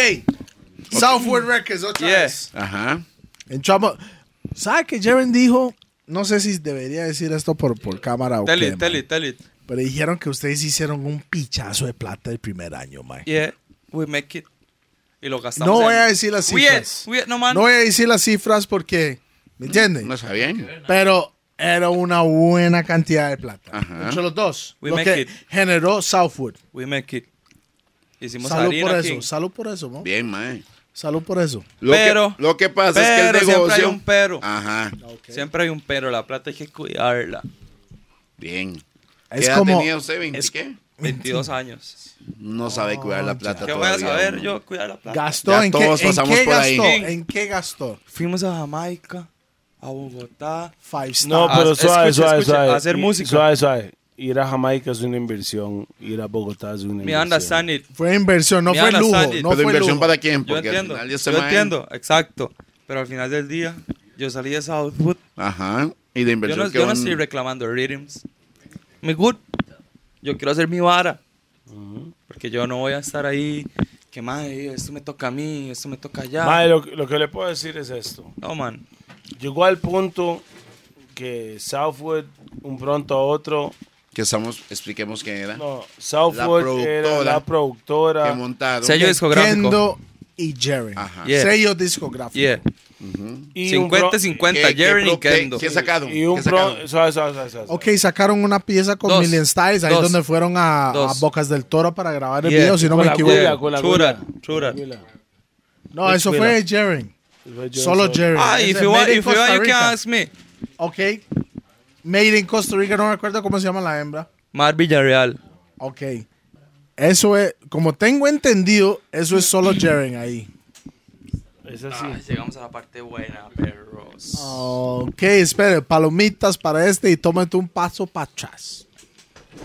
Speaker 3: Southwood Records, otra
Speaker 1: Yes.
Speaker 3: vez.
Speaker 4: Ajá.
Speaker 3: Entramos. ¿Sabe que Jaren dijo? No sé si debería decir esto por, por cámara o
Speaker 1: Tell
Speaker 3: qué,
Speaker 1: it, tell
Speaker 3: man,
Speaker 1: it, tell it.
Speaker 3: Pero dijeron que ustedes hicieron un pichazo de plata el primer año, man.
Speaker 1: Yeah, we make it. Y lo gastamos.
Speaker 3: No voy
Speaker 1: en-
Speaker 3: a decir las
Speaker 1: Weird,
Speaker 3: cifras.
Speaker 1: weird, no, man.
Speaker 3: No voy a decir las cifras porque, ¿me entiendes?
Speaker 4: No está bien.
Speaker 3: Pero era una buena cantidad de plata.
Speaker 4: Ajá.
Speaker 3: Entre los dos.
Speaker 1: We
Speaker 3: lo
Speaker 1: make
Speaker 3: que
Speaker 1: it.
Speaker 3: generó Southwood.
Speaker 1: We make it. Hicimos
Speaker 3: Salud
Speaker 1: harina
Speaker 3: por
Speaker 1: aquí.
Speaker 3: eso. Salud por eso, ¿no?
Speaker 4: Bien, mae.
Speaker 3: Salud por eso.
Speaker 4: Lo
Speaker 1: Pero-
Speaker 4: que, lo que pasa
Speaker 1: pero
Speaker 4: es que el
Speaker 1: siempre
Speaker 4: negocio.
Speaker 1: hay un pero.
Speaker 4: Ajá.
Speaker 1: Siempre hay un pero. La plata hay que cuidarla.
Speaker 4: Bien. ¿Qué
Speaker 3: Es
Speaker 4: edad
Speaker 3: como.
Speaker 4: tenía usted? ¿20 qué?
Speaker 1: 22 años.
Speaker 4: No sabe cuidar la plata
Speaker 1: ¿Qué voy
Speaker 4: todavía.
Speaker 1: a saber
Speaker 4: ¿no?
Speaker 1: yo? Cuidar la plata.
Speaker 3: Gastó
Speaker 4: Ya
Speaker 3: en qué,
Speaker 4: todos
Speaker 3: en
Speaker 4: pasamos
Speaker 3: qué
Speaker 4: por ahí.
Speaker 3: gastó.
Speaker 1: Sí.
Speaker 3: ¿En qué gastó?
Speaker 1: Fuimos a Jamaica, a Bogotá.
Speaker 3: Five star.
Speaker 2: No,
Speaker 1: Ah,
Speaker 2: pero
Speaker 1: escuche,
Speaker 2: suave, suave,
Speaker 1: escuche,
Speaker 2: suave.
Speaker 1: hacer
Speaker 2: Y-
Speaker 1: música.
Speaker 2: Suave, suave. Ir a Jamaica es una inversión. Ir a Bogotá es una
Speaker 1: Me
Speaker 2: inversión.
Speaker 1: understand it.
Speaker 3: Fue inversión, no
Speaker 1: Me
Speaker 3: fue
Speaker 1: habla
Speaker 3: lujo.
Speaker 1: Sandy.
Speaker 3: No
Speaker 4: Pero
Speaker 3: fue
Speaker 4: inversión
Speaker 3: lujo.
Speaker 4: para quién?
Speaker 1: Yo
Speaker 4: Porque al
Speaker 1: entiendo.
Speaker 4: final
Speaker 1: Yo
Speaker 4: ya se mae-
Speaker 1: entiendo, exacto. Pero al final del día, yo salí de Southwood.
Speaker 4: Ajá. Y de
Speaker 1: Yo
Speaker 4: inversión
Speaker 1: no,
Speaker 4: que
Speaker 1: yo no
Speaker 4: van-
Speaker 1: estoy reclamando rhythms. Me good. Yo quiero hacer mi vara. Porque yo no voy a estar ahí que madre, esto me toca a mí, esto me toca allá.
Speaker 2: Mae, lo, lo que le puedo decir es esto.
Speaker 1: No, man.
Speaker 2: Llegó al punto que Southwood, un pronto a otro,
Speaker 4: Que estamos, expliquemos quién era.
Speaker 2: no, Southwood era
Speaker 4: productora
Speaker 2: la
Speaker 4: Que
Speaker 2: productora.
Speaker 4: montaron.
Speaker 1: Sello discográfico.
Speaker 3: Kendo y Jerry.
Speaker 4: Ajá.
Speaker 1: Yeah.
Speaker 3: Sello discográfico.
Speaker 1: Yeah.
Speaker 2: y un pro-
Speaker 1: 50-50,
Speaker 4: ¿Qué- qué
Speaker 1: Jerry y
Speaker 4: pro- qué-
Speaker 1: Kendo.
Speaker 4: ¿Qué sacaron?
Speaker 2: Y un
Speaker 4: ¿Qué sacaron?
Speaker 2: pro. suave, suave, suave, suave.
Speaker 3: Ok, sacaron una pieza con
Speaker 1: Dos.
Speaker 3: Million Styles, ahí
Speaker 1: Dos.
Speaker 3: donde fueron a, a
Speaker 1: Dos.
Speaker 3: Bocas del Toro para grabar el
Speaker 1: Yeah.
Speaker 3: video, si no
Speaker 2: Con
Speaker 3: me
Speaker 2: la
Speaker 3: equivoco.
Speaker 2: güila, con la
Speaker 1: Chura,
Speaker 2: güila.
Speaker 1: chura.
Speaker 2: Güila.
Speaker 3: No, eso fue Jerry. Solo Jerry.
Speaker 1: Ah,
Speaker 3: Ese
Speaker 1: if you want,
Speaker 3: Made in
Speaker 1: if you want,
Speaker 3: Costa
Speaker 1: you can
Speaker 3: Rica.
Speaker 1: ask me.
Speaker 3: Ok. Made in Costa Rica, no me acuerdo cómo se llama la hembra.
Speaker 1: Mar Villarreal.
Speaker 3: Ok. Eso es, como tengo entendido, eso es solo Jerry ahí.
Speaker 2: Es así.
Speaker 1: llegamos a la parte buena, perros.
Speaker 3: Ok, espere, palomitas para este y tómate un paso para atrás.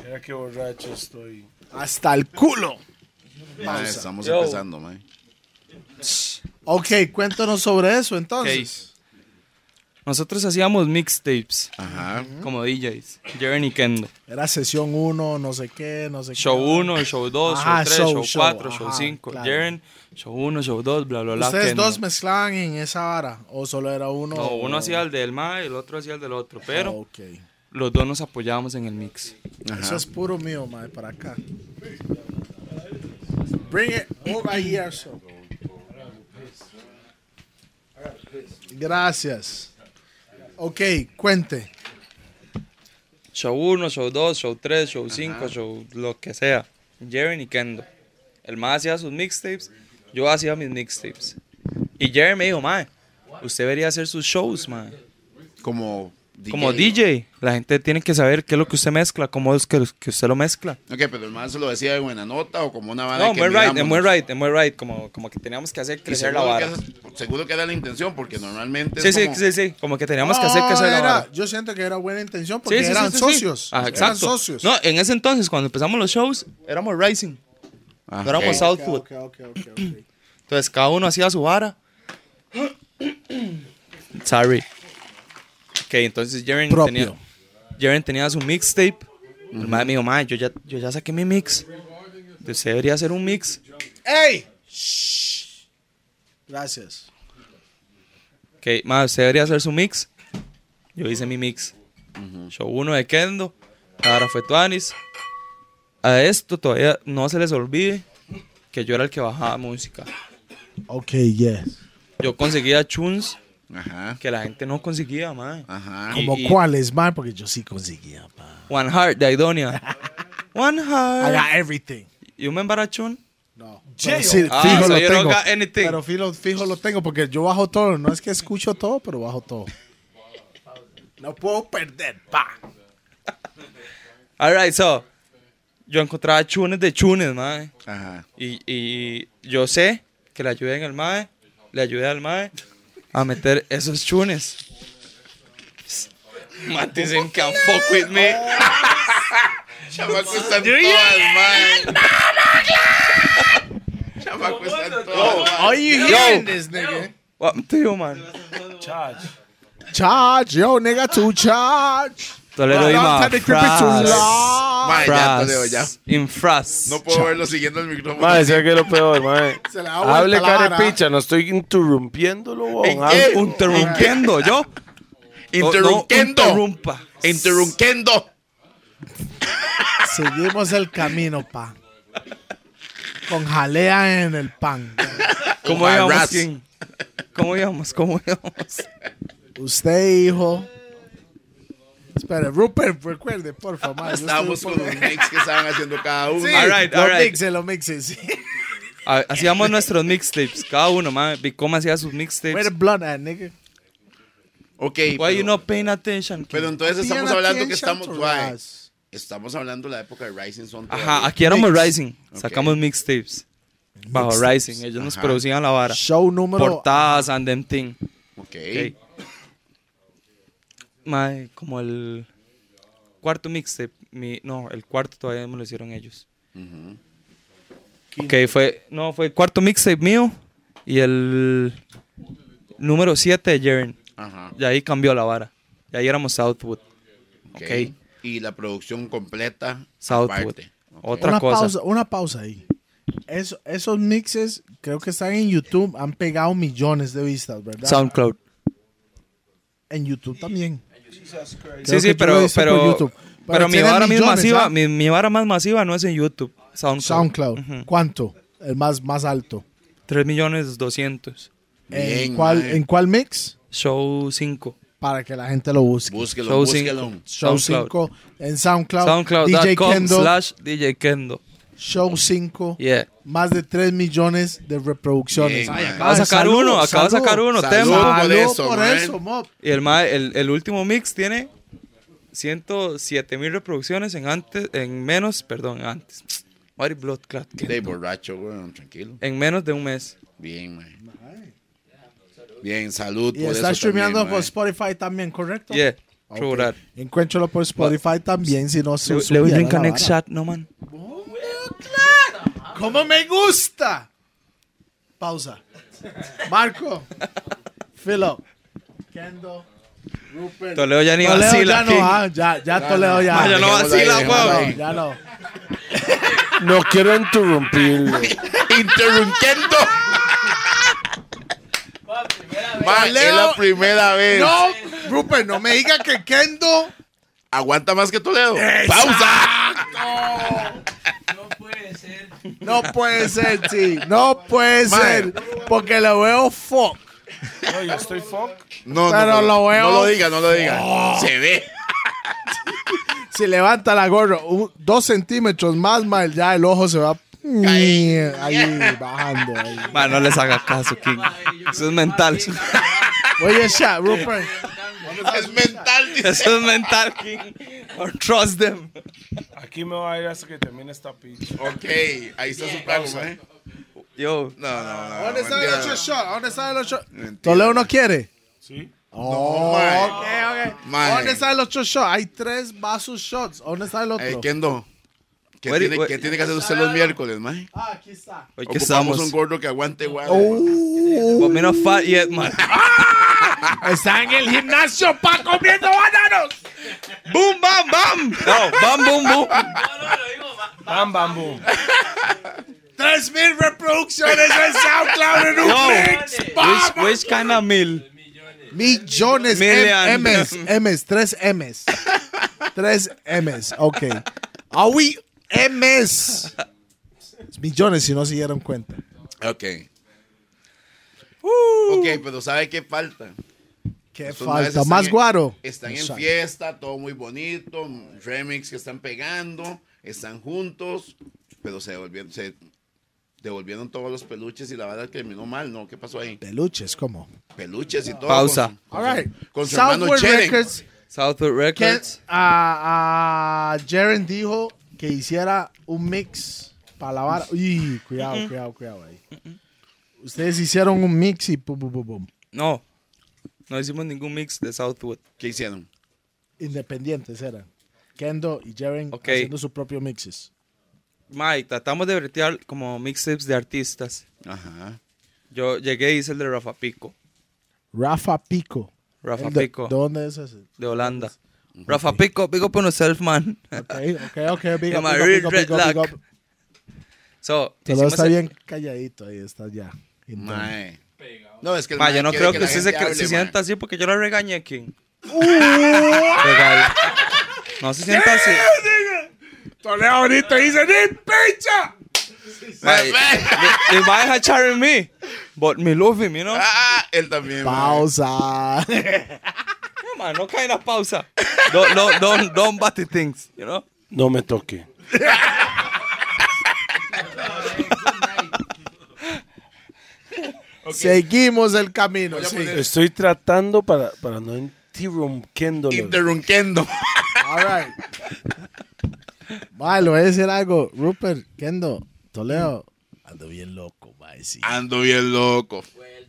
Speaker 2: Mira qué borracho estoy.
Speaker 3: Hasta el culo.
Speaker 4: Ma, Ah, estamos empezando, mae.
Speaker 3: Ok, cuéntanos sobre eso entonces.
Speaker 1: Nosotros hacíamos mixtapes
Speaker 4: Ajá.
Speaker 1: como DJs. Jerry y Kendo.
Speaker 3: Era sesión 1, no sé qué, no sé qué.
Speaker 1: Show 1, show 2, show
Speaker 3: Ajá,
Speaker 1: 3,
Speaker 3: Ah, show,
Speaker 1: show
Speaker 3: show,
Speaker 1: 4, show
Speaker 3: ajá,
Speaker 1: 5.
Speaker 3: claro.
Speaker 1: Jaren, show 1, show 2, bla, bla, bla.
Speaker 3: ¿Ustedes
Speaker 1: Kendo.
Speaker 3: dos mezclaban en esa vara? ¿O solo era uno?
Speaker 1: No, uno hacía el del ma y el otro hacía el del otro. Pero
Speaker 3: Ok.
Speaker 1: los dos nos apoyábamos en el mix.
Speaker 3: Eso es puro mío, mae, para acá. Bring it over here, so. Gracias. Ok, cuente.
Speaker 1: Show 1, show 2, show 3, show 5, show lo que sea. Jaren y Kendo. El ma hacía sus mixtapes, yo hacía mis mixtapes. Y Jaren me dijo, ma, usted debería hacer sus shows, ma.
Speaker 4: Como DJ.
Speaker 1: Como DJ, la gente tiene que saber qué es lo que usted mezcla, cómo es que, que usted lo mezcla.
Speaker 4: Ok, pero el man se lo decía de buena nota o como una vara
Speaker 1: No,
Speaker 4: que
Speaker 1: muy right,
Speaker 4: miramos.
Speaker 1: muy right, muy right. Como, como que teníamos que hacer
Speaker 4: Y
Speaker 1: crecer la
Speaker 4: seguro,
Speaker 1: vara.
Speaker 4: Que esa- seguro que era la intención porque normalmente
Speaker 1: Sí,
Speaker 4: es
Speaker 1: sí,
Speaker 4: como-
Speaker 1: sí, sí. Como que teníamos que hacer
Speaker 3: No,
Speaker 1: que se
Speaker 3: era-
Speaker 1: la
Speaker 3: Yo siento que era buena intención
Speaker 1: Sí,
Speaker 3: porque
Speaker 1: sí, sí,
Speaker 3: eran
Speaker 1: sí, sí.
Speaker 3: socios.
Speaker 1: Ajá,
Speaker 3: Eran
Speaker 1: exacto.
Speaker 3: socios.
Speaker 1: No, en ese entonces, cuando empezamos los shows, éramos Rising,
Speaker 4: Ah,
Speaker 1: no éramos
Speaker 4: ok.
Speaker 1: Southwood.
Speaker 3: Ok, ok, ok, ok.
Speaker 1: Entonces cada uno hacía su vara. [coughs] Sorry. Ok, entonces Jaren
Speaker 3: Propio.
Speaker 1: tenía, Jaren tenía su mixtape. El madre me dijo, "Mae, yo ya, yo ya saqué mi mix. Entonces usted debería hacer un mix.
Speaker 3: ¡Ey! Shh. Gracias.
Speaker 1: Ok, madre, usted debería hacer su mix. Yo hice mi mix. Show 1 de Kendo. Ahora fue Tuanis. A esto todavía no se les olvide que yo era el que bajaba música.
Speaker 3: Ok, yes.
Speaker 1: Yo conseguía tunes
Speaker 4: Ajá.
Speaker 1: que la gente no conseguía, madre.
Speaker 4: Ajá.
Speaker 1: Y-
Speaker 3: ¿Como
Speaker 1: y-
Speaker 3: cuáles, mae? Porque yo sí conseguía, pa.
Speaker 1: One Heart de
Speaker 3: [laughs]
Speaker 1: Idonia. One
Speaker 3: I
Speaker 1: Heart.
Speaker 3: got everything.
Speaker 1: You remember that tune?
Speaker 3: No. Pero sí,
Speaker 1: Ah,
Speaker 3: fijo
Speaker 1: so
Speaker 3: lo
Speaker 1: you don't
Speaker 3: tengo.
Speaker 1: got anything.
Speaker 3: Pero fijo, fijo lo tengo porque yo bajo todo. No es que escucho todo, pero bajo todo. No puedo perder, pa.
Speaker 1: Alright, so. Yo encontraba chunes de chunes, mae.
Speaker 4: Ajá.
Speaker 1: Y, y yo sé que le ayudé en el mae. Le ayudé al mae a meter esos chunes. Matisen can fuck with me.
Speaker 4: Chamaco está en todas, man. Chamaco está en todas.
Speaker 3: Are you hearing this, nigga?
Speaker 1: What to you, man?
Speaker 2: Charge. [laughs]
Speaker 3: Charge, yo, nigga, to charge.
Speaker 1: Toledo y
Speaker 3: Don't
Speaker 1: ma.
Speaker 3: tell the creepy to lie.
Speaker 4: Mae, ya te leo, ya.
Speaker 1: Oh. Fras. In fras.
Speaker 4: No puedo verlo siguiendo el micrófono.
Speaker 2: Mae, ¿sabes qué es lo peor, mae?
Speaker 3: Se le da vuelta
Speaker 2: Hable
Speaker 3: la vara. ¿eh?
Speaker 2: carepicha, no estoy interrumpiéndolo,
Speaker 4: ¿En
Speaker 2: bon.
Speaker 4: qué?
Speaker 2: Hable-
Speaker 1: Interrumpiendo, yo.
Speaker 4: [laughs] Interrumpiendo.
Speaker 1: No, no interrumpa.
Speaker 4: Interrumpiendo.
Speaker 3: Seguimos el camino, pa. Con jalea en el pan.
Speaker 1: ¿Cómo
Speaker 4: Ojalá.
Speaker 1: íbamos, quién? ¿Cómo íbamos? ¿Cómo íbamos?
Speaker 3: Usted, hijo. Espera, Rupert, recuerde, por favor.
Speaker 4: Estábamos con
Speaker 3: [laughs]
Speaker 4: los mix que estaban haciendo cada uno.
Speaker 1: All right,
Speaker 3: los
Speaker 1: all right.
Speaker 3: mixes, los mixes. sí.
Speaker 1: Ha- Hacíamos nuestros mixtapes, cada uno, man. Vicom hacía sus mixtapes.
Speaker 3: Where the blunt at, nigga?
Speaker 4: Ok.
Speaker 1: Why you
Speaker 4: pero-
Speaker 1: not paying attention?
Speaker 4: Pero
Speaker 1: kid?
Speaker 4: entonces estamos
Speaker 3: Pay
Speaker 4: hablando
Speaker 3: attention
Speaker 4: que estamos
Speaker 3: to
Speaker 4: suave.
Speaker 3: us.
Speaker 4: Estamos hablando de la época de Rising Sun.
Speaker 1: Ajá,
Speaker 4: todavía.
Speaker 1: aquí éramos
Speaker 3: Mix.
Speaker 1: Rising. Sacamos mixtapes. Bajo Rising. Ellos nos
Speaker 4: Ajá.
Speaker 1: producían la vara.
Speaker 3: Show número.
Speaker 1: Portadas and them thing.
Speaker 4: Ok.
Speaker 1: Mae, como el cuarto mixtape. mi- no, el cuarto todavía me lo hicieron ellos. Ok, fue. No, fue el cuarto mixtape mío y el número 7 de Jaren.
Speaker 4: Ajá.
Speaker 1: Y ahí cambió la vara. Y ahí éramos Southwood.
Speaker 4: Ok.
Speaker 1: Ok.
Speaker 4: Y la producción completa.
Speaker 1: Southwood.
Speaker 4: aparte.
Speaker 1: Otra
Speaker 3: Una
Speaker 1: cosa.
Speaker 3: pausa, una pausa ahí. eso- esos mixes, creo que están en YouTube, han pegado millones de vistas, ¿verdad?
Speaker 1: SoundCloud.
Speaker 3: En YouTube también.
Speaker 1: Sí,
Speaker 3: Creo
Speaker 1: sí,
Speaker 3: que yo lo
Speaker 1: pero,
Speaker 3: hice por
Speaker 1: pero,
Speaker 3: YouTube.
Speaker 1: pero,
Speaker 3: Pero
Speaker 1: mi
Speaker 3: tiene
Speaker 1: vara más
Speaker 3: millones,
Speaker 1: masiva,
Speaker 3: ¿ah?
Speaker 1: mi, mi vara más masiva no es en YouTube, SoundCloud.
Speaker 3: SoundCloud.
Speaker 1: Ujú.
Speaker 3: ¿Cuánto? El más, más alto.
Speaker 1: 3 millones 200.
Speaker 3: ¿En, cuál, ¿En cuál mix?
Speaker 1: Show 5.
Speaker 3: Para que la gente lo busque.
Speaker 4: Búsquelo,
Speaker 1: Show
Speaker 4: búsquelo.
Speaker 1: cinco.
Speaker 3: Show
Speaker 1: SoundCloud.
Speaker 3: 5 en SoundCloud. DJ
Speaker 1: Soundcloud.com
Speaker 3: Kendo.
Speaker 1: slash DJ Kendo.
Speaker 3: Show 5.
Speaker 1: Yeah.
Speaker 3: Más de 3 millones de reproducciones.
Speaker 4: Bien, man.
Speaker 3: Mae,
Speaker 1: Acaba de sacar
Speaker 3: saludo,
Speaker 1: uno, acaba de
Speaker 3: saludo.
Speaker 1: sacar uno,
Speaker 4: Saludo.
Speaker 1: tema.
Speaker 4: por
Speaker 3: Saludo
Speaker 4: eso,
Speaker 3: por
Speaker 4: man.
Speaker 3: eso, mob.
Speaker 1: Y el, ma- el, el último mix tiene 107 mil reproducciones en antes, en menos, perdón, antes. Body Blood Clot, Kendo.
Speaker 4: De borracho, weón, tranquilo.
Speaker 1: En menos de un mes.
Speaker 4: Bien, mae. Bien, salud.
Speaker 3: Y
Speaker 4: por
Speaker 3: está pues,
Speaker 4: eso
Speaker 3: streameando
Speaker 4: también,
Speaker 3: por
Speaker 4: mae.
Speaker 3: Spotify también, ¿correcto?
Speaker 1: Yeah.
Speaker 3: Ok.
Speaker 1: True that.
Speaker 3: Encuéntralo por Spotify también, si no se
Speaker 1: Le voy a
Speaker 3: subiera la
Speaker 1: next
Speaker 3: vara.
Speaker 1: shot, no man.
Speaker 3: ¡Cómo me gusta! Pausa. Marco. Philo. Kendo. Rupert.
Speaker 1: Toledo ya ni
Speaker 3: Toledo
Speaker 1: vacila.
Speaker 3: ya no,
Speaker 1: King.
Speaker 3: ah, ya, ya Toledo ya.
Speaker 1: Ma, ya no
Speaker 4: Dejémoslo ahí,
Speaker 1: vacila,
Speaker 4: dejémoslo
Speaker 1: weón.
Speaker 4: ahí.
Speaker 3: Ya no.
Speaker 2: No quiero interrumpirlo. [laughs]
Speaker 4: Interrumpiendo. [laughs] Mae, es
Speaker 3: Leo-
Speaker 4: la primera vez.
Speaker 3: No, Rupert, no me diga que Kendo.
Speaker 4: Aguanta más que Toledo. Pausa.
Speaker 10: No puede ser. [laughs]
Speaker 3: No puede ser, sí. No puede ser. Porque lo veo fuck.
Speaker 7: No, yo estoy fuck.
Speaker 4: No, no,
Speaker 3: Pero
Speaker 4: no,
Speaker 3: lo veo.
Speaker 4: No lo diga, no lo diga. Se ve.
Speaker 3: Si levanta la gorra un- dos centímetros más, mal, ya el ojo se va. mm,
Speaker 4: Ahí.
Speaker 3: Ahí, bajando. ahí.
Speaker 1: Ma, no les haga caso, King. Eso es mental. [laughs] Eso
Speaker 3: Oye, Sha, Rupert.
Speaker 4: Es mental. dice.
Speaker 1: es mental, King. Don't trust them.
Speaker 7: Aquí me va a ir hasta que termine esta picha.
Speaker 4: Ok, ahí está su pago, mae.
Speaker 1: Yo,
Speaker 4: No, no, no.
Speaker 3: ¿Dónde está el
Speaker 4: mentira.
Speaker 3: otro shot? ¿Dónde está el otro shot?
Speaker 4: Mentira.
Speaker 3: Toledo no quiere.
Speaker 7: ¿Sí?
Speaker 3: Oh,
Speaker 4: mae.
Speaker 3: ok, ok.
Speaker 4: Mae.
Speaker 3: ¿Dónde está el otro shot? Hay tres vasos shots. ¿Dónde está el otro?
Speaker 4: Eh, Kendo. ¿Qué,
Speaker 1: Wait,
Speaker 4: tiene,
Speaker 1: wait.
Speaker 4: qué tiene que hacer usted los miércoles, mae?
Speaker 3: Ah, aquí está.
Speaker 1: hoy que
Speaker 4: Ocupamos
Speaker 1: estamos.
Speaker 4: un gordo que aguante, guay.
Speaker 3: Oh.
Speaker 1: But me not fat yet, man.
Speaker 3: [laughs] Está en el gimnasio, pa, comiendo bananos.
Speaker 1: boom, bam, bam. No, bam, boom, boom.
Speaker 7: Bam, bam, boom.
Speaker 3: Tres mil reproducciones en SoundCloud en un mix.
Speaker 1: Which, which kind of meal?
Speaker 3: Millones.
Speaker 1: Million.
Speaker 3: M- M's. M's. Tres M's. Tres M's. Ok. Are we M's? Millones si no se dieron cuenta.
Speaker 4: Ok. Ok, pero ¿sabe qué falta?
Speaker 3: Uh. Qué
Speaker 4: Estos maes
Speaker 3: falta.
Speaker 4: están
Speaker 3: Más
Speaker 4: en-
Speaker 3: guaro.
Speaker 4: Están
Speaker 3: Exacto.
Speaker 4: en fiesta, todo muy bonito, remix que están pegando, están juntos, pero se devolvieron, se devolvieron todos los peluches y la verdad terminó mal, ¿no? ¿Qué pasó ahí?
Speaker 3: Peluches, ¿cómo?
Speaker 4: Peluches y todo.
Speaker 1: Pausa.
Speaker 4: con su-
Speaker 3: All right.
Speaker 4: Con su hermano
Speaker 3: Southward
Speaker 4: Cheren.
Speaker 3: Records.
Speaker 1: Southwood
Speaker 3: que
Speaker 1: Records.
Speaker 3: a, a Jaren dijo que hiciera un mix para la vara. Uy, cuidado, cuidado, cuidado ahí. Ustedes hicieron un mix y pum, pum, pum, pum.
Speaker 1: No. No hicimos ningún mix de Southwood.
Speaker 4: ¿Qué hicieron?
Speaker 3: Independientes eran. Kendo y Jaren
Speaker 1: Ok.
Speaker 3: haciendo sus propios mixes.
Speaker 1: Mike, tratamos de bretear como mixtapes de artistas.
Speaker 4: Ajá.
Speaker 1: Yo llegué y hice el de Rafa Pico.
Speaker 3: Rafa Pico.
Speaker 1: Rafa
Speaker 3: El de-
Speaker 1: Pico.
Speaker 3: ¿De dónde es ese?
Speaker 1: de Holanda. Rafa Pico, big up on yourself, man. [laughs]
Speaker 3: Ok, ok, ok. Big
Speaker 1: De
Speaker 3: up, big
Speaker 1: Madrid,
Speaker 3: up, big up, big up,
Speaker 1: Red
Speaker 3: big up.
Speaker 1: So,
Speaker 3: Te lo
Speaker 1: hicimos
Speaker 3: está
Speaker 1: el-
Speaker 3: bien calladito ahí, está ya. Entonces,
Speaker 4: Mae. No, es que el
Speaker 1: Ma,
Speaker 4: mae
Speaker 1: yo no
Speaker 4: quiere
Speaker 1: creo que,
Speaker 4: la
Speaker 1: usted se,
Speaker 4: gente
Speaker 1: cre- se
Speaker 4: hable,
Speaker 1: sienta
Speaker 4: mae.
Speaker 1: así porque yo la regañé, King.
Speaker 3: Uh.
Speaker 1: Regaño. No se sienta así.
Speaker 2: Toledo ahorita dice, ¡ni picha!
Speaker 1: Ma, they, they might have charged me, but me love him, you know?
Speaker 4: Ah, [laughs]
Speaker 1: [laughs]
Speaker 4: él también. mae.
Speaker 3: Pausa.
Speaker 1: Yeah, man, no kind of pausa. Don't, don't, don't, don't batty things, you know?
Speaker 2: No me toque.
Speaker 3: Seguimos el camino.
Speaker 4: Voy a
Speaker 3: sí.
Speaker 4: poner-
Speaker 2: Estoy tratando para, para no interrumpiéndolo.
Speaker 4: Interrumpiendo. [laughs]
Speaker 3: All right. Mae, le voy a decir algo. Rupert, Kendo, Toledo. Ando bien loco, mae, sí.
Speaker 4: Ando bien loco.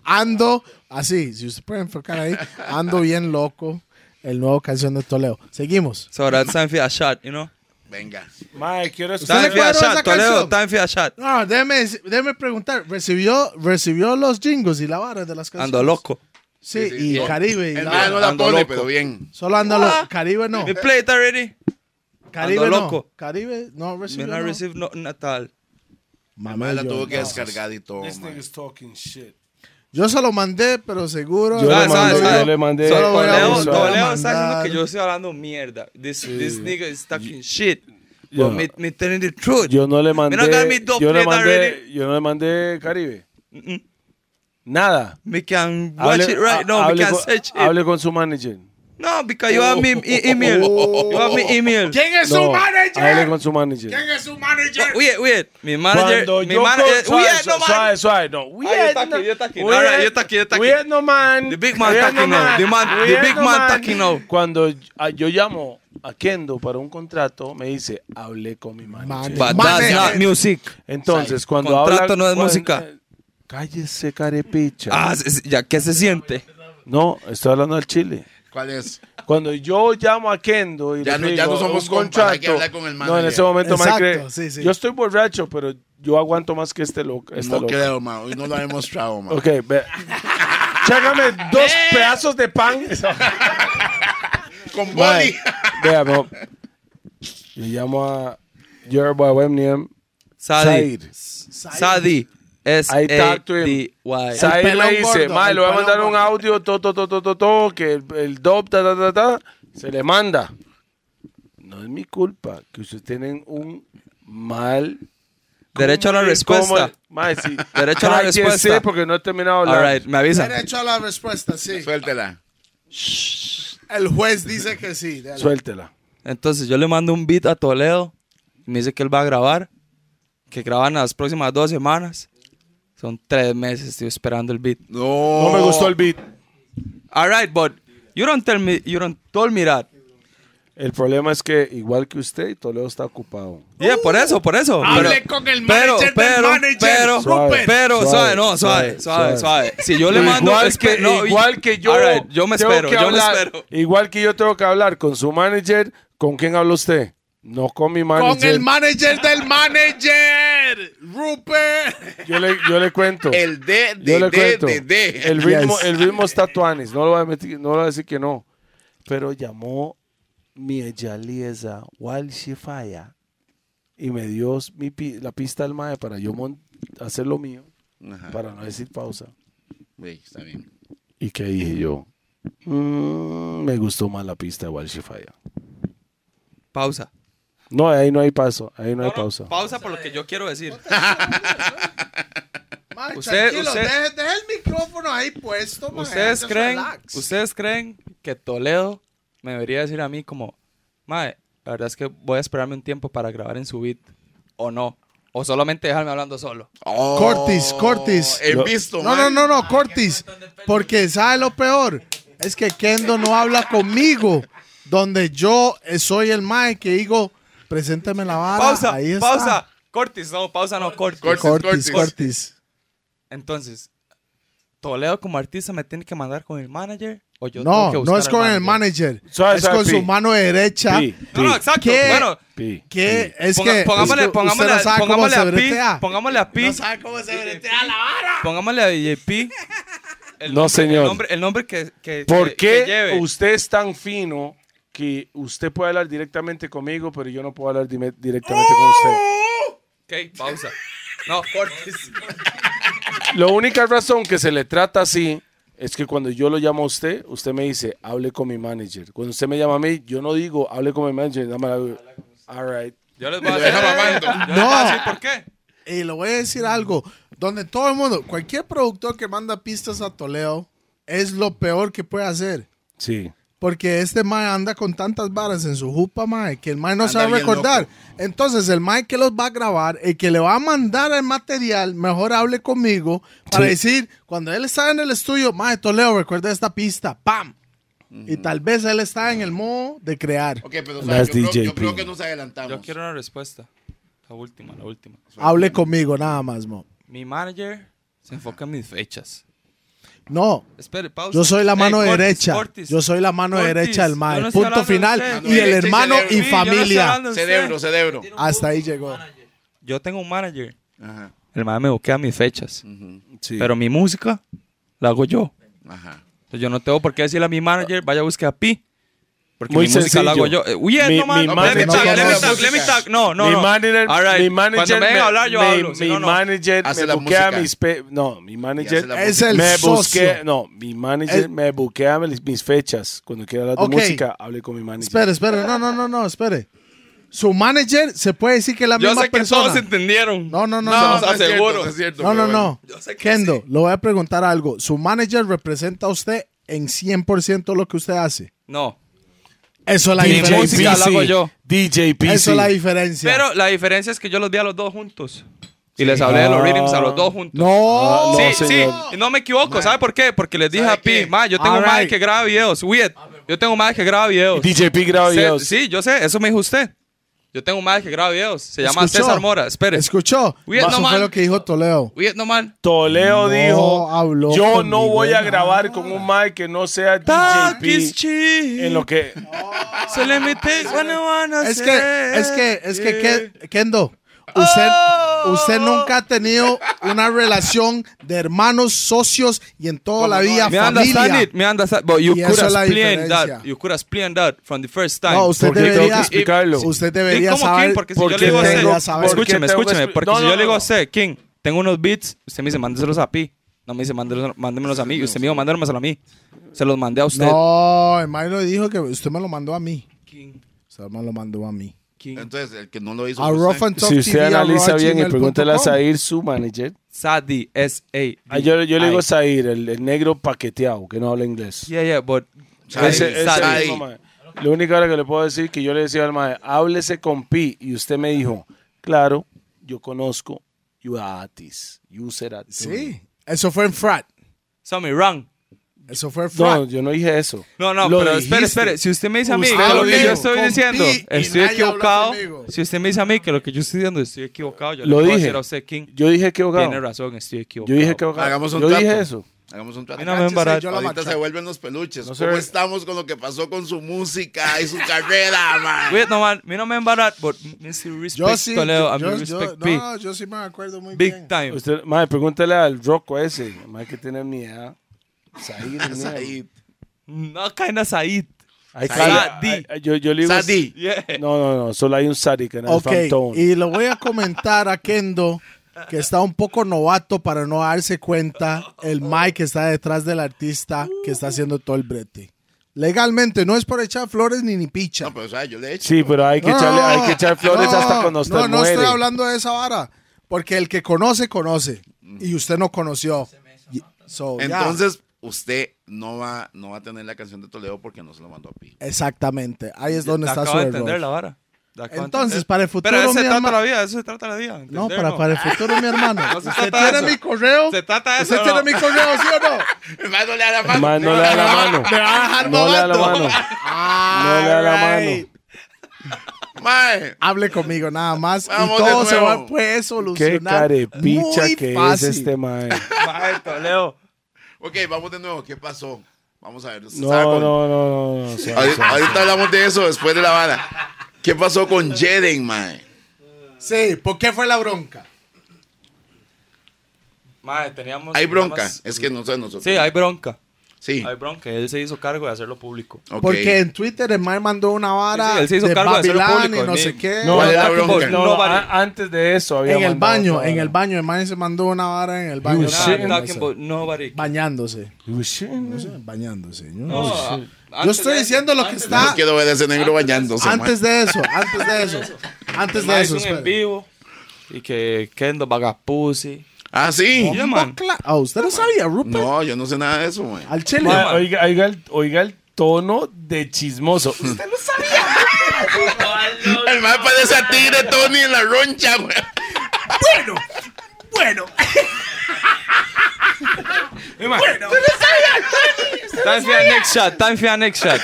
Speaker 3: Ando, así, si usted puede enfocar ahí, ando bien loco. El nuevo canción de Toledo. Seguimos.
Speaker 1: So that's time for a shot, you know?
Speaker 4: Venga.
Speaker 2: Mae, quiero
Speaker 1: Time
Speaker 3: le
Speaker 1: for a
Speaker 3: cuadró
Speaker 1: shot,
Speaker 3: esa
Speaker 1: Toledo,
Speaker 3: canción?
Speaker 1: time for a shot.
Speaker 3: No, no, déjeme, dec- déjeme preguntar. ¿Recibió, ¿Recibió los jingos y la vara de las canciones?
Speaker 1: Ando loco.
Speaker 3: Sí,
Speaker 4: Sí, sí,
Speaker 3: y
Speaker 4: sí.
Speaker 3: Caribe. y
Speaker 4: El
Speaker 3: la
Speaker 4: mae
Speaker 3: vara.
Speaker 4: no la
Speaker 1: Ando
Speaker 4: pone,
Speaker 1: loco.
Speaker 4: pero bien.
Speaker 3: Solo ando loco. Caribe no.
Speaker 1: We played already.
Speaker 3: Caribe no.
Speaker 1: loco.
Speaker 3: Caribe no
Speaker 1: Me
Speaker 3: recibió.
Speaker 1: not
Speaker 3: no.
Speaker 1: receive nothing at all.
Speaker 4: Además, la
Speaker 3: yo,
Speaker 4: tuvo que
Speaker 3: no.
Speaker 4: descargar y todo.
Speaker 1: Este
Speaker 7: This
Speaker 4: mae.
Speaker 7: nigga's talking shit.
Speaker 3: Yo se lo mandé, pero seguro.
Speaker 2: Yo
Speaker 1: Ah,
Speaker 2: le
Speaker 1: ¿sabes?
Speaker 2: mandé,
Speaker 1: ¿sabes?
Speaker 2: yo le mandé.
Speaker 1: So,
Speaker 3: Solo voy a
Speaker 1: Toledo,
Speaker 3: volver a
Speaker 1: Toledo está diciendo
Speaker 3: mandar.
Speaker 1: que yo estoy hablando mierda. This, this nigga is talking shit. But me, me telling the truth.
Speaker 2: Yo no le mandé.
Speaker 1: Me no got me doped
Speaker 2: Yo, le
Speaker 1: already.
Speaker 2: mandé yo no le mandé Caribe.
Speaker 1: Mm-mm.
Speaker 2: Nada.
Speaker 1: Me can watch
Speaker 2: Hable-
Speaker 1: it right
Speaker 2: ha-
Speaker 1: now. Me
Speaker 2: hable
Speaker 1: can
Speaker 2: con-
Speaker 1: search it.
Speaker 2: Hable Oh. con su manager.
Speaker 1: No, because you have me e- email. You have
Speaker 2: [laughs]
Speaker 1: me email.
Speaker 2: ¿Quién es su manager? Hable con su manager.
Speaker 1: Wait, wait. Mi manager.
Speaker 2: Cuando
Speaker 1: Mi
Speaker 2: yo
Speaker 1: manager.
Speaker 2: con- suave,
Speaker 1: Wait, no man.
Speaker 2: suave, suave, no. We
Speaker 1: Ah, yo
Speaker 2: had
Speaker 1: está aquí,
Speaker 2: no-
Speaker 1: yo está aquí.
Speaker 2: we
Speaker 1: All right,
Speaker 2: had-
Speaker 1: yo está aquí, yo está
Speaker 2: we
Speaker 1: aquí.
Speaker 2: had no man.
Speaker 1: The big man
Speaker 2: we
Speaker 1: está
Speaker 2: had no
Speaker 1: aquí now. The man-
Speaker 2: we
Speaker 1: the
Speaker 2: had
Speaker 1: big man está aquí now.
Speaker 2: Cuando ah, yo llamo a Kendo para un contrato, me dice, hablé con mi manager.
Speaker 1: But that's not music.
Speaker 2: Entonces, cuando
Speaker 1: Contrato
Speaker 2: habla-
Speaker 1: no es
Speaker 2: cuando-
Speaker 1: música.
Speaker 2: Cállese, carepicha.
Speaker 1: Ah, se- se- ya, ¿qué se siente?
Speaker 2: No, estoy hablando al chile.
Speaker 4: ¿Cuál es?
Speaker 2: Cuando yo llamo a Kendo y
Speaker 4: Ya
Speaker 2: le
Speaker 4: no-
Speaker 2: digo,
Speaker 4: ya no somos
Speaker 2: un
Speaker 4: compas, hay que
Speaker 2: contrato.
Speaker 4: hablar con el
Speaker 2: No, en
Speaker 4: manager.
Speaker 2: ese momento
Speaker 3: Exacto,
Speaker 2: Mike,
Speaker 3: sí, sí.
Speaker 2: yo estoy borracho, pero yo aguanto más que este loco. Esta
Speaker 4: No
Speaker 2: loca.
Speaker 4: creo, ma. Hoy no lo ha demostrado, ma.
Speaker 2: Ok, ve. Chágame
Speaker 4: [laughs]
Speaker 2: dos pedazos de pan.
Speaker 4: Con
Speaker 2: Mae,
Speaker 4: body.
Speaker 2: Vea, mo- Le llamo a Yerba Wemniam.
Speaker 1: Sadi. Sadi.
Speaker 2: I talked to him.
Speaker 1: S-A-D-Y.
Speaker 2: Said
Speaker 3: pelón
Speaker 2: me dice,
Speaker 3: gordo,
Speaker 2: mae,
Speaker 3: el
Speaker 2: le voy a
Speaker 3: pelón
Speaker 2: mandar un
Speaker 3: gordo".
Speaker 2: audio, to, to, to, to, to, to, que el, el dop, ta, ta, ta, ta, se le manda. No es mi culpa que ustedes tienen un mal...
Speaker 1: Derecho a la
Speaker 2: ¿Cómo-
Speaker 1: respuesta.
Speaker 2: Mae, sí.
Speaker 1: [laughs] Derecho a la
Speaker 2: Cállese,
Speaker 1: respuesta.
Speaker 2: porque no he terminado de
Speaker 1: All
Speaker 2: hablar.
Speaker 1: right, me avisan.
Speaker 3: Derecho a la respuesta, sí.
Speaker 4: Suéltela.
Speaker 3: El juez dice que sí. dale.
Speaker 2: Suéltela.
Speaker 1: Entonces yo le mando un beat a Toledo. Me dice que él va a grabar. Que graban las próximas dos semanas. Son tres meses, estoy esperando el beat.
Speaker 4: No.
Speaker 2: No me
Speaker 3: Oh.
Speaker 2: gustó el beat.
Speaker 1: All right, but you don't tell me, you don't told me that.
Speaker 2: El problema es que, igual que usted, Toledo está ocupado.
Speaker 1: Yeah, por eso, por eso.
Speaker 4: Hable
Speaker 1: pero,
Speaker 4: con el
Speaker 1: pero,
Speaker 4: manager del
Speaker 1: pero,
Speaker 4: manager,
Speaker 1: pero,
Speaker 2: Suave,
Speaker 1: pero,
Speaker 2: suave,
Speaker 1: suave, no, suave,
Speaker 2: suave,
Speaker 1: suave,
Speaker 2: suave.
Speaker 1: suave. Si yo le mando,
Speaker 2: igual,
Speaker 1: espe-
Speaker 2: que,
Speaker 1: no,
Speaker 2: igual que yo.
Speaker 1: All right, yo me
Speaker 2: tengo
Speaker 1: espero,
Speaker 2: que
Speaker 1: yo me
Speaker 2: hablar-
Speaker 1: espero.
Speaker 2: Igual que yo tengo que hablar con su manager, ¿con quién habla usted? No con mi manager.
Speaker 3: Con el manager del manager, Rupert.
Speaker 2: yo, le, yo le cuento.
Speaker 4: El D,
Speaker 2: yo le
Speaker 4: D, D,
Speaker 2: cuento.
Speaker 4: D, D.
Speaker 2: El ritmo, el ritmo está tuanis. No lo voy a, meter- no le voy a decir que no. Pero llamó mi Eyalieza Walshifaya y me dio mi pi- la pista al mae para yo mon- hacer lo mío,
Speaker 4: Ajá.
Speaker 2: para no decir pausa.
Speaker 4: Sí, está bien.
Speaker 2: Y que dije yo, "Mm, me gustó más la pista de Walshifaya.
Speaker 1: pausa.
Speaker 2: No, ahí no hay paso, ahí no,
Speaker 1: No,
Speaker 2: hay
Speaker 1: no,
Speaker 2: pausa.
Speaker 1: Pausa por lo que yo quiero decir.
Speaker 3: Mae,
Speaker 1: Usted-
Speaker 3: tranquilo,
Speaker 1: usted-
Speaker 3: Deje, deje el micrófono ahí puesto. mae,
Speaker 1: ¿Ustedes
Speaker 3: just
Speaker 1: creen,
Speaker 3: relax.
Speaker 1: ¿Ustedes creen que Toledo me debería decir a mí como, Mae, la verdad es que voy a esperarme un tiempo para grabar en su beat? ¿O no? ¿O solamente dejarme hablando solo?
Speaker 3: Ah,
Speaker 4: Oh,
Speaker 3: Cortis, Cortis.
Speaker 4: He
Speaker 2: Lo-
Speaker 4: visto,
Speaker 3: No, no, no, no, Cortis. Porque sabe lo peor. Es que Kendo no habla conmigo. Donde yo eh, soy el mae que digo, preséntame la vara.
Speaker 1: ¡Pausa!
Speaker 3: ahí está.
Speaker 1: ¡Pausa! Cortis, no, pausa, no, Cortis.
Speaker 4: Cortis.
Speaker 3: Cortis,
Speaker 4: Cortis.
Speaker 3: Cortis.
Speaker 1: Entonces, ¿Toledo como artista me tiene que mandar con el manager? ¿O yo tengo
Speaker 3: No,
Speaker 1: que
Speaker 3: no
Speaker 1: buscar
Speaker 3: es
Speaker 1: al
Speaker 3: con el manager.
Speaker 2: Suave,
Speaker 3: Es
Speaker 2: suave,
Speaker 3: con su
Speaker 2: Pi.
Speaker 3: mano derecha.
Speaker 2: Pi,
Speaker 1: No, no,
Speaker 2: pi,
Speaker 1: exacto.
Speaker 3: ¿Qué?
Speaker 1: Bueno,
Speaker 2: pi.
Speaker 3: Que es
Speaker 1: ponga-
Speaker 3: que.
Speaker 1: pongámosle,
Speaker 3: es que
Speaker 1: pongámosle,
Speaker 3: usted no sabe cómo
Speaker 1: pongámosle
Speaker 3: se
Speaker 1: a Pi.
Speaker 3: bretea.
Speaker 1: Pongámosle a Pi.
Speaker 4: ¿Sabe cómo se bretea la vara?
Speaker 1: Pongámosle a JP. El
Speaker 2: No,
Speaker 1: nombre-
Speaker 2: señor.
Speaker 1: El nombre, el nombre que, que,
Speaker 2: ¿Por
Speaker 1: que- que
Speaker 2: qué
Speaker 1: lleve.
Speaker 2: usted es tan fino que usted puede hablar directamente conmigo, pero yo no puedo hablar dime- directamente con usted?
Speaker 1: Ok, pausa. No, Cortis.
Speaker 2: La única razón que se le trata así es que cuando yo lo llamo a usted, usted me dice, hable con mi manager. Cuando usted me llama a mí, yo no digo, hable con mi manager. Nada más hago, All right.
Speaker 1: Yo les voy a
Speaker 4: Lo
Speaker 1: decir,
Speaker 4: deja mamando.
Speaker 1: yo les voy a
Speaker 3: No.
Speaker 1: decir por qué.
Speaker 3: Y le voy a decir algo. Donde todo el mundo, cualquier productor que manda pistas a Toledo, es lo peor que puede hacer.
Speaker 2: Sí.
Speaker 3: Porque este mae anda con tantas varas en su jupa, mae, que el mae no
Speaker 4: Anda
Speaker 3: sabe
Speaker 4: bien
Speaker 3: recordar.
Speaker 4: loco.
Speaker 3: Entonces, el mae que los va a grabar, el que le va a mandar el material, mejor hable conmigo para decir, cuando él está en el estudio, mae, Toledo, recuerda esta pista, ¡pam! Y tal vez él está en el modo de crear.
Speaker 4: Ok, pero o sea,
Speaker 2: Las
Speaker 4: yo, creo,
Speaker 2: DJ
Speaker 4: yo creo
Speaker 2: Pi.
Speaker 4: que nos adelantamos.
Speaker 1: Yo quiero una respuesta. La última, la última.
Speaker 3: Hable conmigo, nada más, mo.
Speaker 1: Mi manager se enfoca en mis fechas.
Speaker 3: No,
Speaker 1: Espere, pausa.
Speaker 3: yo soy la
Speaker 1: Ey,
Speaker 3: mano
Speaker 1: Cortis,
Speaker 3: derecha.
Speaker 1: Cortis.
Speaker 3: yo soy la mano
Speaker 1: Cortis,
Speaker 3: derecha del
Speaker 1: yo
Speaker 3: mae.
Speaker 1: no estoy
Speaker 3: Punto
Speaker 1: hablando de
Speaker 3: final.
Speaker 1: usted.
Speaker 4: Mano
Speaker 3: Y el
Speaker 4: derecha y
Speaker 3: hermano
Speaker 4: cerebro.
Speaker 3: y
Speaker 1: Sí, yo no estoy
Speaker 3: familia.
Speaker 1: hablando de usted.
Speaker 4: Cerebro, cerebro.
Speaker 3: Hasta ahí llegó.
Speaker 1: Yo tengo un manager.
Speaker 4: Ajá,
Speaker 1: El man me busquea mis fechas.
Speaker 2: sí.
Speaker 1: Pero mi música la hago yo.
Speaker 4: ajá.
Speaker 1: Entonces, yo no tengo por qué decirle a mi manager, vaya a buscar a Pi. Porque
Speaker 2: Muy
Speaker 1: mi música la hago yo.
Speaker 2: sencillo.
Speaker 1: Eh, uy, eh,
Speaker 2: Mi-
Speaker 1: no, man,
Speaker 2: mi
Speaker 1: no, let me talk,
Speaker 2: manager- no
Speaker 1: let me
Speaker 2: conoce
Speaker 1: talk, let me
Speaker 2: música.
Speaker 1: talk. No, no,
Speaker 2: mi
Speaker 1: no.
Speaker 2: Manager,
Speaker 1: All right.
Speaker 2: mi manager
Speaker 1: Cuando me dejen hablar, yo
Speaker 2: mi,
Speaker 1: hablo. Si
Speaker 2: mi
Speaker 1: no, no.
Speaker 2: manager
Speaker 4: Hace
Speaker 2: me
Speaker 4: la
Speaker 2: buquea
Speaker 4: música.
Speaker 2: mis pe- no, mi
Speaker 4: hace
Speaker 2: manager
Speaker 4: la
Speaker 3: Es el
Speaker 2: me
Speaker 3: socio.
Speaker 2: busqué, no, mi manager
Speaker 3: El-
Speaker 2: me buquea mis, mis fechas cuando quiera hablar de
Speaker 3: Ok.
Speaker 2: música, hable con mi manager.
Speaker 3: Espere, espere. No, no, no, no, espere. Su manager se puede decir que es la
Speaker 1: Yo
Speaker 3: misma
Speaker 1: sé que
Speaker 3: persona.
Speaker 1: todos entendieron.
Speaker 3: No, no, no,
Speaker 1: Se
Speaker 3: no.
Speaker 1: los aseguro.
Speaker 3: No, no, no.
Speaker 1: Yo sé que
Speaker 3: Kendo, le voy a preguntar algo. ¿Su manager representa a usted en 100% lo que usted hace?
Speaker 1: No.
Speaker 3: Eso es la
Speaker 1: Mi
Speaker 3: diferencia.
Speaker 1: música la hago yo.
Speaker 2: DJ PC.
Speaker 3: Eso es la diferencia.
Speaker 1: Pero la diferencia es que yo los vi a los dos juntos. Y les hablé de los readings a los dos juntos.
Speaker 3: no.
Speaker 2: No,
Speaker 1: Sí,
Speaker 2: señor.
Speaker 1: sí, no me equivoco, ¿sabe por qué? Porque les dije a Pi, ma, yo tengo un
Speaker 3: All
Speaker 1: madre
Speaker 3: right.
Speaker 1: que graba videos, Weird. Yo tengo un madre que graba videos.
Speaker 2: DJ P graba
Speaker 1: Se-
Speaker 2: videos.
Speaker 1: Sí, yo sé, eso me dijo usted. Yo tengo un madre que graba videos, se llama
Speaker 3: ¿Escuchó?
Speaker 1: César Mora, espere.
Speaker 3: Escuchó.
Speaker 1: Uy,
Speaker 3: Eso
Speaker 1: no, man.
Speaker 3: fue lo que dijo Toledo.
Speaker 1: Weird, no man.
Speaker 2: Toleo
Speaker 3: No
Speaker 2: dijo,
Speaker 3: habló
Speaker 2: yo
Speaker 3: conmigo eh.
Speaker 2: no voy a
Speaker 3: en
Speaker 2: grabar con un mic que no sea
Speaker 3: Ah,
Speaker 1: Talk
Speaker 2: DJ
Speaker 1: is
Speaker 2: P.
Speaker 1: cheap.
Speaker 2: En lo que
Speaker 1: So let me take what I wanna
Speaker 3: Ah, Es que,
Speaker 1: say.
Speaker 3: es que, es que, Ke- Kendo, usted,
Speaker 1: Oh.
Speaker 3: usted nunca ha tenido una relación de hermanos, socios y en toda la vida
Speaker 1: Me understand
Speaker 3: familia.
Speaker 1: it, me understand, but you
Speaker 3: Y
Speaker 1: could
Speaker 3: esa es la
Speaker 1: explain
Speaker 3: diferencia.
Speaker 1: that, you could explain that from the first time.
Speaker 3: No, usted
Speaker 2: ¿Por qué tengo que
Speaker 3: debería,
Speaker 2: explicarlo?
Speaker 3: usted
Speaker 1: ¿Y
Speaker 3: debería
Speaker 1: cómo,
Speaker 3: saber.
Speaker 1: King? Porque si yo
Speaker 2: porque
Speaker 1: le digo a
Speaker 3: tengo-
Speaker 1: usted,
Speaker 3: saber-
Speaker 1: escúcheme,
Speaker 2: porque tengo
Speaker 1: escúcheme,
Speaker 2: que-
Speaker 1: porque
Speaker 2: No,
Speaker 1: si
Speaker 2: no,
Speaker 1: yo le digo a
Speaker 2: no.
Speaker 1: usted, King, tengo unos beats, usted me dice, mándeselos a Pi. No me dice, "Mándelos- mándemelos a mí. Y usted me dijo, mándemelos a mí. Se los mandé a usted.
Speaker 3: No, el maestro dijo que usted me lo mandó a mí. Usted me lo mandó a mí.
Speaker 4: Entonces, el que no lo hizo. pues, eh,
Speaker 3: A
Speaker 4: fue
Speaker 3: Rough
Speaker 4: usted.
Speaker 3: and Tough
Speaker 2: si usted
Speaker 3: TV,
Speaker 2: analiza
Speaker 3: arroba
Speaker 2: bien y
Speaker 3: gmail punto
Speaker 2: pregúntale a
Speaker 3: com.
Speaker 2: Zair, su manager.
Speaker 1: Sadi, S-A-D.
Speaker 2: Ah, yo, yo le digo
Speaker 1: I.
Speaker 2: Zair, el, el negro paqueteado que no habla inglés.
Speaker 1: Yeah, yeah, but...
Speaker 4: Sadi,
Speaker 2: Ese- ese
Speaker 4: Sadi.
Speaker 2: mismo, mae. Lo único ahora que le puedo decir que yo le decía al mae, háblese con Pi y usted me dijo, claro, yo conozco you are Atis, you said that to me".
Speaker 3: Sí, eso fue en Frat.
Speaker 1: Something wrong.
Speaker 3: Eso fue en Frat.
Speaker 2: No, yo no dije eso.
Speaker 1: No, no,
Speaker 2: Lo
Speaker 1: pero espere,
Speaker 2: dijiste.
Speaker 1: espere. Si usted me dice a mí
Speaker 2: Usted
Speaker 1: que
Speaker 3: lo
Speaker 1: lo que
Speaker 3: dijo,
Speaker 1: yo estoy
Speaker 3: con
Speaker 1: diciendo,
Speaker 3: Pi y
Speaker 1: estoy
Speaker 3: nadie habló
Speaker 1: equivocado.
Speaker 3: conmigo.
Speaker 1: Si usted me dice a mí que lo que yo estoy diciendo, estoy equivocado. Yo
Speaker 2: Lo
Speaker 1: le puedo
Speaker 2: dije.
Speaker 1: decir a usted, King,
Speaker 2: Yo dije que ahogado.
Speaker 1: tiene razón, estoy equivocado.
Speaker 2: Yo dije que ahogado.
Speaker 4: Hagamos un
Speaker 2: Yo
Speaker 4: trato.
Speaker 2: dije eso.
Speaker 4: Hagamos un trato.
Speaker 1: Ay, no me embarazo.
Speaker 3: Yo la
Speaker 4: Ahorita
Speaker 3: machaca.
Speaker 4: se vuelven los peluches.
Speaker 2: No sé.
Speaker 4: ¿Cómo estamos con lo que pasó con su música y su
Speaker 2: [laughs]
Speaker 4: carrera, [laughs] man?
Speaker 1: Wait, no, man, me no me embarazas, but me sí respect
Speaker 3: Yo sí,
Speaker 1: Toledo, and me
Speaker 3: yo, yo-
Speaker 1: respect Pi.
Speaker 3: no, yo sí me acuerdo muy
Speaker 1: Big
Speaker 3: bien.
Speaker 1: time.
Speaker 2: Usted, mae, pregúntale al Rocco ese. Mae, que tiene mi edad. Zair, mi edad.
Speaker 4: Ahí.
Speaker 1: No kind of Said.
Speaker 2: Ay,
Speaker 1: Zair.
Speaker 2: cala-
Speaker 1: Sadi.
Speaker 2: ay, ay, Yo, yo le digo.
Speaker 4: Sadi.
Speaker 1: Yeah.
Speaker 2: No, no, no. Solo hay un Sadi que no es
Speaker 3: Ok,
Speaker 2: Fantone.
Speaker 3: y le voy a comentar a Kendo que está un poco novato para no darse cuenta el Mike que está detrás del artista que está haciendo todo el brete. Legalmente, no es por echar flores ni ni picha.
Speaker 4: No, pero, o sea, yo le he hecho.
Speaker 2: Sí, pero hay que, echarle, hay que echar flores
Speaker 3: no,
Speaker 2: hasta cuando usted
Speaker 3: No, no
Speaker 2: muere.
Speaker 3: estoy hablando de esa vara. Porque el que conoce, conoce. Y usted no conoció. Y- so, ya.
Speaker 4: Entonces, usted no va, no va a tener la canción de Toledo porque no se lo mandó a Pi. [laughs]
Speaker 3: Exactamente. Ahí es donde
Speaker 1: Te
Speaker 3: está su
Speaker 1: acabo de entender la
Speaker 3: error.
Speaker 1: vara. Te acabo de
Speaker 3: Entonces,
Speaker 1: entender.
Speaker 3: para el futuro,
Speaker 1: Pero eso
Speaker 3: mi
Speaker 1: se trata
Speaker 3: hermano-
Speaker 1: la vida, eso se trata la vida.
Speaker 3: No,
Speaker 1: ¿entender?
Speaker 3: para, para el futuro, mi hermano.
Speaker 1: se
Speaker 3: ¿Usted
Speaker 1: trata
Speaker 3: tiene
Speaker 1: eso.
Speaker 3: mi correo?
Speaker 1: Se trata de
Speaker 3: ¿Usted
Speaker 1: eso,
Speaker 3: tiene
Speaker 1: ¿no?
Speaker 3: mi correo, sí o no?
Speaker 4: Más no le da la mano.
Speaker 2: Mae, no le da la
Speaker 4: [laughs]
Speaker 2: mano.
Speaker 3: Ah, Me va
Speaker 2: No le da
Speaker 3: a dejar Ah,
Speaker 2: la
Speaker 3: novato.
Speaker 2: mano. No le da la mano.
Speaker 3: Alright.
Speaker 4: Mae.
Speaker 3: Hable conmigo nada más
Speaker 4: Vamos
Speaker 3: y
Speaker 4: de
Speaker 3: todo se
Speaker 4: nuevo.
Speaker 3: va a poder
Speaker 2: Qué
Speaker 3: solucionar.
Speaker 2: carepicha
Speaker 3: muy
Speaker 2: que
Speaker 3: fácil.
Speaker 2: es este
Speaker 3: [laughs]
Speaker 2: mae.
Speaker 1: Mae, Toledo.
Speaker 4: Ok, vamos de nuevo. ¿Qué pasó? Vamos a ver. Usted
Speaker 2: No,
Speaker 4: sabe
Speaker 2: no,
Speaker 4: con-
Speaker 2: no, no. no, suave,
Speaker 4: Ahorita,
Speaker 2: suave.
Speaker 4: ahorita hablamos de eso después de la vara. ¿Qué pasó con Jeden, mae?
Speaker 3: Sí, ¿por qué fue la bronca?
Speaker 1: Mae, teníamos.
Speaker 4: Hay bronca.
Speaker 1: teníamos-
Speaker 4: Es que no sé nosotros.
Speaker 1: Sí, hay bronca.
Speaker 4: Sí.
Speaker 1: Hay bronca. Él se hizo cargo de hacerlo público.
Speaker 4: ok.
Speaker 3: Porque en Twitter el Mae mandó una vara
Speaker 1: Sí, sí, él se hizo
Speaker 3: de
Speaker 1: cargo de hacerlo
Speaker 3: Babilán
Speaker 1: público,
Speaker 3: y no
Speaker 1: ni-
Speaker 3: sé qué.
Speaker 2: No,
Speaker 4: ¿Cuál es la
Speaker 2: ataque
Speaker 4: bronca?
Speaker 2: por- no,
Speaker 1: Nobody.
Speaker 2: a- antes de eso había
Speaker 3: en el
Speaker 2: mandado
Speaker 3: baño,
Speaker 2: otra
Speaker 3: en el
Speaker 2: vara.
Speaker 3: baño. El Mae se mandó una vara en el baño.
Speaker 2: You
Speaker 3: nada,
Speaker 2: shit.
Speaker 1: I'm
Speaker 3: no
Speaker 1: talking
Speaker 3: sé,
Speaker 1: about nobody.
Speaker 3: Bañándose.
Speaker 2: You shit, man.
Speaker 3: Bañándose. ¿no?
Speaker 1: No, a-
Speaker 3: Yo
Speaker 1: antes
Speaker 3: estoy
Speaker 1: de-
Speaker 3: diciendo lo que
Speaker 1: antes
Speaker 4: Yo
Speaker 3: está.
Speaker 4: no quiero ver a ese negro bañándose.
Speaker 3: Ah. Antes de eso, antes de eso.
Speaker 1: [laughs]
Speaker 3: Antes de
Speaker 1: Mae, hizo
Speaker 3: eso.
Speaker 1: un en
Speaker 3: espere.
Speaker 1: vivo. Y que Kendo Vagapussy.
Speaker 4: mae. Ah, sí.
Speaker 1: Ya, man.
Speaker 3: Cla- Ah, usted no sabía, Rupert.
Speaker 4: No, yo no sé nada de eso, mae.
Speaker 3: Al chile.
Speaker 2: Mae, Oiga, oiga, el, oiga el tono de [laughs] chismoso. Usted lo
Speaker 4: El mae parece a tigre Tony en la roncha, güey.
Speaker 1: Time for your next shot. Time for your next shot.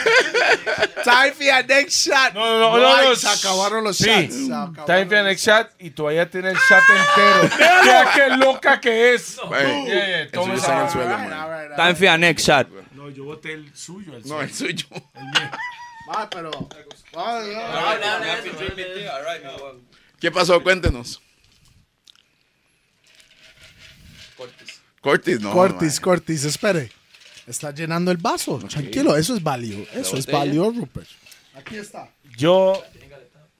Speaker 3: Time for your next shot.
Speaker 2: No, no, no, no, no.
Speaker 3: Se acabaron los
Speaker 2: pues, Sí.
Speaker 3: shots. Se
Speaker 2: Está
Speaker 3: acabaron.
Speaker 2: en el chat y todavía tiene el chat
Speaker 1: [laughs]
Speaker 2: entero. Vea qué loca que es.
Speaker 4: Mae,
Speaker 2: Yeah, yeah,
Speaker 4: El suyo
Speaker 2: toma
Speaker 4: está en el
Speaker 2: esa-
Speaker 4: suelo,
Speaker 3: A
Speaker 4: mae.
Speaker 3: ver, a ver.
Speaker 1: Time for your next shot.
Speaker 2: No, yo voté el suyo. El
Speaker 4: No, el suyo.
Speaker 3: Va, pero. va, va.
Speaker 4: ¿Qué pasó? Cuéntenos. Cortis. Cortis, no.
Speaker 3: Cortis,
Speaker 4: mae.
Speaker 3: Cortis, espere. Está llenando el vaso. Tranquilo, eso es válido. Eso es válido, Rupert.
Speaker 13: Aquí está.
Speaker 2: Yo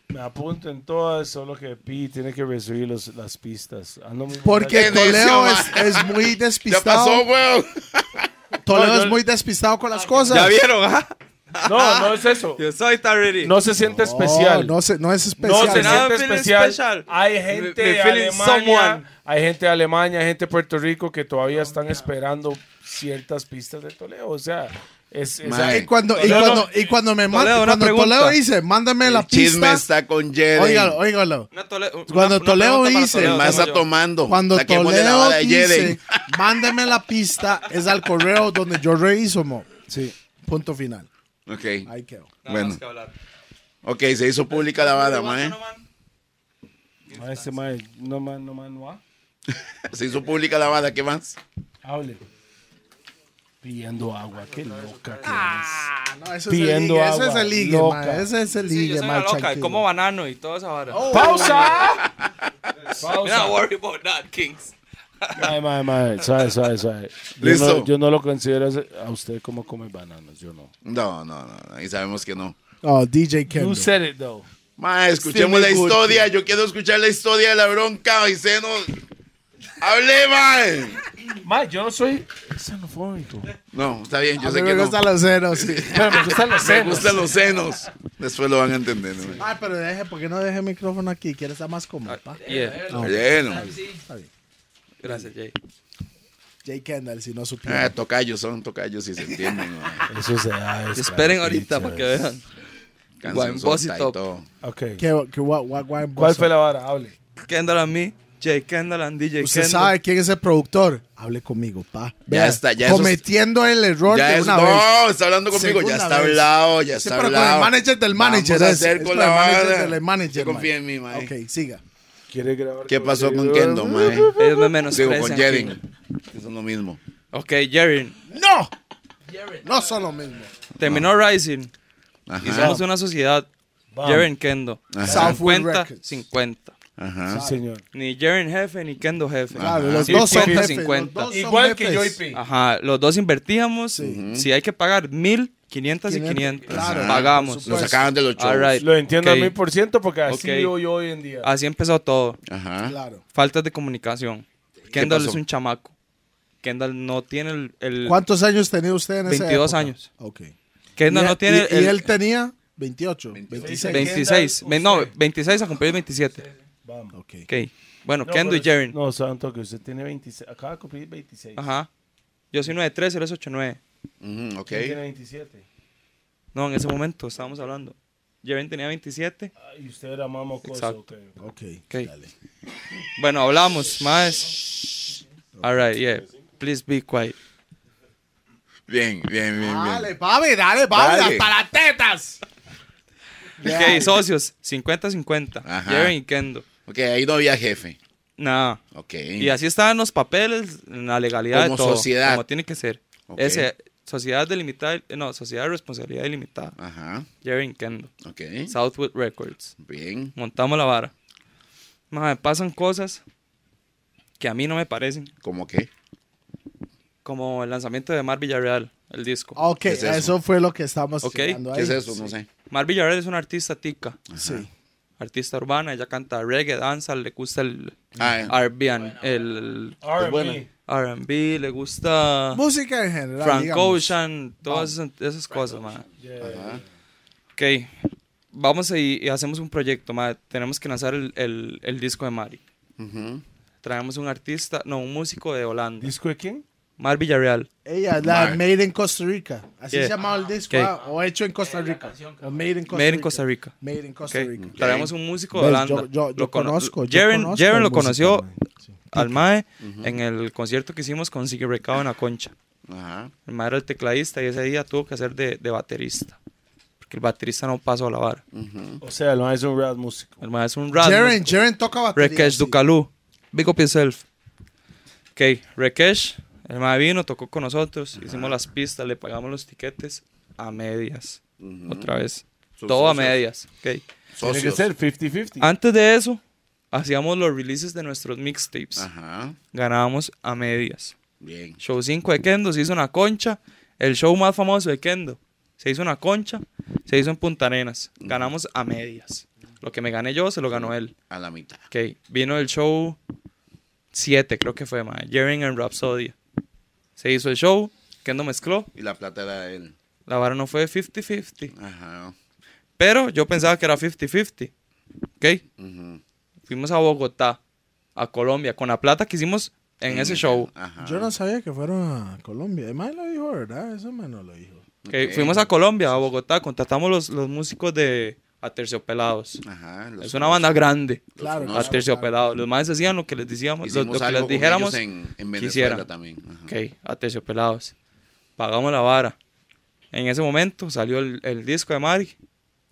Speaker 2: me apunto en todas, solo que Pi tiene que recibir los- las pistas. Ah, Ando muy-
Speaker 3: Porque
Speaker 4: Qué necio,
Speaker 3: Toledo
Speaker 4: ma.
Speaker 3: es, es muy
Speaker 4: Ya
Speaker 3: despistado.
Speaker 4: pasó, weón.
Speaker 3: Toledo es muy despistado con las cosas.
Speaker 1: ¿Ya vieron? ah?
Speaker 2: [laughs] No, no es eso.
Speaker 1: Yo soy Tariri.
Speaker 2: No se siente especial.
Speaker 3: No, no, se- no es
Speaker 2: No
Speaker 3: especial.
Speaker 2: se
Speaker 1: Now I'm
Speaker 2: siente
Speaker 1: feeling
Speaker 2: especial.
Speaker 1: special.
Speaker 2: Hay
Speaker 1: Me-
Speaker 2: gente
Speaker 1: me
Speaker 2: de
Speaker 1: feeling someone.
Speaker 2: Alemania, hay gente de Alemania, hay gente de Puerto Rico que todavía están esperando ciertas pistas de Toledo. O sea, es, es-
Speaker 4: Mae.
Speaker 3: Y cuando, y
Speaker 2: Toledo-
Speaker 3: cuando, y cuando me manda,
Speaker 1: Toledo, una
Speaker 3: cuando
Speaker 1: pregunta.
Speaker 3: Toledo dice, mándame la
Speaker 4: El chisme
Speaker 3: pista.
Speaker 4: está con Jerry.
Speaker 3: Óigalo, óigalo.
Speaker 1: Una tole- una-
Speaker 3: Cuando
Speaker 1: una
Speaker 3: Toledo
Speaker 1: pregunta para
Speaker 3: dice-
Speaker 1: Toledo,
Speaker 4: El más
Speaker 1: tengo
Speaker 4: está
Speaker 1: yo.
Speaker 4: tomando.
Speaker 3: Cuando
Speaker 4: Saquémosle la
Speaker 3: Toledo
Speaker 4: vara a Jerry.
Speaker 3: dice, [laughs] mándame la pista, es al correo donde yo reviso, mo. Sí, punto final.
Speaker 4: Ok,
Speaker 3: Ahí quedó.
Speaker 1: Nada más
Speaker 4: Bueno.
Speaker 1: que hablar.
Speaker 4: ok, se hizo pública la eh. vara, mae.
Speaker 2: Ah, ese mae, no man, no man, no ah.
Speaker 4: Se hizo pública la vara, ¿qué más?
Speaker 2: Hable. Pidiendo agua, qué loca que
Speaker 4: Ah,
Speaker 2: es.
Speaker 3: No, ese
Speaker 2: Pidiendo
Speaker 3: es el ligue, ese
Speaker 2: agua,
Speaker 3: es el ligue,
Speaker 2: loca.
Speaker 3: ma, Ese es el
Speaker 1: Sí, yo
Speaker 3: ligue,
Speaker 1: soy
Speaker 3: ma,
Speaker 1: una loca,
Speaker 3: tranquilo.
Speaker 1: como banano y todo eso ahora.
Speaker 2: ¡Pausa! Oh, Pausa.
Speaker 1: Don't worry about that, Kings.
Speaker 2: Mae, mae, mae, suave, suave, suave. Yo
Speaker 4: Listo.
Speaker 2: no- yo no lo considero a usted como come bananos, yo no.
Speaker 4: No, no, no, no, y sabemos que no.
Speaker 3: Oh, DJ
Speaker 2: You
Speaker 3: Kendall.
Speaker 2: said it though.
Speaker 4: Ma, escuchemos
Speaker 3: Sí,
Speaker 4: la
Speaker 3: me gusta.
Speaker 4: historia. Yo quiero escuchar la historia de la bronca. Y se nos... Hable, mae.
Speaker 2: Mae, yo no soy xenofóbico.
Speaker 4: No, está bien, yo
Speaker 3: A
Speaker 4: sé
Speaker 3: mí
Speaker 4: que
Speaker 3: me
Speaker 4: no.
Speaker 3: gustan los ceros, [laughs]
Speaker 4: [laughs]
Speaker 3: sí.
Speaker 2: Pero me gustan los
Speaker 4: Me
Speaker 2: senos.
Speaker 4: gustan los senos. Después lo van a entender. ¿no?
Speaker 3: Ay, Ah, pero deje, ¿por qué no deje el micrófono aquí? ¿Quieres estar más cómodo, pa?
Speaker 1: Yeah.
Speaker 4: Bueno.
Speaker 1: Gracias, Jay.
Speaker 3: Jay Kendall, si no supiera.
Speaker 4: Ah, tocayos son tocayos y se entienden. ¿no?
Speaker 2: Eso se da. es
Speaker 1: Esperen
Speaker 2: claro,
Speaker 1: ahorita
Speaker 2: pichas.
Speaker 1: para que vean.
Speaker 4: Canción
Speaker 1: Guambosito.
Speaker 4: solta y todo.
Speaker 2: Ok.
Speaker 3: ¿Qué, qué, what, what, what,
Speaker 2: ¿Cuál fue la vara? Hable.
Speaker 1: Kendall a mí, Jay Kendall and DJ
Speaker 3: Usted
Speaker 1: Kendall.
Speaker 3: sabe quién es el productor. Hable conmigo, pa.
Speaker 4: Ya está, ya eso es-
Speaker 3: Cometiendo el error
Speaker 4: Ya
Speaker 3: de
Speaker 4: es,
Speaker 3: una
Speaker 4: no,
Speaker 3: vez.
Speaker 4: está hablando conmigo.
Speaker 3: Segunda
Speaker 4: ya está
Speaker 3: vez.
Speaker 4: hablado, ya
Speaker 3: Sí,
Speaker 4: está
Speaker 3: pero con
Speaker 4: hablado.
Speaker 3: el manager del manager.
Speaker 4: Vamos a
Speaker 3: es-
Speaker 4: hacer
Speaker 3: es
Speaker 4: con
Speaker 3: con
Speaker 4: la
Speaker 3: el
Speaker 4: vara.
Speaker 3: manager del manager.
Speaker 4: Yo confío
Speaker 3: mae.
Speaker 4: en mí, mae.
Speaker 3: Ok, siga.
Speaker 2: ¿Quiere grabar?
Speaker 4: ¿Qué pasó con Kendo,
Speaker 2: Kendall?
Speaker 4: mae?
Speaker 1: Ellos me menosprecian.
Speaker 4: Digo, con Jerry. Eso es lo mismo.
Speaker 1: Ok, Jerry.
Speaker 3: ¡No! No son lo mismo.
Speaker 1: Terminó Rising.
Speaker 4: Ajá,
Speaker 1: Hicimos una sociedad. Jerry y Kendo.
Speaker 3: Southwood
Speaker 1: 50,
Speaker 3: Records.
Speaker 1: 50.
Speaker 4: ajá.
Speaker 2: Sí, señor.
Speaker 1: Ni Jerry jefe, ni Kendo jefe.
Speaker 3: Claro, los
Speaker 1: Sí,
Speaker 3: dos son
Speaker 1: 50,
Speaker 3: jefes.
Speaker 1: 50.
Speaker 3: los dos son
Speaker 2: Igual que yo y
Speaker 3: jefes.
Speaker 2: Pi.
Speaker 1: Ajá, los dos invertíamos. Si hay que pagar 1000, 500 y 500.
Speaker 3: Claro, por
Speaker 1: Pagamos.
Speaker 4: Lo sacaban de los shows.
Speaker 1: All right.
Speaker 2: Lo entiendo
Speaker 1: Ok.
Speaker 2: al mil por ciento porque así
Speaker 1: Ok.
Speaker 2: vivo yo hoy en día.
Speaker 1: Así empezó todo.
Speaker 4: Ajá.
Speaker 3: Claro.
Speaker 1: Faltas de comunicación. Kendall
Speaker 4: pasó?
Speaker 1: es un chamaco. Kendall no tiene el... el-
Speaker 3: ¿Cuántos años tenía usted en esa
Speaker 1: 22
Speaker 3: época?
Speaker 1: años.
Speaker 3: Ok.
Speaker 1: Kendall
Speaker 3: y,
Speaker 1: no tiene
Speaker 3: y- y
Speaker 1: el,
Speaker 3: él tenía 28, 26.
Speaker 1: 26. Ve- No, 26 a cumplir 27.
Speaker 2: Vamos.
Speaker 3: Ok.
Speaker 1: Ok. Bueno,
Speaker 2: No,
Speaker 1: Kendall y
Speaker 2: pero-
Speaker 1: Jerry.
Speaker 2: No, Santo, que usted tiene 26. Acaba de cumplir 26.
Speaker 1: Ajá. Yo soy 93, él es 89.
Speaker 4: Ujú, Mm, ok.
Speaker 2: Usted tiene 27.
Speaker 1: No, en ese momento estábamos hablando. Jerry tenía 27.
Speaker 2: Ah, Y usted era más mocoso.
Speaker 1: Exacto.
Speaker 2: ok.
Speaker 3: Ok.
Speaker 1: Ok. Bueno, hablamos más. All right, yeah. Please be quiet.
Speaker 4: Bien, bien, bien, bien.
Speaker 3: Dale, papi, dale, papi,
Speaker 4: Dale.
Speaker 3: hasta las tetas.
Speaker 1: Ok, socios, 50-50.
Speaker 4: Ajá.
Speaker 1: Jerry y Kendo.
Speaker 4: Ok, ahí no había jefe.
Speaker 1: Nada.
Speaker 4: Ok.
Speaker 1: Y así estaban los papeles, en la legalidad
Speaker 4: Como
Speaker 1: de todo.
Speaker 4: sociedad.
Speaker 1: Como tiene que ser.
Speaker 4: Ok.
Speaker 1: Ese, sociedad delimitada, eh, no, sociedad de responsabilidad ilimitada.
Speaker 4: Ajá,
Speaker 1: Jerry y Kendo.
Speaker 4: ok.
Speaker 1: Southwood Records.
Speaker 4: Bien.
Speaker 1: Montamos la vara. Mae, pasan cosas que a mí no me parecen.
Speaker 4: ¿Cómo qué?
Speaker 1: Como el lanzamiento de Mar Villarreal, el disco.
Speaker 3: Ok,
Speaker 4: es eso?
Speaker 3: eso? fue lo que estábamos
Speaker 1: Ok.
Speaker 3: llegando
Speaker 4: ¿Qué
Speaker 3: ahí.
Speaker 4: es eso? No sé.
Speaker 1: Mar Villarreal es una artista tica,
Speaker 3: Sí.
Speaker 1: artista urbana. Ella canta reggae, danza, le gusta el
Speaker 4: Ah,
Speaker 1: R&B, el
Speaker 2: Pues R&B.
Speaker 1: R&B, le gusta
Speaker 3: Música en general.
Speaker 1: Frank
Speaker 3: digamos.
Speaker 1: Ocean, todas esas, esas cosas, ma.
Speaker 4: ajá.
Speaker 1: Ok, vamos y, y hacemos un proyecto, ma. Tenemos que lanzar el, el- el disco de Mari.
Speaker 4: Ujú.
Speaker 1: Traemos un artista, no, un músico de Holanda.
Speaker 2: ¿Disco de quién?
Speaker 1: Mar Villarreal.
Speaker 3: Ella, la
Speaker 4: Mar-
Speaker 3: Made in Costa Rica. Así
Speaker 1: Yeah.
Speaker 3: se llamaba el disco.
Speaker 1: Ok.
Speaker 3: ah, o hecho en Costa Rica. O Made in Costa
Speaker 1: Made
Speaker 3: Rica.
Speaker 1: in Costa Rica.
Speaker 3: Made in Costa
Speaker 1: Okay.
Speaker 3: Rica.
Speaker 1: Traemos un músico de
Speaker 3: Ves,
Speaker 1: Holanda.
Speaker 3: yo- yo- yo
Speaker 1: Lo cono-
Speaker 3: conozco, yo
Speaker 1: Jaren-
Speaker 3: conozco
Speaker 1: Jaren
Speaker 3: el
Speaker 1: lo
Speaker 3: músico,
Speaker 1: conoció
Speaker 3: mae.
Speaker 1: al Mae en el concierto que hicimos con Siggy Recao en la concha.
Speaker 4: Ajá.
Speaker 1: El Mae era el tecladista y ese día tuvo que hacer de, de baterista. Porque el baterista no pasó a la vara.
Speaker 2: O sea, lo es un rap músico.
Speaker 1: El Mae es un rap.
Speaker 3: Jaren, Jaren toca batería.
Speaker 1: Rekesh
Speaker 3: sí.
Speaker 1: Ducalú. Big up yourself. Ok, Rekesh. El Mae vino, tocó con nosotros. Hicimos las pistas, le pagamos los tiquetes a medias. Otra vez.
Speaker 4: Sus
Speaker 1: Todo a
Speaker 4: socios.
Speaker 1: medias. Ok.
Speaker 2: Tiene que
Speaker 4: Socios.
Speaker 2: ser 50-50.
Speaker 1: Antes de eso, hacíamos los releases de nuestros mixtapes.
Speaker 4: Ajá.
Speaker 1: Ganábamos a medias.
Speaker 4: Bien.
Speaker 1: Show 5 de Kendo se hizo una concha. El show más famoso de Kendo se hizo una concha, se hizo en Punta Arenas. Ganamos a medias. Lo que me gané yo se lo ganó él.
Speaker 4: A la mitad.
Speaker 1: Ok, vino el show 7, creo que fue, mae. Jering and Rhapsody. Se hizo el show, Kendo mezcló.
Speaker 4: Y la plata era de él.
Speaker 1: La vara no fue 50-50.
Speaker 4: Ajá.
Speaker 1: Pero yo pensaba que era 50-50. ¿Ok?
Speaker 4: ujú.
Speaker 1: Fuimos a Bogotá, a Colombia, con la plata que hicimos en
Speaker 4: Mm,
Speaker 1: ese show.
Speaker 4: Ajá.
Speaker 3: Yo no sabía que fueron a Colombia. El mae lo dijo, ¿verdad? Eso mae no lo dijo.
Speaker 1: Ok,
Speaker 4: Ok.
Speaker 1: Fuimos a Colombia, a Bogotá, contratamos los, los músicos de Aterciopelados.
Speaker 4: Ajá. los-
Speaker 1: Es una banda grande.
Speaker 3: Claro.
Speaker 4: No,
Speaker 1: Aterciopelados. Los más hacían lo que les decíamos, lo,
Speaker 4: Hicimos
Speaker 1: lo que
Speaker 4: algo
Speaker 1: les
Speaker 4: con
Speaker 1: dijéramos.
Speaker 4: ellos en, en Venezuela
Speaker 1: quisieran.
Speaker 4: también. Ajá.
Speaker 1: Ok, Aterciopelados. Pagamos la vara. En ese momento salió el, el disco de Mar,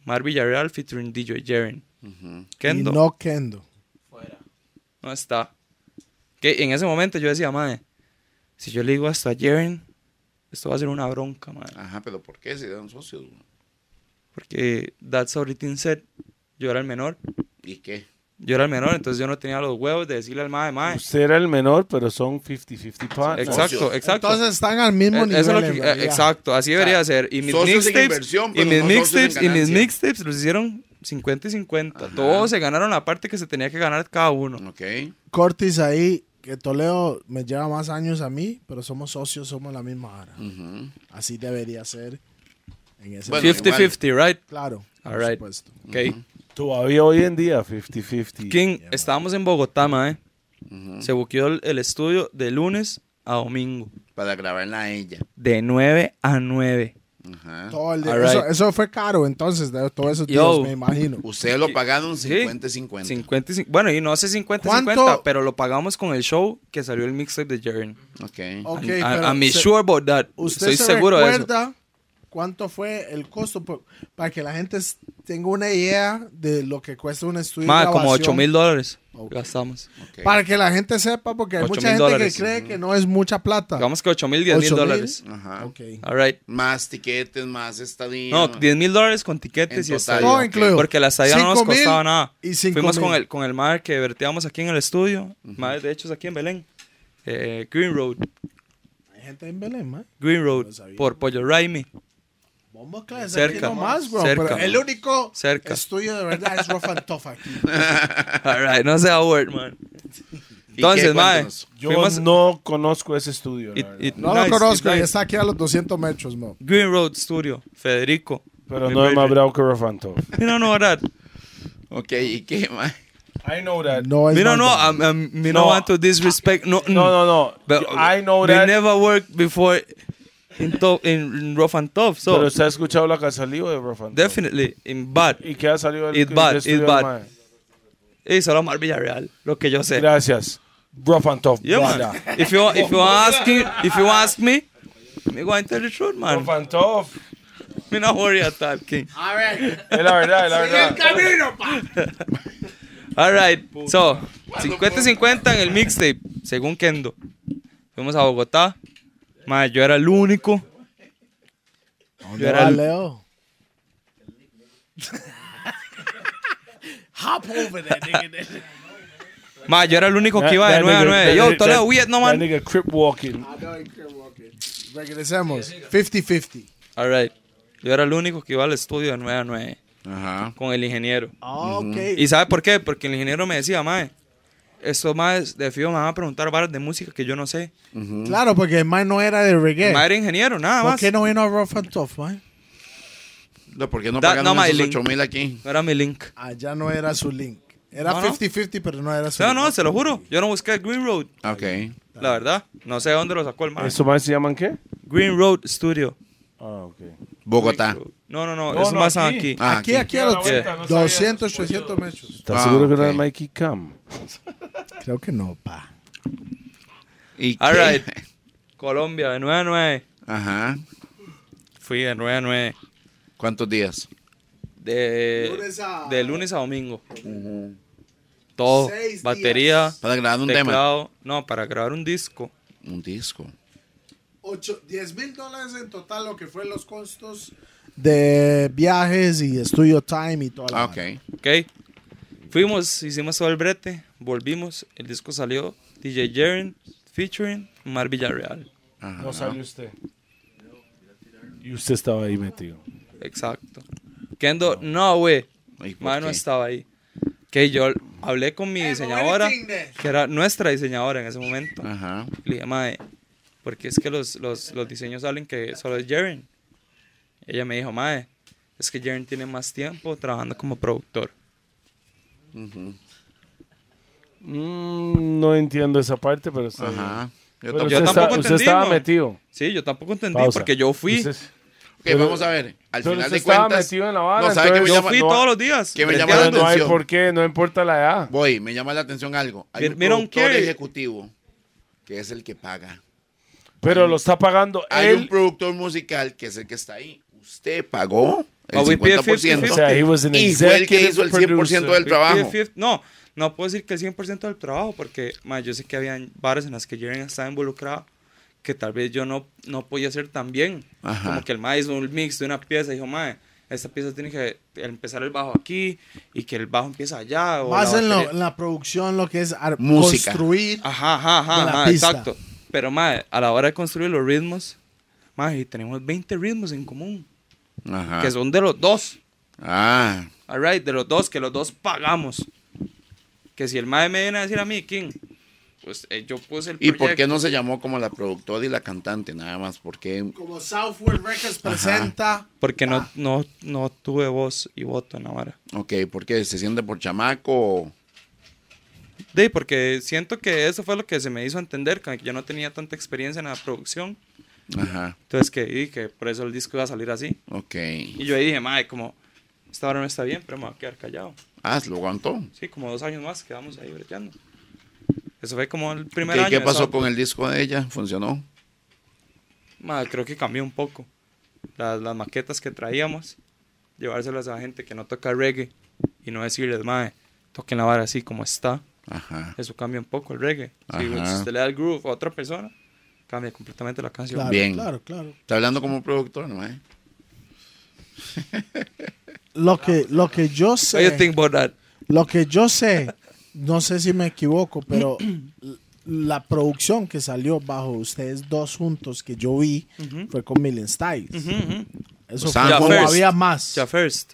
Speaker 1: Mar Villarreal featuring DJ Jaren.
Speaker 4: Ujú.
Speaker 1: Kendo
Speaker 3: Y no Kendo.
Speaker 10: Fuera.
Speaker 1: no está. Que en ese momento yo decía, madre, si yo le digo hasta Jaren, esto va a ser una bronca, madre.
Speaker 4: Ajá, pero ¿por qué? Si eran socios. güey.
Speaker 1: Porque That's Everything Said, yo era el menor.
Speaker 4: ¿Y qué?
Speaker 1: Yo era el menor, entonces yo no tenía los huevos de decirle al mae, mae.
Speaker 2: Ah. Usted era el menor, pero son 50-50 partners.
Speaker 1: Exacto, exacto.
Speaker 3: Entonces están al mismo
Speaker 1: Eh,
Speaker 3: nivel.
Speaker 1: eso es lo
Speaker 3: en
Speaker 1: que- eh,
Speaker 3: realidad.
Speaker 1: exacto, así debería ser. Y mis
Speaker 4: socios en
Speaker 1: mixtapes,
Speaker 4: inversión,
Speaker 1: y
Speaker 4: pero
Speaker 1: mis
Speaker 4: no socios en
Speaker 1: mixtapes, y mis
Speaker 4: ganancia.
Speaker 1: mixtapes los hicieron 50 y 50.
Speaker 4: Ajá.
Speaker 1: Todos se ganaron la parte que se tenía que ganar cada uno.
Speaker 4: Ok.
Speaker 3: Cortis ahí, que Toledo me lleva más años a mí, pero somos socios, somos la misma hora.
Speaker 1: Mm.
Speaker 4: Ujú.
Speaker 3: Así debería ser. En ese
Speaker 4: Bueno,
Speaker 1: 50-50, right?
Speaker 3: claro, por
Speaker 1: All right.
Speaker 3: supuesto.
Speaker 1: Ok.
Speaker 2: Todavía hoy en día, 50-50.
Speaker 1: King, estábamos en Bogotá, mae. Se buqueó el, el estudio de lunes a domingo.
Speaker 4: Para grabarla a ella.
Speaker 1: De 9 a 9.
Speaker 4: Ajá.
Speaker 3: Todo el día-
Speaker 1: All right.
Speaker 3: eso, eso fue caro entonces, de todos esos
Speaker 1: Yo.
Speaker 3: días, me imagino.
Speaker 4: Ustedes lo pagaron
Speaker 1: Sí.
Speaker 4: 50-50.
Speaker 1: 50 y cin- bueno, y no sé 50
Speaker 3: ¿Cuánto?
Speaker 1: 50, pero lo pagamos con el show que salió el mixtape de Jaren.
Speaker 4: Ok.
Speaker 3: Ok,
Speaker 1: I'm- I'm,
Speaker 3: pero
Speaker 1: I'm
Speaker 3: se-
Speaker 1: sure about that.
Speaker 3: ¿Usted
Speaker 1: Estoy
Speaker 3: se
Speaker 1: seguro de eso.
Speaker 3: recuerda cuánto fue el costo? Por- para que la gente s- tenga una idea de lo que cuesta un estudio
Speaker 1: Más
Speaker 3: de
Speaker 1: como 8
Speaker 3: grabación.
Speaker 1: mil dólares
Speaker 3: Ok. Ah.
Speaker 1: gastamos.
Speaker 4: ok.
Speaker 3: Para que la gente sepa, porque hay
Speaker 1: 8
Speaker 3: mucha
Speaker 1: mil
Speaker 3: gente
Speaker 1: dólares.
Speaker 3: que cree que no es mucha plata.
Speaker 1: Digamos que 8 mil, 10 mil
Speaker 3: 8,000.
Speaker 1: dólares.
Speaker 4: Ajá.
Speaker 3: Ok.
Speaker 1: All right.
Speaker 4: Más tiquetes, más estadía.
Speaker 1: No, 10 mil dólares con tiquetes
Speaker 4: En
Speaker 1: y
Speaker 4: total.
Speaker 1: estadía.
Speaker 3: Todo incluido.
Speaker 1: Porque la estadía no nos
Speaker 3: 5,000
Speaker 1: costaba nada.
Speaker 3: y 5,000.
Speaker 1: Fuimos con el, con el madre que verteamos aquí en el estudio. Madre, de hecho, es aquí en Belén. Eh, Green Road.
Speaker 3: Hay gente en Belén, man.
Speaker 1: Green Road.
Speaker 3: No sabía.
Speaker 1: por Pollo Raimi. [laughs]
Speaker 3: Bombo Class,
Speaker 1: Cerca.
Speaker 3: aquí nomás, bro,
Speaker 1: Cerca.
Speaker 3: pero el único
Speaker 1: Cerca.
Speaker 3: estudio de verdad es Rough and Tough aquí.
Speaker 1: All right. No sea Howard, man. Entonces, madre.
Speaker 4: cuéntanos.
Speaker 2: Yo
Speaker 1: fuimos-
Speaker 2: no conozco ese estudio. la
Speaker 1: y-
Speaker 2: verdad.
Speaker 1: y-
Speaker 3: [laughs] No
Speaker 1: nice,
Speaker 3: lo conozco
Speaker 1: nice.
Speaker 3: y está aquí a los 200 metros, mo.
Speaker 1: Green Road Studio. Federico.
Speaker 2: pero
Speaker 1: Mi
Speaker 2: no es más
Speaker 1: brother.
Speaker 2: bravo que Rafanto.
Speaker 1: You don't know that.
Speaker 4: Ok, ¿y qué, más?
Speaker 2: I know that. No,
Speaker 3: No es
Speaker 1: You don't
Speaker 3: más
Speaker 1: know.
Speaker 3: barato.
Speaker 1: I'm, I'm- um, you
Speaker 2: No.
Speaker 1: don't want to disrespect. No, mm.
Speaker 2: no, no.
Speaker 1: But
Speaker 2: I know
Speaker 1: we
Speaker 2: that.
Speaker 1: never worked before in tough, in, in rough and tough. So
Speaker 2: pero usted ha escuchado la que ha salido de Rafanto.
Speaker 1: definitely in bad.
Speaker 2: ¿Y qué ha salido del
Speaker 1: It
Speaker 2: del
Speaker 1: bad, it
Speaker 2: estudio del
Speaker 1: bad.
Speaker 2: mae?
Speaker 1: Y solo Mar Villarreal, lo que yo sé.
Speaker 2: Gracias. Rafanto.
Speaker 1: Yeah, man. If you if you ask if you ask me, me going to tell the truth, man.
Speaker 2: Rafanto.
Speaker 1: Me not worry at that king.
Speaker 15: A ver,
Speaker 2: Es la verdad, es la verdad.
Speaker 1: All right. So 50-50 en el mixtape, según Kendo. Fuimos a Bogotá. Man, yo era el único.
Speaker 3: ¿Dónde
Speaker 1: Yo ah, era
Speaker 3: va,
Speaker 1: el-
Speaker 3: Leo?
Speaker 1: Man, yo era el único que iba de 9 a 9. Yo, Toledo, we at no
Speaker 2: That
Speaker 1: man.
Speaker 2: nigga crip walking.
Speaker 3: Regresemos. 50-50.
Speaker 1: All right. Yo era el único que iba al estudio de 9 a 9
Speaker 4: Ajá.
Speaker 1: con el ingeniero.
Speaker 3: Ah, ok.
Speaker 1: ¿Y sabe por qué? Porque el ingeniero me decía, mae, estos maes de fijo me van a preguntar varas de música que yo no sé.
Speaker 3: Claro, porque el man no era de reggae.
Speaker 1: El mae era ingeniero, nada
Speaker 3: ¿Por
Speaker 1: más.
Speaker 3: qué no vino a Rough and Tough, man?
Speaker 4: No, ¿Por qué no
Speaker 1: That-
Speaker 4: pagaron
Speaker 1: no, my
Speaker 4: esos
Speaker 1: link.
Speaker 4: 8 mil aquí?
Speaker 1: No era mi link.
Speaker 3: Allá Ah, no era su link. Era
Speaker 1: No, no.
Speaker 3: 50-50, pero no era su
Speaker 1: No,
Speaker 3: link.
Speaker 1: no, se lo juro. Yo no busqué Green Road,
Speaker 4: Ok.
Speaker 2: Ah.
Speaker 1: la verdad. No sé de dónde lo sacó el mae.
Speaker 2: ¿Eso más se llaman qué?
Speaker 1: Green Road Studio.
Speaker 2: Ah, ok.
Speaker 4: Bogotá.
Speaker 1: No, no, no,
Speaker 2: No,
Speaker 1: eso
Speaker 2: no,
Speaker 1: más
Speaker 2: aquí.
Speaker 1: aquí.
Speaker 4: Ah,
Speaker 3: Aquí, aquí a
Speaker 2: la
Speaker 3: los
Speaker 2: vuelta, no sabía.
Speaker 3: 200, 300 metros.
Speaker 2: ¿Estás
Speaker 4: Ah,
Speaker 2: seguro que no
Speaker 4: ok.
Speaker 2: es Mikey Cam?
Speaker 3: Creo que no, pa.
Speaker 4: ¿Y
Speaker 1: All
Speaker 4: qué?
Speaker 1: right. Colombia, de 9 a 9.
Speaker 4: [laughs] Ajá.
Speaker 1: Fui de 9 a 9.
Speaker 4: ¿Cuántos días?
Speaker 1: De,
Speaker 3: Lunes a-
Speaker 1: de lunes a domingo. Todo.
Speaker 3: Seis
Speaker 1: Batería,
Speaker 4: Para grabar un tema.
Speaker 1: teclado. No, para grabar un disco.
Speaker 4: Un disco.
Speaker 3: 10 mil dólares en total lo que fue los costos de viajes y estudio time y todo.
Speaker 4: Ah, ok.
Speaker 1: Ok. Fuimos, hicimos todo el brete, volvimos, el disco salió, DJ Jaren featuring Mar Villarreal.
Speaker 4: Ajá.
Speaker 2: No salió usted. Y usted estaba ahí metido.
Speaker 1: Exacto. Kendo, no, güey.
Speaker 4: ¿Y por
Speaker 1: Mae no
Speaker 4: qué?
Speaker 1: estaba ahí. Que yo hablé con mi diseñadora, que era nuestra diseñadora en ese momento.
Speaker 4: Ajá.
Speaker 1: Le dije, mae, porque es que los, los, los diseños salen que solo es Jaren. Ella me dijo, mae, es que Jaren tiene más tiempo trabajando como productor.
Speaker 4: ujú,
Speaker 2: Mm, no entiendo esa parte, pero está bien.
Speaker 4: Ajá. Yo
Speaker 2: Pero
Speaker 4: tampoco-
Speaker 2: usted,
Speaker 1: yo
Speaker 2: está-
Speaker 1: tampoco
Speaker 2: usted
Speaker 1: entendí,
Speaker 2: estaba
Speaker 1: ¿no?
Speaker 2: metido.
Speaker 1: Sí, yo tampoco entendí
Speaker 2: Pausa.
Speaker 1: porque yo fui,
Speaker 2: Usted-
Speaker 4: Ok, vamos a ver. Al
Speaker 2: pero
Speaker 4: final
Speaker 2: usted
Speaker 4: de
Speaker 2: estaba
Speaker 4: cuentas.
Speaker 2: metido en la vara,
Speaker 4: no, ¿sabe qué me
Speaker 2: entonces-
Speaker 1: yo
Speaker 4: llama?
Speaker 1: fui
Speaker 4: No,
Speaker 1: todos los días.
Speaker 4: que me llama
Speaker 2: pero
Speaker 4: la
Speaker 1: breteando.
Speaker 2: no hay
Speaker 4: atención.
Speaker 2: por qué, no importa la edad.
Speaker 4: Voy, me llama la atención algo. Hay
Speaker 1: Mi-
Speaker 4: un
Speaker 1: mira un
Speaker 4: productor
Speaker 1: qué.
Speaker 4: ejecutivo que es el que paga.
Speaker 2: Pero lo está pagando
Speaker 4: Hay un
Speaker 2: él.
Speaker 4: productor musical que es el que está ahí. Usted pagó el
Speaker 1: Oh, we pay 50-50.
Speaker 2: O
Speaker 4: 50%.
Speaker 2: sea, he was an
Speaker 4: Y fue el que
Speaker 2: executive
Speaker 4: hizo el 100%
Speaker 2: producer.
Speaker 4: del trabajo.
Speaker 1: 50-50. No, no puedo decir que el 100% del trabajo, porque mae, yo sé que habían bares en las que Jaren estaba involucrado, que tal vez yo no, no podía hacer tan bien.
Speaker 4: Ajá.
Speaker 1: Como que el mae hizo un mix de una pieza y dijo, mae, esta pieza tiene que empezar el bajo aquí y que el bajo empieza allá. O Oh,
Speaker 3: Más
Speaker 1: la
Speaker 3: en, lo-
Speaker 1: batería-
Speaker 3: en la producción, lo que es ar-
Speaker 4: Música.
Speaker 3: construir.
Speaker 1: Ajá, ajá, ajá,
Speaker 3: de la
Speaker 1: mae,
Speaker 3: pista.
Speaker 1: exacto. Pero mae, a la hora de construir los ritmos, mae, tenemos 20 ritmos en común,
Speaker 4: Ajá.
Speaker 1: que son de los dos.
Speaker 4: Ah,
Speaker 1: Alright, de los dos, que los dos pagamos. Que si el mae me viene a decir a mí, King, pues eh, yo puse el
Speaker 4: ¿y
Speaker 1: proyecto.
Speaker 4: por qué no se llamó como la productora y la cantante? Nada más, porque
Speaker 3: Como Southwest Records presenta.
Speaker 1: Porque no, no, no tuve voz y voto en la vara.
Speaker 4: Ok, porque se siente por chamaco. o-
Speaker 1: De, porque siento que eso fue lo que se me hizo entender, que yo no tenía tanta experiencia en la producción.
Speaker 4: Ajá,
Speaker 1: Entonces que dije, por eso el disco iba a salir así.
Speaker 4: ok.
Speaker 1: Y yo ahí dije, mae, como, esta vara no está bien, pero me voy a quedar callado.
Speaker 4: Ah, lo aguantó.
Speaker 1: Sí, como dos años más quedamos ahí breteando. Eso fue como el primer
Speaker 4: ¿Qué,
Speaker 1: año.
Speaker 4: qué
Speaker 1: de
Speaker 4: pasó
Speaker 1: Sound.
Speaker 4: con el disco de ella? ¿Funcionó?
Speaker 1: Ma, creo que cambió un poco. Las, las maquetas que traíamos, llevárselas a la gente que no toca reggae y no decirles, mae, toquen la vara así como está.
Speaker 4: Ajá.
Speaker 1: Eso cambia un poco el reggae. Si
Speaker 4: Ajá.
Speaker 1: usted le da el groove a otra persona, cambia completamente la canción.
Speaker 3: Claro,
Speaker 4: Bien.
Speaker 3: claro, claro.
Speaker 4: Está hablando como productor, ¿no? eh?
Speaker 3: Lo que, lo que yo sé.
Speaker 1: What you think about that?
Speaker 3: Lo que yo sé, no sé si me equivoco, pero [clears throat] l- la producción que salió bajo ustedes dos juntos que yo vi fue con Million Styles.
Speaker 1: Ujú.
Speaker 3: Eso
Speaker 4: Pues
Speaker 3: fue
Speaker 4: Ya
Speaker 3: cuando
Speaker 1: first.
Speaker 3: había más.
Speaker 1: Mm-hmm. Ya first.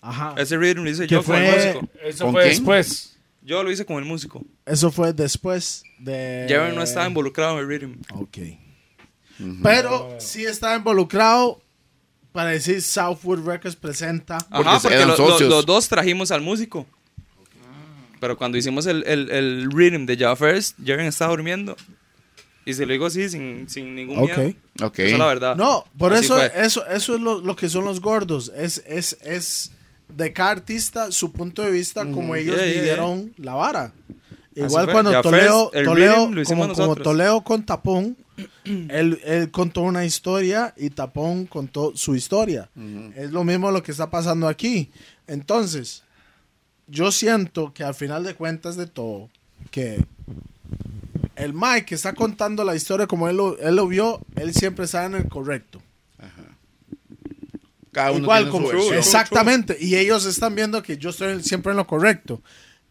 Speaker 3: Ajá.
Speaker 1: Ese rhythm lo hice
Speaker 3: ¿Qué
Speaker 1: yo con el
Speaker 3: fue?
Speaker 1: músico.
Speaker 2: Eso
Speaker 4: ¿Con
Speaker 2: fue
Speaker 4: quién?
Speaker 2: después.
Speaker 1: Yo lo hice con el músico.
Speaker 3: Eso fue después de.
Speaker 1: Jaren no estaba involucrado en el rhythm.
Speaker 3: Ok. Pero sí estaba involucrado para decir Southwood Records presenta.
Speaker 4: Porque
Speaker 1: Ajá, porque
Speaker 4: eran
Speaker 1: lo- lo-
Speaker 4: socios.
Speaker 1: los dos trajimos al músico. Pero cuando hicimos el, el, el rhythm de Ya First, Jaren estaba durmiendo. Y se lo digo así, sin, sin ningún
Speaker 3: Ok.
Speaker 1: miedo.
Speaker 4: Ok.
Speaker 1: Esa es la verdad.
Speaker 3: No, por
Speaker 1: Así
Speaker 3: eso,
Speaker 1: fue.
Speaker 3: eso, eso es lo, lo que son los gordos. Es, es, es de cada artista su punto de vista, como ellos
Speaker 1: yeah, yeah,
Speaker 3: vivieron la vara.
Speaker 1: Así
Speaker 3: Igual
Speaker 1: fue.
Speaker 3: cuando
Speaker 1: Ya
Speaker 3: Toledo,
Speaker 1: first, el
Speaker 3: Toledo-
Speaker 1: rhythm lo hicimos
Speaker 3: como, como
Speaker 1: nosotros.
Speaker 3: Toledo con Tapón, [clears throat] él, él contó una historia y Tapón contó su historia. Es lo mismo lo que está pasando aquí. Entonces, yo siento que al final de cuentas de todo, que el Mike que está contando la historia como él lo, él lo vio, él siempre está en el correcto.
Speaker 4: Cada uno
Speaker 3: Igual
Speaker 4: tiene
Speaker 3: como
Speaker 4: su versión.
Speaker 3: Exactamente. Y ellos están viendo que yo estoy siempre en lo correcto.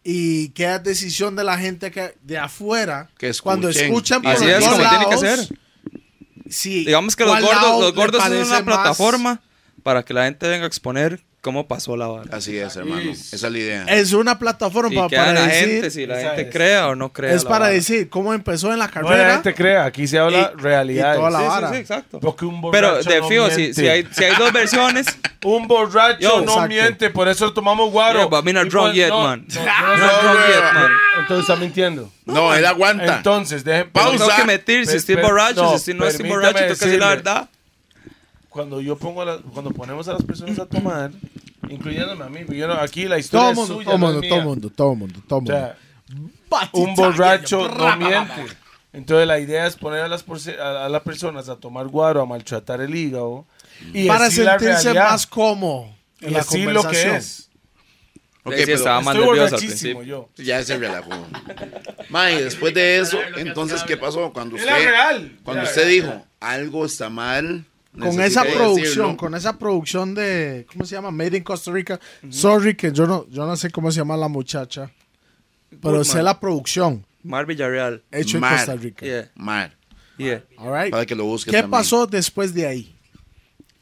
Speaker 3: Y queda decisión de la gente que de afuera
Speaker 4: Que escuchen.
Speaker 3: cuando escuchan por
Speaker 1: Así
Speaker 3: los
Speaker 1: es
Speaker 3: dos
Speaker 1: como tiene que
Speaker 3: lados,
Speaker 1: ser.
Speaker 3: sí,
Speaker 1: Digamos que los
Speaker 3: cuál
Speaker 1: gordos,
Speaker 3: lado
Speaker 1: los
Speaker 3: le
Speaker 1: gordos son
Speaker 3: parece
Speaker 1: una
Speaker 3: más-
Speaker 1: plataforma para que la gente venga a exponer cómo pasó la vara.
Speaker 4: Así es, hermano. Esa es la idea.
Speaker 3: Es una plataforma
Speaker 1: Y
Speaker 3: para,
Speaker 1: queda
Speaker 3: para
Speaker 1: la
Speaker 3: decir
Speaker 1: gente, si la
Speaker 7: esa
Speaker 1: gente
Speaker 7: es.
Speaker 1: crea o no crea.
Speaker 3: es
Speaker 1: la
Speaker 3: para
Speaker 1: vara.
Speaker 3: decir cómo empezó en la
Speaker 2: No la
Speaker 3: carrera.
Speaker 2: gente crea, aquí se este habla
Speaker 3: y- y
Speaker 2: realidad.
Speaker 3: toda la
Speaker 1: Sí, sí,
Speaker 3: vara.
Speaker 1: sí, exacto.
Speaker 2: Porque un
Speaker 1: Pero
Speaker 2: borracho
Speaker 1: de
Speaker 2: no
Speaker 1: fijo, si,
Speaker 2: miente.
Speaker 1: si hay, si hay dos
Speaker 2: [laughs]
Speaker 1: versiones,
Speaker 2: Un borracho
Speaker 1: Yo,
Speaker 2: no
Speaker 3: exacto.
Speaker 2: miente, por eso tomamos guaro.
Speaker 1: Yeah, but I'm not
Speaker 2: Y
Speaker 1: drunk
Speaker 2: pues,
Speaker 1: yet,
Speaker 2: no,
Speaker 1: man. [laughs]
Speaker 2: no, yo no
Speaker 1: No,
Speaker 2: soy drunk
Speaker 1: yeah,
Speaker 2: yet,
Speaker 1: man.
Speaker 2: Entonces está mintiendo.
Speaker 4: No, él aguanta.
Speaker 2: Entonces, dejen
Speaker 1: no tengo
Speaker 4: Pausa.
Speaker 1: que mentir si
Speaker 2: Per-
Speaker 1: estoy
Speaker 2: per-
Speaker 1: borracho,
Speaker 2: no,
Speaker 1: si estoy- no estoy
Speaker 2: permítame
Speaker 1: borracho, tengo que decir la
Speaker 2: decirle.
Speaker 1: verdad.
Speaker 2: Cuando yo pongo a la- cuando ponemos a las personas a tomar, incluyéndome a mí, yo no- aquí la
Speaker 3: Todo
Speaker 2: historia
Speaker 3: el mundo,
Speaker 2: es suya,
Speaker 3: todo el
Speaker 2: no
Speaker 3: mundo,
Speaker 2: es
Speaker 3: todo el
Speaker 2: mía.
Speaker 3: mundo, todo el mundo, todo el
Speaker 2: O
Speaker 3: mundo.
Speaker 2: sea, un borracho no miente. Entonces la idea es poner a las, porce- a, a las personas a tomar guaro, a maltratar el hígado y
Speaker 3: para
Speaker 2: decir la
Speaker 3: sentirse
Speaker 2: realidad,
Speaker 3: más cómodo en
Speaker 2: y
Speaker 3: la
Speaker 2: decir lo que
Speaker 3: conversación.
Speaker 2: es.
Speaker 4: Ok,
Speaker 1: Sí,
Speaker 4: pero
Speaker 1: estaba más
Speaker 2: Estoy
Speaker 1: nervioso al
Speaker 2: borrachísimo
Speaker 1: principio.
Speaker 2: yo.
Speaker 4: ya se relajó. Mae, después de eso, entonces, ¿qué pasó? Cuando
Speaker 2: Era
Speaker 4: usted,
Speaker 2: real.
Speaker 4: cuando
Speaker 2: Era
Speaker 4: usted
Speaker 2: real.
Speaker 4: dijo, algo está mal.
Speaker 3: Con
Speaker 4: necesito
Speaker 3: esa
Speaker 4: decirlo".
Speaker 3: producción, con esa producción de, ¿cómo se llama? Made in Costa Rica. Sorry que yo no, yo no sé cómo se llama la muchacha, pero
Speaker 1: Goodman.
Speaker 3: sé la producción
Speaker 1: Mar Villarreal.
Speaker 3: hecho
Speaker 4: Mar.
Speaker 3: en Costa Rica.
Speaker 1: Yeah,
Speaker 4: Mar,
Speaker 1: yeah.
Speaker 3: All right.
Speaker 4: para que lo busque
Speaker 3: ¿Qué
Speaker 4: también.
Speaker 3: pasó después de ahí?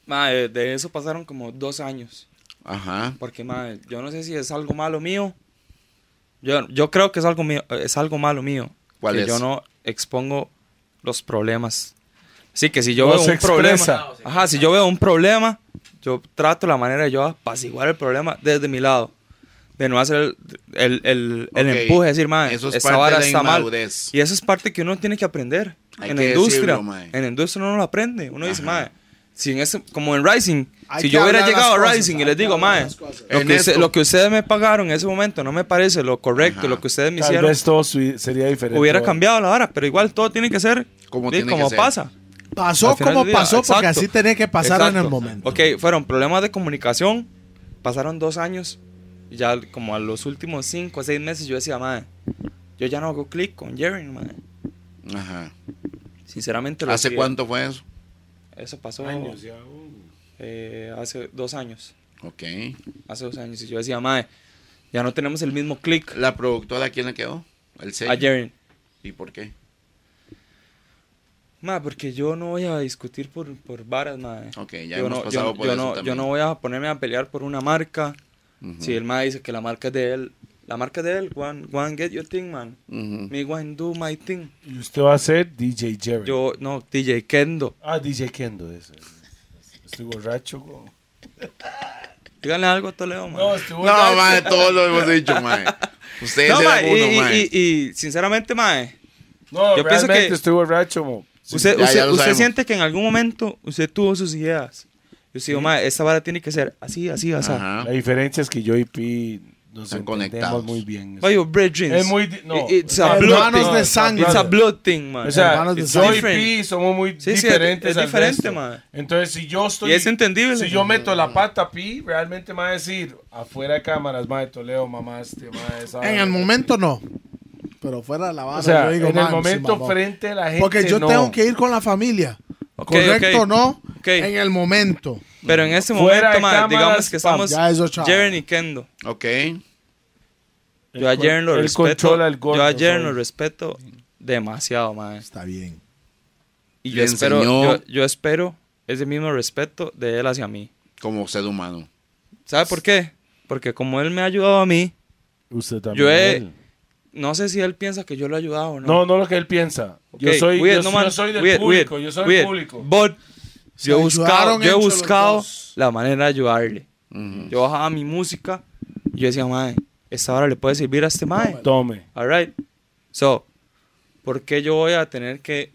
Speaker 1: Mae, Ah, eh, de eso pasaron como dos años.
Speaker 4: Ajá.
Speaker 1: Porque, mae, yo no sé si es algo malo mío. Yo, yo creo que es algo, mío, es algo malo mío.
Speaker 4: ¿Cuál
Speaker 1: que
Speaker 4: es?
Speaker 1: Yo no expongo los problemas. Sí, que si yo
Speaker 2: No
Speaker 1: veo
Speaker 2: se
Speaker 1: un problema.
Speaker 2: expresa.
Speaker 1: Ajá, si yo veo un problema, yo trato la manera de yo apaciguar el problema desde mi lado. De no hacer el, el, el- el
Speaker 4: Ok,
Speaker 1: empuje, decir, mae,
Speaker 4: eso es
Speaker 1: esta
Speaker 4: parte
Speaker 1: vara
Speaker 4: de la
Speaker 1: está mal.
Speaker 4: inmadurez.
Speaker 1: Y eso es parte que uno tiene que aprender.
Speaker 4: Hay
Speaker 1: en
Speaker 4: que
Speaker 1: la industria.
Speaker 4: decirlo, mae.
Speaker 1: en la industria uno no lo aprende. Uno dice,
Speaker 4: Ajá.
Speaker 1: mae, si en ese, como en Rising,
Speaker 13: Hay
Speaker 1: si
Speaker 13: que
Speaker 1: yo hubiera
Speaker 13: hablar las
Speaker 1: llegado a
Speaker 13: cosas,
Speaker 1: Rising
Speaker 13: hay
Speaker 1: y les
Speaker 13: que
Speaker 1: digo,
Speaker 13: hablar
Speaker 1: mae,
Speaker 13: las cosas".
Speaker 1: lo
Speaker 4: En
Speaker 1: que, usted-
Speaker 4: esto.
Speaker 1: lo que ustedes me pagaron en ese momento no me parece lo correcto,
Speaker 4: Ajá.
Speaker 1: lo que ustedes me
Speaker 2: Tal
Speaker 1: hicieron
Speaker 2: vez todo su- sería diferente.
Speaker 1: hubiera
Speaker 2: ¿no?
Speaker 1: cambiado la vara, pero igual todo tiene que ser
Speaker 4: Como
Speaker 1: como,
Speaker 4: tiene que
Speaker 1: como
Speaker 4: ser.
Speaker 1: pasa.
Speaker 3: Pasó
Speaker 1: Al final
Speaker 3: como
Speaker 1: del día,
Speaker 3: pasó, porque
Speaker 1: exacto.
Speaker 3: así tenía que pasar en
Speaker 1: Exacto.
Speaker 3: el momento.
Speaker 1: Ok, fueron problemas de comunicación, pasaron dos años, y ya como a los últimos cinco o seis meses yo decía, madre, yo ya no hago clic con Jerry, madre.
Speaker 4: Ajá.
Speaker 1: Sinceramente lo
Speaker 4: ¿Hace
Speaker 1: hacía.
Speaker 4: cuánto fue eso?
Speaker 1: Eso pasó
Speaker 7: Años ya, uh.
Speaker 1: eh, hace dos años,
Speaker 4: Ok.
Speaker 1: hace dos años, y yo decía, madre, ya no tenemos el mismo clic
Speaker 4: ¿La productora quién le quedó? ¿El sello?
Speaker 1: a Jerry.
Speaker 4: ¿Y por qué?
Speaker 1: Ma, porque yo no voy a discutir por, por varas, madre.
Speaker 4: Ok,
Speaker 1: yo
Speaker 4: ya hemos
Speaker 1: no,
Speaker 4: pasado
Speaker 1: yo,
Speaker 4: por
Speaker 1: yo
Speaker 4: eso
Speaker 1: no,
Speaker 4: también.
Speaker 1: yo no voy a ponerme a pelear por una marca.
Speaker 4: Ujú.
Speaker 1: Si el ma dice que la marca es de él, la marca es de él, one, one get your thing, man.
Speaker 4: Ujú.
Speaker 1: Me one do my thing.
Speaker 2: Y usted va a ser DJ Jerry.
Speaker 1: Yo, no, DJ Kendo.
Speaker 2: Ah, DJ Kendo, ese. Estoy borracho, güey.
Speaker 1: Díganle algo a Toledo, man.
Speaker 2: No, estoy
Speaker 4: No,
Speaker 2: borracho.
Speaker 4: mae, todo lo hemos dicho, mae. Ustedes
Speaker 1: No, ma,
Speaker 4: eran
Speaker 1: y,
Speaker 4: uno,
Speaker 1: y-
Speaker 4: mae.
Speaker 1: y- y, sinceramente, mae,
Speaker 2: No,
Speaker 1: Yo pienso
Speaker 2: realmente
Speaker 1: que-
Speaker 2: estoy borracho, mo.
Speaker 1: usted,
Speaker 4: ya- ya
Speaker 1: usted,
Speaker 4: lo
Speaker 1: usted
Speaker 4: sabemos.
Speaker 1: siente que en algún momento usted tuvo sus ideas. Yo digo, ma, esta vara tiene que ser así, así, así.
Speaker 4: Ajá.
Speaker 2: La diferencia es que yo y Pi nos
Speaker 4: Están
Speaker 2: entendemos
Speaker 4: conectados.
Speaker 2: muy bien.
Speaker 1: Vaya, bridging.
Speaker 2: Es muy di- no.
Speaker 1: It's a
Speaker 2: Hermanos
Speaker 1: blood thing.
Speaker 3: de
Speaker 2: sangre.
Speaker 1: It's a blood thing, man.
Speaker 2: o sea,
Speaker 3: hermanos de
Speaker 2: yo y
Speaker 1: sangre.
Speaker 2: Pi somos muy
Speaker 1: Sí, sí,
Speaker 2: diferentes.
Speaker 1: es
Speaker 2: al
Speaker 1: diferente,
Speaker 2: resto.
Speaker 1: ma.
Speaker 2: Entonces, si yo estoy.
Speaker 1: Y es entendible.
Speaker 2: Si yo meto la pata a Pi, realmente me va a decir, afuera de cámaras, ma de Toledo, mamá, este, ma de esa-
Speaker 3: En el momento no. Pero fuera de la barra,
Speaker 2: O sea,
Speaker 3: yo digo,
Speaker 2: en el
Speaker 3: "Man, sí,
Speaker 2: momento
Speaker 3: mamá".
Speaker 2: frente a la gente.
Speaker 3: Porque yo
Speaker 2: no.
Speaker 3: tengo que ir con la familia.
Speaker 1: Ok,
Speaker 3: Correcto
Speaker 1: ok.
Speaker 3: o no,
Speaker 1: Ok.
Speaker 3: en el momento.
Speaker 1: Pero en este
Speaker 2: Fuera de
Speaker 1: momento, ma,
Speaker 2: cámaras,
Speaker 1: digamos que
Speaker 2: pam,
Speaker 1: estamos
Speaker 3: ya eso, chao.
Speaker 1: Jeren y Kendo.
Speaker 4: Ok.
Speaker 2: Él
Speaker 1: Yo a Jeren lo
Speaker 2: con- él
Speaker 1: respeto.
Speaker 2: controla el gordo,
Speaker 1: Yo a Jeren
Speaker 2: ¿sabes?
Speaker 1: lo respeto demasiado, mae.
Speaker 3: Está bien.
Speaker 1: Y
Speaker 4: Le
Speaker 1: yo espero,
Speaker 4: enseñó-
Speaker 1: yo, yo espero ese mismo respeto de él hacia mí.
Speaker 4: Como ser humano.
Speaker 1: ¿Sabe por qué? Porque como él me ha ayudado a mí,
Speaker 2: Usted también.
Speaker 1: yo he...
Speaker 2: él.
Speaker 1: No sé si él piensa que yo lo he ayudado o no.
Speaker 2: No, no lo que él piensa. Yo
Speaker 1: Ok,
Speaker 2: soy,
Speaker 1: weird,
Speaker 2: yo,
Speaker 1: no,
Speaker 2: yo
Speaker 1: man,
Speaker 2: soy del
Speaker 1: weird,
Speaker 2: público.
Speaker 1: weird,
Speaker 2: Yo soy
Speaker 1: weird.
Speaker 2: del público.
Speaker 1: But yo he
Speaker 3: ayudaron
Speaker 1: buscado, yo he
Speaker 3: entre los
Speaker 1: buscado
Speaker 3: dos.
Speaker 1: la manera de ayudarle. Yo bajaba mi música y yo decía, mae, esta hora le puede servir a este mae.
Speaker 2: Tome.
Speaker 1: Alright. So, ¿por qué yo voy a tener que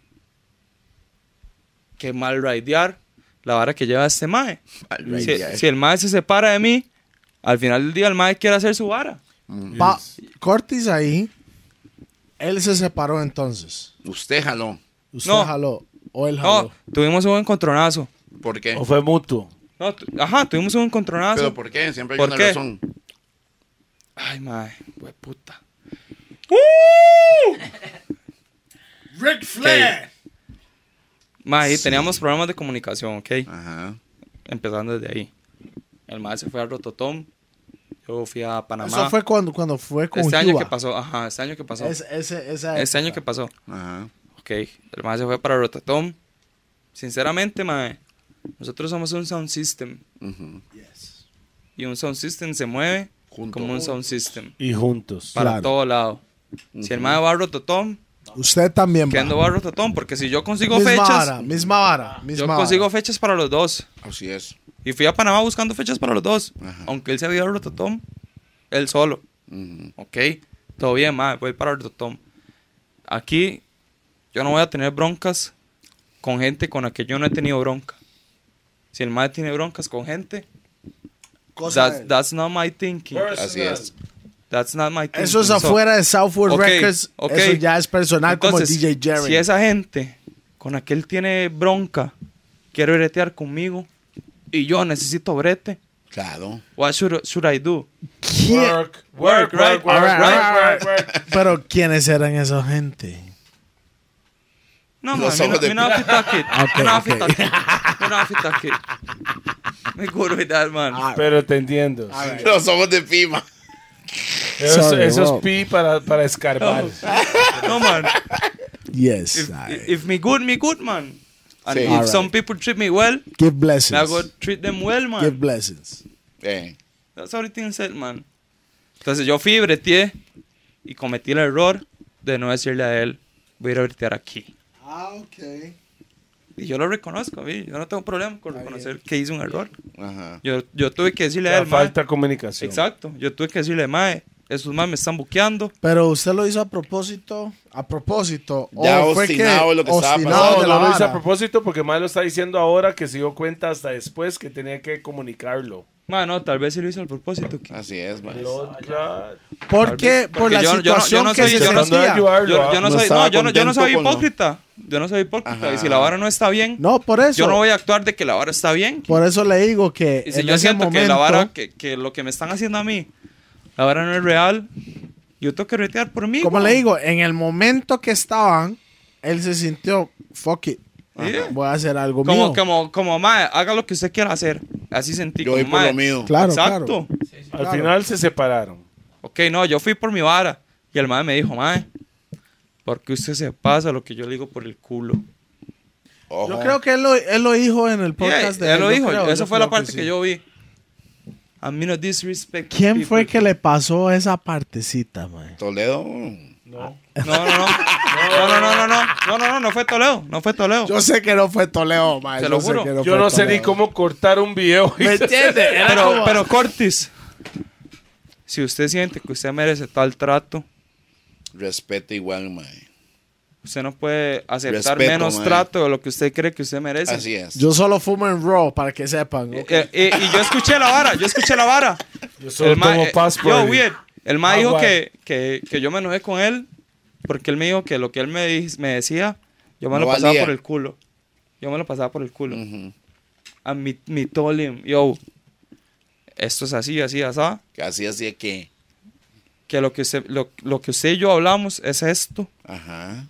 Speaker 1: que mal ridear la vara que lleva este mae? Si,
Speaker 4: ridear.
Speaker 1: si el mae se separa de mí, al final del día el mae quiere hacer su vara. Mm.
Speaker 3: Pa- Cortis ahí, él se separó entonces.
Speaker 4: Usted jaló.
Speaker 3: Usted
Speaker 1: No.
Speaker 3: jaló. O él jaló.
Speaker 1: No, Oh, tuvimos un encontronazo.
Speaker 4: ¿Por qué?
Speaker 2: O fue mutuo.
Speaker 1: No, tu- ajá, tuvimos un encontronazo.
Speaker 4: ¿Pero por qué? Siempre hay
Speaker 1: ¿Por
Speaker 4: una
Speaker 1: qué?
Speaker 4: razón.
Speaker 1: Ay, mae, pues puta.
Speaker 3: ¡Uh!
Speaker 13: Rick Flair.
Speaker 1: Mae, y teníamos programas de comunicación, ¿ok?
Speaker 4: Ajá.
Speaker 1: Empezando desde ahí. El mae se fue a Rototom. Yo fui a Panamá.
Speaker 3: Eso fue cuando, cuando fue con
Speaker 1: este año
Speaker 3: Cuba.
Speaker 1: que pasó, ajá, este año que pasó.
Speaker 3: Es- ese- esa
Speaker 1: este año que
Speaker 3: época.
Speaker 1: pasó.
Speaker 4: Ajá.
Speaker 1: Ok, el mae se fue para Rotatom. Sinceramente, mae, nosotros somos un sound system.
Speaker 4: Ujú.
Speaker 1: Y un sound system se mueve
Speaker 4: Junto.
Speaker 1: como un sound system.
Speaker 2: Y juntos.
Speaker 1: Para
Speaker 3: Claro.
Speaker 1: todo lado. Si el mae va a Rototom,
Speaker 3: Usted también.
Speaker 1: que ando
Speaker 3: va.
Speaker 1: va a Rototom. Porque si yo consigo
Speaker 3: misma
Speaker 1: fechas,
Speaker 3: vara, misma vara,
Speaker 1: yo
Speaker 3: misma
Speaker 1: consigo
Speaker 3: vara.
Speaker 1: fechas para los dos.
Speaker 4: Así es.
Speaker 1: Y fui a Panamá buscando fechas para los dos.
Speaker 4: Ajá.
Speaker 1: Aunque él se había ido a Rototom, él solo.
Speaker 4: Ujú.
Speaker 1: Ok, todo bien, mae, voy para Rototom. Aquí yo no voy a tener broncas con gente con la que yo no he tenido bronca. Si el mae tiene broncas con gente,
Speaker 3: Cosa
Speaker 1: that's,
Speaker 3: de-
Speaker 1: that's not my thinking.
Speaker 4: Así es.
Speaker 1: That's not my thinking.
Speaker 3: Eso es
Speaker 1: So,
Speaker 3: afuera de Southwood
Speaker 1: ok,
Speaker 3: Records.
Speaker 1: ok.
Speaker 3: Eso ya es personal
Speaker 1: Entonces,
Speaker 3: como DJ Jerry.
Speaker 1: Si esa gente con la que él tiene bronca quiere bretear conmigo y yo necesito brete,
Speaker 4: Claro.
Speaker 1: what should, should I do?
Speaker 3: ¿Quién-
Speaker 2: Work, work,
Speaker 1: right,
Speaker 2: work, work,
Speaker 3: right,
Speaker 2: work, work, work.
Speaker 3: Pero ¿quiénes eran esa gente?
Speaker 1: No, man,
Speaker 4: Los
Speaker 1: me
Speaker 4: ojos
Speaker 1: no,
Speaker 4: de
Speaker 1: me no
Speaker 4: pi-
Speaker 1: fit that kid.
Speaker 3: Ok,
Speaker 1: Me no
Speaker 3: ok.
Speaker 1: fit that kid. Me no fit that kid. Me good with that, man.
Speaker 3: Ah,
Speaker 2: Pero te entiendo.
Speaker 4: Los ojos de Pima.
Speaker 2: Eso,
Speaker 3: Sorry,
Speaker 2: eso es
Speaker 3: wow.
Speaker 2: pi para, para escarbar.
Speaker 1: No, man.
Speaker 3: Yes.
Speaker 1: If,
Speaker 3: ay.
Speaker 1: if me good, me good, man. And
Speaker 4: Sí.
Speaker 1: if
Speaker 4: Alright.
Speaker 1: some people treat me well,
Speaker 3: Give
Speaker 1: me hago
Speaker 3: blessings.
Speaker 1: treat them well, man.
Speaker 3: Give blessings.
Speaker 4: Eh,
Speaker 1: That's everything said, eh, man. Entonces yo fui, breteé y cometí el error de no decirle a él, voy a ir a bretear aquí.
Speaker 13: Ah, ok.
Speaker 1: Y yo lo reconozco, vi, yo no tengo problema con reconocer que hice un error.
Speaker 4: ajá.
Speaker 1: Yo, yo tuve que decirle a
Speaker 2: La
Speaker 1: él, mae,
Speaker 2: falta de comunicación.
Speaker 1: exacto, yo tuve que decirle, mae, esos más me están buqueando.
Speaker 3: Pero usted lo hizo a propósito, a propósito.
Speaker 4: Ya
Speaker 3: o fue
Speaker 4: obstinado
Speaker 3: que,
Speaker 4: lo que estaba
Speaker 3: obstinado
Speaker 4: pasando.
Speaker 2: No,
Speaker 3: de
Speaker 2: no
Speaker 3: la
Speaker 2: lo hice a
Speaker 3: vara.
Speaker 2: propósito porque Mae lo está diciendo ahora que se dio cuenta hasta después que tenía que comunicarlo.
Speaker 1: Mae, no, tal vez sí lo hizo al propósito. que-
Speaker 4: Así es, man.
Speaker 3: Porque por la
Speaker 1: Porque yo- yo no- yo no
Speaker 3: situación que
Speaker 1: soy-
Speaker 3: se
Speaker 1: yo no-
Speaker 2: Tratando de
Speaker 3: sentía.
Speaker 1: Yo,
Speaker 2: ayudarlo. ah.
Speaker 1: yo no,
Speaker 4: no
Speaker 1: soy,
Speaker 4: estaba
Speaker 1: no, yo, no, yo no soy
Speaker 4: contento con lo-
Speaker 1: hipócrita. Yo no soy hipócrita.
Speaker 4: Ajá.
Speaker 1: Y si la vara no está bien,
Speaker 3: No, por eso.
Speaker 1: yo no voy a actuar de que la vara está bien.
Speaker 3: Por eso le digo que
Speaker 1: Y si
Speaker 3: Eh, en
Speaker 1: yo
Speaker 3: ese
Speaker 1: siento que la
Speaker 3: momento-
Speaker 1: vara, que, que lo que me están haciendo a mí, la vara no es real, yo tengo que retear por mí.
Speaker 3: Como
Speaker 1: weón.
Speaker 3: le digo, en el momento que estaban, él se sintió, fuck it,
Speaker 1: Sí.
Speaker 3: voy a hacer algo mío.
Speaker 1: Como, como, como, mae, haga lo que usted quiera hacer. Así sentí
Speaker 4: Yo
Speaker 1: como,
Speaker 4: voy por
Speaker 1: mae,
Speaker 4: lo mío.
Speaker 3: Claro, claro.
Speaker 1: Exacto.
Speaker 2: Al final se separaron.
Speaker 1: Ok, no, yo fui por mi vara. Y el mae me dijo, mae, ¿por qué usted se pasa lo que yo le digo por el culo?
Speaker 4: Ojo.
Speaker 3: Yo creo que él lo, él lo dijo en el podcast
Speaker 1: Yeah,
Speaker 3: de
Speaker 1: él lo
Speaker 3: yo
Speaker 1: dijo.
Speaker 3: creo,
Speaker 1: Esa
Speaker 3: yo
Speaker 1: fue la
Speaker 3: creo
Speaker 1: parte que,
Speaker 3: sí.
Speaker 1: yo vi. A mí no disrespect.
Speaker 3: ¿Quién fue
Speaker 1: people.
Speaker 3: que le pasó esa partecita, man?
Speaker 4: Toledo.
Speaker 1: No, no,
Speaker 3: [laughs]
Speaker 1: no. No, no, no, no, no. No, no, no, no fue Toledo. No fue Toledo.
Speaker 3: Yo sé que no fue Toleo, man.
Speaker 1: Te
Speaker 3: yo
Speaker 1: lo
Speaker 3: sé
Speaker 1: juro.
Speaker 3: que no
Speaker 2: Yo
Speaker 3: fue
Speaker 2: no sé
Speaker 3: Toleo.
Speaker 2: ni cómo cortar un video.
Speaker 3: ¿Me
Speaker 2: [laughs]
Speaker 3: entiendes? Era
Speaker 1: Pero,
Speaker 3: como-
Speaker 1: pero Cortis, si usted siente que usted merece tal trato,
Speaker 4: Respeta igual, mae.
Speaker 1: usted no puede aceptar
Speaker 4: Respeto,
Speaker 1: menos
Speaker 4: mae.
Speaker 1: trato de lo que usted cree que usted merece.
Speaker 4: Así es.
Speaker 3: Yo solo fumo en Raw, para que sepan.
Speaker 1: Eh, eh, eh, y yo escuché la vara, yo escuché la vara.
Speaker 2: Yo solo
Speaker 1: El ma-
Speaker 2: tomo
Speaker 1: eh, Yo,
Speaker 2: Passport.
Speaker 1: weird. El ma
Speaker 2: Ah,
Speaker 1: dijo
Speaker 2: guay.
Speaker 1: que, que, que yo me enojé con él porque él me dijo que lo que él me, di- me decía, yo me
Speaker 4: No
Speaker 1: lo pasaba
Speaker 4: valía. Mm.
Speaker 1: por el culo. Yo me lo pasaba por el culo.
Speaker 4: Ujú.
Speaker 1: A mi, mi tolim, yo, esto es así, así, así.
Speaker 4: Que Así, así es que.
Speaker 1: Que lo que, usted, lo, lo que usted y yo hablamos es esto.
Speaker 4: Ajá.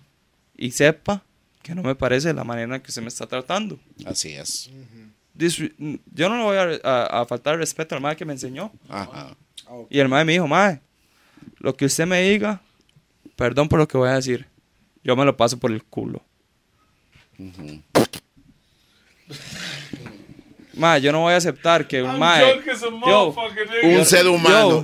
Speaker 1: Y sepa que no me parece la manera en que usted me está tratando.
Speaker 4: Así es.
Speaker 1: Disre- yo no le voy a, a- a faltar el respeto al ma que me enseñó.
Speaker 4: Ajá.
Speaker 1: Y el mae me dijo, mae, lo que usted me diga, perdón por lo que voy a decir, yo me lo paso por el culo. Mae, yo no voy a aceptar que un mae... Yo,
Speaker 4: Un ser humano,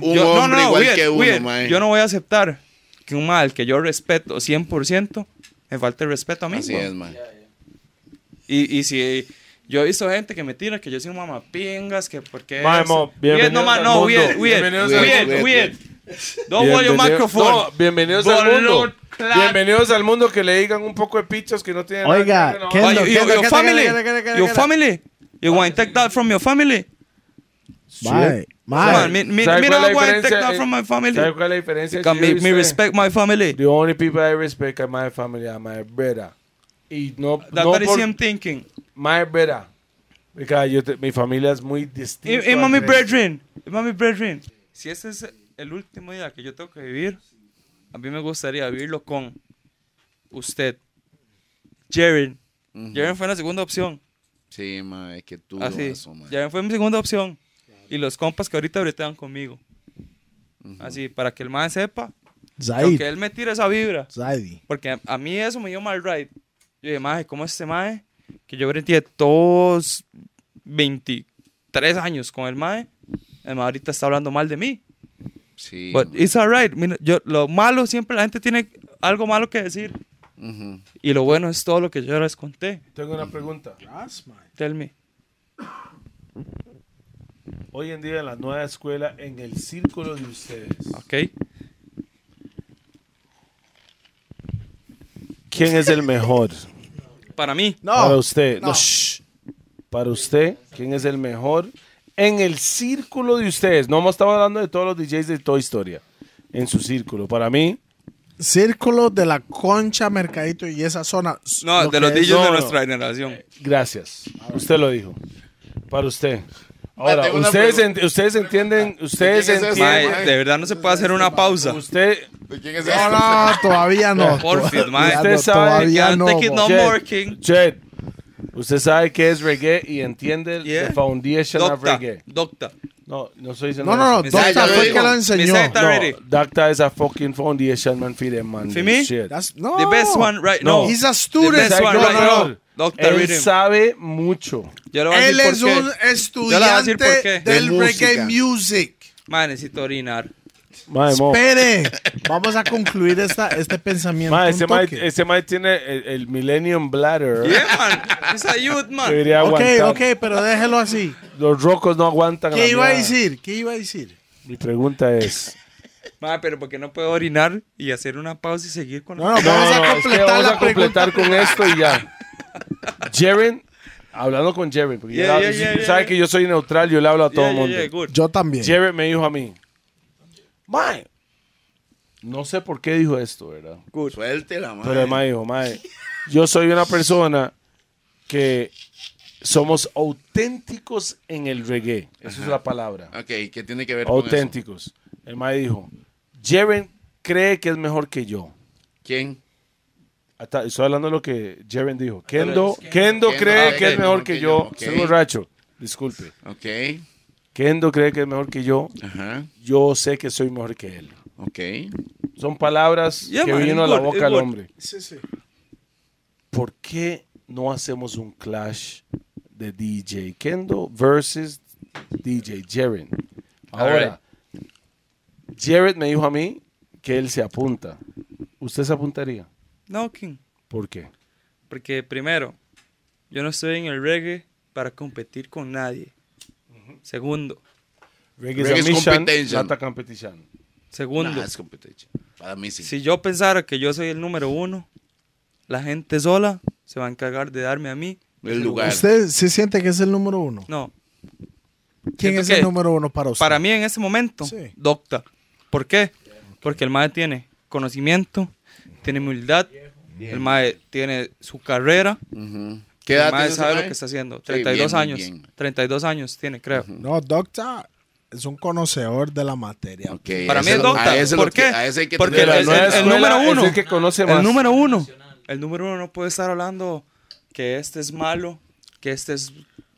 Speaker 1: yo-
Speaker 4: un
Speaker 1: yo- no,
Speaker 4: hombre
Speaker 1: no,
Speaker 4: igual
Speaker 1: weird,
Speaker 4: que uno,
Speaker 1: weird,
Speaker 4: mae.
Speaker 1: Yo no voy a aceptar que un mae al que yo respeto 100%, me falte el respeto a mí.
Speaker 4: Así
Speaker 1: weón.
Speaker 4: es, mae.
Speaker 1: Y, y si yo he visto gente que me tira que yo soy un mamapingas, que porque.
Speaker 2: Mae,
Speaker 1: eso.
Speaker 2: mo,
Speaker 1: Weird,
Speaker 2: bienvenidos
Speaker 1: no, ma,
Speaker 2: al
Speaker 1: no,
Speaker 2: mundo.
Speaker 1: weird, weird,
Speaker 2: Bienvenidos
Speaker 4: al
Speaker 1: weird,
Speaker 4: mundo.
Speaker 1: weird. Don't hold your microphone.
Speaker 2: No, bienvenidos al mundo.
Speaker 1: Bolón, clap.
Speaker 2: Bienvenidos al mundo que le digan un poco de pichos que no tienen
Speaker 3: Oiga,
Speaker 2: nada que
Speaker 3: ¿qué-
Speaker 2: ver, no.
Speaker 1: Ah,
Speaker 3: Kendo,
Speaker 1: you- you-
Speaker 3: Kendo,
Speaker 1: your
Speaker 3: Kendo,
Speaker 1: family,
Speaker 3: Kendo, Kendo, Kendo,
Speaker 1: your
Speaker 3: Kendo.
Speaker 1: family. You want to take that from your family?
Speaker 3: Mae, mae.
Speaker 1: Come on, me, me, me
Speaker 2: ¿Sabe cuál es
Speaker 1: not
Speaker 2: la
Speaker 1: want to take
Speaker 2: diferencia?
Speaker 1: that from my family.
Speaker 2: ¿Sabe cuál es la diferencia?
Speaker 1: Because
Speaker 2: Yo y
Speaker 1: me, me
Speaker 2: usted.
Speaker 1: respect my family.
Speaker 2: The only people I respect are my family and my brother. Y no,
Speaker 1: That,
Speaker 2: no
Speaker 1: that is
Speaker 2: por-
Speaker 1: him thinking.
Speaker 2: my brother. Because yo te- mi familia es muy distinta.
Speaker 1: Y, y Eh, mami
Speaker 2: al resto.
Speaker 1: brethren, y mami brethren. Si ese es el último día que yo tengo que vivir, a mí me gustaría vivirlo con usted. Jaren. Jaren fue la segunda opción.
Speaker 4: Sí, mae. Que tú
Speaker 1: Así.
Speaker 4: eso, mae.
Speaker 1: Jaren fue mi segunda opción. Y los compas que ahorita bretean conmigo. Así, para que el man sepa lo
Speaker 3: Zaid,
Speaker 1: que él me tira esa vibra.
Speaker 3: Zaidi.
Speaker 1: Porque a, a mí eso me dio mal ride. Yo dije, maje, ¿cómo es este maje? Que yo breteé todos 23 años con el maje. El maje ahorita está hablando mal de mí.
Speaker 4: Sí.
Speaker 1: But
Speaker 4: mae.
Speaker 1: it's alright. Mira, yo, lo malo siempre la gente tiene algo malo que decir.
Speaker 4: Ujú.
Speaker 1: Y lo bueno es todo lo que yo les conté.
Speaker 2: Tengo una pregunta.
Speaker 1: Tell me.
Speaker 2: Hoy en día en la nueva escuela, en el círculo de ustedes,
Speaker 1: Ok.
Speaker 2: ¿quién es el mejor?
Speaker 1: Para mí.
Speaker 2: Para
Speaker 3: No,
Speaker 2: usted. No, shh. Para usted, ¿quién es el mejor? En el círculo de ustedes. No hemos estado hablando de todos los DJs de toda historia. En su círculo. Para mí,
Speaker 3: círculo de la concha, mercadito y esa zona. s-
Speaker 1: No, de
Speaker 3: lo que
Speaker 1: los
Speaker 3: es-
Speaker 1: DJs
Speaker 2: no,
Speaker 1: de
Speaker 2: no.
Speaker 1: nuestra generación.
Speaker 2: gracias. Usted lo dijo. Para usted. Ahora,
Speaker 4: tengo una
Speaker 2: ustedes,
Speaker 4: pregunta.
Speaker 2: ent- ustedes entienden. Ustedes
Speaker 4: ¿De quién es
Speaker 2: entienden.
Speaker 1: Mae, de verdad no se puede hacer una pausa.
Speaker 2: Usted,
Speaker 4: ¿De quién es
Speaker 3: No,
Speaker 4: esto?
Speaker 3: no,
Speaker 1: [laughs]
Speaker 3: todavía no.
Speaker 1: Porfis, mae.
Speaker 3: Todavía no,
Speaker 2: Usted sabe
Speaker 1: que
Speaker 3: todavía
Speaker 1: I'm
Speaker 3: no,
Speaker 1: taking
Speaker 3: mo.
Speaker 1: no
Speaker 2: Jed,
Speaker 1: more, king.
Speaker 2: Jed, usted sabe que es reggae y entiende
Speaker 1: Yeah.
Speaker 2: the foundation of
Speaker 1: Docta.
Speaker 2: reggae.
Speaker 1: Docta.
Speaker 2: No, no estoy diciendo
Speaker 3: No, no, no.
Speaker 2: eso.
Speaker 1: Mensaje
Speaker 3: Doctor fue el
Speaker 4: digo.
Speaker 3: que lo enseñó.
Speaker 1: Mensaje
Speaker 2: No,
Speaker 1: already.
Speaker 2: Docta is a fucking foundation, man, for them, man.
Speaker 1: For me?
Speaker 2: Shit.
Speaker 3: That's- no.
Speaker 1: The best one right
Speaker 2: No.
Speaker 1: now.
Speaker 3: He's a
Speaker 1: The
Speaker 3: student.
Speaker 1: best
Speaker 2: Like,
Speaker 1: one
Speaker 2: no,
Speaker 1: right
Speaker 2: no,
Speaker 1: now.
Speaker 2: no.
Speaker 1: Doctor
Speaker 2: Él
Speaker 1: Rhythm.
Speaker 2: sabe mucho.
Speaker 1: Yo le voy a
Speaker 3: Él
Speaker 1: decir
Speaker 3: es
Speaker 1: por qué.
Speaker 3: un
Speaker 1: Yo le voy a decir por
Speaker 3: estudiante
Speaker 1: qué.
Speaker 3: del
Speaker 4: De música.
Speaker 3: reggae music.
Speaker 1: Mae, necesito
Speaker 3: [laughs]
Speaker 1: orinar.
Speaker 2: Mae, mo.
Speaker 3: Espere, vamos a concluir esta, este pensamiento.
Speaker 2: Mae,
Speaker 3: un
Speaker 2: ese mae,
Speaker 3: toque.
Speaker 2: ese mae tiene el, el Millennium Bladder.
Speaker 1: Yeah, man. It's a youth, man.
Speaker 2: Debería
Speaker 3: Ok,
Speaker 2: aguantar.
Speaker 3: ok, pero déjelo así.
Speaker 2: Los rocos no aguantan. la
Speaker 3: ¿Qué iba a
Speaker 2: mierda.
Speaker 3: decir? ¿Qué iba a decir?
Speaker 2: Mi pregunta es.
Speaker 1: Mae, pero ¿por qué no puedo orinar y hacer una pausa y seguir con
Speaker 3: No, no,
Speaker 2: [laughs]
Speaker 3: vamos
Speaker 2: No, no,
Speaker 3: a
Speaker 2: es que
Speaker 3: completar
Speaker 2: vamos
Speaker 3: la
Speaker 2: a
Speaker 3: pregunta.
Speaker 2: completar con esto y ya. Jaren, hablando con Jaren, porque
Speaker 1: Yeah,
Speaker 2: ya-
Speaker 1: yeah, yeah, yeah,
Speaker 2: sabe
Speaker 1: yeah.
Speaker 2: que yo soy neutral, yo le hablo a todo
Speaker 1: Yeah,
Speaker 2: el
Speaker 1: yeah,
Speaker 2: mundo.
Speaker 1: yeah, good.
Speaker 3: Yo también.
Speaker 2: Jared me dijo a mí, Mae, no sé por qué dijo esto, ¿verdad?
Speaker 4: Suéltela,
Speaker 2: Pero el
Speaker 4: madre.
Speaker 2: mae dijo, Mae, yo soy una persona que somos auténticos en el reggae. Esa es la palabra.
Speaker 4: Ok, ¿qué tiene que ver con eso?
Speaker 2: Auténticos. El mae dijo, Jaren cree que es mejor que yo.
Speaker 4: ¿Quién?
Speaker 2: Hasta- estoy hablando de lo que Jaren dijo. Kendo, Kendo
Speaker 4: Kendo
Speaker 2: cree
Speaker 4: cree
Speaker 2: que es mejor que yo.
Speaker 4: ok.
Speaker 2: Soy borracho. Disculpe.
Speaker 4: Ok.
Speaker 2: Kendo cree que es mejor que yo.
Speaker 4: Ajá.
Speaker 2: Yo sé que soy mejor que él.
Speaker 4: Ok.
Speaker 2: Son palabras
Speaker 1: Yeah,
Speaker 2: que
Speaker 1: man,
Speaker 2: vino a
Speaker 1: it's
Speaker 2: la
Speaker 1: good,
Speaker 2: boca
Speaker 1: it's
Speaker 2: del
Speaker 1: good.
Speaker 2: hombre.
Speaker 13: Sí, sí.
Speaker 2: ¿Por qué no hacemos un clash de DJ Kendo versus DJ Jaren? Ahora, Jared me dijo a mí que él se apunta. ¿Usted se apuntaría?
Speaker 1: No, King.
Speaker 2: ¿Por qué?
Speaker 1: Porque primero, yo no estoy en el reggae para competir con nadie. Segundo,
Speaker 2: Reggae,
Speaker 4: Reggae is
Speaker 2: submission,
Speaker 4: competition.
Speaker 2: nata competition.
Speaker 1: segundo,
Speaker 4: Nah, es competencia. Para mí sí.
Speaker 1: si yo pensara que yo soy el número uno, la gente sola se va a encargar de darme a mí.
Speaker 4: El lugar.
Speaker 3: ¿Usted se siente que es el número uno?
Speaker 1: No,
Speaker 3: ¿Quién
Speaker 1: Siento
Speaker 3: es el
Speaker 1: que
Speaker 3: número uno para usted?
Speaker 1: para mí en ese momento,
Speaker 3: Sí.
Speaker 1: Docta. ¿Por qué? Porque el MAE tiene conocimiento, tiene humildad, el MAE tiene su carrera,
Speaker 4: Ujú. ¿Qué edad
Speaker 1: el MAE
Speaker 4: tiene ese
Speaker 1: sabe lo
Speaker 4: mae?
Speaker 1: que está haciendo.
Speaker 4: Sí, bien,
Speaker 1: 32
Speaker 4: muy
Speaker 1: años,
Speaker 4: bien.
Speaker 1: 32 años tiene, creo.
Speaker 3: No, Docta es un conocedor de la materia.
Speaker 4: Ok,
Speaker 1: Para mí
Speaker 4: ese
Speaker 1: es
Speaker 4: lo-
Speaker 1: docta.
Speaker 4: a ese lo
Speaker 1: ¿Por
Speaker 4: que-
Speaker 1: qué?
Speaker 4: a ese hay que
Speaker 1: Porque
Speaker 2: Que
Speaker 1: el,
Speaker 2: la
Speaker 1: el-
Speaker 4: tener-
Speaker 2: nueva
Speaker 1: el
Speaker 2: escuela
Speaker 1: número
Speaker 2: es
Speaker 1: uno.
Speaker 2: el que conoce más.
Speaker 1: El número uno. El número uno no puede estar hablando que este es malo, que este es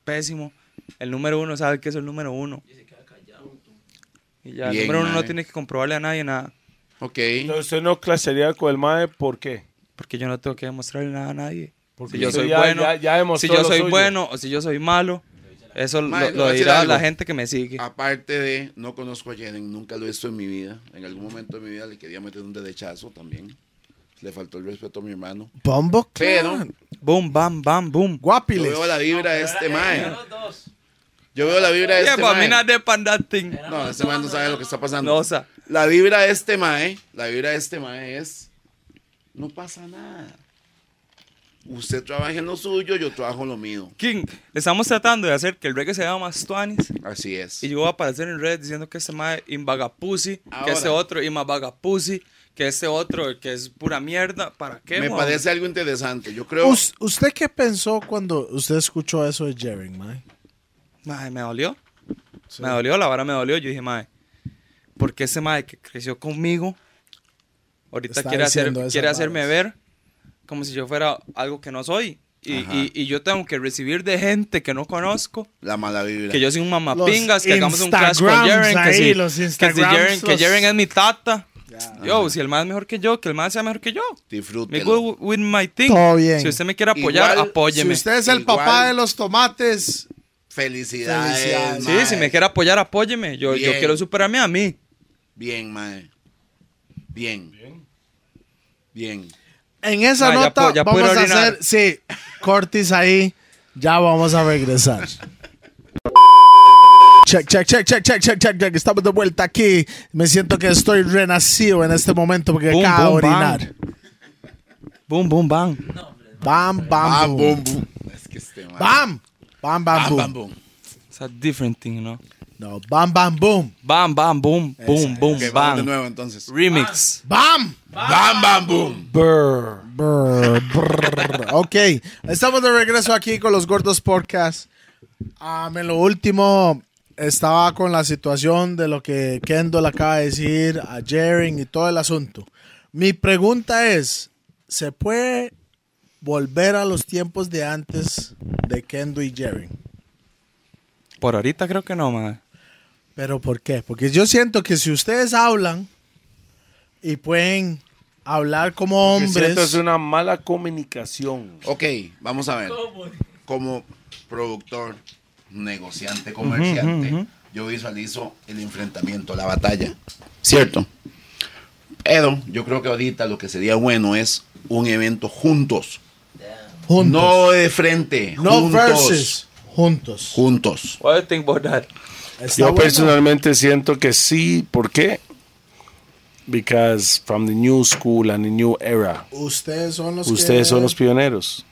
Speaker 1: pésimo. El número uno sabe que es el número uno. Y ya, el
Speaker 4: Bien,
Speaker 1: número uno no
Speaker 4: madre.
Speaker 1: tiene que comprobarle a nadie nada.
Speaker 4: Ok.
Speaker 2: Entonces, usted no clasearía con el mae, ¿por qué?
Speaker 1: Porque yo no tengo que demostrarle nada a nadie.
Speaker 2: Porque
Speaker 1: si yo
Speaker 2: usted
Speaker 1: soy
Speaker 2: ya-
Speaker 1: bueno,
Speaker 2: ya- ya
Speaker 1: si
Speaker 2: demostró
Speaker 1: yo
Speaker 2: lo
Speaker 1: soy
Speaker 2: suyo.
Speaker 1: bueno o si yo soy malo, eso lo-
Speaker 4: Madre, le
Speaker 1: lo,
Speaker 4: voy a decir
Speaker 1: dirá la
Speaker 4: algo. Ah.
Speaker 1: gente que me sigue.
Speaker 4: Aparte de, no conozco a Jeren, nunca lo he visto en mi vida. En algún momento de mi vida le quería meter un derechazo también. Le faltó el respeto a mi hermano.
Speaker 3: Bombo
Speaker 4: Pero
Speaker 3: Clan.
Speaker 1: Boom, bam, bam, boom.
Speaker 4: yo
Speaker 3: Guapiles.
Speaker 4: veo la vibra de este mae.
Speaker 10: Los dos.
Speaker 4: Yo veo la vibra de
Speaker 1: Yeah,
Speaker 4: este
Speaker 1: but me
Speaker 4: mae.
Speaker 1: not the panda thing.
Speaker 4: No, este mae no sabe lo que está pasando.
Speaker 1: No, o sea,
Speaker 4: La vibra de este mae, la vibra de este mae es no pasa nada. Usted trabaja en lo suyo, yo trabajo en lo mío.
Speaker 1: King, estamos tratando de hacer que el reggae se vea más tuanis.
Speaker 4: Así es.
Speaker 1: Y yo voy a aparecer en redes diciendo que este mae invagapussy, que
Speaker 4: Ahora.
Speaker 1: este otro invagapussy, que este otro que es pura mierda. ¿Para qué?
Speaker 4: Me
Speaker 1: mo?
Speaker 4: parece algo interesante. Yo creo
Speaker 3: Us- ¿Usted qué pensó cuando usted escuchó eso de Jaren, mae?
Speaker 1: Mae, me dolió. Me dolió, la vara me dolió. Yo dije, mae, ¿por qué ese mae que creció conmigo ahorita
Speaker 3: Está
Speaker 1: quiere, hacer,
Speaker 3: diciendo esas
Speaker 1: quiere hacerme
Speaker 3: varas?
Speaker 1: ver como si yo fuera algo que no soy? Y,
Speaker 4: Ajá.
Speaker 1: y- y yo tengo que recibir de gente que no conozco.
Speaker 4: la mala vibra.
Speaker 1: Que yo soy un mamapingas, que hagamos un clash con
Speaker 3: Instagrams
Speaker 1: Jaren, que
Speaker 3: ahí,
Speaker 1: si,
Speaker 3: los
Speaker 1: que si
Speaker 3: Instagrams,
Speaker 1: Jaren, que
Speaker 3: los-
Speaker 1: Jaren es mi tata. Yo, si el más es mejor que yo, que el más sea mejor que yo. Me
Speaker 4: Disfrútelo.
Speaker 1: go with my thing.
Speaker 3: Todo bien.
Speaker 1: Si usted me quiere apoyar,
Speaker 4: Igual,
Speaker 1: apóyeme.
Speaker 3: Si usted es el
Speaker 4: Igual.
Speaker 3: papá de los tomates,
Speaker 4: Felicidades.
Speaker 3: Felicidades.
Speaker 1: sí,
Speaker 4: mae.
Speaker 1: si me quiere apoyar, apóyeme. Yo, yo
Speaker 4: Bien.
Speaker 1: quiero superarme a mí.
Speaker 4: Bien, mae. Bien. Bien.
Speaker 3: en esa
Speaker 1: Ah, ya
Speaker 3: nota
Speaker 1: puedo- ya puedo
Speaker 3: vamos a
Speaker 1: orinar.
Speaker 3: hacer, sí, cortis ahí, ya vamos a regresar. Check, check, check, check, check, check, check, check. Estamos de vuelta aquí. Me siento que estoy renacido en este momento porque
Speaker 1: Boom,
Speaker 3: acabo de
Speaker 1: boom, bam.
Speaker 3: orinar.
Speaker 1: Boom, boom, bam.
Speaker 3: Bam, bam,
Speaker 4: Bam,
Speaker 3: boom.
Speaker 4: boom, boom. Ah, Es que este, mae. Ah,
Speaker 3: Bam, bam, bam,
Speaker 4: Bam, bam,
Speaker 3: boom.
Speaker 4: boom.
Speaker 1: It's a different thing, ¿no?
Speaker 3: No, bam, bam, boom.
Speaker 1: Bam, bam, boom, boom, boom,
Speaker 4: Ok, vamos de
Speaker 1: bam.
Speaker 4: nuevo entonces.
Speaker 1: Remix.
Speaker 3: Bam.
Speaker 4: Bam, bam, boom.
Speaker 3: Brr, brr. Ok, estamos de regreso aquí con los Gordos Podcast. Ah, en lo último, estaba con la situación de lo que Kendall acaba de decir, a Jaren y todo el asunto. Mi pregunta es, ¿se puede volver a los tiempos de antes de Kendall y Jaren?
Speaker 1: Por ahorita creo que no, man.
Speaker 3: ¿Pero por qué? Porque yo siento que si ustedes hablan y pueden hablar como hombres.
Speaker 2: Esto es una mala comunicación.
Speaker 4: Ok, vamos a ver. Como productor, negociante, comerciante, yo visualizo el enfrentamiento, la batalla. ¿Cierto? Pero yo creo que ahorita lo que sería bueno es un evento juntos.
Speaker 3: juntos.
Speaker 4: No de frente.
Speaker 3: No
Speaker 4: juntos.
Speaker 3: versus. Juntos.
Speaker 4: Juntos.
Speaker 1: What do you think about that?
Speaker 3: Está
Speaker 2: Yo
Speaker 3: bueno.
Speaker 2: personalmente siento que sí. ¿Por qué? Because from the new school and the new era,
Speaker 3: Ustedes son los que-
Speaker 2: ustedes son los pioneros.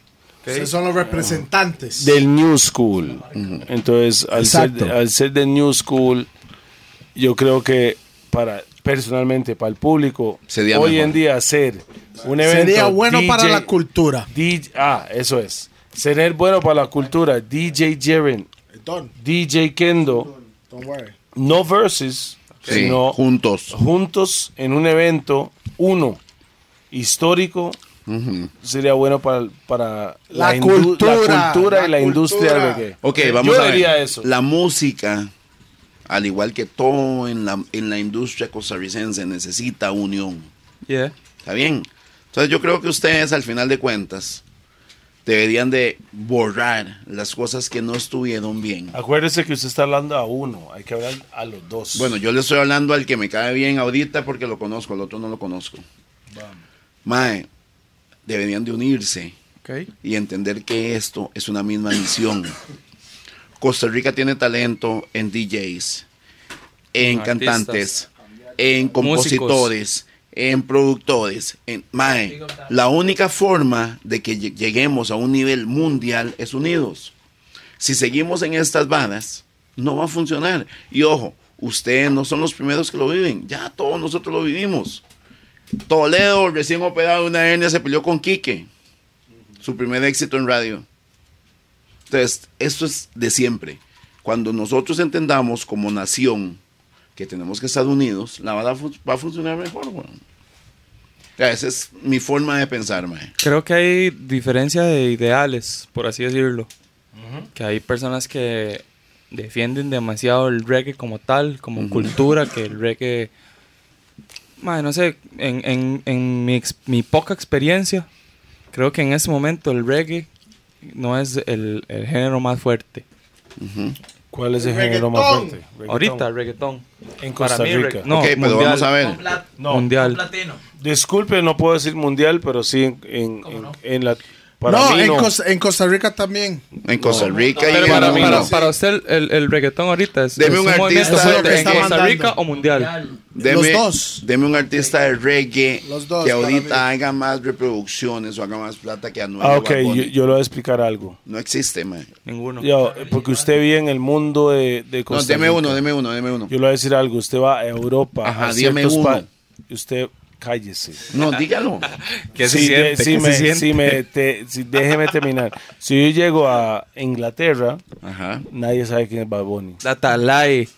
Speaker 3: ustedes son los representantes.
Speaker 2: del New School. Entonces, al ser,
Speaker 3: Exacto.
Speaker 2: al ser del New School, yo creo que para personalmente, para el público,
Speaker 4: Sería
Speaker 2: hoy
Speaker 4: mejor.
Speaker 2: en día hacer un evento.
Speaker 3: Sería bueno
Speaker 2: DJ
Speaker 3: para la cultura.
Speaker 2: DJ ah, eso es. Sería bueno para la cultura. DJ Jaren,
Speaker 3: Don,
Speaker 2: DJ Kendo,
Speaker 3: don't worry.
Speaker 2: no versus,
Speaker 4: Sí,
Speaker 2: sino
Speaker 4: juntos.
Speaker 2: juntos en un evento, uno, histórico.
Speaker 4: Ujú.
Speaker 2: Sería bueno para, para
Speaker 3: La
Speaker 2: indu-
Speaker 3: cultura,
Speaker 2: la cultura
Speaker 3: la
Speaker 2: y la industria del
Speaker 3: cultura.
Speaker 2: reggae.
Speaker 4: Ok,
Speaker 2: Yo
Speaker 4: vamos a ver.
Speaker 2: diría eso.
Speaker 4: La música, al igual que todo en la, en la industria costarricense, necesita unión.
Speaker 1: Yeah.
Speaker 4: ¿Está bien? Entonces yo creo que ustedes, al final de cuentas, deberían de borrar las cosas que no estuvieron bien.
Speaker 2: Acuérdese que usted está hablando a uno, hay que hablar a los dos.
Speaker 4: Bueno, yo le estoy hablando al que me cae bien ahorita porque lo conozco, al otro no lo conozco. Mae, deberían de unirse
Speaker 1: Ok.
Speaker 4: y entender que esto es una misma misión. Costa Rica tiene talento en DJs, en
Speaker 1: Artistas.
Speaker 4: cantantes, en compositores, en productores. En, mae, la única forma de que lleg- lleguemos a un nivel mundial es unidos. Si seguimos en estas vanas, no va a funcionar. Y ojo, ustedes no son los primeros que lo viven. Ya todos nosotros lo vivimos. Toledo, recién operado de una hernia, se peleó con Quique su primer éxito en radio. Entonces, esto es de siempre. Cuando nosotros entendamos como nación que tenemos que estar unidos, la vara fu- va a funcionar mejor, weón. O sea, esa es mi forma de pensar, mae.
Speaker 1: Creo que hay diferencia de ideales, por así decirlo. Que hay personas que defienden demasiado el reggae como tal, como cultura, que el reggae... Mae, no sé, en, en- en mi, ex- mi poca experiencia, creo que en este momento el reggae no es el, el género más fuerte.
Speaker 2: ¿Cuál es el, género más fuerte? Reggaetón.
Speaker 1: Ahorita, el reggaetón.
Speaker 2: en Costa
Speaker 1: Para mí,
Speaker 2: Rica.
Speaker 1: regga- no,
Speaker 4: ok, pero
Speaker 1: mundial.
Speaker 4: vamos a ver.
Speaker 10: Plat-
Speaker 2: No.
Speaker 1: Mundial.
Speaker 10: Platino.
Speaker 2: Disculpe, no puedo decir mundial, pero sí en, en, en- en la para
Speaker 3: no,
Speaker 2: mí
Speaker 3: en,
Speaker 2: no.
Speaker 3: Costa, en Costa Rica también.
Speaker 4: En Costa Rica y
Speaker 1: Pero
Speaker 4: en
Speaker 1: para,
Speaker 4: el
Speaker 1: para-
Speaker 4: mundo.
Speaker 1: para usted el, el reggaetón ahorita es,
Speaker 4: Deme
Speaker 1: es
Speaker 4: un
Speaker 1: un, movimiento
Speaker 4: artista
Speaker 1: fuerte
Speaker 4: que
Speaker 1: en
Speaker 4: está
Speaker 1: Costa
Speaker 3: mandando.
Speaker 1: Rica o mundial.
Speaker 10: Real.
Speaker 4: Deme-
Speaker 3: dos.
Speaker 4: Deme un artista de reggae
Speaker 3: Los dos,
Speaker 4: que
Speaker 3: para
Speaker 4: ahorita haga más reproducciones o haga más plata que a nueve
Speaker 2: Ah, ok,
Speaker 4: Bad
Speaker 2: yo,
Speaker 4: Bunny.
Speaker 2: yo le voy a explicar algo.
Speaker 4: No existe, mae.
Speaker 1: Ninguno.
Speaker 2: Yo, eh, porque usted vive en el mundo de, de
Speaker 4: No,
Speaker 2: Costa
Speaker 4: deme
Speaker 2: Rica.
Speaker 4: uno, deme uno, deme uno.
Speaker 2: Yo le voy a decir algo. Usted va a Europa,
Speaker 4: Ajá,
Speaker 2: a
Speaker 4: dígame
Speaker 2: ciertos
Speaker 4: uno.
Speaker 2: pa- Usted cállese.
Speaker 4: No, dígalo.
Speaker 1: ¿Qué se
Speaker 2: Sí, de-
Speaker 1: siente?
Speaker 2: sí
Speaker 1: ¿Qué
Speaker 2: me-
Speaker 1: se siente?
Speaker 2: sí me- te- sí, déjeme terminar. Si yo llego a Inglaterra,
Speaker 4: Ajá.
Speaker 2: nadie sabe quién es Bad Bunny.
Speaker 1: Datalay.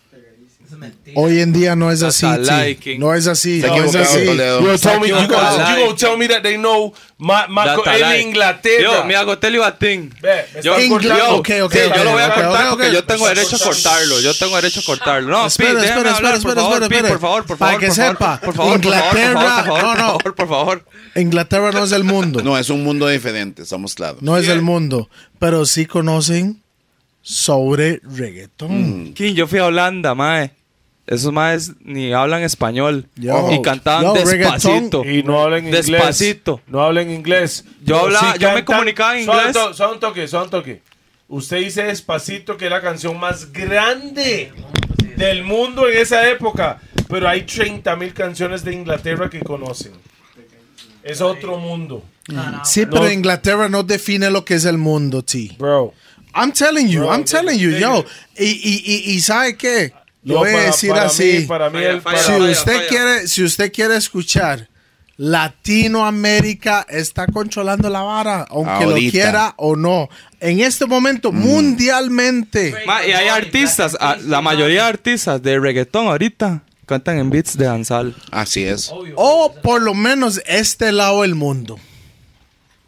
Speaker 3: Hoy en día no es
Speaker 1: Hasta
Speaker 3: así.
Speaker 1: liking.
Speaker 3: chi. No es así.
Speaker 4: Está
Speaker 3: No es
Speaker 4: equivocado,
Speaker 3: así.
Speaker 4: Toledo.
Speaker 2: You tell me, you
Speaker 1: That's a
Speaker 2: gonna,
Speaker 1: lie.
Speaker 2: you gonna tell me that they know my, my co-
Speaker 1: Datalay.
Speaker 2: en Inglaterra.
Speaker 1: Yo, me hago tele batín.
Speaker 2: Ve, me
Speaker 1: Yo,
Speaker 2: está
Speaker 3: Ingla-
Speaker 1: yo-
Speaker 3: ok, ok,
Speaker 1: sí,
Speaker 3: ok,
Speaker 1: yo lo voy a
Speaker 3: ok,
Speaker 1: cortar
Speaker 3: ok, ok.
Speaker 1: porque yo tengo derecho a cortarlo. Yo tengo derecho a cortarlo. No,
Speaker 3: Espera,
Speaker 1: Pi, déjame
Speaker 3: espera,
Speaker 1: hablar,
Speaker 3: espera,
Speaker 1: por
Speaker 3: espera,
Speaker 1: favor,
Speaker 3: espera,
Speaker 1: Pi,
Speaker 3: espera.
Speaker 1: por favor, por
Speaker 3: Para
Speaker 1: favor,
Speaker 3: que
Speaker 1: por favor,
Speaker 3: sepa,
Speaker 1: por favor, por favor,
Speaker 3: Inglaterra-
Speaker 1: por favor, por
Speaker 3: no, no.
Speaker 1: favor, por favor.
Speaker 3: Inglaterra no es
Speaker 2: [laughs]
Speaker 3: el mundo. No,
Speaker 4: No, es un mundo diferente, estamos claros.
Speaker 3: es el mundo. Pero sí conocen sobre reggaetón.
Speaker 2: Mm.
Speaker 1: King, yo fui a Holanda, mae. Esos maes ni hablan español.
Speaker 3: Yo.
Speaker 1: y cantaban
Speaker 3: Yo,
Speaker 1: despacito.
Speaker 2: Y no hablen inglés.
Speaker 1: Despacito.
Speaker 2: No hablen inglés.
Speaker 1: Yo
Speaker 2: Pero
Speaker 1: hablaba- yo me comunicaba en
Speaker 2: Suave
Speaker 1: inglés.
Speaker 2: to- suave un toque, suave un toque. Usted dice despacito que es la canción más grande del mundo en esa época. Pero hay 30 mil canciones de Inglaterra que conocen. Es otro mundo.
Speaker 3: Mm. Sí, pero
Speaker 2: No.
Speaker 3: Inglaterra no define lo que es el mundo, T.
Speaker 2: Bro.
Speaker 3: I'm telling you,
Speaker 2: Bro,
Speaker 3: I'm telling you, yo. Y, y, y, y ¿sabe qué? Lo voy a decir así.
Speaker 2: Mí, para mí,
Speaker 1: Falla,
Speaker 2: el-
Speaker 1: falla,
Speaker 2: para-
Speaker 3: si
Speaker 1: vaya,
Speaker 3: usted
Speaker 1: vaya.
Speaker 3: quiere, si usted quiere escuchar, Latinoamérica está controlando la vara, aunque lo
Speaker 4: Ahorita.
Speaker 3: quiera o no. En este momento, mundialmente.
Speaker 1: Ma, y hay artistas, a- la mayoría de artistas de reggaetón ahorita cantan en beats de danzal.
Speaker 4: Así es.
Speaker 3: O por lo menos este lado del mundo.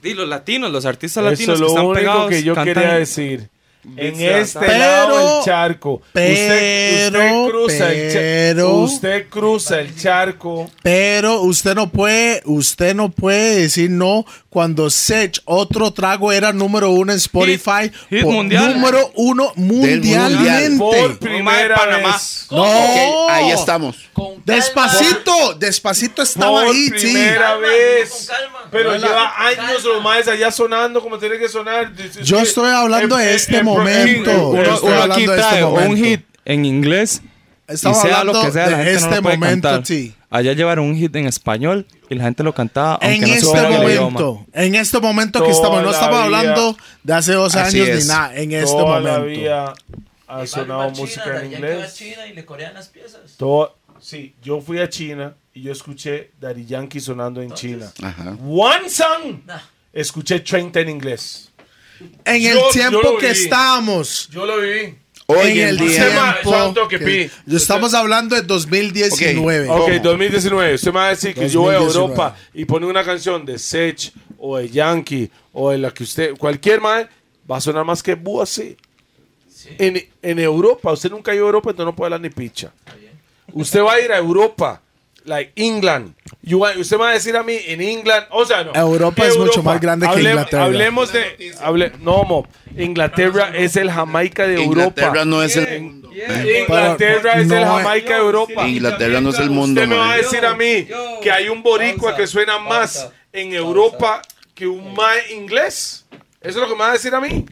Speaker 1: Y los latinos, los artistas
Speaker 2: Eso es lo único que yo quería decir. en este
Speaker 3: Pero-
Speaker 2: lado del charco. usted,
Speaker 3: pero-
Speaker 2: usted cruza el
Speaker 3: pero-
Speaker 2: charco. Usted cruza el charco.
Speaker 3: Pero usted no puede, usted no puede decir no cuando Sech, otro trago, era número uno en Spotify.
Speaker 1: hit
Speaker 3: por-
Speaker 1: mundial.
Speaker 3: Número uno mundialmente.
Speaker 2: Por
Speaker 1: Mae,
Speaker 2: primera
Speaker 1: Panamá.
Speaker 2: vez.
Speaker 3: No,
Speaker 4: Ok, ahí estamos.
Speaker 10: Con calma.
Speaker 3: Despacito, despacito estaba
Speaker 2: Por
Speaker 3: ahí, sí.
Speaker 2: primera
Speaker 10: Calma,
Speaker 2: vez.
Speaker 10: con calma.
Speaker 2: Pero
Speaker 10: Hola.
Speaker 2: lleva años
Speaker 10: Calma.
Speaker 2: los maes allá sonando como tiene que sonar. Dice,
Speaker 3: Yo
Speaker 2: que-
Speaker 3: estoy hablando de este
Speaker 2: en- en- en-
Speaker 3: momento. Uno-
Speaker 2: en-
Speaker 1: Uno,
Speaker 3: estoy
Speaker 1: uno
Speaker 3: hablando
Speaker 1: aquí
Speaker 3: de este
Speaker 1: trae un
Speaker 3: momento.
Speaker 1: hit en inglés
Speaker 3: Estaba
Speaker 1: y sea lo
Speaker 3: hablando
Speaker 1: que sea,
Speaker 3: de
Speaker 1: la gente no
Speaker 3: este
Speaker 1: lo puede
Speaker 3: momento,
Speaker 1: cantar.
Speaker 3: sí.
Speaker 1: Allá llevaron un hit en español y la gente lo cantaba aunque
Speaker 3: En
Speaker 1: no
Speaker 3: este
Speaker 1: supiera el
Speaker 3: momento,
Speaker 1: idioma.
Speaker 3: en este momento que
Speaker 2: Toda
Speaker 3: estamos, no
Speaker 2: la
Speaker 3: estamos
Speaker 2: vida.
Speaker 3: hablando de hace dos
Speaker 4: Así
Speaker 3: años
Speaker 4: es.
Speaker 3: ni nada, en este
Speaker 2: Toda la
Speaker 3: momento.
Speaker 2: vida ha
Speaker 10: Y
Speaker 2: sonado
Speaker 10: Barbie va a
Speaker 2: música
Speaker 10: China,
Speaker 2: en
Speaker 10: ya que va a
Speaker 2: inglés.
Speaker 10: China y le corean las piezas.
Speaker 2: Todo, sí, yo fui a China y yo escuché Daddy Yankee sonando en China.
Speaker 4: Ajá.
Speaker 2: One song.
Speaker 10: ah. Nah.
Speaker 2: Escuché 30 en inglés.
Speaker 3: En el
Speaker 2: Yo- yo
Speaker 3: tiempo
Speaker 2: lo
Speaker 3: que
Speaker 2: viví.
Speaker 3: estábamos,
Speaker 2: Yo lo viví.
Speaker 4: Hoy
Speaker 3: en
Speaker 4: en
Speaker 3: el
Speaker 4: día.
Speaker 2: Usted-
Speaker 3: tiempo
Speaker 2: Santo que
Speaker 3: que-
Speaker 2: pi.
Speaker 3: estamos hablando de 2019.
Speaker 2: Ok,
Speaker 4: ¿Cómo?
Speaker 2: 2019. Usted me va a decir que yo voy a
Speaker 3: 2019.
Speaker 2: Europa y pone una canción de Sech o de Yankee o de la que usted, cualquier man, va a sonar más que Búho así. En, en Europa, usted nunca ha ido a Europa, entonces no puede hablar ni picha. Usted va a ir a Europa, like England. You are- usted me va a decir a mí en England, o sea, no.
Speaker 3: Europa es mucho más grande que Inglaterra.
Speaker 2: Hablemos de. hable- no, mo. Inglaterra es el Jamaica de
Speaker 4: Inglaterra
Speaker 2: Europa.
Speaker 4: no es el mundo.
Speaker 2: Inglaterra
Speaker 3: Pero
Speaker 2: es el
Speaker 3: no es-
Speaker 2: Jamaica de Europa.
Speaker 4: Inglaterra no es el mundo,
Speaker 2: Usted me va a
Speaker 4: man.
Speaker 2: decir a mí que hay un boricua que suena más en Europa que un mae inglés. Eso es lo que me va a decir a mí.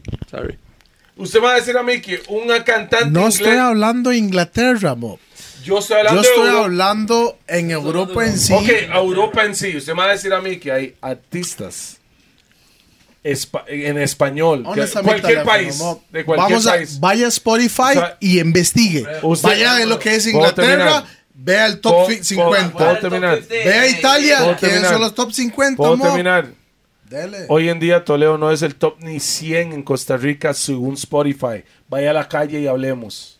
Speaker 2: Usted me va a decir a mí que un cantante
Speaker 3: No
Speaker 2: inglés.
Speaker 3: estoy hablando de Inglaterra, Bob.
Speaker 2: yo estoy
Speaker 3: Yo
Speaker 2: hablando
Speaker 3: estoy
Speaker 2: de Europa.
Speaker 3: hablando en Europa en sí.
Speaker 2: Ok, a Europa en sí. Usted me va a decir a mí que hay artistas espa- en español. que-
Speaker 3: Honestamente,
Speaker 2: cualquier
Speaker 3: teléfono,
Speaker 2: país.
Speaker 3: no.
Speaker 2: De cualquier
Speaker 3: Vamos a-
Speaker 2: país.
Speaker 3: vaya a Spotify
Speaker 2: O sea,
Speaker 3: y investigue.
Speaker 2: usted-
Speaker 3: vaya en lo que es
Speaker 2: ¿Puedo terminar?
Speaker 3: Inglaterra, vea el top
Speaker 2: ¿Puedo-
Speaker 3: fi- 50.
Speaker 2: puedo- puedo
Speaker 10: Top
Speaker 2: terminar?
Speaker 10: 50,
Speaker 3: Ve a
Speaker 10: eh,
Speaker 3: Italia,
Speaker 2: ¿Puedo
Speaker 3: que
Speaker 2: terminar?
Speaker 3: son los top 50.
Speaker 2: ¿Puedo
Speaker 3: mo?
Speaker 2: terminar?
Speaker 3: Dele.
Speaker 2: Hoy en día Toledo no es el top ni 100 en Costa Rica según Spotify. Vaya a la calle y hablemos.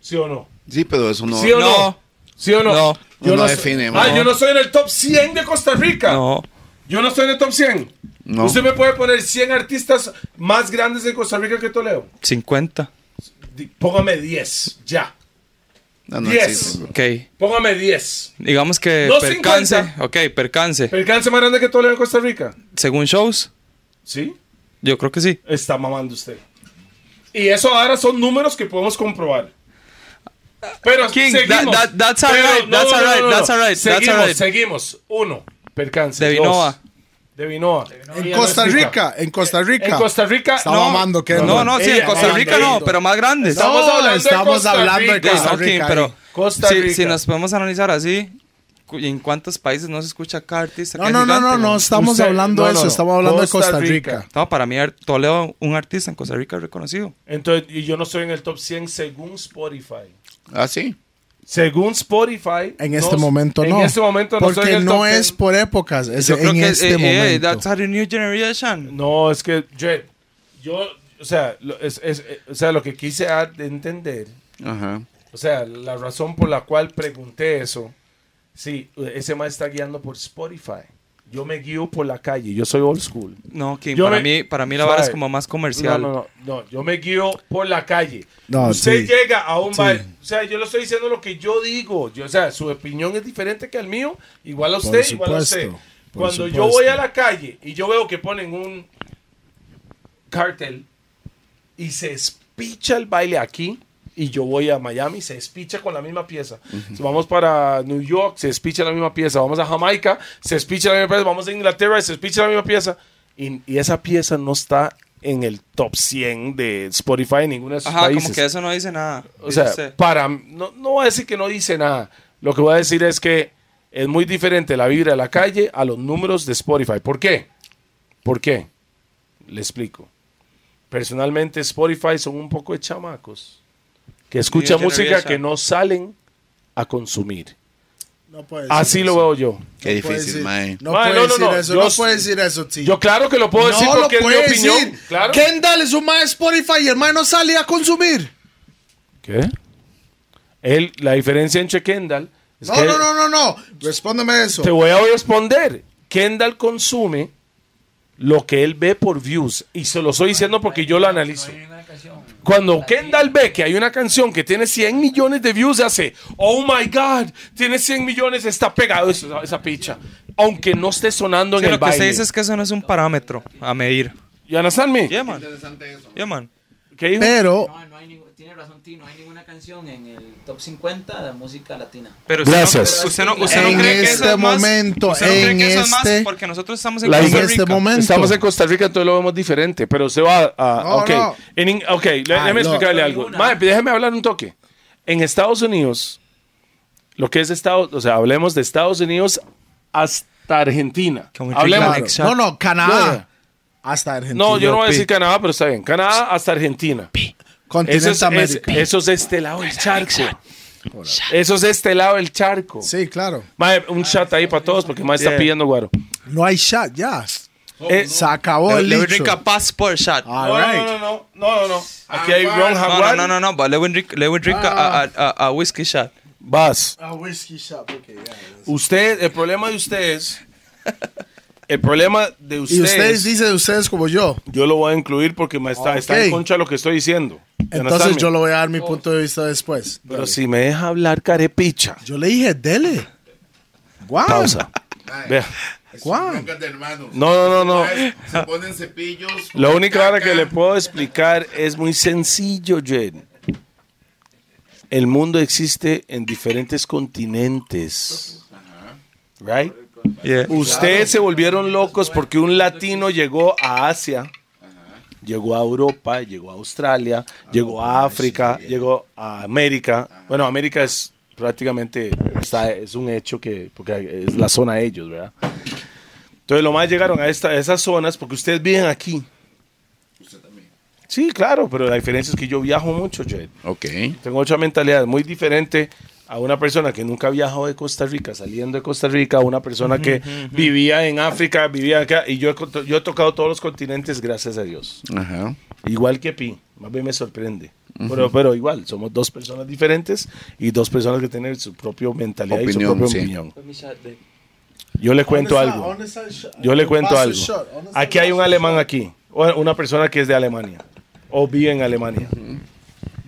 Speaker 2: ¿Sí o no?
Speaker 4: Sí, pero eso no.
Speaker 2: ¿Sí o no?
Speaker 1: No.
Speaker 2: ¿Sí o no?
Speaker 1: No.
Speaker 4: No
Speaker 2: soy-
Speaker 4: define,
Speaker 2: Ah,
Speaker 4: no.
Speaker 2: yo no estoy en el top 100 de Costa Rica.
Speaker 1: No,
Speaker 2: Yo no estoy en el top 100.
Speaker 4: No.
Speaker 2: Usted me puede poner 100 artistas más grandes de Costa Rica que Toledo.
Speaker 1: 50.
Speaker 2: Di- Póngame 10, ya.
Speaker 4: No, no
Speaker 2: Yes.
Speaker 4: existe, bro.
Speaker 1: Ok.
Speaker 2: Póngame 10.
Speaker 1: Digamos que
Speaker 2: No,
Speaker 1: percance.
Speaker 2: 50.
Speaker 1: Ok, percance.
Speaker 2: ¿Percance más grande que Toledo en Costa Rica?
Speaker 1: Según shows,
Speaker 2: Sí.
Speaker 1: yo creo que sí.
Speaker 2: Está mamando usted. Y eso ahora son números que podemos comprobar. Pero
Speaker 1: King,
Speaker 2: seguimos.
Speaker 1: that- that- that's alright, that's alright, that's alright, that's
Speaker 2: Seguimos,
Speaker 1: alright.
Speaker 2: seguimos. Uno, percance.
Speaker 1: De
Speaker 2: Dos,
Speaker 1: Vinova.
Speaker 2: De Vinova.
Speaker 3: en Costa Rica, en Costa Rica.
Speaker 2: En Costa Rica.
Speaker 3: Está
Speaker 2: no.
Speaker 3: mamando, que
Speaker 1: No, no, sí,
Speaker 2: Ella,
Speaker 1: en Costa
Speaker 2: no,
Speaker 1: Rica no, pero más grandes.
Speaker 2: No, Estamos hablando de
Speaker 3: estamos
Speaker 2: Costa
Speaker 3: hablando de
Speaker 2: Rica.
Speaker 3: Costa
Speaker 1: Ok,
Speaker 3: Rica.
Speaker 1: pero
Speaker 2: Costa
Speaker 1: si,
Speaker 2: Rica.
Speaker 1: si nos podemos analizar así, cu- ¿en cuántos países no se escucha cada artista?
Speaker 3: No,
Speaker 1: que es
Speaker 3: no, no,
Speaker 1: gigante,
Speaker 3: no, no,
Speaker 1: güey?
Speaker 3: estamos
Speaker 2: Usted-
Speaker 3: hablando
Speaker 2: no,
Speaker 3: de
Speaker 2: no,
Speaker 3: eso,
Speaker 2: no.
Speaker 3: estamos hablando de
Speaker 2: Costa
Speaker 3: Costa
Speaker 2: Rica.
Speaker 3: Rica.
Speaker 1: No, para mí Ar- Toledo, un artista en Costa Rica reconocido.
Speaker 2: Entonces, y yo no estoy en el top 100 según Spotify.
Speaker 4: Ah, sí.
Speaker 2: Según Spotify.
Speaker 3: En
Speaker 2: no-
Speaker 3: este momento no.
Speaker 2: En este momento no estoy
Speaker 3: Porque
Speaker 2: en el
Speaker 3: no
Speaker 2: top 10.
Speaker 3: es por épocas, es
Speaker 1: Yo creo
Speaker 3: en
Speaker 1: que
Speaker 3: este
Speaker 1: eh, eh,
Speaker 3: momento.
Speaker 1: that's a new generation.
Speaker 2: No, es que yo, yo o, sea, lo, es, es- eh, o sea, lo que quise a- de entender,
Speaker 4: Ajá.
Speaker 2: o sea, la razón por la cual pregunté eso, sí, ese man está guiando por Spotify. Yo me guío por la calle, yo soy old school.
Speaker 1: No, Kim,
Speaker 2: Yo
Speaker 1: para,
Speaker 2: me-
Speaker 1: mí, para mí la vara es
Speaker 2: Suave.
Speaker 1: como más
Speaker 2: No,
Speaker 1: comercial.
Speaker 2: no, no, no, yo me guío por la calle.
Speaker 3: No,
Speaker 2: Usted
Speaker 3: sí.
Speaker 2: llega a un
Speaker 3: Sí.
Speaker 2: bar, o sea, yo le estoy diciendo lo que yo digo, yo, o sea, su opinión es diferente que al mío, igual a usted, igual a usted.
Speaker 3: supuesto, por
Speaker 2: Cuando yo
Speaker 3: supuesto.
Speaker 2: voy a la calle y yo veo que ponen un cartel y se espicha el baile aquí y yo voy a Miami, se espicha con la misma pieza. Si Vamos para New York, se espicha la misma pieza. Vamos a Jamaica, se espicha la misma pieza. Vamos a Inglaterra, se espicha la misma pieza. Y, y esa pieza no está en el top 100 de Spotify en ninguno de esos
Speaker 1: Ajá,
Speaker 2: países.
Speaker 1: como que eso no dice nada.
Speaker 2: O
Speaker 1: dice
Speaker 2: sea,
Speaker 1: usted.
Speaker 2: para no, no voy a decir que no dice nada. Lo que voy a decir es que es muy diferente la vibra de la calle a los números de Spotify. ¿Por qué? ¿Por qué? Le explico. Personalmente, Spotify son un poco de chamacos que escuchan
Speaker 1: New
Speaker 2: música
Speaker 1: generation.
Speaker 2: que no salen a consumir.
Speaker 3: No puede ser
Speaker 2: Así lo
Speaker 3: eso.
Speaker 2: veo yo.
Speaker 4: Qué
Speaker 3: No puede
Speaker 4: difícil,
Speaker 3: decir-
Speaker 4: mae.
Speaker 3: No
Speaker 2: Mae,
Speaker 3: puede
Speaker 2: no, no,
Speaker 3: decir
Speaker 2: no,
Speaker 3: eso,
Speaker 2: yo
Speaker 3: no
Speaker 2: s-
Speaker 3: puede decir eso, tío.
Speaker 2: Yo claro que lo puedo decir
Speaker 3: no lo
Speaker 2: porque es mi
Speaker 3: puede
Speaker 2: opinión.
Speaker 3: decir.
Speaker 2: Claro.
Speaker 3: Kendall es un mae de Spotify y el mae no sale a consumir.
Speaker 2: ¿Qué? Él, la diferencia entre Kendall es
Speaker 3: No,
Speaker 2: que
Speaker 3: no, no, no, no. Respóndeme eso.
Speaker 2: Te voy a responder. Kendall consume lo que él ve por views. Y se lo estoy diciendo porque yo lo analizo.
Speaker 10: canción.
Speaker 2: Cuando Kendall ve que hay una canción que tiene 100 millones de views, hace, oh my god, tiene 100 millones, está pegado eso- esa picha. Aunque no esté sonando en
Speaker 1: lo
Speaker 2: el
Speaker 1: que usted
Speaker 2: baile.
Speaker 1: dice es que eso no es un parámetro a medir.
Speaker 2: You understand me?
Speaker 1: Yeah, man. Yeah, man.
Speaker 2: ¿Qué dijo?
Speaker 3: Pero
Speaker 10: No, no hay ningún- tiene razón, Tino. No hay ninguna canción en el top 50 de música latina.
Speaker 1: Pero usted
Speaker 3: Gracias.
Speaker 1: No, usted no, usted no
Speaker 3: En
Speaker 1: cree que eso
Speaker 3: este
Speaker 1: es más-
Speaker 3: momento,
Speaker 1: usted no cree
Speaker 3: en
Speaker 1: que eso es más
Speaker 3: este-
Speaker 1: porque nosotros estamos en
Speaker 2: La
Speaker 1: Costa
Speaker 3: en
Speaker 1: Rica.
Speaker 3: este momento.
Speaker 2: Estamos en Costa Rica, entonces lo vemos diferente. Pero se va a.
Speaker 3: No,
Speaker 2: ok,
Speaker 3: no.
Speaker 2: En in- ok, le-
Speaker 3: Ah,
Speaker 2: déjeme
Speaker 3: no.
Speaker 2: explicarle algo.
Speaker 10: Ninguna.
Speaker 2: Mae, pues déjeme hablar un toque. En Estados Unidos, lo que es Estados. O sea, hablemos de Estados Unidos hasta Argentina.
Speaker 1: Como el
Speaker 2: Hablemos.
Speaker 1: Claro.
Speaker 3: No, no, Canadá.
Speaker 2: Bueno.
Speaker 3: Hasta Argentina.
Speaker 2: No, yo no voy a
Speaker 3: pi.
Speaker 2: decir Canadá, pero está bien. Canadá hasta Argentina. Eso
Speaker 3: Continente
Speaker 2: es, es-
Speaker 3: América.
Speaker 2: eso es de este lado del charco. Eso es de este lado del charco.
Speaker 3: sí, claro.
Speaker 2: Mae, un chat ahí para todos porque Mae está
Speaker 1: Yeah.
Speaker 2: pidiendo guaro.
Speaker 3: No hay shot, ya.
Speaker 2: Eh,
Speaker 3: Se acabó
Speaker 1: Le,
Speaker 3: el
Speaker 1: le voy a
Speaker 3: licho.
Speaker 1: drink a passport shot.
Speaker 3: All
Speaker 2: No,
Speaker 3: right.
Speaker 2: no, no, no, no, no, no. Aquí hay Ron
Speaker 1: No,
Speaker 2: Jaguar.
Speaker 1: no, no, no, no, but le voy a drink, le voy a, drink a- a, a- a- a whiskey shot.
Speaker 2: Vas.
Speaker 3: A whiskey shot, ok, ya.
Speaker 2: Usted, el problema de ustedes, el problema de ustedes,
Speaker 3: Y ustedes dicen ustedes como yo.
Speaker 2: yo lo voy a incluir porque me está, está en
Speaker 3: Ok.
Speaker 2: contra de lo que estoy diciendo.
Speaker 3: Entonces yo le voy a
Speaker 2: Oh.
Speaker 3: dar mi punto de vista después.
Speaker 2: Pero si me deja hablar carepicha.
Speaker 3: Yo le dije, dele. Guau.
Speaker 2: Pausa. Vea.
Speaker 3: Guau.
Speaker 4: Broncas de hermanos.
Speaker 2: No, no, no, no.
Speaker 4: Se ponen cepillos.
Speaker 2: Lo único ahora que le
Speaker 4: ponen.
Speaker 2: puedo explicar es muy sencillo, Jen. El mundo existe en diferentes continentes. Right?
Speaker 1: Yeah.
Speaker 2: Ustedes se volvieron locos porque un latino llegó a Asia, llegó a Europa, llegó a Australia, llegó a África, llegó a América. Bueno, América es prácticamente, está- es un hecho que, porque es la zona de ellos, ¿verdad? Entonces, lo más llegaron a, esta- a esas zonas porque ustedes viven aquí. Sí, claro, pero la diferencia es que yo viajo mucho, Jed.
Speaker 4: Ok.
Speaker 2: Tengo otra mentalidad muy diferente a una persona que nunca ha viajado de Costa Rica, saliendo de Costa Rica, a una persona que vivía en África, vivía acá, y yo he, co- yo he tocado todos los continentes, gracias a Dios.
Speaker 4: Ajá.
Speaker 2: Igual que Pi, más bien me sorprende. pero, pero igual, somos dos personas diferentes y dos personas que tienen su propia mentalidad y su
Speaker 4: Opinión,
Speaker 2: propia
Speaker 4: sí.
Speaker 2: opinión. Yo le cuento algo. Yo le cuento algo. Aquí hay un alemán aquí, o una persona que es de Alemania o vive en Alemania.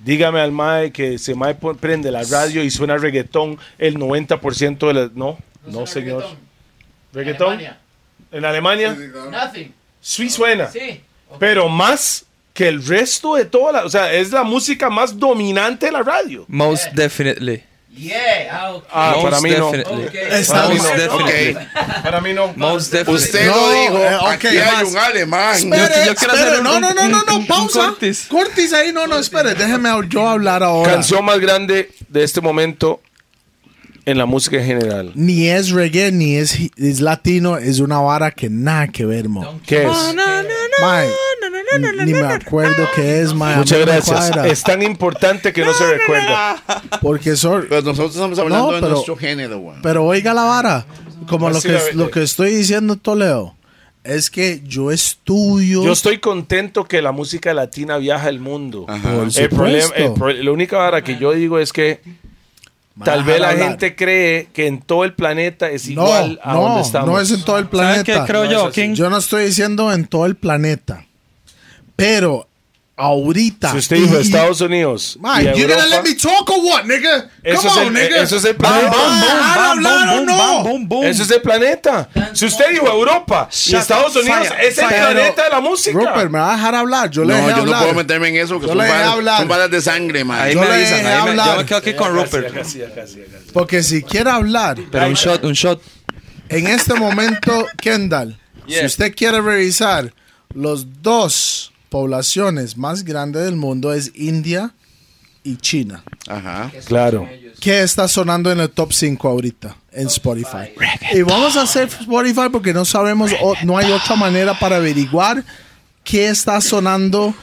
Speaker 2: Dígame al mae que se mae pon- prende la radio y suena reggaetón el 90% de las no, no, señor. Reggaetón
Speaker 10: Alemania.
Speaker 2: en Alemania
Speaker 10: Nothing.
Speaker 2: sí suena,
Speaker 10: Sí.
Speaker 2: pero más que el resto de toda la, o sea, es la música más dominante de la radio.
Speaker 1: Most definitely.
Speaker 10: Yeah. Ah, ok.
Speaker 2: Ah,
Speaker 1: Most
Speaker 2: para mí no.
Speaker 1: definitely.
Speaker 10: Ok.
Speaker 3: Está
Speaker 1: Most
Speaker 3: bien.
Speaker 1: definitely.
Speaker 2: Para mí no.
Speaker 1: Most definitely.
Speaker 4: Usted
Speaker 3: No,
Speaker 4: lo dijo.
Speaker 3: eh, ok,
Speaker 4: aquí hay
Speaker 3: más.
Speaker 4: un alemán.
Speaker 1: Yo-
Speaker 3: Espere,
Speaker 1: yo quiero
Speaker 3: espere,
Speaker 1: hacer un-
Speaker 3: no, no, no, no,
Speaker 1: un
Speaker 3: no, pausa.
Speaker 1: cortis.
Speaker 3: Cortis. ahí, no, no, espere, déjeme hab- yo hablar ahora.
Speaker 2: Canción más grande de este momento en la música en general.
Speaker 3: Ni es reggae, ni es, hi- es latino, es una vara que nada que ver, mo.
Speaker 2: ¿Qué es?
Speaker 3: Mae, n- ni me acuerdo qué es, mae. a
Speaker 2: Muchas
Speaker 3: mí no me
Speaker 2: gracias.
Speaker 3: cuadra,
Speaker 2: Es tan importante que no, se recuerda.
Speaker 3: Porque eso,
Speaker 4: Pero nosotros estamos hablando
Speaker 3: No,
Speaker 4: de
Speaker 3: pero-
Speaker 4: nuestro género, güey.
Speaker 3: Pero oiga la vara, como lo
Speaker 2: Así
Speaker 3: que,
Speaker 2: la ve-
Speaker 3: lo que estoy diciendo, Toledo, es que yo estudio.
Speaker 2: Yo estoy contento que la música latina viaja al mundo.
Speaker 4: Ajá.
Speaker 3: Ah,
Speaker 4: Eh,
Speaker 3: Por
Speaker 2: El problema,
Speaker 3: supuesto.
Speaker 2: el pro- la única vara que yo digo es que
Speaker 3: Me
Speaker 2: tal
Speaker 3: van a
Speaker 2: vez la
Speaker 3: dejar hablar.
Speaker 2: gente cree que en todo el planeta es
Speaker 3: No,
Speaker 2: igual a
Speaker 3: no,
Speaker 2: donde estamos.
Speaker 3: no es en todo el
Speaker 1: ¿Saben qué
Speaker 3: planeta.
Speaker 1: creo yo, King?
Speaker 3: Yo no estoy diciendo en todo el planeta, pero ahorita.
Speaker 2: Si usted dijo
Speaker 3: y-
Speaker 2: Estados Unidos,
Speaker 3: Mae,
Speaker 2: y
Speaker 3: you
Speaker 2: Europa,
Speaker 3: gonna let me talk or what, nigga?
Speaker 2: Eso
Speaker 3: Come
Speaker 2: es
Speaker 3: on,
Speaker 2: el-
Speaker 3: nigga.
Speaker 2: eso es el
Speaker 3: ¿Me
Speaker 2: plan-
Speaker 3: van a
Speaker 2: Bum, bum,
Speaker 3: dejar hablar o Ah, no?
Speaker 2: eso es el planeta. Si usted dijo Europa y
Speaker 1: Shut
Speaker 2: Estados
Speaker 1: up,
Speaker 2: Unidos,
Speaker 1: fire,
Speaker 2: es el
Speaker 1: fire.
Speaker 2: planeta de la música.
Speaker 3: Rupert, me va a dejar hablar. Yo le
Speaker 4: No,
Speaker 3: dejé
Speaker 4: yo no
Speaker 3: hablar.
Speaker 4: puedo meterme en eso, que
Speaker 3: Yo
Speaker 4: son
Speaker 3: le dejé
Speaker 4: balas,
Speaker 3: hablar.
Speaker 4: son balas de sangre, man.
Speaker 1: Ahí
Speaker 3: Yo
Speaker 1: me
Speaker 3: le
Speaker 1: avisan,
Speaker 3: dejé
Speaker 1: ahí me-
Speaker 3: hablar.
Speaker 1: yo me quedo aquí con Rupert.
Speaker 3: Porque si quiere hablar,
Speaker 1: Pero un shot, un shot.
Speaker 3: en este momento, Kendall,
Speaker 1: Yeah.
Speaker 3: si usted quiere revisar los dos poblaciones más grandes del mundo es India y China.
Speaker 4: Ajá.
Speaker 2: Claro.
Speaker 3: ¿Qué está sonando en el top 5 ahorita en Spotify? Y vamos a hacer Spotify porque no sabemos, o- no hay otra manera para averiguar qué está sonando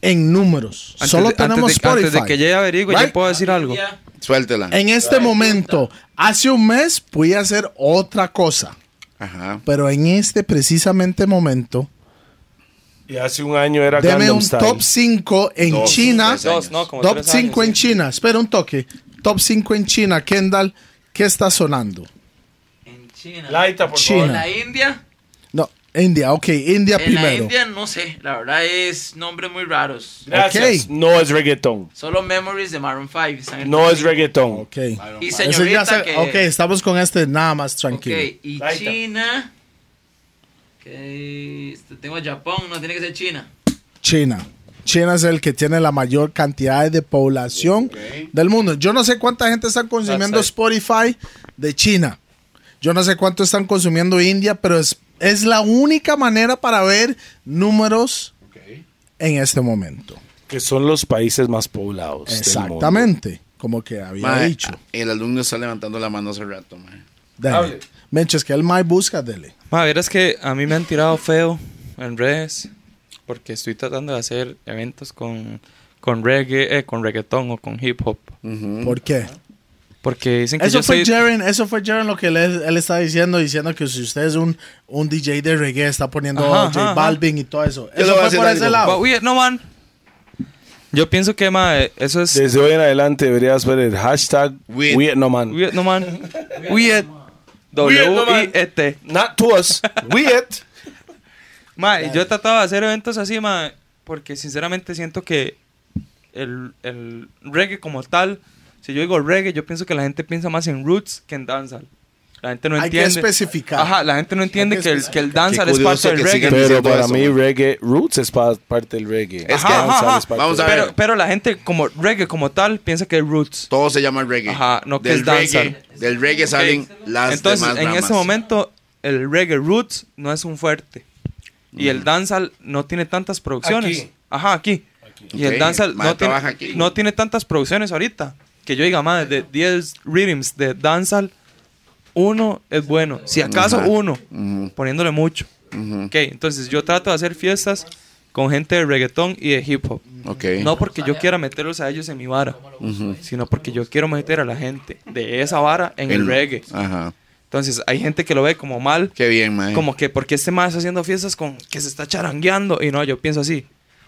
Speaker 3: en números.
Speaker 1: Antes
Speaker 3: Solo
Speaker 1: de- antes
Speaker 3: tenemos
Speaker 1: de-
Speaker 3: Spotify.
Speaker 1: Antes de que llegue averigüe,
Speaker 3: Right?
Speaker 1: yo puedo decir algo.
Speaker 10: Ya.
Speaker 4: Suéltela.
Speaker 3: En este momento, hace un mes, pude hacer otra cosa.
Speaker 4: Ajá.
Speaker 3: Pero en este precisamente momento,
Speaker 2: Y hace un año era
Speaker 3: deme
Speaker 2: Gangnam
Speaker 3: un
Speaker 2: Style.
Speaker 3: top 5 en
Speaker 4: Dos,
Speaker 3: China.
Speaker 4: tres
Speaker 1: Dos, no, como
Speaker 3: Top
Speaker 1: tres
Speaker 3: 5
Speaker 1: años,
Speaker 3: en
Speaker 1: sí.
Speaker 3: China. Espera un toque. Top 5 en China, Kendall. ¿Qué está sonando?
Speaker 10: En China.
Speaker 2: Laita, por
Speaker 3: China.
Speaker 10: En la India.
Speaker 3: No, India, ok, India
Speaker 10: en la
Speaker 3: primero.
Speaker 10: India no sé, la verdad es nombres muy raros.
Speaker 2: Gracias. No es reggaetón.
Speaker 10: Solo Memories de Maroon 5. están en
Speaker 2: No
Speaker 10: el
Speaker 2: es reggaetón.
Speaker 3: Ok.
Speaker 10: Y
Speaker 3: Ese ya
Speaker 10: señorita
Speaker 3: se-
Speaker 10: que-
Speaker 3: Ok, estamos con este nada más tranquilo.
Speaker 10: Ok, y
Speaker 2: Laika.
Speaker 10: China. que este, tengo a Japón, no tiene que ser China.
Speaker 3: China. China es el que tiene la mayor cantidad de población del mundo. Yo no sé cuánta gente está consumiendo
Speaker 1: That's
Speaker 3: Spotify de China. Yo no sé cuánto están consumiendo India, pero es, es la única manera para ver números en este momento.
Speaker 2: Que son los países más poblados. del mundo.
Speaker 3: Exactamente. Como que había
Speaker 4: Mae,
Speaker 3: dicho.
Speaker 4: El alumno está levantando la mano hace rato, mae.
Speaker 3: Dele.
Speaker 7: hable.
Speaker 3: Menches, que el Mai busca, dele.
Speaker 1: Ma, verás que a mí me han tirado feo en redes porque estoy tratando de hacer eventos con, con reggae, eh, con reggaetón o con hip hop.
Speaker 3: ¿Por qué?
Speaker 1: Porque dicen que
Speaker 3: Eso
Speaker 1: yo
Speaker 3: fue,
Speaker 1: soy...
Speaker 3: Jaren, eso fue Jaren lo que él, él está diciendo, diciendo que si usted es un, un DJ de reggae, está poniendo
Speaker 1: Ajá,
Speaker 3: J
Speaker 1: ajá,
Speaker 3: Balvin y todo eso.
Speaker 4: le
Speaker 3: Eso
Speaker 4: voy a
Speaker 3: fue
Speaker 4: decir
Speaker 3: por ese
Speaker 4: algo.
Speaker 1: But
Speaker 3: lado.
Speaker 1: we- no, man. Yo pienso que, ma, eh, eso es...
Speaker 2: Desde hoy en adelante deberías ver el hashtag
Speaker 4: Weed.
Speaker 2: Vietnaman.
Speaker 1: we- no,
Speaker 3: [laughs]
Speaker 1: man. eh, We it.
Speaker 2: no, man.
Speaker 1: W-I-E-T.
Speaker 2: Not to us. We [laughs] it.
Speaker 1: Ma, y yo he tratado de hacer eventos así, ma, porque sinceramente siento que el, el reggae como tal, si yo digo reggae, yo pienso que la gente piensa más en roots que en dancehall. La gente no
Speaker 3: Hay que
Speaker 1: entiende.
Speaker 3: especificar.
Speaker 1: Ajá, la gente no entiende
Speaker 3: Hay que
Speaker 1: que, el, que el dancehall
Speaker 4: Qué
Speaker 1: es
Speaker 4: curioso
Speaker 1: parte del
Speaker 4: que
Speaker 1: reggae.
Speaker 4: sigan-
Speaker 2: Pero
Speaker 4: diciendo
Speaker 2: para
Speaker 4: eso,
Speaker 2: mí,
Speaker 4: man.
Speaker 2: reggae roots es pa- parte del reggae.
Speaker 4: Es
Speaker 1: que-
Speaker 2: Danza
Speaker 1: Ajá,
Speaker 2: es
Speaker 1: ajá.
Speaker 2: parte
Speaker 4: Vamos
Speaker 2: del
Speaker 4: a
Speaker 2: reggae.
Speaker 1: Pero, pero la gente como reggae como tal piensa que es roots.
Speaker 4: Todo se llama reggae.
Speaker 1: Ajá, no, que
Speaker 4: del
Speaker 1: es danza.
Speaker 4: reggae, Del reggae salen las
Speaker 1: Entonces,
Speaker 4: demás
Speaker 1: en
Speaker 4: ramas.
Speaker 1: ese momento, el reggae roots no es un fuerte. Y
Speaker 4: Mm.
Speaker 1: el dancehall no tiene tantas producciones.
Speaker 7: Aquí.
Speaker 1: Ajá, aquí. Y
Speaker 4: Ok,
Speaker 1: el dancehall
Speaker 4: mae,
Speaker 1: no tiene,
Speaker 4: trabaja aquí.
Speaker 1: no tiene tantas producciones ahorita. Que yo diga, madre, de 10 rhythms de dancehall, uno es bueno. Si acaso
Speaker 4: Ajá.
Speaker 1: uno,
Speaker 4: Ujú.
Speaker 1: poniéndole mucho.
Speaker 4: Ujú.
Speaker 1: Ok, entonces yo trato de hacer fiestas con gente de reggaetón y de hip hop.
Speaker 4: Ok.
Speaker 1: No porque yo quiera meterlos a ellos en mi vara, sino porque yo quiero meter a la gente de esa vara en el,
Speaker 4: El-
Speaker 1: reggae.
Speaker 4: Ajá.
Speaker 1: Entonces hay gente que lo ve como mal,
Speaker 4: Qué bien, mae.
Speaker 1: como que porque este más haciendo fiestas con que se está charangueando. Y no, yo pienso así,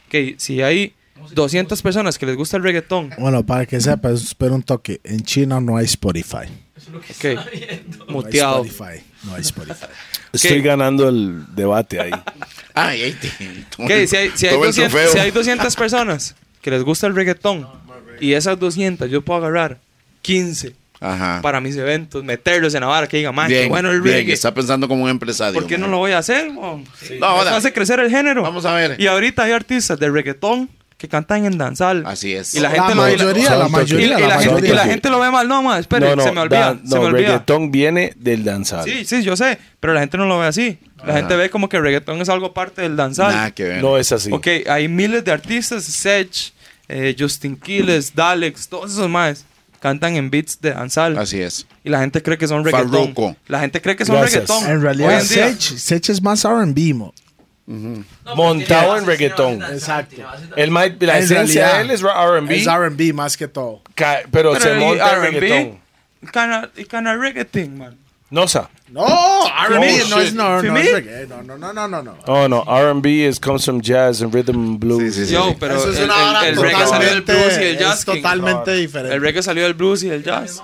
Speaker 1: que si hay 200 personas que les gusta el reggaetón,
Speaker 3: [laughs] Bueno, para que sepas, espera un toque. En China no hay Spotify.
Speaker 1: ok,
Speaker 3: No hay
Speaker 1: muteado.
Speaker 3: Spotify. No hay Spotify.
Speaker 2: Estoy ganando el debate [laughs] ahí.
Speaker 4: Ay, ahí te- [laughs] toma-
Speaker 1: Ok, si hay, si hay
Speaker 4: toma el
Speaker 1: 200,
Speaker 4: trofeo.
Speaker 1: si hay 200 personas que les gusta el reggaetón y esas 200 yo puedo agarrar 15
Speaker 4: Ajá.
Speaker 1: para mis eventos, meterlos en la vara, que digan, man, qué
Speaker 4: Ah. Bien,
Speaker 1: bueno el
Speaker 4: bien,
Speaker 1: reggae.
Speaker 4: Está pensando como un empresario.
Speaker 1: ¿Por qué no
Speaker 4: mae.
Speaker 1: lo voy a hacer? mon?
Speaker 4: No,
Speaker 1: Eso
Speaker 4: ahora,
Speaker 1: hace crecer el género.
Speaker 4: Vamos a ver.
Speaker 1: Y ahorita hay artistas de reggaetón que cantan en danzal.
Speaker 4: Así es.
Speaker 1: Y la
Speaker 3: La
Speaker 1: gente lo- y la-
Speaker 3: mayoría, la
Speaker 2: Santo que-
Speaker 1: y- y
Speaker 3: mayoría, la
Speaker 1: la gente- y la
Speaker 3: mayoría.
Speaker 1: gente lo ve mal. No, más, espere,
Speaker 2: no, no,
Speaker 1: se me olvida.
Speaker 2: dan-
Speaker 1: se
Speaker 2: no,
Speaker 1: me olvida.
Speaker 2: reggaetón viene del danzal.
Speaker 1: Sí, sí, yo sé. Pero la gente no lo ve así. La gente ve como que el reggaetón es algo parte del danzal.
Speaker 4: Nada que ver.
Speaker 2: No es así.
Speaker 1: Ok, hay miles de artistas, Sech, eh, Justin Quiles, Dalex, todos esos más cantan en beats de danzal.
Speaker 4: Así es.
Speaker 1: Y la gente cree que son reggaetón.
Speaker 4: Farruko.
Speaker 1: La gente cree que son
Speaker 2: Gracias.
Speaker 1: reggaetón.
Speaker 3: [laughs] En
Speaker 1: Hoy
Speaker 3: realidad,
Speaker 1: en día-
Speaker 3: Sech, Sech es más R&B, mo.
Speaker 2: Montado en reggaetón.
Speaker 3: Exacto.
Speaker 2: El, ma- la
Speaker 3: En
Speaker 2: esencia
Speaker 3: realidad,
Speaker 2: de él es R&B,
Speaker 3: Es R&B más que todo.
Speaker 2: ca- pero, se
Speaker 1: y
Speaker 2: monta en
Speaker 1: R&B,
Speaker 2: reggaetón.
Speaker 1: kinda- y kinda reggaeton, man.
Speaker 2: Nosa.
Speaker 3: No, R&B no es
Speaker 2: shit.
Speaker 3: no,
Speaker 1: ¿To
Speaker 3: no,
Speaker 1: me?
Speaker 3: es reggae. no, no, no, no, no, no.
Speaker 2: Oh, no. R&B is comes from jazz and rhythm and blues.
Speaker 4: Sí, sí, sí.
Speaker 1: Yo, pero
Speaker 3: Eso es
Speaker 1: el,
Speaker 3: una vara
Speaker 1: el- el reggae salió del
Speaker 3: totalmente-
Speaker 1: blues y el jazz.
Speaker 3: es
Speaker 1: King.
Speaker 3: totalmente diferente.
Speaker 1: El reggae salió del blues y el jazz.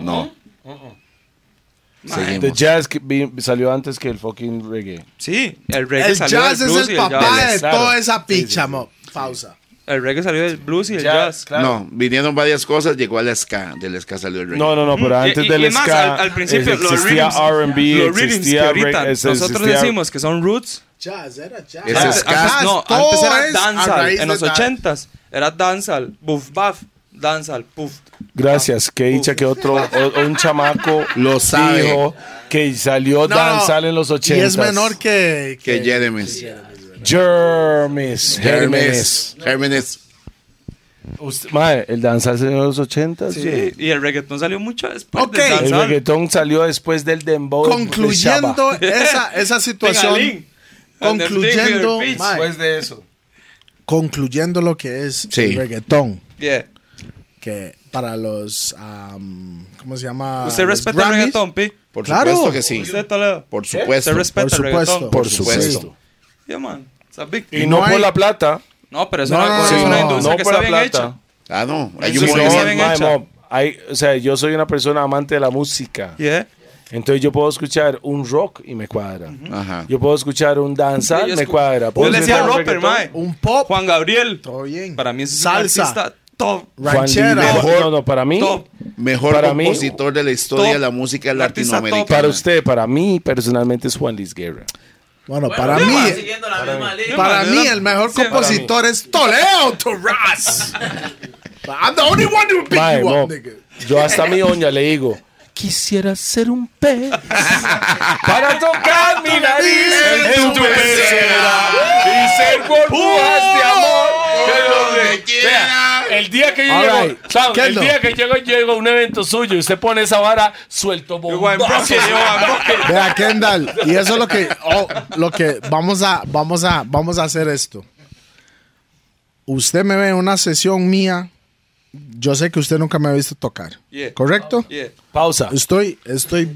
Speaker 4: No.
Speaker 2: The
Speaker 1: Uh-uh.
Speaker 4: Seguimos.
Speaker 2: jazz que vi- salió antes que el fucking reggae.
Speaker 1: Sí, el reggae
Speaker 3: El
Speaker 1: salió
Speaker 3: jazz
Speaker 1: del
Speaker 3: es
Speaker 1: blues y
Speaker 3: el
Speaker 1: el
Speaker 3: papá
Speaker 1: jazz.
Speaker 3: de
Speaker 2: Claro.
Speaker 3: toda esa picha, mo. Pausa.
Speaker 1: El reggae salió del blues y el jazz.
Speaker 4: No, vinieron varias cosas, llegó al ska, del ska salió el reggae.
Speaker 2: No, no, no, pero
Speaker 1: Mm,
Speaker 2: antes
Speaker 1: y- y
Speaker 2: del
Speaker 1: más,
Speaker 2: ska
Speaker 1: al- al principio, los
Speaker 2: existía
Speaker 1: rhythms-
Speaker 2: R&B,
Speaker 1: Los rhythms que
Speaker 2: existía
Speaker 1: ahorita
Speaker 2: reggae,
Speaker 1: nosotros
Speaker 2: existía-
Speaker 1: decimos que son roots.
Speaker 3: Jazz, era jazz.
Speaker 4: Ese
Speaker 1: Antes,
Speaker 4: es ska.
Speaker 1: antes- no,
Speaker 3: Todo
Speaker 1: antes era
Speaker 3: es a
Speaker 1: danzal.
Speaker 3: raíz
Speaker 1: En
Speaker 3: de
Speaker 1: los
Speaker 3: dance.
Speaker 1: ochentas era danzal, buff, buff, danzal, puff.
Speaker 2: Gracias, que dicha que otro o- un
Speaker 3: [laughs]
Speaker 2: chamaco
Speaker 4: Lo sabe.
Speaker 2: dijo que salió
Speaker 3: No,
Speaker 2: danzal en los
Speaker 3: Y
Speaker 2: 80.
Speaker 3: es menor que...
Speaker 4: Que Jeremes.
Speaker 2: Jermis.
Speaker 4: Hermes. Hermes.
Speaker 2: Usted- Madre, el danzal salió en los 80. Sí.
Speaker 1: Sí, Y el reggaetón salió mucho después
Speaker 3: Ok.
Speaker 1: del
Speaker 3: El
Speaker 2: El
Speaker 1: danzal.
Speaker 2: reggaetón salió después del dembow. de
Speaker 3: Concluyendo esa,
Speaker 4: [laughs]
Speaker 3: esa situación...
Speaker 1: Tingalín.
Speaker 3: concluyendo...
Speaker 1: Undertaker, bitch.
Speaker 3: mae,
Speaker 7: Después de eso.
Speaker 3: concluyendo lo que es
Speaker 4: Sí.
Speaker 3: el reggaetón.
Speaker 1: Yeah.
Speaker 3: Que para los... am, ¿Cómo se llama?
Speaker 1: ¿Usted
Speaker 3: Ah, Los
Speaker 1: respeta el
Speaker 3: Grammys.
Speaker 1: reggaetón, Pi?
Speaker 4: Por
Speaker 3: Claro.
Speaker 4: supuesto que sí.
Speaker 1: ¿Usted, Toledo?
Speaker 4: Por
Speaker 1: ¿Usted
Speaker 4: supuesto.
Speaker 1: respeta
Speaker 3: Por
Speaker 1: el reggaetón?
Speaker 3: supuesto.
Speaker 4: Por supuesto.
Speaker 1: Yeah, man. It's a big
Speaker 2: Y
Speaker 1: thing.
Speaker 2: no,
Speaker 3: No
Speaker 2: por
Speaker 3: hay-
Speaker 2: la plata.
Speaker 1: No, pero es
Speaker 3: No,
Speaker 1: una,
Speaker 3: no,
Speaker 1: es
Speaker 3: no,
Speaker 1: una
Speaker 3: no,
Speaker 1: industria
Speaker 2: no
Speaker 1: que
Speaker 2: por
Speaker 1: está
Speaker 2: la
Speaker 1: bien
Speaker 2: plata.
Speaker 4: Ah, no. Hay
Speaker 1: Eso
Speaker 4: un
Speaker 1: sí,
Speaker 2: No,
Speaker 1: está bien
Speaker 4: movimiento.
Speaker 2: mae,
Speaker 1: hecha.
Speaker 2: mo, hay- o sea, yo soy una persona amante de la música.
Speaker 1: hecha. Yeah.
Speaker 2: Entonces yo puedo escuchar un rock y me cuadra.
Speaker 4: Ajá.
Speaker 2: eh. Yo puedo escuchar un danza,
Speaker 1: Sí, yo
Speaker 2: me
Speaker 1: escu-
Speaker 2: cuadra.
Speaker 1: Yo
Speaker 2: Puedo
Speaker 1: le decía
Speaker 2: escuchar un
Speaker 1: Roper,
Speaker 2: reggaetón.
Speaker 1: mae.
Speaker 3: Un
Speaker 2: Oh.
Speaker 3: pop,
Speaker 1: Juan Gabriel.
Speaker 3: todo bien.
Speaker 1: Para mí ese es
Speaker 3: Salsa.
Speaker 1: un artista top.
Speaker 2: Juan
Speaker 3: Ranchera.
Speaker 2: Lin-
Speaker 4: Mejor-
Speaker 2: No, no, para mí,
Speaker 1: Top.
Speaker 4: Mejor
Speaker 2: Para mí,
Speaker 4: compositor de la historia
Speaker 1: top.
Speaker 4: de la música
Speaker 1: Un artista top.
Speaker 4: latinoamericana.
Speaker 2: para usted, para mí personalmente es Juan Luis Guerra.
Speaker 3: Bueno,
Speaker 10: Bueno,
Speaker 3: para
Speaker 10: yo
Speaker 3: mí,
Speaker 10: iba siguiendo la misma línea.
Speaker 3: para
Speaker 1: yo
Speaker 3: mí
Speaker 1: la-
Speaker 3: el mejor
Speaker 1: Sí, para
Speaker 3: compositor es Toledo Torras. I'm the only one who pick
Speaker 2: Mae,
Speaker 3: you
Speaker 2: no.
Speaker 3: up, nigga.
Speaker 2: Yo hasta a mi doña le digo, quisiera ser un pez para tocar mi nariz en tu pecera y ser burbujas
Speaker 1: ¡Uh!
Speaker 2: de amor. que lo de- Vea, El día que yo
Speaker 3: All
Speaker 2: llego,
Speaker 3: right.
Speaker 2: Sam, el
Speaker 3: Kendall.
Speaker 2: día que llego, llego a un evento suyo y usted pone esa vara, suelto bombazo.
Speaker 3: Vea, Kendall, y eso es lo que, oh, lo que vamos a, vamos a, vamos a hacer esto. Usted me ve en una sesión mía. Yo sé que usted nunca me ha visto tocar.
Speaker 1: Yeah.
Speaker 3: ¿Correcto?
Speaker 1: Yeah.
Speaker 2: Pausa.
Speaker 3: Estoy, estoy.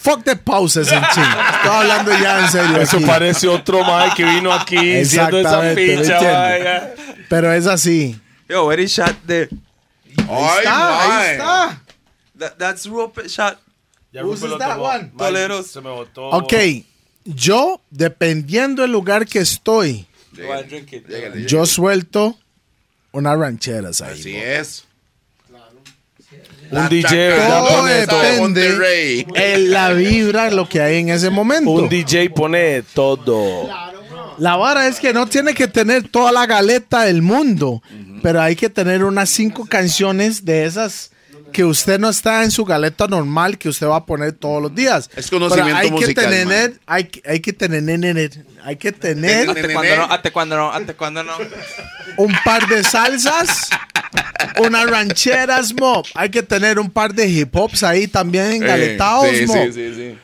Speaker 3: Fuck de pausas en ching. Estoy hablando ya en serio.
Speaker 2: Eso
Speaker 3: aquí.
Speaker 2: parece otro mae que vino aquí diciendo esa
Speaker 3: Exactamente, ¿me
Speaker 2: picha,
Speaker 3: entiende?
Speaker 2: vaya.
Speaker 3: Pero es así. Ah,
Speaker 1: Yo, very shot there.
Speaker 4: Ay, mae.
Speaker 1: That, that's Roper shot.
Speaker 7: Ya
Speaker 3: Who's
Speaker 7: Rupe lo
Speaker 3: is that
Speaker 7: tomó.
Speaker 3: one?
Speaker 7: Mike
Speaker 1: Toleros.
Speaker 7: Se me botó.
Speaker 3: Ok. Yo, dependiendo del lugar que estoy,
Speaker 1: Go and drink it.
Speaker 4: Llegale,
Speaker 3: yo suelto unas rancheras ahí.
Speaker 4: Así es.
Speaker 2: Un DJ, ¿verdad?
Speaker 3: Todo
Speaker 2: Pone
Speaker 3: depende.
Speaker 2: todo.
Speaker 4: Monterrey.
Speaker 3: En la vibra, lo que hay en ese momento.
Speaker 2: Un DJ pone todo.
Speaker 3: La vara es que no tiene que tener toda la galeta del mundo, pero hay que tener unas cinco canciones de esas que usted no está en su galeta normal que usted va a poner todos los días.
Speaker 4: Es conocimiento
Speaker 3: Pero hay
Speaker 4: musical,
Speaker 3: Que
Speaker 4: man.
Speaker 3: tener, hay, que- hay que tener, hay que tener
Speaker 1: Hasta cuando no, hasta cuando no, hasta cuando no.
Speaker 3: un par de salsas, unas rancheras mob, hay que tener un par de hip hops ahí también galetados
Speaker 4: Eh, sí,
Speaker 3: mob
Speaker 4: sí, sí, sí.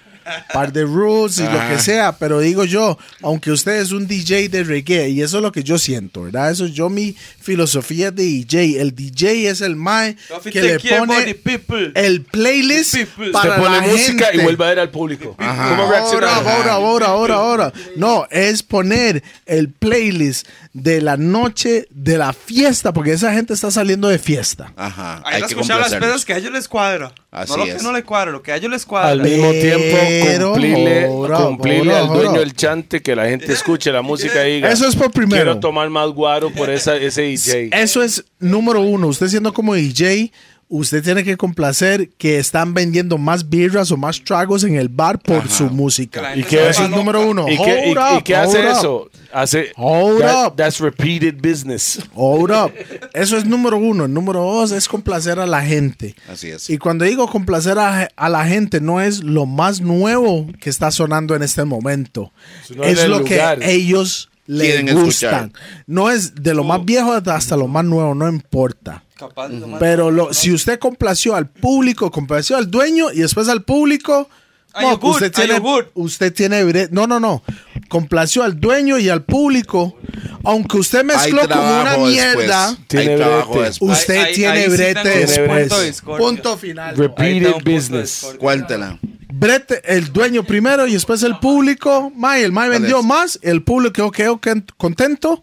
Speaker 3: par de rules y
Speaker 2: Ah.
Speaker 3: lo que sea, pero digo yo, aunque usted es un DJ de reggae, y eso es lo que yo siento, ¿verdad? Eso es yo mi filosofía de DJ. El DJ es el mae
Speaker 1: Don't
Speaker 3: que le
Speaker 1: take care about the
Speaker 3: pone
Speaker 1: people.
Speaker 3: el playlist
Speaker 1: The people.
Speaker 3: para
Speaker 2: Te pone
Speaker 3: la
Speaker 2: música
Speaker 3: gente.
Speaker 2: y vuelve a ver al público. ¿Cómo
Speaker 3: Ahora,
Speaker 2: reaccionaron?
Speaker 3: ahora, ahora, ahora, ahora. No, es poner el playlist de la noche de la fiesta, porque esa gente está saliendo de fiesta.
Speaker 4: Ajá.
Speaker 1: Hay que escuchar las
Speaker 4: complacerlos.
Speaker 1: cosas que a ellos les cuadra.
Speaker 4: Así
Speaker 1: no lo
Speaker 4: es.
Speaker 1: que no le cuadra, lo que a ellos les
Speaker 2: Al
Speaker 1: cuadra.
Speaker 2: mismo
Speaker 3: Pero,
Speaker 2: tiempo, cumplirle,
Speaker 3: ahora,
Speaker 2: cumplirle
Speaker 3: ahora,
Speaker 2: al dueño
Speaker 3: ahora.
Speaker 2: del chante que la gente escuche la música y diga.
Speaker 3: Eso es por primero.
Speaker 2: Quiero tomar más guaro por esa, ese DJ.
Speaker 3: Eso es número uno. Usted siendo como DJ, usted tiene que complacer que están vendiendo más birras o más tragos en el bar por su música.
Speaker 1: Claro.
Speaker 2: ¿Y qué,
Speaker 3: Eso es número uno.
Speaker 2: y qué- y-
Speaker 3: Hold up,
Speaker 2: y qué hace
Speaker 3: hold up,
Speaker 2: eso? Hace.
Speaker 3: Hold
Speaker 2: that-
Speaker 3: up.
Speaker 2: That's repeated business.
Speaker 3: hold up. Eso es número uno. El número dos es complacer a la gente.
Speaker 4: Así es.
Speaker 3: Y cuando digo complacer a, a la gente, no es lo más nuevo que está sonando en este momento.
Speaker 2: Sino en
Speaker 3: es
Speaker 2: el
Speaker 3: lo que
Speaker 2: lugar.
Speaker 3: ellos les
Speaker 4: Quieren
Speaker 3: gustan. No es de lo más viejo hasta lo más nuevo, no importa.
Speaker 1: Capaz de tomar-
Speaker 3: Pero lo, si usted complació al público, complació al dueño y después al público,
Speaker 1: Are
Speaker 3: no,
Speaker 1: you good?
Speaker 3: usted,
Speaker 1: Are
Speaker 3: tiene,
Speaker 1: you good?
Speaker 3: usted tiene bre- No, no, no. Complació al dueño y al público. Aunque usted
Speaker 4: Hay
Speaker 3: mezcló como una
Speaker 4: trabajo
Speaker 3: mierda,
Speaker 4: después.
Speaker 2: Tiene
Speaker 4: Hay trabajo
Speaker 2: brete.
Speaker 4: después.
Speaker 3: usted
Speaker 1: Ahí- ahí-
Speaker 3: tiene
Speaker 1: ahí sí
Speaker 3: brete
Speaker 1: tengo un
Speaker 3: después.
Speaker 1: punto de discordia.
Speaker 3: Punto final.
Speaker 1: Ahí tengo
Speaker 2: Repeated
Speaker 1: un punto de
Speaker 2: business.
Speaker 1: discordia.
Speaker 4: Cuéntela.
Speaker 3: Brete, el dueño primero y después el público. May, el May vendió
Speaker 4: es?
Speaker 3: más. El público quedó quedó contento.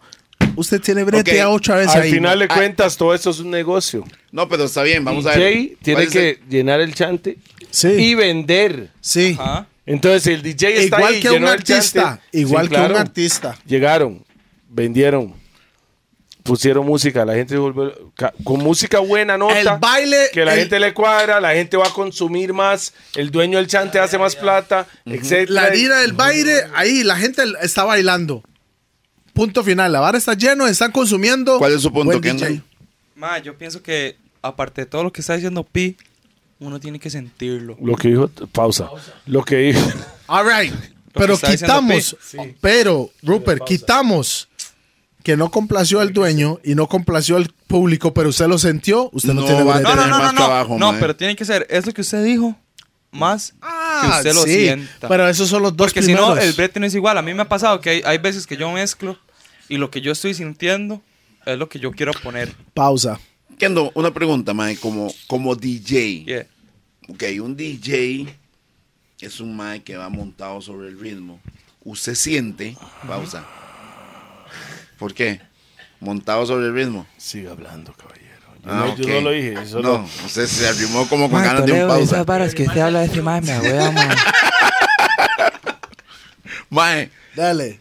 Speaker 3: Usted tiene brete
Speaker 4: Ok.
Speaker 3: ocho veces
Speaker 2: Al
Speaker 3: Pues ahí.
Speaker 2: final de cuentas, todo esto es un negocio.
Speaker 4: No, pero está bien, vamos a ver.
Speaker 2: DJ tiene
Speaker 4: ¿Cuál es
Speaker 2: que llenar el chante
Speaker 3: Sí.
Speaker 2: y vender.
Speaker 3: sí.
Speaker 1: Ajá.
Speaker 2: Entonces el DJ está
Speaker 3: Igual
Speaker 2: ahí,
Speaker 3: que un
Speaker 2: llenó el
Speaker 3: artista,
Speaker 2: chante.
Speaker 3: igual que un artista.
Speaker 2: Llegaron, vendieron, pusieron música, la gente volvió ca- con música buena nota.
Speaker 3: El baile,
Speaker 2: que la
Speaker 3: el-
Speaker 2: gente le cuadra, la gente va a consumir más, el dueño del chante hace más plata, etcétera.
Speaker 3: La harina del baile, ahí la gente está bailando. Punto final. La barra está lleno, están consumiendo.
Speaker 4: ¿Cuál es su punto,
Speaker 3: Buen
Speaker 4: Kendall?
Speaker 3: DJ.
Speaker 1: Ma, yo pienso que aparte de todo lo que está diciendo Pi, uno tiene que sentirlo.
Speaker 2: Lo que dijo, pausa. Lo que dijo.
Speaker 3: All right.
Speaker 1: Lo que
Speaker 3: Pero
Speaker 1: está diciendo
Speaker 3: quitamos, pero Rupert, quitamos que no complació al dueño y no complació al público, pero usted lo sintió, usted no,
Speaker 4: No
Speaker 3: tiene
Speaker 4: va a
Speaker 1: No,
Speaker 3: derecho.
Speaker 1: no,
Speaker 4: tener
Speaker 1: no, no,
Speaker 4: más
Speaker 1: no.
Speaker 4: trabajo,
Speaker 1: no,
Speaker 4: mae.
Speaker 1: pero tiene que ser, es lo que usted dijo, más que
Speaker 3: Ah,
Speaker 1: usted lo
Speaker 3: sí,
Speaker 1: sienta.
Speaker 3: Pero esos son los dos
Speaker 1: Porque si
Speaker 3: primeros.
Speaker 1: no, el brete no es igual. A mí me ha pasado que hay, hay veces que yo mezclo y lo que yo estoy sintiendo es lo que yo quiero poner.
Speaker 3: Pausa.
Speaker 4: Kendo, una pregunta, mae, como, como DJ.
Speaker 1: Yeah.
Speaker 4: Ok, un DJ es un mae que va montado sobre el ritmo. Usted siente, pausa. ¿Por qué? Montado sobre el ritmo. Ah,
Speaker 2: Sigue hablando, caballero. Yo no- yo no lo dije, eso
Speaker 4: no,
Speaker 2: no.
Speaker 4: usted se arrimó como con ganas de un pausa.
Speaker 10: varas que usted habla de ese mae, me agüea, mae.
Speaker 4: Mae,
Speaker 3: Dale.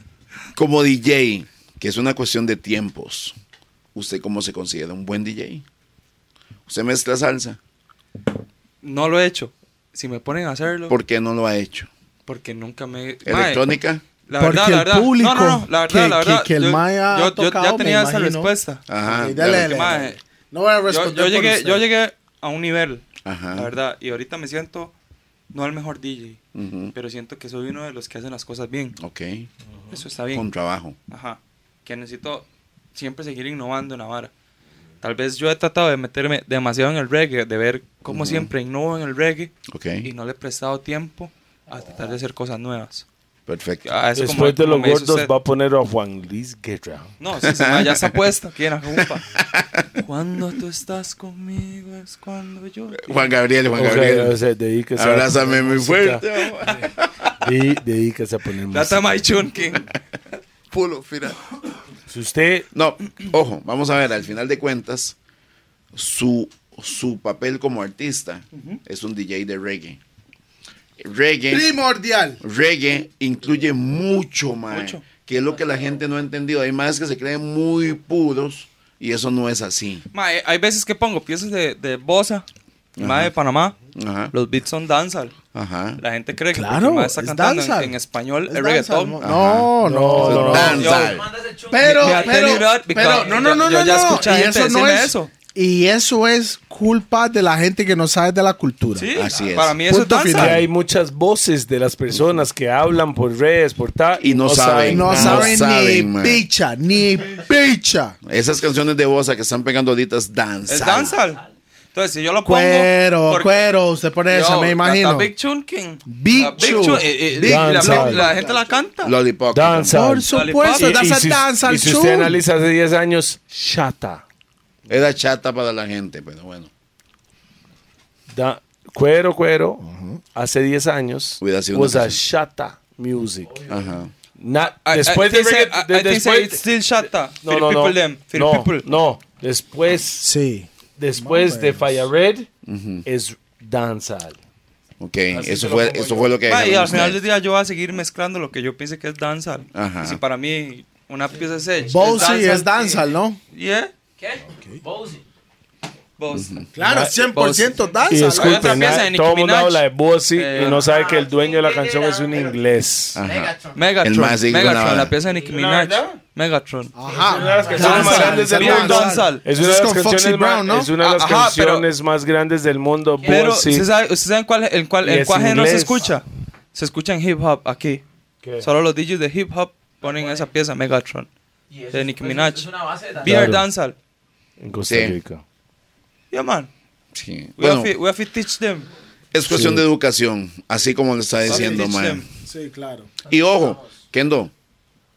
Speaker 4: como DJ, que es una cuestión de tiempos, ¿usted cómo se considera un buen DJ? ¿Usted mezcla salsa?
Speaker 1: No lo he hecho. Si me ponen a hacerlo,
Speaker 4: ¿Por qué no lo ha hecho?
Speaker 1: porque nunca me. Mae, pues,
Speaker 4: ¿Electrónica?
Speaker 1: La
Speaker 3: Porque
Speaker 1: verdad,
Speaker 3: el
Speaker 1: la verdad.
Speaker 3: público
Speaker 1: no, no, no, la verdad,
Speaker 3: que-
Speaker 1: la verdad.
Speaker 3: que- que el
Speaker 1: yo,
Speaker 3: mae ha
Speaker 1: yo- yo
Speaker 3: tocado,
Speaker 1: ya tenía
Speaker 3: me
Speaker 1: esa
Speaker 3: imagino.
Speaker 1: respuesta.
Speaker 4: Ajá.
Speaker 3: Ok, dale,
Speaker 4: claro.
Speaker 3: dale.
Speaker 1: Mae,
Speaker 3: No voy a
Speaker 1: yo,
Speaker 3: responder.
Speaker 1: yo
Speaker 3: por
Speaker 1: llegué,
Speaker 3: usted.
Speaker 1: yo llegué a un nivel,
Speaker 4: Ajá.
Speaker 1: la verdad, y ahorita me siento no el mejor DJ,
Speaker 4: Ujú.
Speaker 1: pero siento que soy uno de los que hacen las cosas bien.
Speaker 4: Ok,
Speaker 1: Eso está bien.
Speaker 4: con trabajo.
Speaker 1: Ajá. Que necesito siempre seguir innovando en la vara. Tal vez yo he tratado de meterme demasiado en el reggae, de ver cómo siempre innovo en el reggae
Speaker 4: Ok,
Speaker 1: y no le he prestado tiempo a tratar de hacer cosas nuevas.
Speaker 4: perfecto.
Speaker 1: Ah, eso como-
Speaker 2: Después de
Speaker 1: como
Speaker 2: los
Speaker 1: me dice
Speaker 2: gordos
Speaker 1: usted.
Speaker 2: va a poner a Juan Luis Guerra.
Speaker 1: No, sí, se me-
Speaker 2: [laughs]
Speaker 1: ya está puesta aquí en la jupa. Cuando tú estás conmigo es cuando yo... te-
Speaker 4: Juan Gabriel, Juan
Speaker 2: O sea,
Speaker 4: Gabriel.
Speaker 2: o sea, dedíquese a-
Speaker 4: Abrázame muy
Speaker 2: música.
Speaker 4: fuerte.
Speaker 2: Dí- Dedíquese a poner música.
Speaker 1: Data my chunking.
Speaker 4: [laughs] Pulo, mira.
Speaker 2: Si usted
Speaker 4: No, ojo, vamos a ver, al final de cuentas, su, su papel como artista es un DJ de reggae. Reggae,
Speaker 3: Primordial.
Speaker 4: reggae incluye mucho más,
Speaker 1: Mucho.
Speaker 4: que es lo que la gente no ha entendido. Hay más que se creen muy puros y eso no es así.
Speaker 1: Ma, eh, hay veces que pongo piezas de, de Bosa, más de Panamá.
Speaker 4: Ajá,
Speaker 1: Los beats son danzal.
Speaker 4: ajá.
Speaker 1: La gente cree que
Speaker 3: Claro,
Speaker 1: porque ma está
Speaker 3: es
Speaker 1: cantando en-
Speaker 3: danzal.
Speaker 1: en, español
Speaker 3: Es
Speaker 1: el reggaetón.
Speaker 3: danza, No, no, no. no,
Speaker 4: Danza.
Speaker 3: Pero,
Speaker 1: Ah, Me- me
Speaker 3: pero,
Speaker 1: atrevo a-
Speaker 3: pero, no, no, no,
Speaker 1: yo
Speaker 3: no,
Speaker 1: ya
Speaker 3: no.
Speaker 1: escuché
Speaker 3: Y
Speaker 1: gente
Speaker 3: eso no
Speaker 1: decirme
Speaker 3: es,
Speaker 1: eso.
Speaker 3: y eso es culpa de la gente que no sabe de la cultura.
Speaker 1: Sí,
Speaker 4: Así es.
Speaker 1: para mí eso
Speaker 3: Punto
Speaker 1: es
Speaker 2: que
Speaker 1: danza.
Speaker 3: final.
Speaker 2: hay muchas voces de las personas que hablan por redes, por tal.
Speaker 4: Y no saben.
Speaker 3: No,
Speaker 4: Ah, No
Speaker 3: saben,
Speaker 4: saben,
Speaker 3: ni
Speaker 4: man.
Speaker 3: picha, ni picha.
Speaker 4: Esas canciones de Bosa que están pegando ahorita es danza.
Speaker 1: Es danzal. Entonces, si yo lo pongo...
Speaker 3: Cuero,
Speaker 1: porque-
Speaker 3: cuero, usted pone
Speaker 1: Yo,
Speaker 3: eso,
Speaker 1: la-
Speaker 3: me
Speaker 1: La
Speaker 3: imagino.
Speaker 1: Big Chunking.
Speaker 3: Big
Speaker 1: La Big
Speaker 3: Chun-
Speaker 1: Chun- eh, eh,
Speaker 3: Big
Speaker 1: la- la-
Speaker 2: Danzal.
Speaker 1: La gente la canta.
Speaker 4: Lollipop.
Speaker 2: Danza.
Speaker 3: Por supuesto,
Speaker 1: Y- y
Speaker 3: danza,
Speaker 2: si,
Speaker 3: danza,
Speaker 2: y
Speaker 3: al
Speaker 2: si usted
Speaker 3: chun.
Speaker 2: analiza hace 10 años, chata.
Speaker 4: Era chata para la gente, pero bueno.
Speaker 2: Da- cuero, cuero, hace 10 años,
Speaker 4: Hubiera sido
Speaker 2: was
Speaker 4: una
Speaker 2: a
Speaker 4: canción.
Speaker 2: chata music.
Speaker 4: Ajá.
Speaker 2: Not-
Speaker 1: I- I-
Speaker 2: después
Speaker 1: they
Speaker 2: de
Speaker 1: say-
Speaker 2: regga-
Speaker 1: I-
Speaker 2: de-
Speaker 1: I think say
Speaker 2: después-
Speaker 1: it's still shatta.
Speaker 2: No,
Speaker 1: Feel
Speaker 2: no, no.
Speaker 1: people them. Feel
Speaker 2: No,
Speaker 1: people.
Speaker 2: no. Después,
Speaker 3: Sí.
Speaker 2: después de Fire Red, es danzal.
Speaker 4: Ok, eso fue, eso fue lo que...
Speaker 1: Ma, y
Speaker 4: dijeron
Speaker 1: al final del
Speaker 4: ustedes.
Speaker 1: día yo voy a seguir mezclando lo que yo piense que es danzal.
Speaker 4: Ajá.
Speaker 1: Y si para mí una pieza es edge,
Speaker 3: Bowsy es
Speaker 1: danza.
Speaker 3: danzal, ¿no?
Speaker 1: Yeah.
Speaker 10: ¿Qué? Bowsy.
Speaker 1: Boss.
Speaker 3: Claro, 100% danza.
Speaker 2: Y
Speaker 1: Hay otra
Speaker 2: disculpen,
Speaker 1: pieza
Speaker 2: ah,
Speaker 1: de Nicki
Speaker 2: todo el mundo
Speaker 1: Minaj.
Speaker 2: habla de Bossy
Speaker 1: Eh,
Speaker 2: y no sabe que el dueño de la canción es un inglés.
Speaker 4: Ajá.
Speaker 1: Megatron.
Speaker 4: El más digno,
Speaker 1: Megatron,
Speaker 4: nada.
Speaker 1: la pieza de Nicki Minaj.
Speaker 7: verdad?
Speaker 1: Megatron.
Speaker 4: Ah,
Speaker 3: Ajá.
Speaker 2: canciones más grandes del
Speaker 1: Bien
Speaker 2: mundo.
Speaker 1: danzal.
Speaker 4: Eh,
Speaker 2: Es
Speaker 3: Eso
Speaker 2: una de
Speaker 3: es
Speaker 2: las
Speaker 3: con Foxy
Speaker 2: canciones,
Speaker 3: Brown,
Speaker 2: ma-
Speaker 3: ¿no?
Speaker 2: es una de las
Speaker 1: Ajá, pero-
Speaker 2: canciones más grandes del mundo.
Speaker 1: Pero,
Speaker 2: Bossy.
Speaker 1: ¿ustedes saben sabe cuál, en cuál,
Speaker 2: Y
Speaker 1: en
Speaker 2: es
Speaker 1: cuál género se
Speaker 2: inglés.
Speaker 1: escucha? Se escucha en hip hop aquí.
Speaker 2: ¿Qué?
Speaker 1: Solo los DJs de hip hop ponen esa pieza, Megatron.
Speaker 10: Y eso
Speaker 1: De
Speaker 10: es-
Speaker 1: Nicki
Speaker 10: pues,
Speaker 1: Minaj.
Speaker 10: Es una base de danza.
Speaker 1: Beer
Speaker 2: Claro.
Speaker 1: danzal.
Speaker 2: En Costa
Speaker 4: Sí.
Speaker 2: Rica.
Speaker 1: Yeah, man.
Speaker 4: Sí.
Speaker 1: We,
Speaker 4: Bueno,
Speaker 1: have, to, we have to teach them.
Speaker 4: es cuestión de educación, así como lo está diciendo,
Speaker 1: teach
Speaker 4: man.
Speaker 1: them.
Speaker 3: Sí, claro.
Speaker 4: Y ojo, Kendo,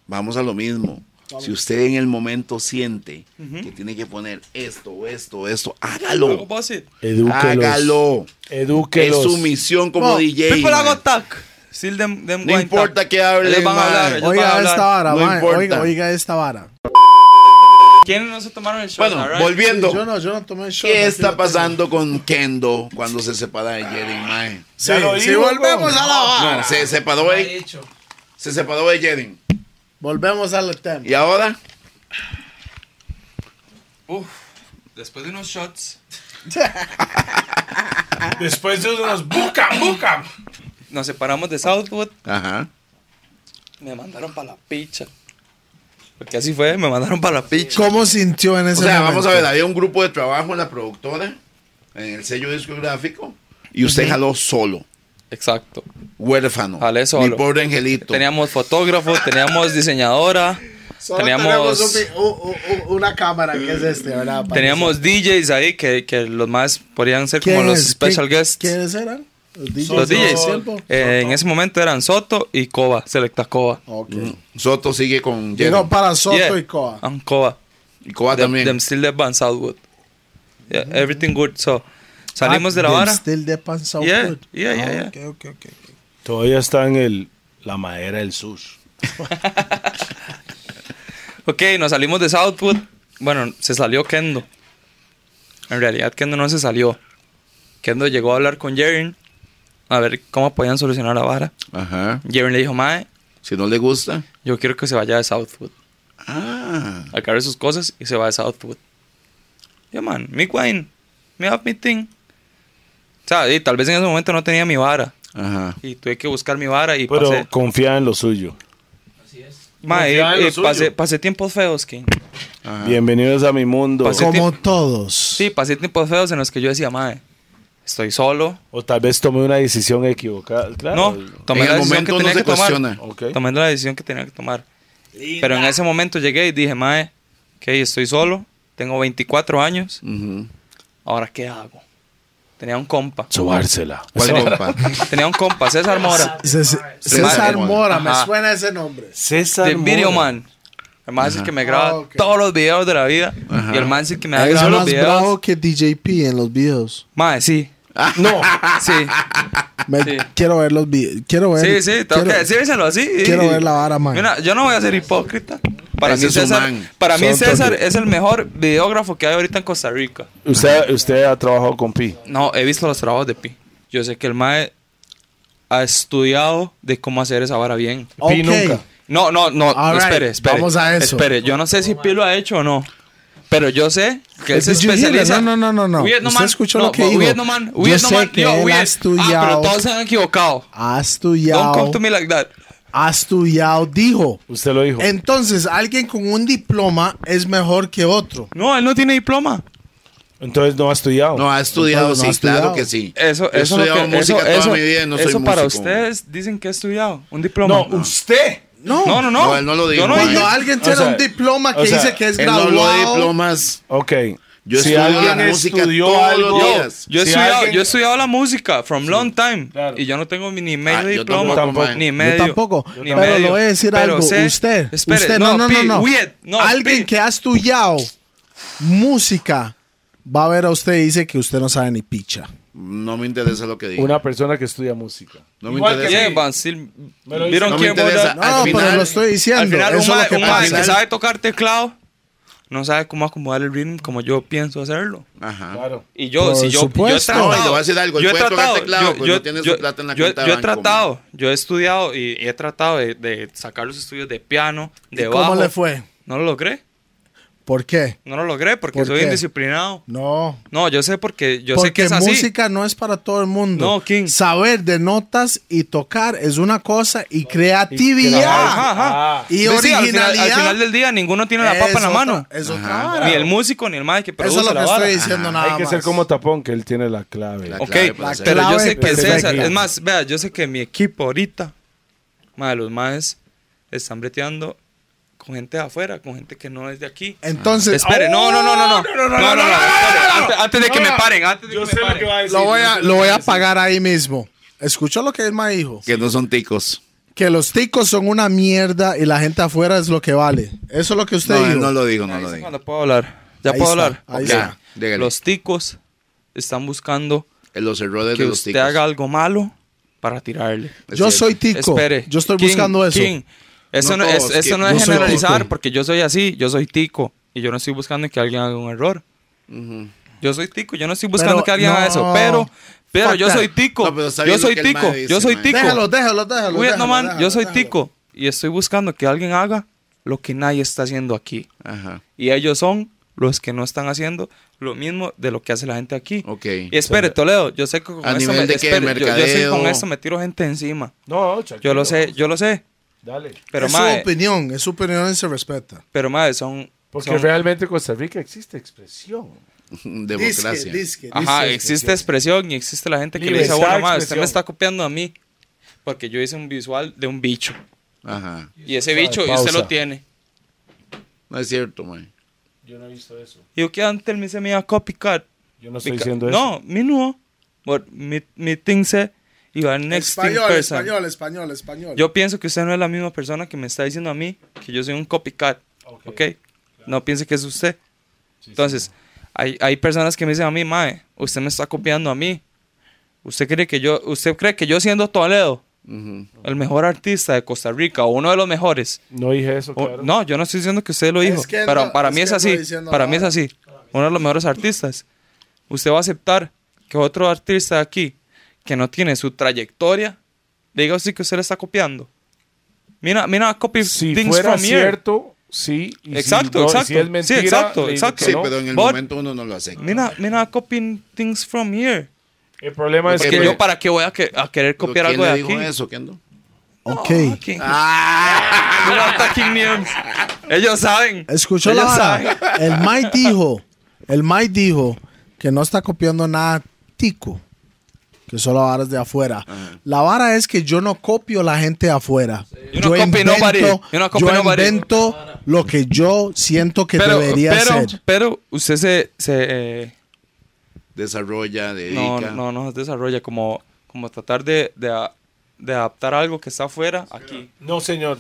Speaker 4: vamos a lo mismo. Si usted en el momento siente que tiene que poner esto, esto, esto,
Speaker 1: Luego,
Speaker 4: hágalo.
Speaker 1: boss it.
Speaker 2: Edúquelos.
Speaker 4: Hágalo. Es
Speaker 2: Edúquelos.
Speaker 4: su misión como
Speaker 3: No,
Speaker 4: DJ.
Speaker 1: People
Speaker 4: man.
Speaker 1: hago tac. Still them, them
Speaker 4: No
Speaker 1: going
Speaker 4: importa
Speaker 1: tac.
Speaker 4: que hable,
Speaker 1: Ellos van a hablar,
Speaker 4: man.
Speaker 1: ellos van a
Speaker 3: Oiga
Speaker 1: hablar.
Speaker 3: esta vara,
Speaker 4: No
Speaker 3: mae,
Speaker 4: importa.
Speaker 3: Oiga, oiga esta vara.
Speaker 1: ¿Quiénes no se tomaron el shot?
Speaker 4: Bueno,
Speaker 1: alright?
Speaker 3: Yo
Speaker 4: volviendo.
Speaker 3: no, yo no tomé shot.
Speaker 4: ¿Qué está pasando con Kendo cuando se separa de Jerry, man?
Speaker 3: Sí,
Speaker 2: lo
Speaker 3: sí,
Speaker 2: digo,
Speaker 3: volvemos a la vara.
Speaker 4: No, se separó
Speaker 10: Mal
Speaker 4: de,
Speaker 10: hecho.
Speaker 4: se separó de Jerry.
Speaker 3: Volvemos al tema.
Speaker 4: ¿Y ahora?
Speaker 1: Uf, después de unos shots.
Speaker 7: Después de unos buca, buca.
Speaker 1: Nos separamos de Southwood.
Speaker 4: Ajá.
Speaker 1: Me mandaron para la picha. Porque así fue, me mandaron para la picha.
Speaker 3: ¿Cómo sintió en
Speaker 4: O
Speaker 3: ese
Speaker 4: sea,
Speaker 3: momento?
Speaker 4: vamos a ver, había un grupo de trabajo en la productora, en el sello discográfico, y usted jaló solo,
Speaker 1: Exacto.
Speaker 4: huérfano.
Speaker 1: Jalé solo.
Speaker 4: Mi pobre angelito.
Speaker 1: Teníamos fotógrafo, teníamos diseñadora,
Speaker 3: Solo
Speaker 1: teníamos,
Speaker 3: tenemos un- un- un- una cámara que es este, ¿verdad? Para
Speaker 1: teníamos DJs ahí que, que los más podían ser
Speaker 3: ¿Quién
Speaker 1: como los
Speaker 3: es?
Speaker 1: special
Speaker 3: ¿Quién-
Speaker 1: guests.
Speaker 3: ¿Quiénes eran? Los DJs.
Speaker 1: Los
Speaker 3: de
Speaker 1: DJs.
Speaker 3: tiempo.
Speaker 1: Eh, en ese momento eran Soto y Coba, Selecta Coba.
Speaker 3: Ok.
Speaker 4: Soto sigue con Jerry.
Speaker 3: Llegó para Soto
Speaker 1: mm, Yeah.
Speaker 3: y Coa.
Speaker 1: Ah, Coba.
Speaker 4: y Coba
Speaker 1: Them,
Speaker 4: también.
Speaker 1: them still Dead Band Southwood. Yeah, everything good. So, salimos de la vara.
Speaker 3: Still Ah, de Pan South
Speaker 1: Yeah,
Speaker 3: Hood.
Speaker 1: yeah, yeah, yeah.
Speaker 3: Ah, ok, ok, ok, ok.
Speaker 2: Todavía está en el, la madera del sur.
Speaker 1: Ok, nos salimos de Southwood. Bueno, se salió Kendo. En realidad, Kendo no se salió. Kendo llegó a hablar con Jaren a ver cómo podían solucionar la vara.
Speaker 4: Ajá.
Speaker 1: Jaren le dijo, mae,
Speaker 4: Si no le gusta.
Speaker 1: yo quiero que se vaya de Southwood.
Speaker 4: Ah.
Speaker 1: Acabe sus cosas y se va de Southwood. Yo, man, mi wine, me have mi thing. O sea, y tal vez en ese momento no tenía mi vara.
Speaker 4: Ajá.
Speaker 1: Y tuve que buscar mi vara y
Speaker 2: Pero
Speaker 1: pasé.
Speaker 2: confía en lo suyo.
Speaker 1: Ma, eh,
Speaker 7: Confiaba en lo
Speaker 1: eh, pasé,
Speaker 7: suyo.
Speaker 1: pasé tiempos feos, que
Speaker 3: Ah.
Speaker 4: Ajá.
Speaker 2: Bienvenidos a mi mundo.
Speaker 1: Pasé
Speaker 3: Como
Speaker 1: tiemp-
Speaker 3: todos.
Speaker 1: Sí, pasé tiempos feos en los que yo decía, mae, estoy solo.
Speaker 2: O tal vez tomé una decisión equivocada. Claro.
Speaker 1: No, tomé
Speaker 4: en
Speaker 1: la
Speaker 4: el
Speaker 1: decisión que
Speaker 4: momento no
Speaker 1: tenía
Speaker 4: se
Speaker 1: que tomar.
Speaker 4: cuestiona.
Speaker 2: Ok.
Speaker 1: Tomé la decisión que tenía que tomar. Pero en ese momento llegué y dije, mae, ok, estoy solo, tengo 24 años,
Speaker 4: Ujú.
Speaker 1: ahora qué hago. Tenía un compa.
Speaker 2: Sobársela.
Speaker 4: ¿Cuál
Speaker 2: Eso-
Speaker 1: [laughs]
Speaker 4: compa?
Speaker 1: Tenía un compa, César Mora.
Speaker 3: César,
Speaker 4: César
Speaker 3: César
Speaker 4: Mora.
Speaker 3: Mora,
Speaker 1: Ajá.
Speaker 3: me suena ese nombre.
Speaker 2: César.
Speaker 1: de Video
Speaker 2: Mora.
Speaker 1: Man. El man es el que me graba
Speaker 3: Ah, ok.
Speaker 1: todos los videos de la vida.
Speaker 4: Ajá.
Speaker 1: Y el man es el que me ha
Speaker 3: Es
Speaker 1: grabado los
Speaker 3: más
Speaker 1: videos.
Speaker 3: bravo que DJP en los videos.
Speaker 1: Mae, sí. No. Sí.
Speaker 3: Me-
Speaker 1: Sí.
Speaker 3: Quiero ver los videos. Quiero ver.
Speaker 1: Sí, sí, tengo
Speaker 3: quiero-
Speaker 1: que decírselo así.
Speaker 3: quiero ver la vara, man.
Speaker 1: Mira, yo no voy a ser hipócrita. Para
Speaker 4: Ese
Speaker 1: mí,
Speaker 4: es su
Speaker 1: César,
Speaker 4: man.
Speaker 1: para mí
Speaker 2: Son
Speaker 1: César
Speaker 2: toques.
Speaker 1: es el mejor videógrafo que hay ahorita en Costa Rica.
Speaker 2: Usted, usted ha trabajado con Pi.
Speaker 1: No, he visto los trabajos de Pi. Yo sé que el Mae ha estudiado de cómo hacer esa vara bien.
Speaker 3: Ok.
Speaker 2: Pi nunca.
Speaker 1: No, no, no, no,
Speaker 3: All right,
Speaker 1: espere, espere.
Speaker 3: vamos a eso.
Speaker 1: Espere, yo no sé si Pi lo ha hecho o no. Pero yo sé que él se
Speaker 3: Did you hear it?
Speaker 1: especializa.
Speaker 3: No, no, no, no, no.
Speaker 1: Vietnam
Speaker 3: Usted
Speaker 1: man-
Speaker 3: escuchó
Speaker 1: no,
Speaker 3: lo que dijo.
Speaker 1: Vietnam man-
Speaker 3: Yo
Speaker 1: Vietnam
Speaker 3: sé
Speaker 1: man-
Speaker 3: que
Speaker 1: digo,
Speaker 3: él ha
Speaker 1: Viet- Ah, pero
Speaker 3: estudiado.
Speaker 1: todos se han equivocado.
Speaker 3: Has
Speaker 1: Don't come
Speaker 3: estudiado.
Speaker 1: to me like that.
Speaker 3: Has estudiado, dijo.
Speaker 2: Usted lo dijo.
Speaker 3: Eh. Entonces, alguien con un diploma es mejor que otro.
Speaker 1: No, él no tiene diploma.
Speaker 2: Entonces no ha estudiado.
Speaker 4: No, ha estudiado,
Speaker 3: Entonces,
Speaker 4: sí,
Speaker 3: no ha
Speaker 4: claro
Speaker 3: estudiado.
Speaker 4: que sí.
Speaker 1: Eso,
Speaker 4: He
Speaker 1: eso, es lo
Speaker 4: estudiado
Speaker 1: que,
Speaker 4: música
Speaker 1: eso,
Speaker 4: toda
Speaker 1: eso-
Speaker 4: mi vida, no soy
Speaker 1: eso para
Speaker 4: músico.
Speaker 1: ustedes dicen que he estudiado. Un diploma.
Speaker 2: No, usted.
Speaker 3: No.
Speaker 1: no, no, no.
Speaker 4: No, él no lo dijo,
Speaker 1: Yo no
Speaker 4: mae.
Speaker 1: dije-
Speaker 3: Cuando alguien tiene
Speaker 2: sea,
Speaker 3: un diploma que
Speaker 2: o sea,
Speaker 3: dice que es
Speaker 4: Él no
Speaker 3: graduado.
Speaker 4: lo de diplomas.
Speaker 2: Ok.
Speaker 4: Yo
Speaker 2: si
Speaker 4: estudio la
Speaker 2: alguien
Speaker 4: música
Speaker 2: estudió
Speaker 4: todos
Speaker 2: algo.
Speaker 4: los días.
Speaker 1: Yo he,
Speaker 2: Si
Speaker 1: estudiado,
Speaker 2: alguien-
Speaker 1: yo he estudiado la música from long time
Speaker 2: claro.
Speaker 1: y yo no tengo ni medio
Speaker 4: Ah, yo
Speaker 1: diploma,
Speaker 4: tampoco,
Speaker 1: ni
Speaker 4: mae.
Speaker 1: medio.
Speaker 3: Yo tampoco.
Speaker 1: ni
Speaker 3: pero
Speaker 1: medio.
Speaker 3: le voy a decir
Speaker 1: Pero
Speaker 3: algo.
Speaker 1: sé-
Speaker 3: usted.
Speaker 1: espere,
Speaker 3: usted, no, no, no.
Speaker 1: pi,
Speaker 3: no.
Speaker 1: weird, no,
Speaker 3: Alguien
Speaker 1: pi.
Speaker 3: que ha estudiado música va a ver a usted y dice que usted no sabe ni picha.
Speaker 4: No me interesa lo que diga.
Speaker 2: Una persona que estudia música.
Speaker 4: No me
Speaker 7: Igual que
Speaker 4: interesa.
Speaker 1: Yeah, Van Sil-
Speaker 2: lo
Speaker 1: ¿Vieron
Speaker 4: No me
Speaker 1: quién vota?
Speaker 4: interesa.
Speaker 3: No,
Speaker 4: Al final-
Speaker 3: pero lo estoy diciendo.
Speaker 1: Al final, un
Speaker 3: Eso
Speaker 1: mae
Speaker 3: es lo
Speaker 1: un
Speaker 3: que
Speaker 1: mae
Speaker 3: pasa.
Speaker 1: que sabe tocar teclado no sabe cómo acomodar el ritmo como yo pienso hacerlo.
Speaker 4: Ajá.
Speaker 2: Claro.
Speaker 1: Y yo,
Speaker 3: Por
Speaker 1: si yo, yo he
Speaker 3: supuesto.
Speaker 1: tratado.
Speaker 4: No, y le voy a decir algo, él
Speaker 1: yo he
Speaker 4: puede tocar
Speaker 1: tratado.
Speaker 4: teclado,
Speaker 1: yo,
Speaker 4: pues
Speaker 1: yo-
Speaker 4: no tiene su
Speaker 1: yo-
Speaker 4: plata en la
Speaker 1: yo-
Speaker 4: cuenta de
Speaker 1: yo he
Speaker 4: banco,
Speaker 1: tratado. Yo he estudiado y, y he tratado de, de sacar los estudios de piano, de
Speaker 3: ¿Y ¿Cómo
Speaker 1: bajo.
Speaker 3: le fue?
Speaker 1: No lo logré.
Speaker 3: ¿Por qué?
Speaker 1: No lo logré porque
Speaker 3: ¿Por
Speaker 1: soy
Speaker 3: qué?
Speaker 1: indisciplinado.
Speaker 3: No.
Speaker 1: No, yo sé porque yo sé que
Speaker 3: Porque
Speaker 1: es así.
Speaker 3: música no es para todo el mundo.
Speaker 1: No, King.
Speaker 3: Saber de notas y tocar es una cosa y
Speaker 1: Ajá,
Speaker 3: creatividad
Speaker 1: ajá.
Speaker 3: Ah. y,
Speaker 1: Sí, sí, al final-
Speaker 3: originalidad.
Speaker 1: Al final, del día ninguno tiene la papa en la
Speaker 3: es
Speaker 1: mano.
Speaker 3: otra- es otra
Speaker 4: Ajá.
Speaker 3: vara.
Speaker 1: Ni el músico ni el mae que produce
Speaker 3: Eso es lo que
Speaker 1: la vara.
Speaker 3: estoy diciendo nada
Speaker 2: Hay que
Speaker 3: más.
Speaker 2: ser como Tapón, que él tiene la clave.
Speaker 4: La-
Speaker 1: Ok,
Speaker 4: clave para hacer.
Speaker 1: pero yo
Speaker 3: Clave
Speaker 1: sé que
Speaker 3: perfecta.
Speaker 1: César, es más, vea, yo sé que mi equipo ahorita, madre, los maes están breteando con gente de afuera, con gente que no es de aquí.
Speaker 3: Ah. Entonces,
Speaker 1: Espere, no, no, no, no, no, no, no, no, no, espere, antes- antes de que me paren, antes de que
Speaker 7: Yo
Speaker 1: me
Speaker 7: sé lo que
Speaker 1: paren.
Speaker 7: va a decir.
Speaker 3: oh, lo voy a, lo voy a pagar ahí mismo. Escuchó lo que él me dijo.
Speaker 4: Que no son ticos.
Speaker 3: Que los ticos son una mierda y la gente afuera es lo que vale. Eso es lo que usted
Speaker 4: No,
Speaker 3: dijo.
Speaker 4: él no lo digo, no
Speaker 1: Ahí
Speaker 4: lo
Speaker 1: sí
Speaker 4: digo.
Speaker 1: Cuando puedo hablar, ya
Speaker 3: Ahí
Speaker 1: puedo
Speaker 3: está,
Speaker 1: hablar.
Speaker 3: ahí
Speaker 1: Ok.
Speaker 4: Ya, dígale.
Speaker 1: Los ticos están buscando
Speaker 4: Los errores
Speaker 1: que
Speaker 4: de los
Speaker 1: usted
Speaker 4: ticos.
Speaker 1: haga algo malo para tirarle.
Speaker 4: Es
Speaker 3: Yo
Speaker 4: cierto.
Speaker 3: soy tico.
Speaker 1: Espere.
Speaker 3: Yo estoy
Speaker 1: King,
Speaker 3: buscando eso.
Speaker 1: King, Eso no,
Speaker 4: No
Speaker 1: es,
Speaker 4: todos,
Speaker 1: eso
Speaker 4: King.
Speaker 1: no es
Speaker 3: Yo soy
Speaker 1: generalizar,
Speaker 3: tico.
Speaker 1: porque yo soy así, yo soy tico. Y yo no estoy buscando que alguien haga un error. Yo soy tico, yo no estoy buscando
Speaker 3: Pero
Speaker 1: que alguien haga eso.
Speaker 3: no.
Speaker 1: Pero, pero
Speaker 3: Fuck
Speaker 1: yo
Speaker 3: that.
Speaker 1: soy tico.
Speaker 4: No, pero está
Speaker 1: yo
Speaker 4: bien lo
Speaker 1: soy
Speaker 4: que el mae
Speaker 1: tico,
Speaker 4: dice,
Speaker 1: yo soy
Speaker 4: mae.
Speaker 1: tico.
Speaker 3: Déjalo, déjalo, déjalo.
Speaker 1: Cuidado,
Speaker 3: déjalo,
Speaker 1: man,
Speaker 3: déjalo,
Speaker 1: yo soy
Speaker 3: déjalo.
Speaker 1: tico. Y estoy buscando que alguien haga lo que nadie está haciendo aquí.
Speaker 4: Ajá.
Speaker 1: Y ellos son los que no están haciendo lo mismo de lo que hace la gente aquí.
Speaker 4: Ok.
Speaker 1: Y espere, Toledo, yo sé que con
Speaker 4: ¿A
Speaker 1: esto me,
Speaker 4: nivel de qué?
Speaker 1: espere, yo- yo, sé que con
Speaker 4: ¿Mercadeo?
Speaker 1: esto me tiro gente encima.
Speaker 2: No, tranquilo.
Speaker 1: Yo lo sé, yo lo sé.
Speaker 2: Dale.
Speaker 1: Pero
Speaker 3: es su
Speaker 1: mae,
Speaker 3: opinión, es su opinión y se respeta.
Speaker 1: pero mae, son
Speaker 2: Porque
Speaker 1: son-
Speaker 2: realmente en Costa Rica existe expresión.
Speaker 4: Democracia.
Speaker 3: Disque, disque,
Speaker 1: Ajá,
Speaker 3: disque.
Speaker 1: existe expresión y existe la gente que le dice,
Speaker 2: Libertad
Speaker 1: bueno,
Speaker 2: de
Speaker 1: mae, usted
Speaker 2: expresión".
Speaker 1: me está copiando a mí porque yo hice un visual de un bicho
Speaker 4: Ajá.
Speaker 1: y ese bicho y usted
Speaker 2: pausa.
Speaker 1: lo tiene.
Speaker 4: No es cierto, man.
Speaker 1: Y yo que antes me se me iba copycat.
Speaker 2: Yo no estoy
Speaker 1: Beca-
Speaker 2: diciendo eso.
Speaker 1: No, mi no. But mi, mi thing se you are next thing
Speaker 3: Español,
Speaker 1: person.
Speaker 3: español, español, español.
Speaker 1: Yo pienso que usted no es la misma persona que me está diciendo a mí que yo soy un copycat. ¿Ok? No piense que es usted. Entonces, hay, hay personas que me dicen a mí, mae, usted me está copiando a mí. ¿Usted cree que yo, usted cree que yo siendo Toledo,
Speaker 4: Ujú.
Speaker 1: el mejor artista de Costa Rica o uno de los mejores?
Speaker 2: No dije eso,
Speaker 1: o-
Speaker 2: claro.
Speaker 1: no, yo no estoy diciendo que usted lo dijo.
Speaker 3: Es que
Speaker 1: pero
Speaker 3: no-
Speaker 1: para
Speaker 3: es
Speaker 1: mí es
Speaker 3: que no
Speaker 1: así.
Speaker 3: diciendo
Speaker 1: Para mí es
Speaker 3: nada.
Speaker 1: así. Uno de los mejores artistas. usted va a aceptar que otro artista de aquí que no tiene su trayectoria le diga a usted que usted le está copiando. Mira, mira, copy
Speaker 2: Si
Speaker 1: things
Speaker 2: fuera
Speaker 1: from here.
Speaker 2: cierto, sí. y si
Speaker 1: Exacto,
Speaker 2: no-
Speaker 1: exacto.
Speaker 2: si es
Speaker 1: Sí,
Speaker 2: mentira,
Speaker 1: exacto,
Speaker 2: le digo
Speaker 1: exacto.
Speaker 2: que
Speaker 4: Sí,
Speaker 2: no.
Speaker 4: pero en el
Speaker 1: But-
Speaker 4: momento uno no lo acepta.
Speaker 1: Mira, mira, copying things from here.
Speaker 2: El problema es
Speaker 1: Porque
Speaker 2: que
Speaker 1: yo, ¿para qué voy a, que- a querer
Speaker 4: ¿Pero
Speaker 1: copiar
Speaker 4: ¿Quién
Speaker 1: algo
Speaker 4: le
Speaker 1: de
Speaker 4: dijo
Speaker 1: aquí?
Speaker 4: eso, Kendo?
Speaker 3: Ok.
Speaker 1: Ah, ¿quién? Mira, attacking
Speaker 4: [laughs]
Speaker 1: names. Ellos saben.
Speaker 3: Escuchó la
Speaker 1: Ellos
Speaker 3: vara. El Mike dijo, el Mike dijo que no está copiando nada tico, que solo varas de afuera. La vara es que yo no copio la gente de afuera.
Speaker 1: You don't copy nobody. You don't copy
Speaker 3: yo
Speaker 1: nobody.
Speaker 3: invento lo que yo siento que
Speaker 1: Pero,
Speaker 3: debería
Speaker 1: pero,
Speaker 3: ser.
Speaker 1: pero usted se, se, eh,
Speaker 4: Desarrolla, dedica.
Speaker 1: no, no, no se desarrolla como, como tratar de, de, a- de adaptar algo que está afuera aquí.
Speaker 2: No, señor.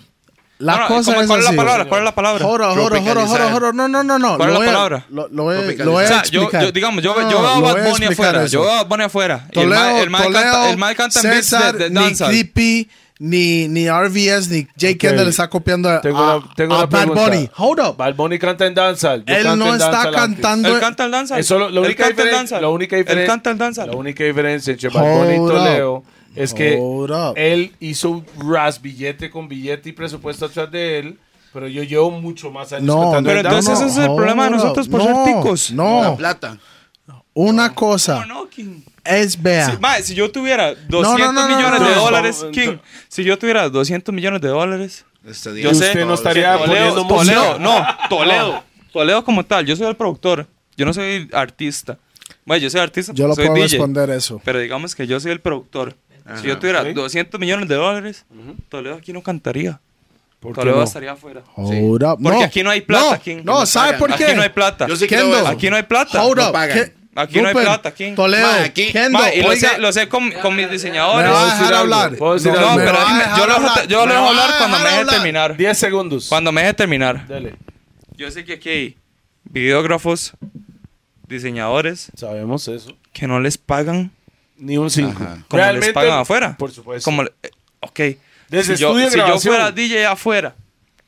Speaker 3: La
Speaker 1: No, no,
Speaker 3: cosa
Speaker 1: ¿cómo-
Speaker 3: es
Speaker 1: ¿Cuál es la
Speaker 3: así.
Speaker 1: palabra? ¿Cuál es la palabra?
Speaker 3: Joro, joro, joro, joro, joro. No, no, no, no.
Speaker 1: ¿Cuál
Speaker 3: Lo
Speaker 1: es la
Speaker 3: voy a-
Speaker 1: palabra?
Speaker 3: Lo, lo voy, a-
Speaker 4: Tropicalizar.
Speaker 3: lo voy a
Speaker 1: O sea, yo,
Speaker 3: explicar.
Speaker 1: yo, digamos, yo,
Speaker 3: No,
Speaker 1: yo veo a
Speaker 3: lo voy
Speaker 1: Bad Bunny
Speaker 3: explicar
Speaker 1: afuera.
Speaker 3: eso.
Speaker 1: Yo veo a Bad Bunny afuera. y el
Speaker 3: Toledo,
Speaker 1: mae- el mae
Speaker 3: Toledo,
Speaker 1: canta, el mae canta en beats
Speaker 3: César,
Speaker 1: de, de
Speaker 3: ni
Speaker 1: danza.
Speaker 3: Creepy, ni, ni RVS, ni Jake
Speaker 2: Ok.
Speaker 3: Kendall está copiando a,
Speaker 2: Tengo
Speaker 3: a-
Speaker 2: una, tengo
Speaker 3: a
Speaker 2: una
Speaker 3: Bad
Speaker 2: pregunta.
Speaker 3: Bunny. Hold up.
Speaker 2: Bad Bunny canta en danza. yo
Speaker 3: Él
Speaker 2: canto
Speaker 3: no
Speaker 2: en
Speaker 3: está
Speaker 2: dancehall antes.
Speaker 3: cantando.
Speaker 1: Él canta el danza.
Speaker 2: Eso lo, la
Speaker 1: Él
Speaker 2: única
Speaker 1: canta el
Speaker 2: diferencia,
Speaker 1: danza.
Speaker 2: la única
Speaker 1: Él
Speaker 2: diferen-
Speaker 1: canta el danza.
Speaker 2: La única diferencia entre Bad Bunny y
Speaker 3: Hold
Speaker 2: Toledo es que
Speaker 3: Hold up.
Speaker 2: él hizo un ras billete con billete y presupuesto atrás de él, pero yo llevo mucho más años
Speaker 3: No,
Speaker 2: cantando
Speaker 1: Pero
Speaker 2: en danza.
Speaker 1: entonces ese es el
Speaker 3: Hold
Speaker 1: problema de
Speaker 3: up.
Speaker 1: nosotros por
Speaker 3: No,
Speaker 1: ser ticos.
Speaker 4: La
Speaker 3: No,
Speaker 4: plata.
Speaker 3: una cosa
Speaker 1: No, King.
Speaker 3: es vea.
Speaker 1: Si, mae, si yo tuviera 200
Speaker 3: Ah. no, no,
Speaker 1: millones
Speaker 3: no,
Speaker 1: de
Speaker 3: no.
Speaker 1: dólares,
Speaker 2: Entonces-
Speaker 1: King, si yo tuviera 200 millones de dólares,
Speaker 4: Estaría-
Speaker 1: yo
Speaker 2: Y
Speaker 1: sé-
Speaker 2: usted no estaría poniendo
Speaker 1: Toledo, Toledo, [laughs] no, Toledo, Toledo como tal, yo soy el productor, yo no soy artista. Mae, yo soy artista,
Speaker 3: Yo lo
Speaker 1: soy
Speaker 3: puedo
Speaker 1: DJ,
Speaker 3: responder eso.
Speaker 1: Pero digamos que yo soy el productor. si yo tuviera 200 millones de dólares, Toledo aquí no cantaría. Toledo estaría afuera.
Speaker 3: Hold up.
Speaker 1: Porque
Speaker 3: no,
Speaker 1: aquí no hay plata,
Speaker 3: No,
Speaker 1: King.
Speaker 3: no,
Speaker 1: No
Speaker 3: ¿sabe
Speaker 4: pagan.
Speaker 3: por qué?
Speaker 1: Aquí no hay plata.
Speaker 4: Yo sí creo
Speaker 3: Kendo.
Speaker 4: eso.
Speaker 1: Aquí no hay plata.
Speaker 3: Hold
Speaker 4: No
Speaker 3: up.
Speaker 4: pagan.
Speaker 3: ¿Qué?
Speaker 1: Aquí no hay
Speaker 3: Rupert,
Speaker 1: plata, King.
Speaker 3: Toledo,
Speaker 4: Ma, aquí-
Speaker 3: Kendo,
Speaker 1: Mae, y lo
Speaker 3: oiga,
Speaker 1: sé, lo sé con, con mis
Speaker 3: ¿me
Speaker 1: diseñadores.
Speaker 3: va a
Speaker 2: decir
Speaker 3: dejar
Speaker 2: algo.
Speaker 3: hablar?
Speaker 2: ¿Puedo decir
Speaker 3: No,
Speaker 2: algo?
Speaker 1: No,
Speaker 3: me
Speaker 1: pero
Speaker 3: va a
Speaker 1: déjeme-
Speaker 3: dejar
Speaker 1: yo lo dejo,
Speaker 3: hablar.
Speaker 1: yo lo
Speaker 3: Me
Speaker 1: dejo
Speaker 3: va a
Speaker 1: hablar cuando
Speaker 3: dejar
Speaker 1: me deje
Speaker 3: hablar.
Speaker 1: terminar.
Speaker 2: 10 segundos.
Speaker 1: Cuando me deje terminar.
Speaker 2: Dale.
Speaker 1: Yo sé que aquí hay videógrafos, diseñadores
Speaker 2: Sabemos eso.
Speaker 1: que no les pagan
Speaker 2: Ni un 5.
Speaker 4: Ajá.
Speaker 1: como les pagan afuera.
Speaker 2: Por supuesto.
Speaker 1: Como le- eh, ok.
Speaker 2: Desde
Speaker 1: si yo,
Speaker 2: estudio de
Speaker 1: si yo
Speaker 2: grabación.
Speaker 1: fuera DJ afuera,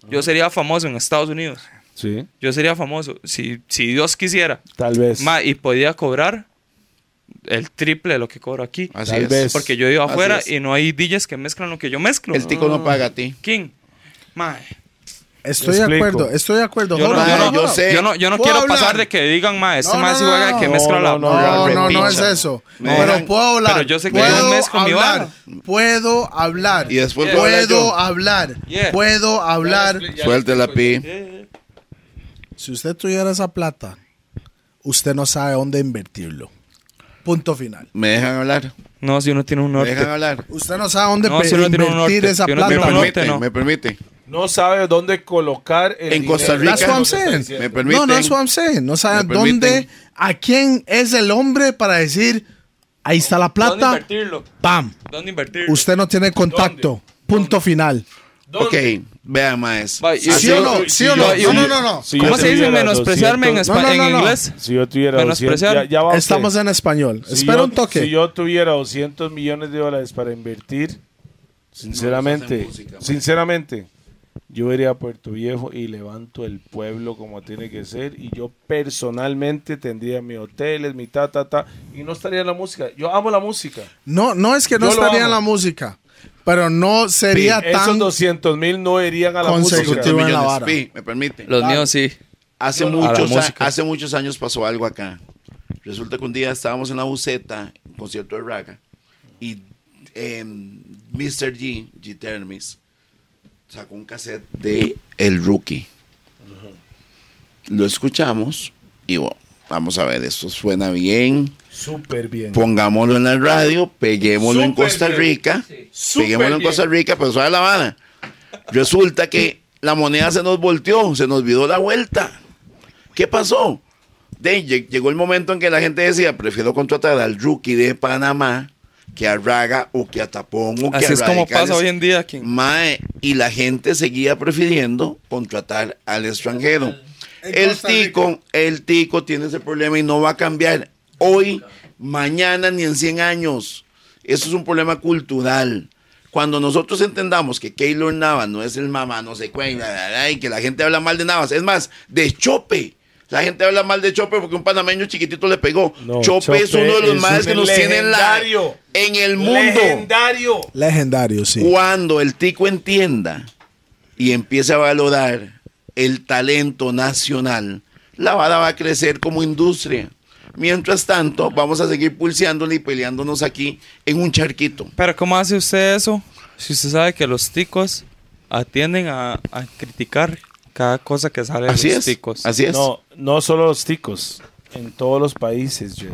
Speaker 1: yo sería famoso en Estados Unidos.
Speaker 2: Sí,
Speaker 1: Yo sería famoso si, si Dios quisiera.
Speaker 2: tal vez.
Speaker 1: Ma, y podía cobrar el triple de lo que cobro aquí.
Speaker 4: Así
Speaker 2: Tal
Speaker 4: es.
Speaker 2: vez.
Speaker 1: Porque yo vivo
Speaker 4: Así
Speaker 1: afuera
Speaker 4: es.
Speaker 1: y no hay DJs que mezclan lo que yo mezclo.
Speaker 4: El tico no paga a ti.
Speaker 1: King. Mae.
Speaker 3: Estoy de
Speaker 2: Explico.
Speaker 3: acuerdo, estoy de acuerdo.
Speaker 1: Yo
Speaker 3: Hold
Speaker 1: no,
Speaker 3: up,
Speaker 1: yo no-
Speaker 3: hold up.
Speaker 4: sé.
Speaker 1: yo no- yo no
Speaker 3: ¿Puedo
Speaker 1: quiero
Speaker 3: hablar?
Speaker 1: pasar de que digan, ma, este
Speaker 3: No,
Speaker 1: ma
Speaker 3: no,
Speaker 1: sí juega que
Speaker 3: no.
Speaker 1: mezcla la.
Speaker 2: No,
Speaker 3: No, no, no es
Speaker 4: Repicha.
Speaker 3: eso.
Speaker 4: Me
Speaker 3: pero
Speaker 4: dejan-
Speaker 3: puedo hablar.
Speaker 1: pero yo sé que
Speaker 3: puedo
Speaker 1: yo mezclo mi
Speaker 3: hablar. Puedo hablar.
Speaker 4: Y después
Speaker 1: Yeah.
Speaker 4: voy a hablar yo.
Speaker 3: Puedo hablar.
Speaker 1: Yeah.
Speaker 3: Puedo hablar.
Speaker 4: Suelte la pi.
Speaker 3: Si usted tuviera esa plata, usted no sabe dónde invertirlo. Punto final.
Speaker 4: Me dejan hablar.
Speaker 1: No, si uno tiene un
Speaker 4: Me
Speaker 1: norte.
Speaker 4: dejan hablar.
Speaker 3: Usted no sabe dónde
Speaker 1: No,
Speaker 3: pe-
Speaker 1: si uno tiene un
Speaker 3: invertir
Speaker 1: norte,
Speaker 3: esa
Speaker 1: si uno
Speaker 4: Me
Speaker 1: tiene
Speaker 3: plata.
Speaker 1: un norte.
Speaker 4: permite,
Speaker 1: no.
Speaker 4: me permite.
Speaker 2: No sabe dónde colocar el
Speaker 4: En Costa
Speaker 2: dinero.
Speaker 4: Rica.
Speaker 3: That's what I'm saying.
Speaker 4: Me permiten.
Speaker 3: No, no es what I'm saying. No sabe
Speaker 4: Me
Speaker 3: dónde,
Speaker 4: permiten.
Speaker 3: a quién es el hombre para decir, ahí está la
Speaker 1: ¿Dónde
Speaker 3: plata,
Speaker 1: invertirlo?
Speaker 3: pam.
Speaker 1: ¿Dónde invertirlo?
Speaker 3: Usted no tiene contacto. Punto final.
Speaker 4: Ok, vean, maes.
Speaker 1: Va, y-
Speaker 4: Así-
Speaker 3: ¿Sí o no? ¿Sí o no?
Speaker 1: yo-
Speaker 3: No, no, no, no.
Speaker 2: Si
Speaker 1: ¿Cómo
Speaker 2: yo
Speaker 1: se dice
Speaker 2: tuviera
Speaker 1: menospreciarme en,
Speaker 2: 200,
Speaker 1: espa-
Speaker 3: No, no, no,
Speaker 1: en
Speaker 3: no.
Speaker 1: inglés?
Speaker 2: Si yo tuviera
Speaker 1: Menospreciar.
Speaker 2: 200, ya- ya va usted.
Speaker 3: Estamos en español.
Speaker 2: Si
Speaker 3: Espera
Speaker 2: yo-
Speaker 3: un toque.
Speaker 2: Si yo tuviera 200 millones de dólares para invertir, sinceramente,
Speaker 4: No, eso es en música, man.
Speaker 2: sinceramente, yo iría a Puerto Viejo y levanto el pueblo como tiene que ser. Y yo personalmente tendría mis hoteles, mi ta, ta, ta. Y no estaría en la música. Yo amo la música.
Speaker 3: No, no es que no
Speaker 2: Yo lo
Speaker 3: estaría
Speaker 2: amo.
Speaker 3: en la música, pero no sería
Speaker 2: Esos
Speaker 3: tan
Speaker 2: 200 mil no irían a la música.
Speaker 3: Consecutivo. en la
Speaker 4: millones,
Speaker 3: vara.
Speaker 4: pi, me permite.
Speaker 1: Los míos sí.
Speaker 4: Hace,
Speaker 1: a la
Speaker 4: muchos, a-
Speaker 1: música.
Speaker 4: hace muchos años pasó algo acá. Resulta que un día estábamos en la buceta, en un concierto de Raga, y em, Mr. G, G Termis, sacó un cassette de El Rookie. Lo escuchamos y bueno, vamos a ver, esto suena bien.
Speaker 2: Súper bien.
Speaker 4: Pongámoslo en la radio, peguémoslo en
Speaker 2: Súper
Speaker 4: Costa
Speaker 2: bien.
Speaker 4: Rica.
Speaker 2: Súper
Speaker 4: Peguémoslo en
Speaker 2: bien.
Speaker 4: Costa Rica, pero suave la Habana. Resulta que la moneda se nos volteó, se nos olvidó la vuelta. ¿Qué pasó? De, lle- llegó el momento en que la gente decía, prefiero contratar al rookie de Panamá que a Raga o que a Tapón o que
Speaker 1: Así
Speaker 4: a
Speaker 1: es como
Speaker 4: Radicales".
Speaker 1: pasa hoy en día, King.
Speaker 4: Mae, y la gente seguía prefiriendo contratar al extranjero. El tico, el tico tiene ese problema y no va a cambiar hoy, mañana ni en 100 años. Eso es un problema cultural. Cuando nosotros entendamos que Keylor Navas no es el mamá, no sé cuál, y la, la, la, y que la gente habla mal de Navas, es más, de Chope. La gente habla mal de Chope porque un panameño chiquitito le pegó.
Speaker 2: No,
Speaker 4: Chope, es
Speaker 2: Chope
Speaker 4: uno de los
Speaker 2: es
Speaker 4: más
Speaker 2: un
Speaker 4: que nos tiene en, la-
Speaker 7: legendario.
Speaker 4: en el mundo.
Speaker 7: Legendario.
Speaker 3: Legendario, sí.
Speaker 4: Cuando el tico entienda y empiece a valorar el talento nacional, la vara va a crecer como industria. Mientras tanto, vamos a seguir pulseándole y peleándonos aquí en un charquito.
Speaker 1: Pero ¿cómo hace usted eso? Si usted sabe que los ticos atienden a, a criticar cada cosa que sale de
Speaker 4: Así
Speaker 1: los
Speaker 4: es.
Speaker 1: ticos.
Speaker 4: Así es. No,
Speaker 2: No, no solo los ticos. En todos los países, yo.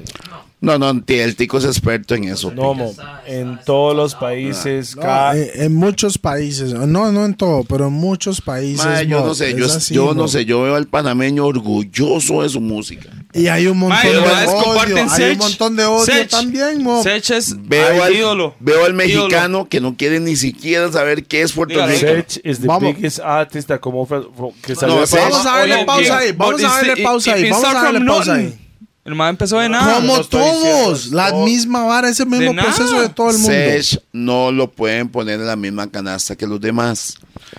Speaker 4: no, t- el tico es experto en eso.
Speaker 2: No, mo, en todos los países.
Speaker 3: No,
Speaker 2: cada-
Speaker 3: en, en muchos países, no, no en todo, pero en muchos países.
Speaker 4: Ma, yo
Speaker 3: mo,
Speaker 4: no sé,
Speaker 3: es
Speaker 4: yo,
Speaker 3: así,
Speaker 4: yo
Speaker 3: mo.
Speaker 4: no sé, yo veo al panameño orgulloso de su música.
Speaker 3: Y hay un montón
Speaker 1: Mae, los
Speaker 3: de
Speaker 1: maes
Speaker 3: odio, hay
Speaker 1: comparten
Speaker 3: un
Speaker 1: Sech.
Speaker 3: montón de odio
Speaker 1: Sech.
Speaker 3: también, mo.
Speaker 1: Sech es
Speaker 4: Veo
Speaker 1: ay,
Speaker 4: al,
Speaker 1: ídolo.
Speaker 4: veo al
Speaker 1: Ídolo.
Speaker 4: mexicano que no quiere ni siquiera saber qué es Puerto
Speaker 1: Dígalo.
Speaker 4: Rico.
Speaker 2: Sech is the
Speaker 3: Vamos.
Speaker 2: biggest artist that come over from- que salió
Speaker 4: Sech.
Speaker 2: para-
Speaker 3: Vamos a darle
Speaker 1: Oye,
Speaker 3: pausa
Speaker 1: ¿qué?
Speaker 3: ahí, vamos
Speaker 1: But
Speaker 3: a darle
Speaker 1: it's-
Speaker 3: pausa
Speaker 1: it-
Speaker 3: ahí,
Speaker 1: it
Speaker 3: vamos a
Speaker 1: starts
Speaker 3: darle
Speaker 1: from
Speaker 3: pausa
Speaker 1: nothing.
Speaker 3: ahí.
Speaker 1: El man empezó de nada.
Speaker 3: Como
Speaker 2: no estoy
Speaker 3: todos,
Speaker 2: diciendo,
Speaker 3: la
Speaker 2: no.
Speaker 3: misma vara, ese mismo
Speaker 1: nada.
Speaker 3: proceso de todo el mundo.
Speaker 4: Sech no lo pueden poner en la misma canasta que los demás.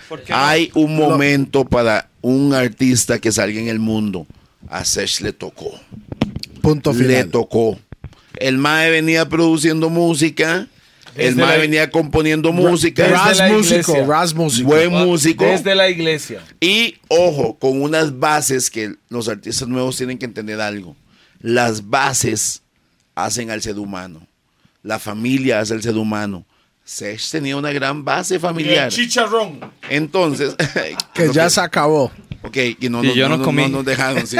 Speaker 1: ¿Por qué no?
Speaker 4: Hay un momento para un artista que salga en el mundo. A Sech le tocó.
Speaker 3: Punto
Speaker 4: Le
Speaker 3: final.
Speaker 4: tocó. El Mae venía produciendo música. el
Speaker 2: Desde
Speaker 4: Mae
Speaker 2: la-
Speaker 4: venía componiendo
Speaker 2: desde
Speaker 4: música.
Speaker 2: la
Speaker 3: Ras músico,
Speaker 2: iglesia.
Speaker 3: Ras músico.
Speaker 4: Buen músico.
Speaker 2: Desde la iglesia.
Speaker 4: Y ojo, con unas bases que los artistas nuevos tienen que entender algo. Las bases hacen al ser humano. La familia hace al ser humano. Sech tenía una gran base familiar.
Speaker 7: Chicharrón.
Speaker 4: Entonces,
Speaker 3: que
Speaker 4: [laughs] creo
Speaker 3: ya se acabó.
Speaker 4: Ok, y no,
Speaker 1: Y
Speaker 4: nos-
Speaker 1: yo
Speaker 4: no-
Speaker 1: no
Speaker 4: no-
Speaker 1: comí.
Speaker 4: no nos
Speaker 1: [laughs]
Speaker 4: dejaron, sí.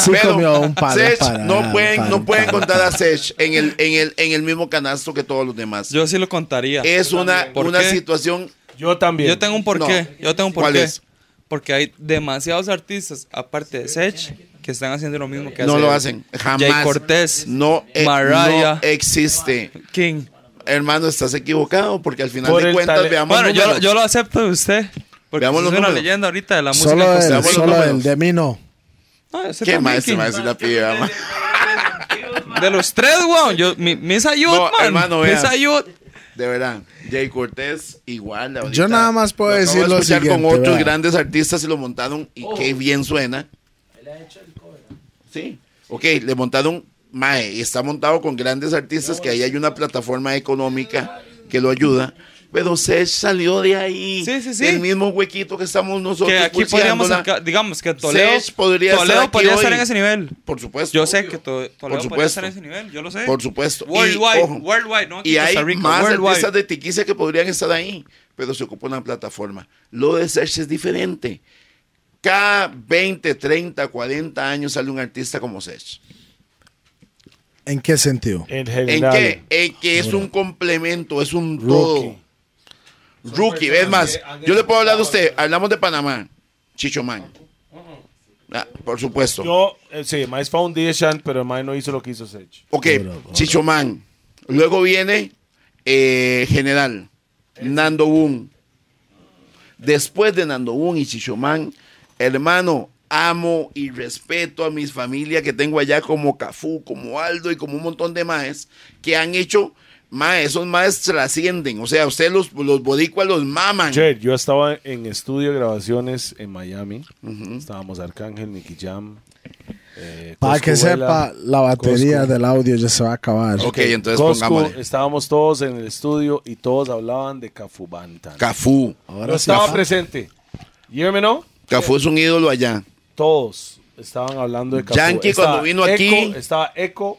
Speaker 3: Sí comió un par,
Speaker 4: Sech,
Speaker 3: un par,
Speaker 4: no
Speaker 3: un
Speaker 4: pueden,
Speaker 3: par,
Speaker 4: no
Speaker 3: un
Speaker 4: pueden
Speaker 3: par.
Speaker 4: contar a Sech en el, en, el, en el mismo canasto que todos los demás.
Speaker 1: Yo sí lo contaría.
Speaker 4: es una,
Speaker 1: ¿Por
Speaker 4: una
Speaker 1: qué?
Speaker 4: situación.
Speaker 2: Yo también.
Speaker 1: Yo tengo un porqué.
Speaker 4: No.
Speaker 1: Yo tengo un
Speaker 4: ¿Cuál
Speaker 1: porqué.
Speaker 4: es?
Speaker 1: Porque hay demasiados artistas, aparte de Sech, que están haciendo lo mismo que
Speaker 4: No
Speaker 1: hace
Speaker 4: lo hacen. Jamás.
Speaker 1: Jay Cortés,
Speaker 4: No, eh,
Speaker 1: Mariah.
Speaker 4: no existe.
Speaker 1: King.
Speaker 4: Hermano, estás equivocado porque al final
Speaker 2: Por
Speaker 4: de
Speaker 2: el
Speaker 4: cuentas
Speaker 2: tale-
Speaker 4: veamos.
Speaker 1: Bueno, yo,
Speaker 4: números.
Speaker 1: yo lo acepto de usted. Porque
Speaker 4: Veamos
Speaker 1: usted
Speaker 4: los
Speaker 1: es una
Speaker 4: números.
Speaker 1: leyenda ahorita de la música.
Speaker 3: Solo
Speaker 1: en
Speaker 3: él,
Speaker 1: Costa
Speaker 4: los
Speaker 3: solo él,
Speaker 4: números.
Speaker 3: de mí no.
Speaker 1: Rica. Ah, usted
Speaker 4: ¿Qué
Speaker 1: también,
Speaker 4: más se
Speaker 1: King.
Speaker 4: me hace una piba, ma?
Speaker 1: De los tres, weón. Yo, mi, mis ayud,
Speaker 4: No,
Speaker 1: man.
Speaker 4: hermano,
Speaker 1: mis
Speaker 4: vea.
Speaker 1: ayud.
Speaker 4: De verdad. Jay Cortés, igual. ahorita.
Speaker 3: Yo nada más puedo
Speaker 4: Lo acabo de
Speaker 3: decir lo
Speaker 4: escuchar
Speaker 3: siguiente.
Speaker 4: con otros
Speaker 3: vea.
Speaker 4: grandes artistas y lo montaron y qué bien suena. Sí. Ok, le montaron Mae y está montado con grandes artistas que ahí hay una plataforma económica que lo ayuda. Pero Sech salió de ahí.
Speaker 1: Sí, sí, sí.
Speaker 4: El mismo huequito que estamos nosotros.
Speaker 1: Que aquí podríamos
Speaker 4: pulseándola.
Speaker 1: sacar, digamos que Toledo,
Speaker 4: Sech podría estar
Speaker 1: Toledo
Speaker 4: aquí
Speaker 1: podría
Speaker 4: hoy.
Speaker 1: estar en ese nivel.
Speaker 4: Por supuesto.
Speaker 1: Yo sé que to- Toledo podría
Speaker 4: supuesto.
Speaker 1: estar en ese nivel, yo lo sé.
Speaker 4: Por supuesto. Y,
Speaker 1: Worldwide,
Speaker 4: ojo,
Speaker 1: worldwide, no aquí
Speaker 4: Y
Speaker 1: en
Speaker 4: hay
Speaker 1: Costa Rica,
Speaker 4: más
Speaker 1: worldwide.
Speaker 4: artistas de Tiquicia que podrían estar ahí, pero se ocupa una plataforma. Lo de Sech es diferente. Cada 20, 30, 40 años sale un artista como Sech.
Speaker 3: ¿En qué sentido?
Speaker 2: En
Speaker 4: ¿En
Speaker 2: general.
Speaker 4: qué? En que es un complemento, es un todo. Rookie, es más, yo le puedo hablar de usted. Hablamos de Panamá, Chicho Man. Ah, por supuesto.
Speaker 2: Yo, eh, sí, Mice Foundation, pero Mice no hizo lo que hizo Sech.
Speaker 4: Ok, Chichomán. Luego viene eh, General, Nando Boom. Después de Nando Boom y Chichomán, hermano, amo y respeto a mis familias que tengo allá como Cafú, como Aldo y como un montón de maes que han hecho, maes, esos maes trascienden. O sea, ustedes los, los bodicuas los maman.
Speaker 2: Jed, yo estaba en estudio de grabaciones en Miami. Estábamos Arcángel, Nicky Jam. eh,
Speaker 3: Para
Speaker 2: Coscu
Speaker 3: que
Speaker 2: Vela,
Speaker 3: sepa, la batería
Speaker 2: Coscu.
Speaker 3: del audio ya se va a acabar.
Speaker 4: Ok, entonces
Speaker 2: Coscu,
Speaker 4: pongámosle.
Speaker 2: estábamos todos en el estudio y todos hablaban de Cafu Bantan.
Speaker 4: Cafú.
Speaker 2: Yo
Speaker 3: Ahora sí.
Speaker 2: estaba presente. You hear me now?
Speaker 4: Cafú es un ídolo allá.
Speaker 2: Todos estaban hablando de Cafu.
Speaker 4: Yankee cuando vino
Speaker 2: Echo,
Speaker 4: aquí.
Speaker 2: Estaba Eco.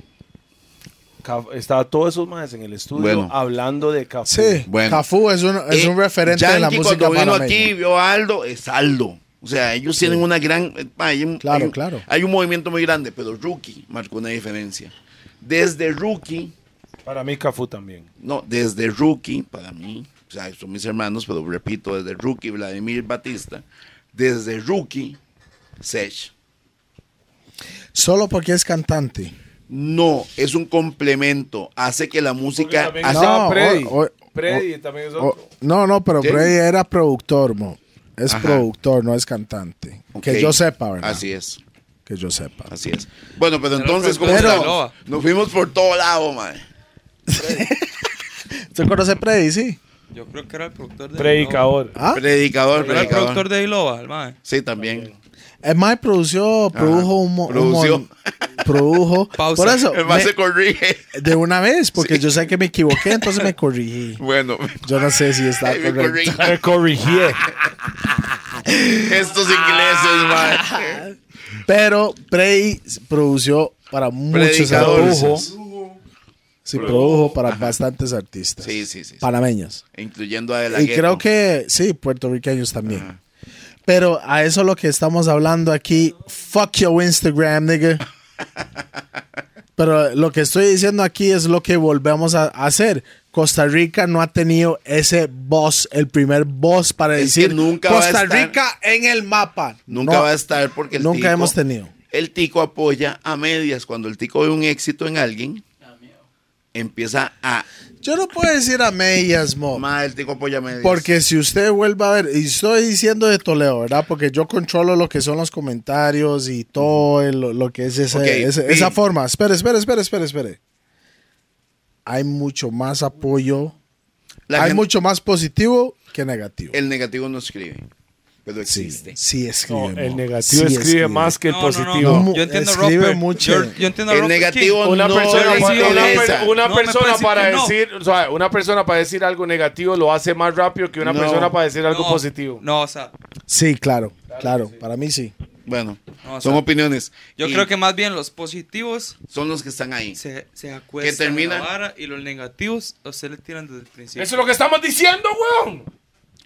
Speaker 2: Ca- Estaba todos esos más en el estudio
Speaker 4: Bueno.
Speaker 2: hablando de Cafu.
Speaker 3: Sí,
Speaker 4: Bueno.
Speaker 3: Cafú es un, es
Speaker 4: Eh,
Speaker 3: un referente de la
Speaker 4: Yankee
Speaker 3: música
Speaker 4: cuando vino
Speaker 3: panameña.
Speaker 4: aquí vio a Aldo, es Aldo. O sea, ellos tienen una gran... eh, Hay un,
Speaker 3: Claro,
Speaker 4: hay un-
Speaker 3: claro.
Speaker 4: Hay un movimiento muy grande, pero Rookie marcó una diferencia. Desde Rookie,
Speaker 2: Para mí Cafu también.
Speaker 4: no, desde Rookie, para mí, o sea, son mis hermanos, pero repito, desde Rookie, Vladimir Batista, desde Rookie, Sech.
Speaker 3: Solo porque es cantante.
Speaker 4: No, es un complemento, hace que la música...
Speaker 2: también-
Speaker 4: hace-
Speaker 2: No,
Speaker 3: No,
Speaker 2: Freddy.
Speaker 3: o- o-
Speaker 2: Freddy también es
Speaker 3: o-
Speaker 2: otro.
Speaker 3: Oh, no, no, pero
Speaker 4: Sí.
Speaker 3: Bray era productor, mo. Es
Speaker 4: Ajá.
Speaker 3: productor, no es cantante.
Speaker 4: Ok. Ah,
Speaker 3: Que yo sepa, ¿verdad?
Speaker 4: Así es,
Speaker 3: Que yo sepa.
Speaker 4: así es. Bueno, pero entonces,
Speaker 1: fue
Speaker 4: ¿cómo
Speaker 1: Pero-
Speaker 4: estamos? Nos fuimos por todo lado, madre.
Speaker 3: ¿Usted conoce Prey, sí?
Speaker 1: Yo creo que era el productor de Iloba.
Speaker 2: Predicador.
Speaker 3: ¿Ah?
Speaker 4: Predicador,
Speaker 1: Era el
Speaker 4: predicador.
Speaker 1: productor de Iloba, el mae.
Speaker 4: Sí, también.
Speaker 3: El Mae produció, produjo un, mo- un
Speaker 4: produció.
Speaker 3: mon-
Speaker 4: [laughs]
Speaker 3: produjo.
Speaker 1: Pausa.
Speaker 3: Por eso,
Speaker 4: El más
Speaker 3: me-
Speaker 4: se corrige. [laughs]
Speaker 3: de una vez, porque yo sé que me equivoqué, entonces me
Speaker 4: [laughs]
Speaker 3: corrigí.
Speaker 4: Bueno,
Speaker 3: Yo no sé si está
Speaker 4: ay, me
Speaker 3: correcto.
Speaker 4: corrige.
Speaker 2: Me corrigié.
Speaker 4: Estos ingleses,
Speaker 1: Ah.
Speaker 4: man.
Speaker 3: Pero Prey produció para muchos
Speaker 4: Predicadores.
Speaker 3: artistas. Sí, produjo para bastantes artistas.
Speaker 4: Sí, sí, sí. sí.
Speaker 3: Panameños.
Speaker 4: Incluyendo a De La
Speaker 3: Y
Speaker 4: Ghetto.
Speaker 3: creo que sí, puertorriqueños también. Pero a eso lo que estamos hablando aquí, fuck your Instagram,
Speaker 4: [laughs]
Speaker 3: nigga. Pero lo que estoy diciendo aquí es lo que volvemos a hacer. Costa Rica no ha tenido ese boss, el primer boss para
Speaker 4: Es que
Speaker 3: decir
Speaker 4: nunca va a
Speaker 3: Costa
Speaker 4: estar-
Speaker 3: Rica en el mapa.
Speaker 4: Nunca
Speaker 3: No,
Speaker 4: va a estar porque el
Speaker 3: nunca
Speaker 4: tico-
Speaker 3: hemos tenido.
Speaker 4: El tico apoya a medias. Cuando el tico ve un éxito en alguien, empieza a.
Speaker 3: Yo no puedo decir a medias, mo.
Speaker 4: Más el tico apoya a medias.
Speaker 3: Porque si usted vuelve a ver, y estoy diciendo de Toledo, ¿verdad? Porque yo controlo lo que son los comentarios y todo el- lo, lo que es ese-
Speaker 4: Ok,
Speaker 3: ese-
Speaker 4: sí.
Speaker 3: esa forma. Espere, espere, espere, espere, espere. Hay mucho más apoyo,
Speaker 4: La
Speaker 3: hay
Speaker 4: gente-
Speaker 3: mucho más positivo que negativo.
Speaker 4: El negativo no escribe, pero
Speaker 3: sí,
Speaker 4: existe.
Speaker 3: sí escribe.
Speaker 2: No, el
Speaker 3: mo.
Speaker 2: negativo
Speaker 3: Sí
Speaker 2: escribe, más que el positivo.
Speaker 3: no.
Speaker 1: Yo entiendo a
Speaker 3: Escribe
Speaker 1: Rupert.
Speaker 3: mucho.
Speaker 1: Yo, yo entiendo a
Speaker 4: El
Speaker 1: Rupert
Speaker 4: negativo
Speaker 1: King.
Speaker 2: Una
Speaker 4: No,
Speaker 2: persona,
Speaker 4: no,
Speaker 2: pa-
Speaker 4: sí,
Speaker 2: una
Speaker 4: no,
Speaker 2: per-
Speaker 4: esa.
Speaker 2: una
Speaker 1: No, me
Speaker 2: persona
Speaker 1: parece
Speaker 2: para
Speaker 1: que no.
Speaker 2: decir, o sea, una persona para decir algo negativo lo hace más rápido que una
Speaker 4: No.
Speaker 2: persona para decir algo
Speaker 1: No,
Speaker 2: positivo.
Speaker 1: No, o sea,
Speaker 3: Sí, claro, claro, para mí sí.
Speaker 4: Bueno,
Speaker 1: No, o
Speaker 4: son
Speaker 1: sea,
Speaker 4: opiniones.
Speaker 1: yo
Speaker 4: Y
Speaker 1: creo que más bien los positivos
Speaker 4: son los que están ahí.
Speaker 1: se, se acuestan
Speaker 4: Que termina-
Speaker 1: en la vara y los negativos a usted le tiran desde el principio.
Speaker 2: Eso es lo que estamos diciendo, weón.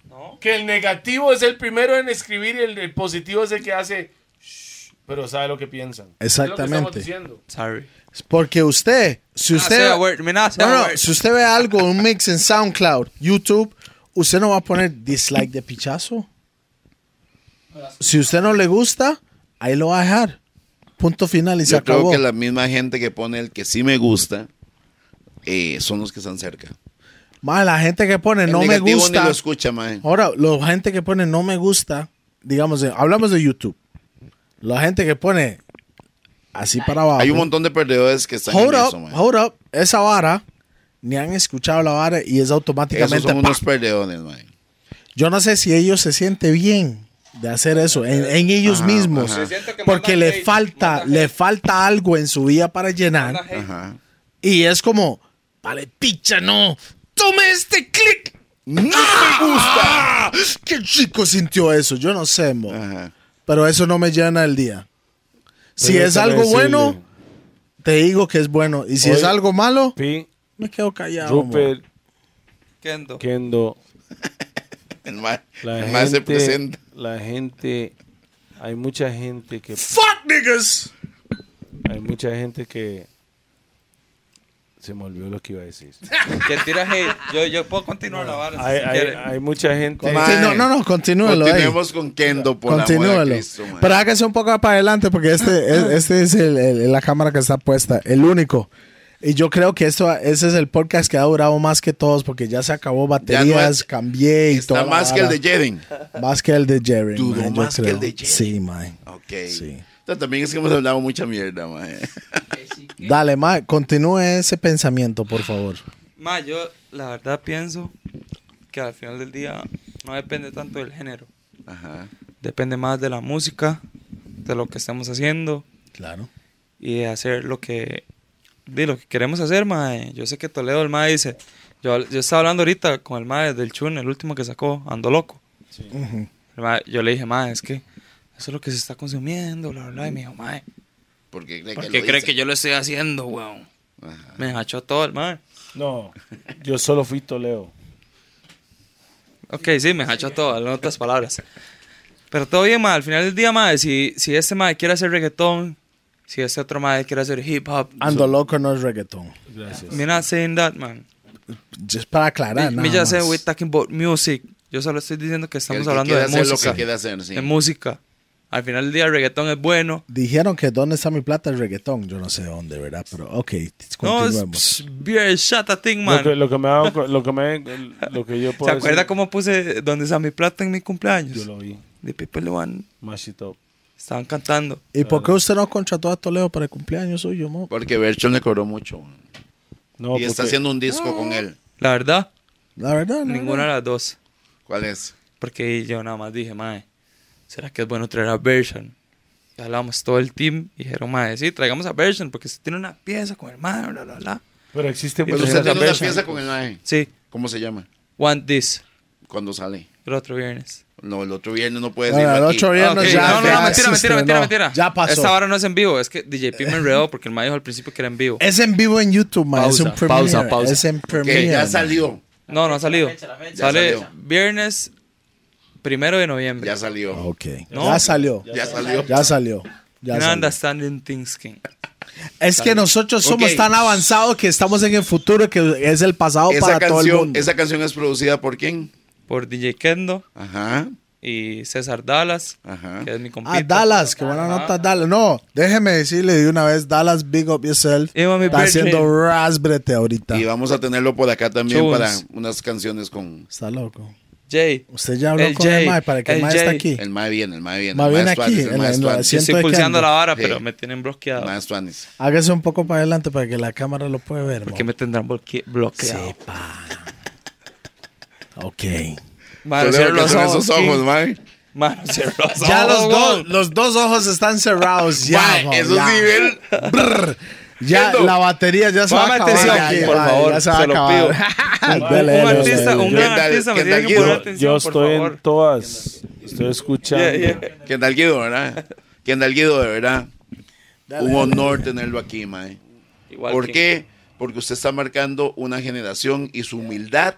Speaker 1: No.
Speaker 2: Que el negativo es el primero en escribir y el, el positivo es el que hace. "Shh", Pero sabe lo que piensan.
Speaker 3: Exactamente.
Speaker 2: Es lo que estamos diciendo.
Speaker 1: Sorry.
Speaker 3: Porque usted, si
Speaker 1: Ah,
Speaker 3: usted...
Speaker 1: sea aware. Mira, sea
Speaker 3: No, no,
Speaker 1: aware.
Speaker 3: si usted ve algo, un mix en SoundCloud, YouTube, usted no va a poner dislike de pichazo. Si usted no le gusta, ahí lo va a dejar. Punto final y se
Speaker 4: Yo creo
Speaker 3: acabó.
Speaker 4: que la misma gente que pone el que sí me gusta eh, son los que están cerca.
Speaker 3: Más la gente que pone
Speaker 4: El
Speaker 3: no me
Speaker 4: negativo
Speaker 3: gusta.
Speaker 4: ni lo escucha, mae.
Speaker 3: Ahora, la gente que pone no me gusta, digamos, eh, hablamos de YouTube. La gente que pone así para abajo.
Speaker 4: Hay un montón de perdedores que están
Speaker 3: Hold
Speaker 4: en
Speaker 3: up,
Speaker 4: eso, mae.
Speaker 3: hold up. Esa vara, ni han escuchado la vara y es
Speaker 4: Esos
Speaker 3: automáticamente.
Speaker 4: son
Speaker 3: ¡pa!
Speaker 4: unos perdedores, mae.
Speaker 3: Yo no sé si ellos se sienten bien de hacer eso en, en ellos
Speaker 4: Ajá,
Speaker 3: mismos,
Speaker 4: ajá.
Speaker 3: porque le falta, le falta algo en su vida para llenar
Speaker 4: Ajá.
Speaker 3: y es como, vale, picha, no, tome este clic. No me gusta. Qué chico sintió eso, yo no sé, mo.
Speaker 4: Ajá.
Speaker 3: pero eso no me llena el día. Si
Speaker 2: Pero
Speaker 3: es
Speaker 2: déjame
Speaker 3: algo
Speaker 2: decirle.
Speaker 3: bueno, te digo que es bueno y si
Speaker 2: Hoy-
Speaker 3: es algo malo,
Speaker 2: Pi,
Speaker 3: me quedo callado. mo.
Speaker 2: Rupert,
Speaker 1: Kendo.
Speaker 2: Kendo,
Speaker 4: El mae
Speaker 2: la
Speaker 4: el mae
Speaker 2: gente,
Speaker 4: se presenta.
Speaker 2: la gente, hay mucha gente que,
Speaker 3: Fuck niggas.
Speaker 2: hay mucha gente que se me olvidó lo que iba a decir.
Speaker 1: Que tira hate. Yo, yo puedo continuar la vara.
Speaker 2: [laughs] Hay,
Speaker 1: si
Speaker 2: hay-
Speaker 1: quiere.
Speaker 2: hay mucha gente.
Speaker 4: Ma-
Speaker 3: Sí, no, no, no, continúelo. eh.
Speaker 4: Continuemos con Kendo por la amor a
Speaker 3: Continúalo.
Speaker 4: Cristo, mae.
Speaker 3: Pero hágase un poco para adelante porque
Speaker 4: [laughs]
Speaker 3: este es, este es el- el- la cámara que está puesta, el único. Y yo creo que esto, ese es el podcast que ha durado más que todos porque ya se acabó baterías,
Speaker 4: es-
Speaker 3: cambié y todo.
Speaker 4: Está más que el de Jeden.
Speaker 3: Más que el de Jerry.
Speaker 4: Duró
Speaker 3: man, yo
Speaker 4: más que el
Speaker 3: creo.
Speaker 4: de Jerry.
Speaker 3: Sí, man.
Speaker 4: Ok.
Speaker 3: Sí.
Speaker 4: Entonces, también es que hemos hablado mucha mierda, mae. [laughs]
Speaker 3: Dale, man, continúe ese pensamiento, por favor.
Speaker 1: Ma, yo la verdad pienso que al final del día no depende tanto del género.
Speaker 4: Ajá.
Speaker 1: Depende más de la música, de lo que estamos haciendo
Speaker 3: Claro.
Speaker 1: y de hacer lo que, de lo que queremos hacer, mae. Yo sé que Toledo, el mae dice, yo, yo estaba hablando ahorita con el mae del Chun, el último que sacó, Ando Loco. El mae- yo le dije, mae, es que eso es lo que se está consumiendo, bla, bla, bla. Y me dijo, mae,
Speaker 4: Porque cree
Speaker 1: ¿por
Speaker 4: que
Speaker 1: qué
Speaker 4: lo
Speaker 1: cree
Speaker 4: dice?
Speaker 1: que yo lo estoy haciendo, weón?
Speaker 4: Ajá.
Speaker 1: Me hachó todo el mae.
Speaker 2: No, yo solo fui Toledo.
Speaker 1: Ok, sí, me hacha todo, en otras palabras. Pero todo bien, ma. Al final del día, ma, si, si este ma quiere hacer reggaetón, si este otro ma quiere hacer hip hop,
Speaker 3: Ando loco no es reggaetón.
Speaker 1: me not saying that, man.
Speaker 3: Just para aclarar.
Speaker 1: me
Speaker 3: nada
Speaker 1: just saying
Speaker 3: más.
Speaker 1: we're talking about music. Yo solo estoy diciendo que
Speaker 4: El
Speaker 1: estamos
Speaker 4: que
Speaker 1: hablando
Speaker 4: quiere
Speaker 1: de
Speaker 4: hacer
Speaker 1: música.
Speaker 4: lo que quiere hacer, sí.
Speaker 1: De música. Al final del día, el reggaetón es bueno.
Speaker 3: Dijeron que dónde está mi plata el reggaetón. Yo no sé dónde, ¿verdad? Pero ok,
Speaker 1: No, es
Speaker 3: continuemos.
Speaker 1: psh, bien chata thing, man.
Speaker 2: Lo que, lo que me ha dado cu- lo que me, lo que yo
Speaker 1: Ah, ¿Se
Speaker 2: puedo
Speaker 1: acuerda
Speaker 2: decir,
Speaker 1: cómo puse Donde está mi plata en mi cumpleaños?
Speaker 2: Yo lo vi,
Speaker 1: The People One.
Speaker 2: mash it up.
Speaker 1: Estaban cantando.
Speaker 3: ¿Y por qué usted no contrató a Toledo para el cumpleaños suyo, mo?
Speaker 4: Porque Berchon le cobró mucho. mae.
Speaker 2: No,
Speaker 4: y está
Speaker 2: porque-
Speaker 4: haciendo un disco con él.
Speaker 1: La verdad,
Speaker 2: Ah,
Speaker 3: La verdad, no,
Speaker 1: ninguna de las dos.
Speaker 4: ¿Cuál es?
Speaker 1: Porque yo nada más dije, mae, ¿será que es bueno traer a Version? hablamos todo el team y dijeron, madre, sí, traigamos a Bergen porque usted tiene una pieza con el man, bla, bla, bla.
Speaker 2: Pero existe
Speaker 4: Pero
Speaker 2: mucha
Speaker 4: Pues usted
Speaker 2: gente
Speaker 4: tiene una
Speaker 2: versa.
Speaker 4: pieza con el mae.
Speaker 1: Sí,
Speaker 4: ¿Cómo se llama?
Speaker 1: want this,
Speaker 4: Cuando sale.
Speaker 1: el otro viernes.
Speaker 4: No, el otro viernes no puede
Speaker 3: Bueno,
Speaker 4: decir.
Speaker 3: el otro viernes
Speaker 1: Ah, ok.
Speaker 3: ya.
Speaker 1: no, no, no, mentira,
Speaker 3: ya
Speaker 1: mentira,
Speaker 3: se
Speaker 1: mentira,
Speaker 3: estrenó.
Speaker 1: mentira.
Speaker 3: Ya pasó.
Speaker 1: Esta vara no es en vivo, es que DJP me enredó porque el mae dijo al principio que era en vivo.
Speaker 10: Eh,
Speaker 3: Es en vivo en YouTube, ma. es
Speaker 1: Pausa,
Speaker 3: un premiere.
Speaker 1: pausa, pausa.
Speaker 3: Es en
Speaker 4: Que
Speaker 3: premiere.
Speaker 4: ya salió.
Speaker 1: No, no ha salido.
Speaker 10: fecha, la fecha.
Speaker 1: Sale
Speaker 4: Ya salió.
Speaker 1: viernes primero de noviembre.
Speaker 4: Ya salió.
Speaker 3: Ok.
Speaker 1: No.
Speaker 3: Ya salió.
Speaker 4: Ya salió.
Speaker 3: Ya salió. Ya
Speaker 1: No
Speaker 3: salió.
Speaker 1: understanding things, King.
Speaker 3: Es que nosotros somos
Speaker 4: Ok.
Speaker 3: tan avanzados que estamos en el futuro que es el pasado
Speaker 4: Esa
Speaker 3: para todo el
Speaker 4: canción,
Speaker 3: mundo.
Speaker 4: esa canción es producida por quién?
Speaker 1: Por DJ Kendo
Speaker 4: Ajá.
Speaker 1: y César Dallas,
Speaker 4: Ajá.
Speaker 1: que es mi compita.
Speaker 3: Ah, Dallas, que buena nota Dallas. No, déjeme decirle de una vez, Dallas, big up yourself.
Speaker 1: Eh, mami,
Speaker 3: Está
Speaker 4: pues,
Speaker 1: Bergen.
Speaker 3: haciendo rasbrete ahorita.
Speaker 4: Y vamos a tenerlo por acá también
Speaker 1: Jones.
Speaker 4: para unas canciones con.
Speaker 3: Está loco.
Speaker 1: Jay.
Speaker 3: Usted ya habló
Speaker 1: El
Speaker 3: con
Speaker 1: Jay,
Speaker 3: el Mae para que el
Speaker 1: el
Speaker 3: Mae está
Speaker 1: Jay.
Speaker 3: aquí.
Speaker 4: El Mae viene, el Mae viene.
Speaker 3: Mae
Speaker 4: el
Speaker 3: viene
Speaker 4: es
Speaker 3: aquí,
Speaker 4: tuanis,
Speaker 3: en la-
Speaker 4: es
Speaker 3: en la
Speaker 4: tuanis.
Speaker 1: Yo
Speaker 3: Siento
Speaker 1: estoy
Speaker 3: de
Speaker 1: pulseando
Speaker 3: Kendo.
Speaker 1: la vara,
Speaker 4: Sí.
Speaker 1: pero me tienen bloqueado.
Speaker 4: El Mae es tuanis.
Speaker 3: Hágase un poco para adelante para que la cámara lo pueda ver.
Speaker 1: Porque
Speaker 3: mo.
Speaker 1: me tendrán bloque- bloqueado.
Speaker 3: Sepa. Ok.
Speaker 1: Mano,
Speaker 4: Yo
Speaker 1: cierro
Speaker 4: veo que
Speaker 1: los
Speaker 4: son
Speaker 1: ojos.
Speaker 4: esos ojos,
Speaker 1: King.
Speaker 4: Mae.
Speaker 1: Mano, cierro los ojos.
Speaker 3: Ya los dos,
Speaker 1: weón.
Speaker 3: los dos ojos están cerrados. Ya,
Speaker 4: Mae,
Speaker 3: mo,
Speaker 4: Eso
Speaker 3: ya.
Speaker 4: sí, él.
Speaker 3: [laughs] Brr. Ya la batería ya se va a
Speaker 1: Póngame
Speaker 3: acabar.
Speaker 1: atención,
Speaker 3: aquí,
Speaker 1: por
Speaker 3: mae,
Speaker 1: favor,
Speaker 3: ya
Speaker 1: se,
Speaker 3: va a
Speaker 1: lo pido.
Speaker 3: acabar. [laughs]
Speaker 1: Un-
Speaker 3: Dele, dele,
Speaker 1: un
Speaker 3: dele,
Speaker 1: artista,
Speaker 3: dale.
Speaker 1: un
Speaker 4: Yo-
Speaker 1: gran
Speaker 4: ¿Qué tal-
Speaker 1: artista me
Speaker 4: qué
Speaker 1: tiene que poner
Speaker 4: tal, Guido?
Speaker 1: atención,
Speaker 2: Yo
Speaker 1: por
Speaker 2: estoy en
Speaker 1: favor.
Speaker 2: todas. Estoy escuchando.
Speaker 1: Yeah, yeah.
Speaker 4: Kendall Guido, ¿verdad? Kendall Guido, de verdad. un honor tenerlo aquí, Mae.
Speaker 1: Igual
Speaker 4: ¿Por
Speaker 1: que-
Speaker 4: qué? Porque usted está marcando una generación y su humildad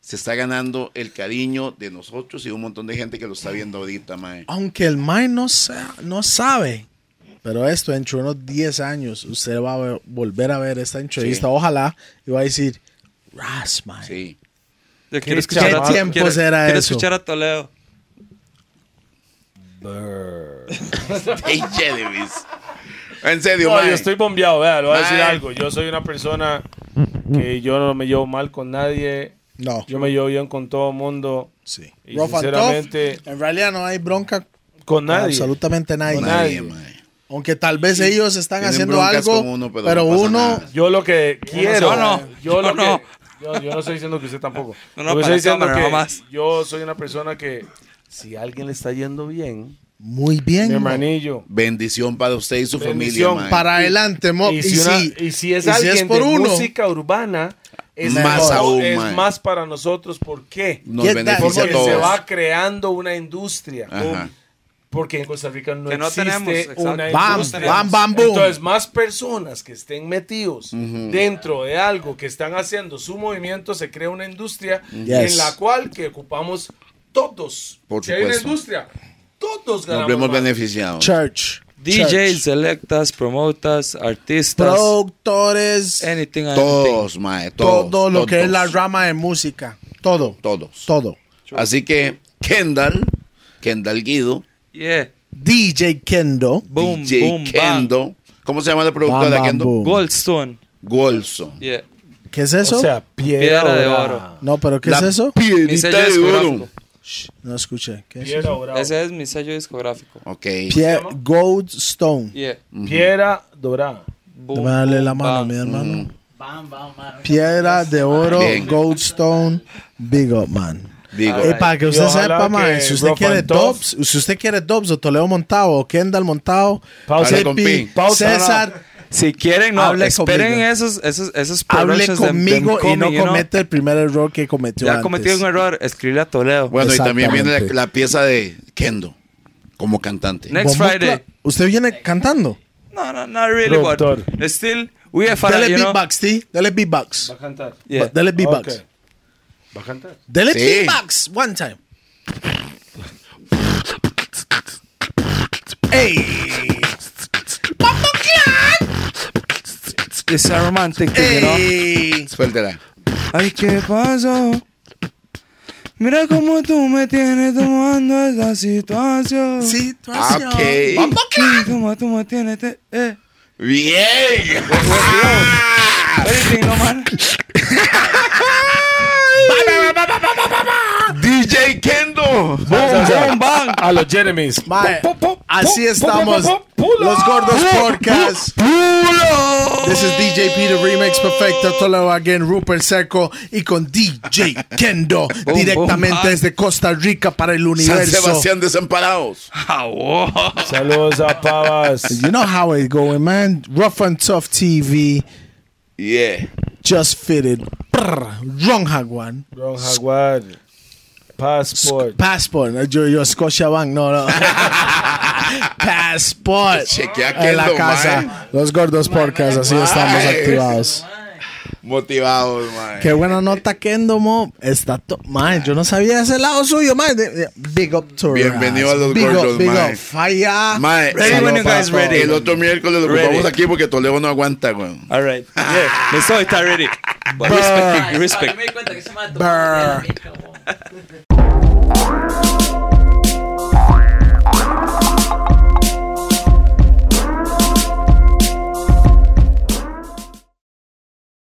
Speaker 4: se está ganando el cariño de nosotros y de un montón de gente que lo está viendo ahorita, Mae.
Speaker 3: Aunque el Mae no, sea- no sabe. Pero esto, dentro de unos 10 años, usted va a ver- volver a ver esta entrevista.
Speaker 4: Sí.
Speaker 3: Ojalá. Y va a decir, Ras, Mae.
Speaker 4: Sí. [laughs]
Speaker 1: Yo quiero
Speaker 2: ¿Qué
Speaker 1: escuchar a-
Speaker 3: tiempos
Speaker 1: quiero-
Speaker 3: era
Speaker 1: Quiero
Speaker 3: eso?
Speaker 1: escuchar a Toledo.
Speaker 4: Hey, Jedevis. En serio,
Speaker 2: No,
Speaker 4: Mae.
Speaker 2: yo estoy bombeado, vea, le voy a decir
Speaker 4: Mae.
Speaker 2: algo. Yo soy una persona que yo no me llevo mal con nadie.
Speaker 3: No.
Speaker 2: Yo me llevo bien con todo el mundo.
Speaker 3: Sí.
Speaker 2: Y
Speaker 3: Rough and tough,
Speaker 2: sinceramente,
Speaker 3: en realidad no hay bronca
Speaker 2: con nadie.
Speaker 3: absolutamente nadie.
Speaker 2: Con nadie.
Speaker 4: Mae.
Speaker 3: Aunque tal vez ellos están
Speaker 4: Tienen
Speaker 3: haciendo
Speaker 4: broncas
Speaker 3: algo,
Speaker 4: con uno,
Speaker 3: pero,
Speaker 4: pero no pasa
Speaker 3: uno
Speaker 4: nada.
Speaker 2: Yo lo que quiero.
Speaker 1: No, no,
Speaker 2: Yo
Speaker 1: no,
Speaker 2: lo
Speaker 1: no.
Speaker 2: que. Yo, yo no estoy diciendo que usted tampoco.
Speaker 1: No, no,
Speaker 2: Lo que
Speaker 1: para
Speaker 2: estoy diciendo
Speaker 1: cámara,
Speaker 2: que
Speaker 1: jamás.
Speaker 2: yo soy una persona que si a alguien le está yendo bien,
Speaker 3: muy
Speaker 2: mi
Speaker 3: bien. mo.
Speaker 2: hermanillo.
Speaker 4: Bendición para usted y su
Speaker 2: Bendición
Speaker 4: familia, Mae.
Speaker 3: Para adelante, mo.
Speaker 2: Y si, una- y si es alguien
Speaker 3: por
Speaker 2: de
Speaker 3: uno,
Speaker 2: música urbana, es
Speaker 4: Más
Speaker 2: mejor,
Speaker 4: aún,
Speaker 2: es
Speaker 4: mae.
Speaker 2: más para nosotros. ¿Por qué?
Speaker 4: Nos
Speaker 3: Get that-
Speaker 4: beneficia a
Speaker 2: Porque se
Speaker 4: todos.
Speaker 2: va creando una industria.
Speaker 4: Ajá.
Speaker 2: Porque en Costa Rica no,
Speaker 1: Que no
Speaker 2: existe
Speaker 1: tenemos, exacto.
Speaker 2: una
Speaker 3: Bam,
Speaker 2: industria.
Speaker 3: bam, bam, boom.
Speaker 2: Entonces, más personas que estén metidos dentro de algo que están haciendo su movimiento, se crea una industria en
Speaker 3: Yes.
Speaker 2: la cual que ocupamos todos.
Speaker 4: Por
Speaker 2: si hay una
Speaker 4: supuesto.
Speaker 2: industria, todos
Speaker 4: Nos
Speaker 2: ganamos
Speaker 4: vemos
Speaker 2: más.
Speaker 4: beneficiados.
Speaker 3: church,
Speaker 1: DJs,
Speaker 3: church,
Speaker 1: selectas, promotas, artistas,
Speaker 3: productores,
Speaker 1: anything, anything.
Speaker 4: Todos, Mae. Todos.
Speaker 3: todo lo que es
Speaker 4: todos,
Speaker 3: la rama de música, todo,
Speaker 4: Todos.
Speaker 3: todo.
Speaker 4: Así que, Kendall, Kendall Guido,
Speaker 1: Yeah.
Speaker 3: DJ Kendo,
Speaker 1: Boom,
Speaker 4: DJ
Speaker 1: boom, bang.
Speaker 4: Kendo. ¿Cómo se llama la productora
Speaker 3: Bam,
Speaker 4: de
Speaker 3: bam,
Speaker 4: Kendo?
Speaker 3: boom.
Speaker 1: Goldstone.
Speaker 4: Golson.
Speaker 1: Yeah.
Speaker 3: ¿qué es eso?
Speaker 2: O sea, piedra,
Speaker 1: Piedra de
Speaker 2: brava.
Speaker 1: oro.
Speaker 3: no, pero ¿qué
Speaker 4: La
Speaker 3: es eso?
Speaker 1: Mi sello
Speaker 4: Piedrita de oro.
Speaker 1: discográfico.
Speaker 3: No escuché. ¿Qué es
Speaker 2: Piedra
Speaker 3: eso?
Speaker 2: dorada.
Speaker 1: Ese es mi sello discográfico.
Speaker 4: Ok.
Speaker 3: Pie- Goldstone.
Speaker 1: Yeah.
Speaker 2: Piedra dorada.
Speaker 1: Boom,
Speaker 3: Dale
Speaker 1: boom,
Speaker 3: la mano,
Speaker 1: bang.
Speaker 3: mi hermano.
Speaker 10: Bam, bam, man.
Speaker 3: Piedra de oro,
Speaker 4: Bien.
Speaker 3: Goldstone, Big Up Man.
Speaker 4: Digo,
Speaker 3: Eh, para que usted
Speaker 2: Y ojalá
Speaker 3: sepa, man,
Speaker 2: que
Speaker 3: si usted
Speaker 2: Rough
Speaker 3: quiere
Speaker 2: and Tough-
Speaker 3: Dobbs, si usted quiere Dobbs o Toledo Montado o Kendall Montado,
Speaker 2: Pausa,
Speaker 3: Cepi,
Speaker 4: compi.
Speaker 2: Pausa,
Speaker 3: César,
Speaker 1: Si quieren, no,
Speaker 3: Hable
Speaker 1: esperen
Speaker 3: conmigo.
Speaker 1: esos, esos, esos
Speaker 3: hable
Speaker 1: productions de- de
Speaker 3: conmigo y
Speaker 1: coming,
Speaker 3: no
Speaker 1: you know.
Speaker 3: comete el primer error que cometió
Speaker 1: Ya
Speaker 3: antes.
Speaker 1: cometí un error, escribirle a Toledo.
Speaker 4: bueno, y también viene la,
Speaker 3: Exactamente.
Speaker 4: la pieza de Kendo como cantante.
Speaker 1: Next
Speaker 3: Bombo
Speaker 1: Friday.
Speaker 3: Cla- ¿Usted viene cantando?
Speaker 1: No, no, not really, but
Speaker 2: Productor.
Speaker 1: still, we have a,
Speaker 3: Dele
Speaker 1: you know.
Speaker 3: beatbox, T. Dele beatbox.
Speaker 2: Va a cantar.
Speaker 1: Yeah.
Speaker 3: Dele beatbox.
Speaker 2: Ok. Va a cantar.
Speaker 3: Dele
Speaker 4: Sí.
Speaker 3: beatbox. One time. ¡Ey! ¡Bombo Clan!
Speaker 1: It's a romantic thing, you
Speaker 4: Eh.
Speaker 1: know.
Speaker 3: ¡Ey!
Speaker 4: Suéltela.
Speaker 1: Ay, ¿qué pasó? Mira cómo tú me tienes tomando esa situación.
Speaker 3: Situación.
Speaker 4: Ok.
Speaker 3: ¡Bombo Clan!
Speaker 1: Sí, Tú, me- tú me tienes... te- eh.
Speaker 4: Bien. [laughs]
Speaker 1: Everything, no, man.
Speaker 4: DJ Kendo.
Speaker 1: Boom, bang.
Speaker 2: A los Jeremys.
Speaker 3: Mae, así estamos. Los Gordos Podcast.
Speaker 4: Pull
Speaker 3: This is DJ Peter Remix Perfecto, Toledo again, Rupert Seco y con DJ
Speaker 4: [laughs]
Speaker 3: Kendo directamente desde Costa Rica para el
Speaker 4: San
Speaker 3: universo.
Speaker 4: Sebastián Desamparados.
Speaker 2: Saludos a Pavas.
Speaker 3: You know how it going, man. Rough and Tough TV,
Speaker 4: Yeah.
Speaker 3: Just Fitted, Prr, Ron Jaguar,
Speaker 2: Ron Jaguar. Passport.
Speaker 3: Passport, yo, yo Scotia Bank, no,
Speaker 4: [laughs]
Speaker 3: no. Passport.
Speaker 4: Chequea que
Speaker 3: En la
Speaker 4: lo,
Speaker 3: casa,
Speaker 4: mae.
Speaker 3: los gordos podcast, así estamos
Speaker 4: Mae.
Speaker 3: activados.
Speaker 4: Motivados, mae.
Speaker 3: Qué buena nota, Kendo Mo. Está to- mae, yo no sabía ese lado suyo, mae. De- de- Big up to
Speaker 4: Bienvenido
Speaker 3: us.
Speaker 4: a los
Speaker 3: big
Speaker 4: gordos,
Speaker 3: up, big
Speaker 4: mae.
Speaker 3: up. Falla.
Speaker 4: Mae,
Speaker 3: Ready when you guys ready.
Speaker 4: El otro miércoles lo
Speaker 1: Ready.
Speaker 4: ocupamos aquí porque Toledo no aguanta, güey.
Speaker 1: All right. Yeah, let's go. It's
Speaker 4: [laughs]
Speaker 1: already. But respect,
Speaker 10: Yo
Speaker 1: respect.
Speaker 10: me di cuenta que se me ha
Speaker 3: Brr.
Speaker 10: tomado.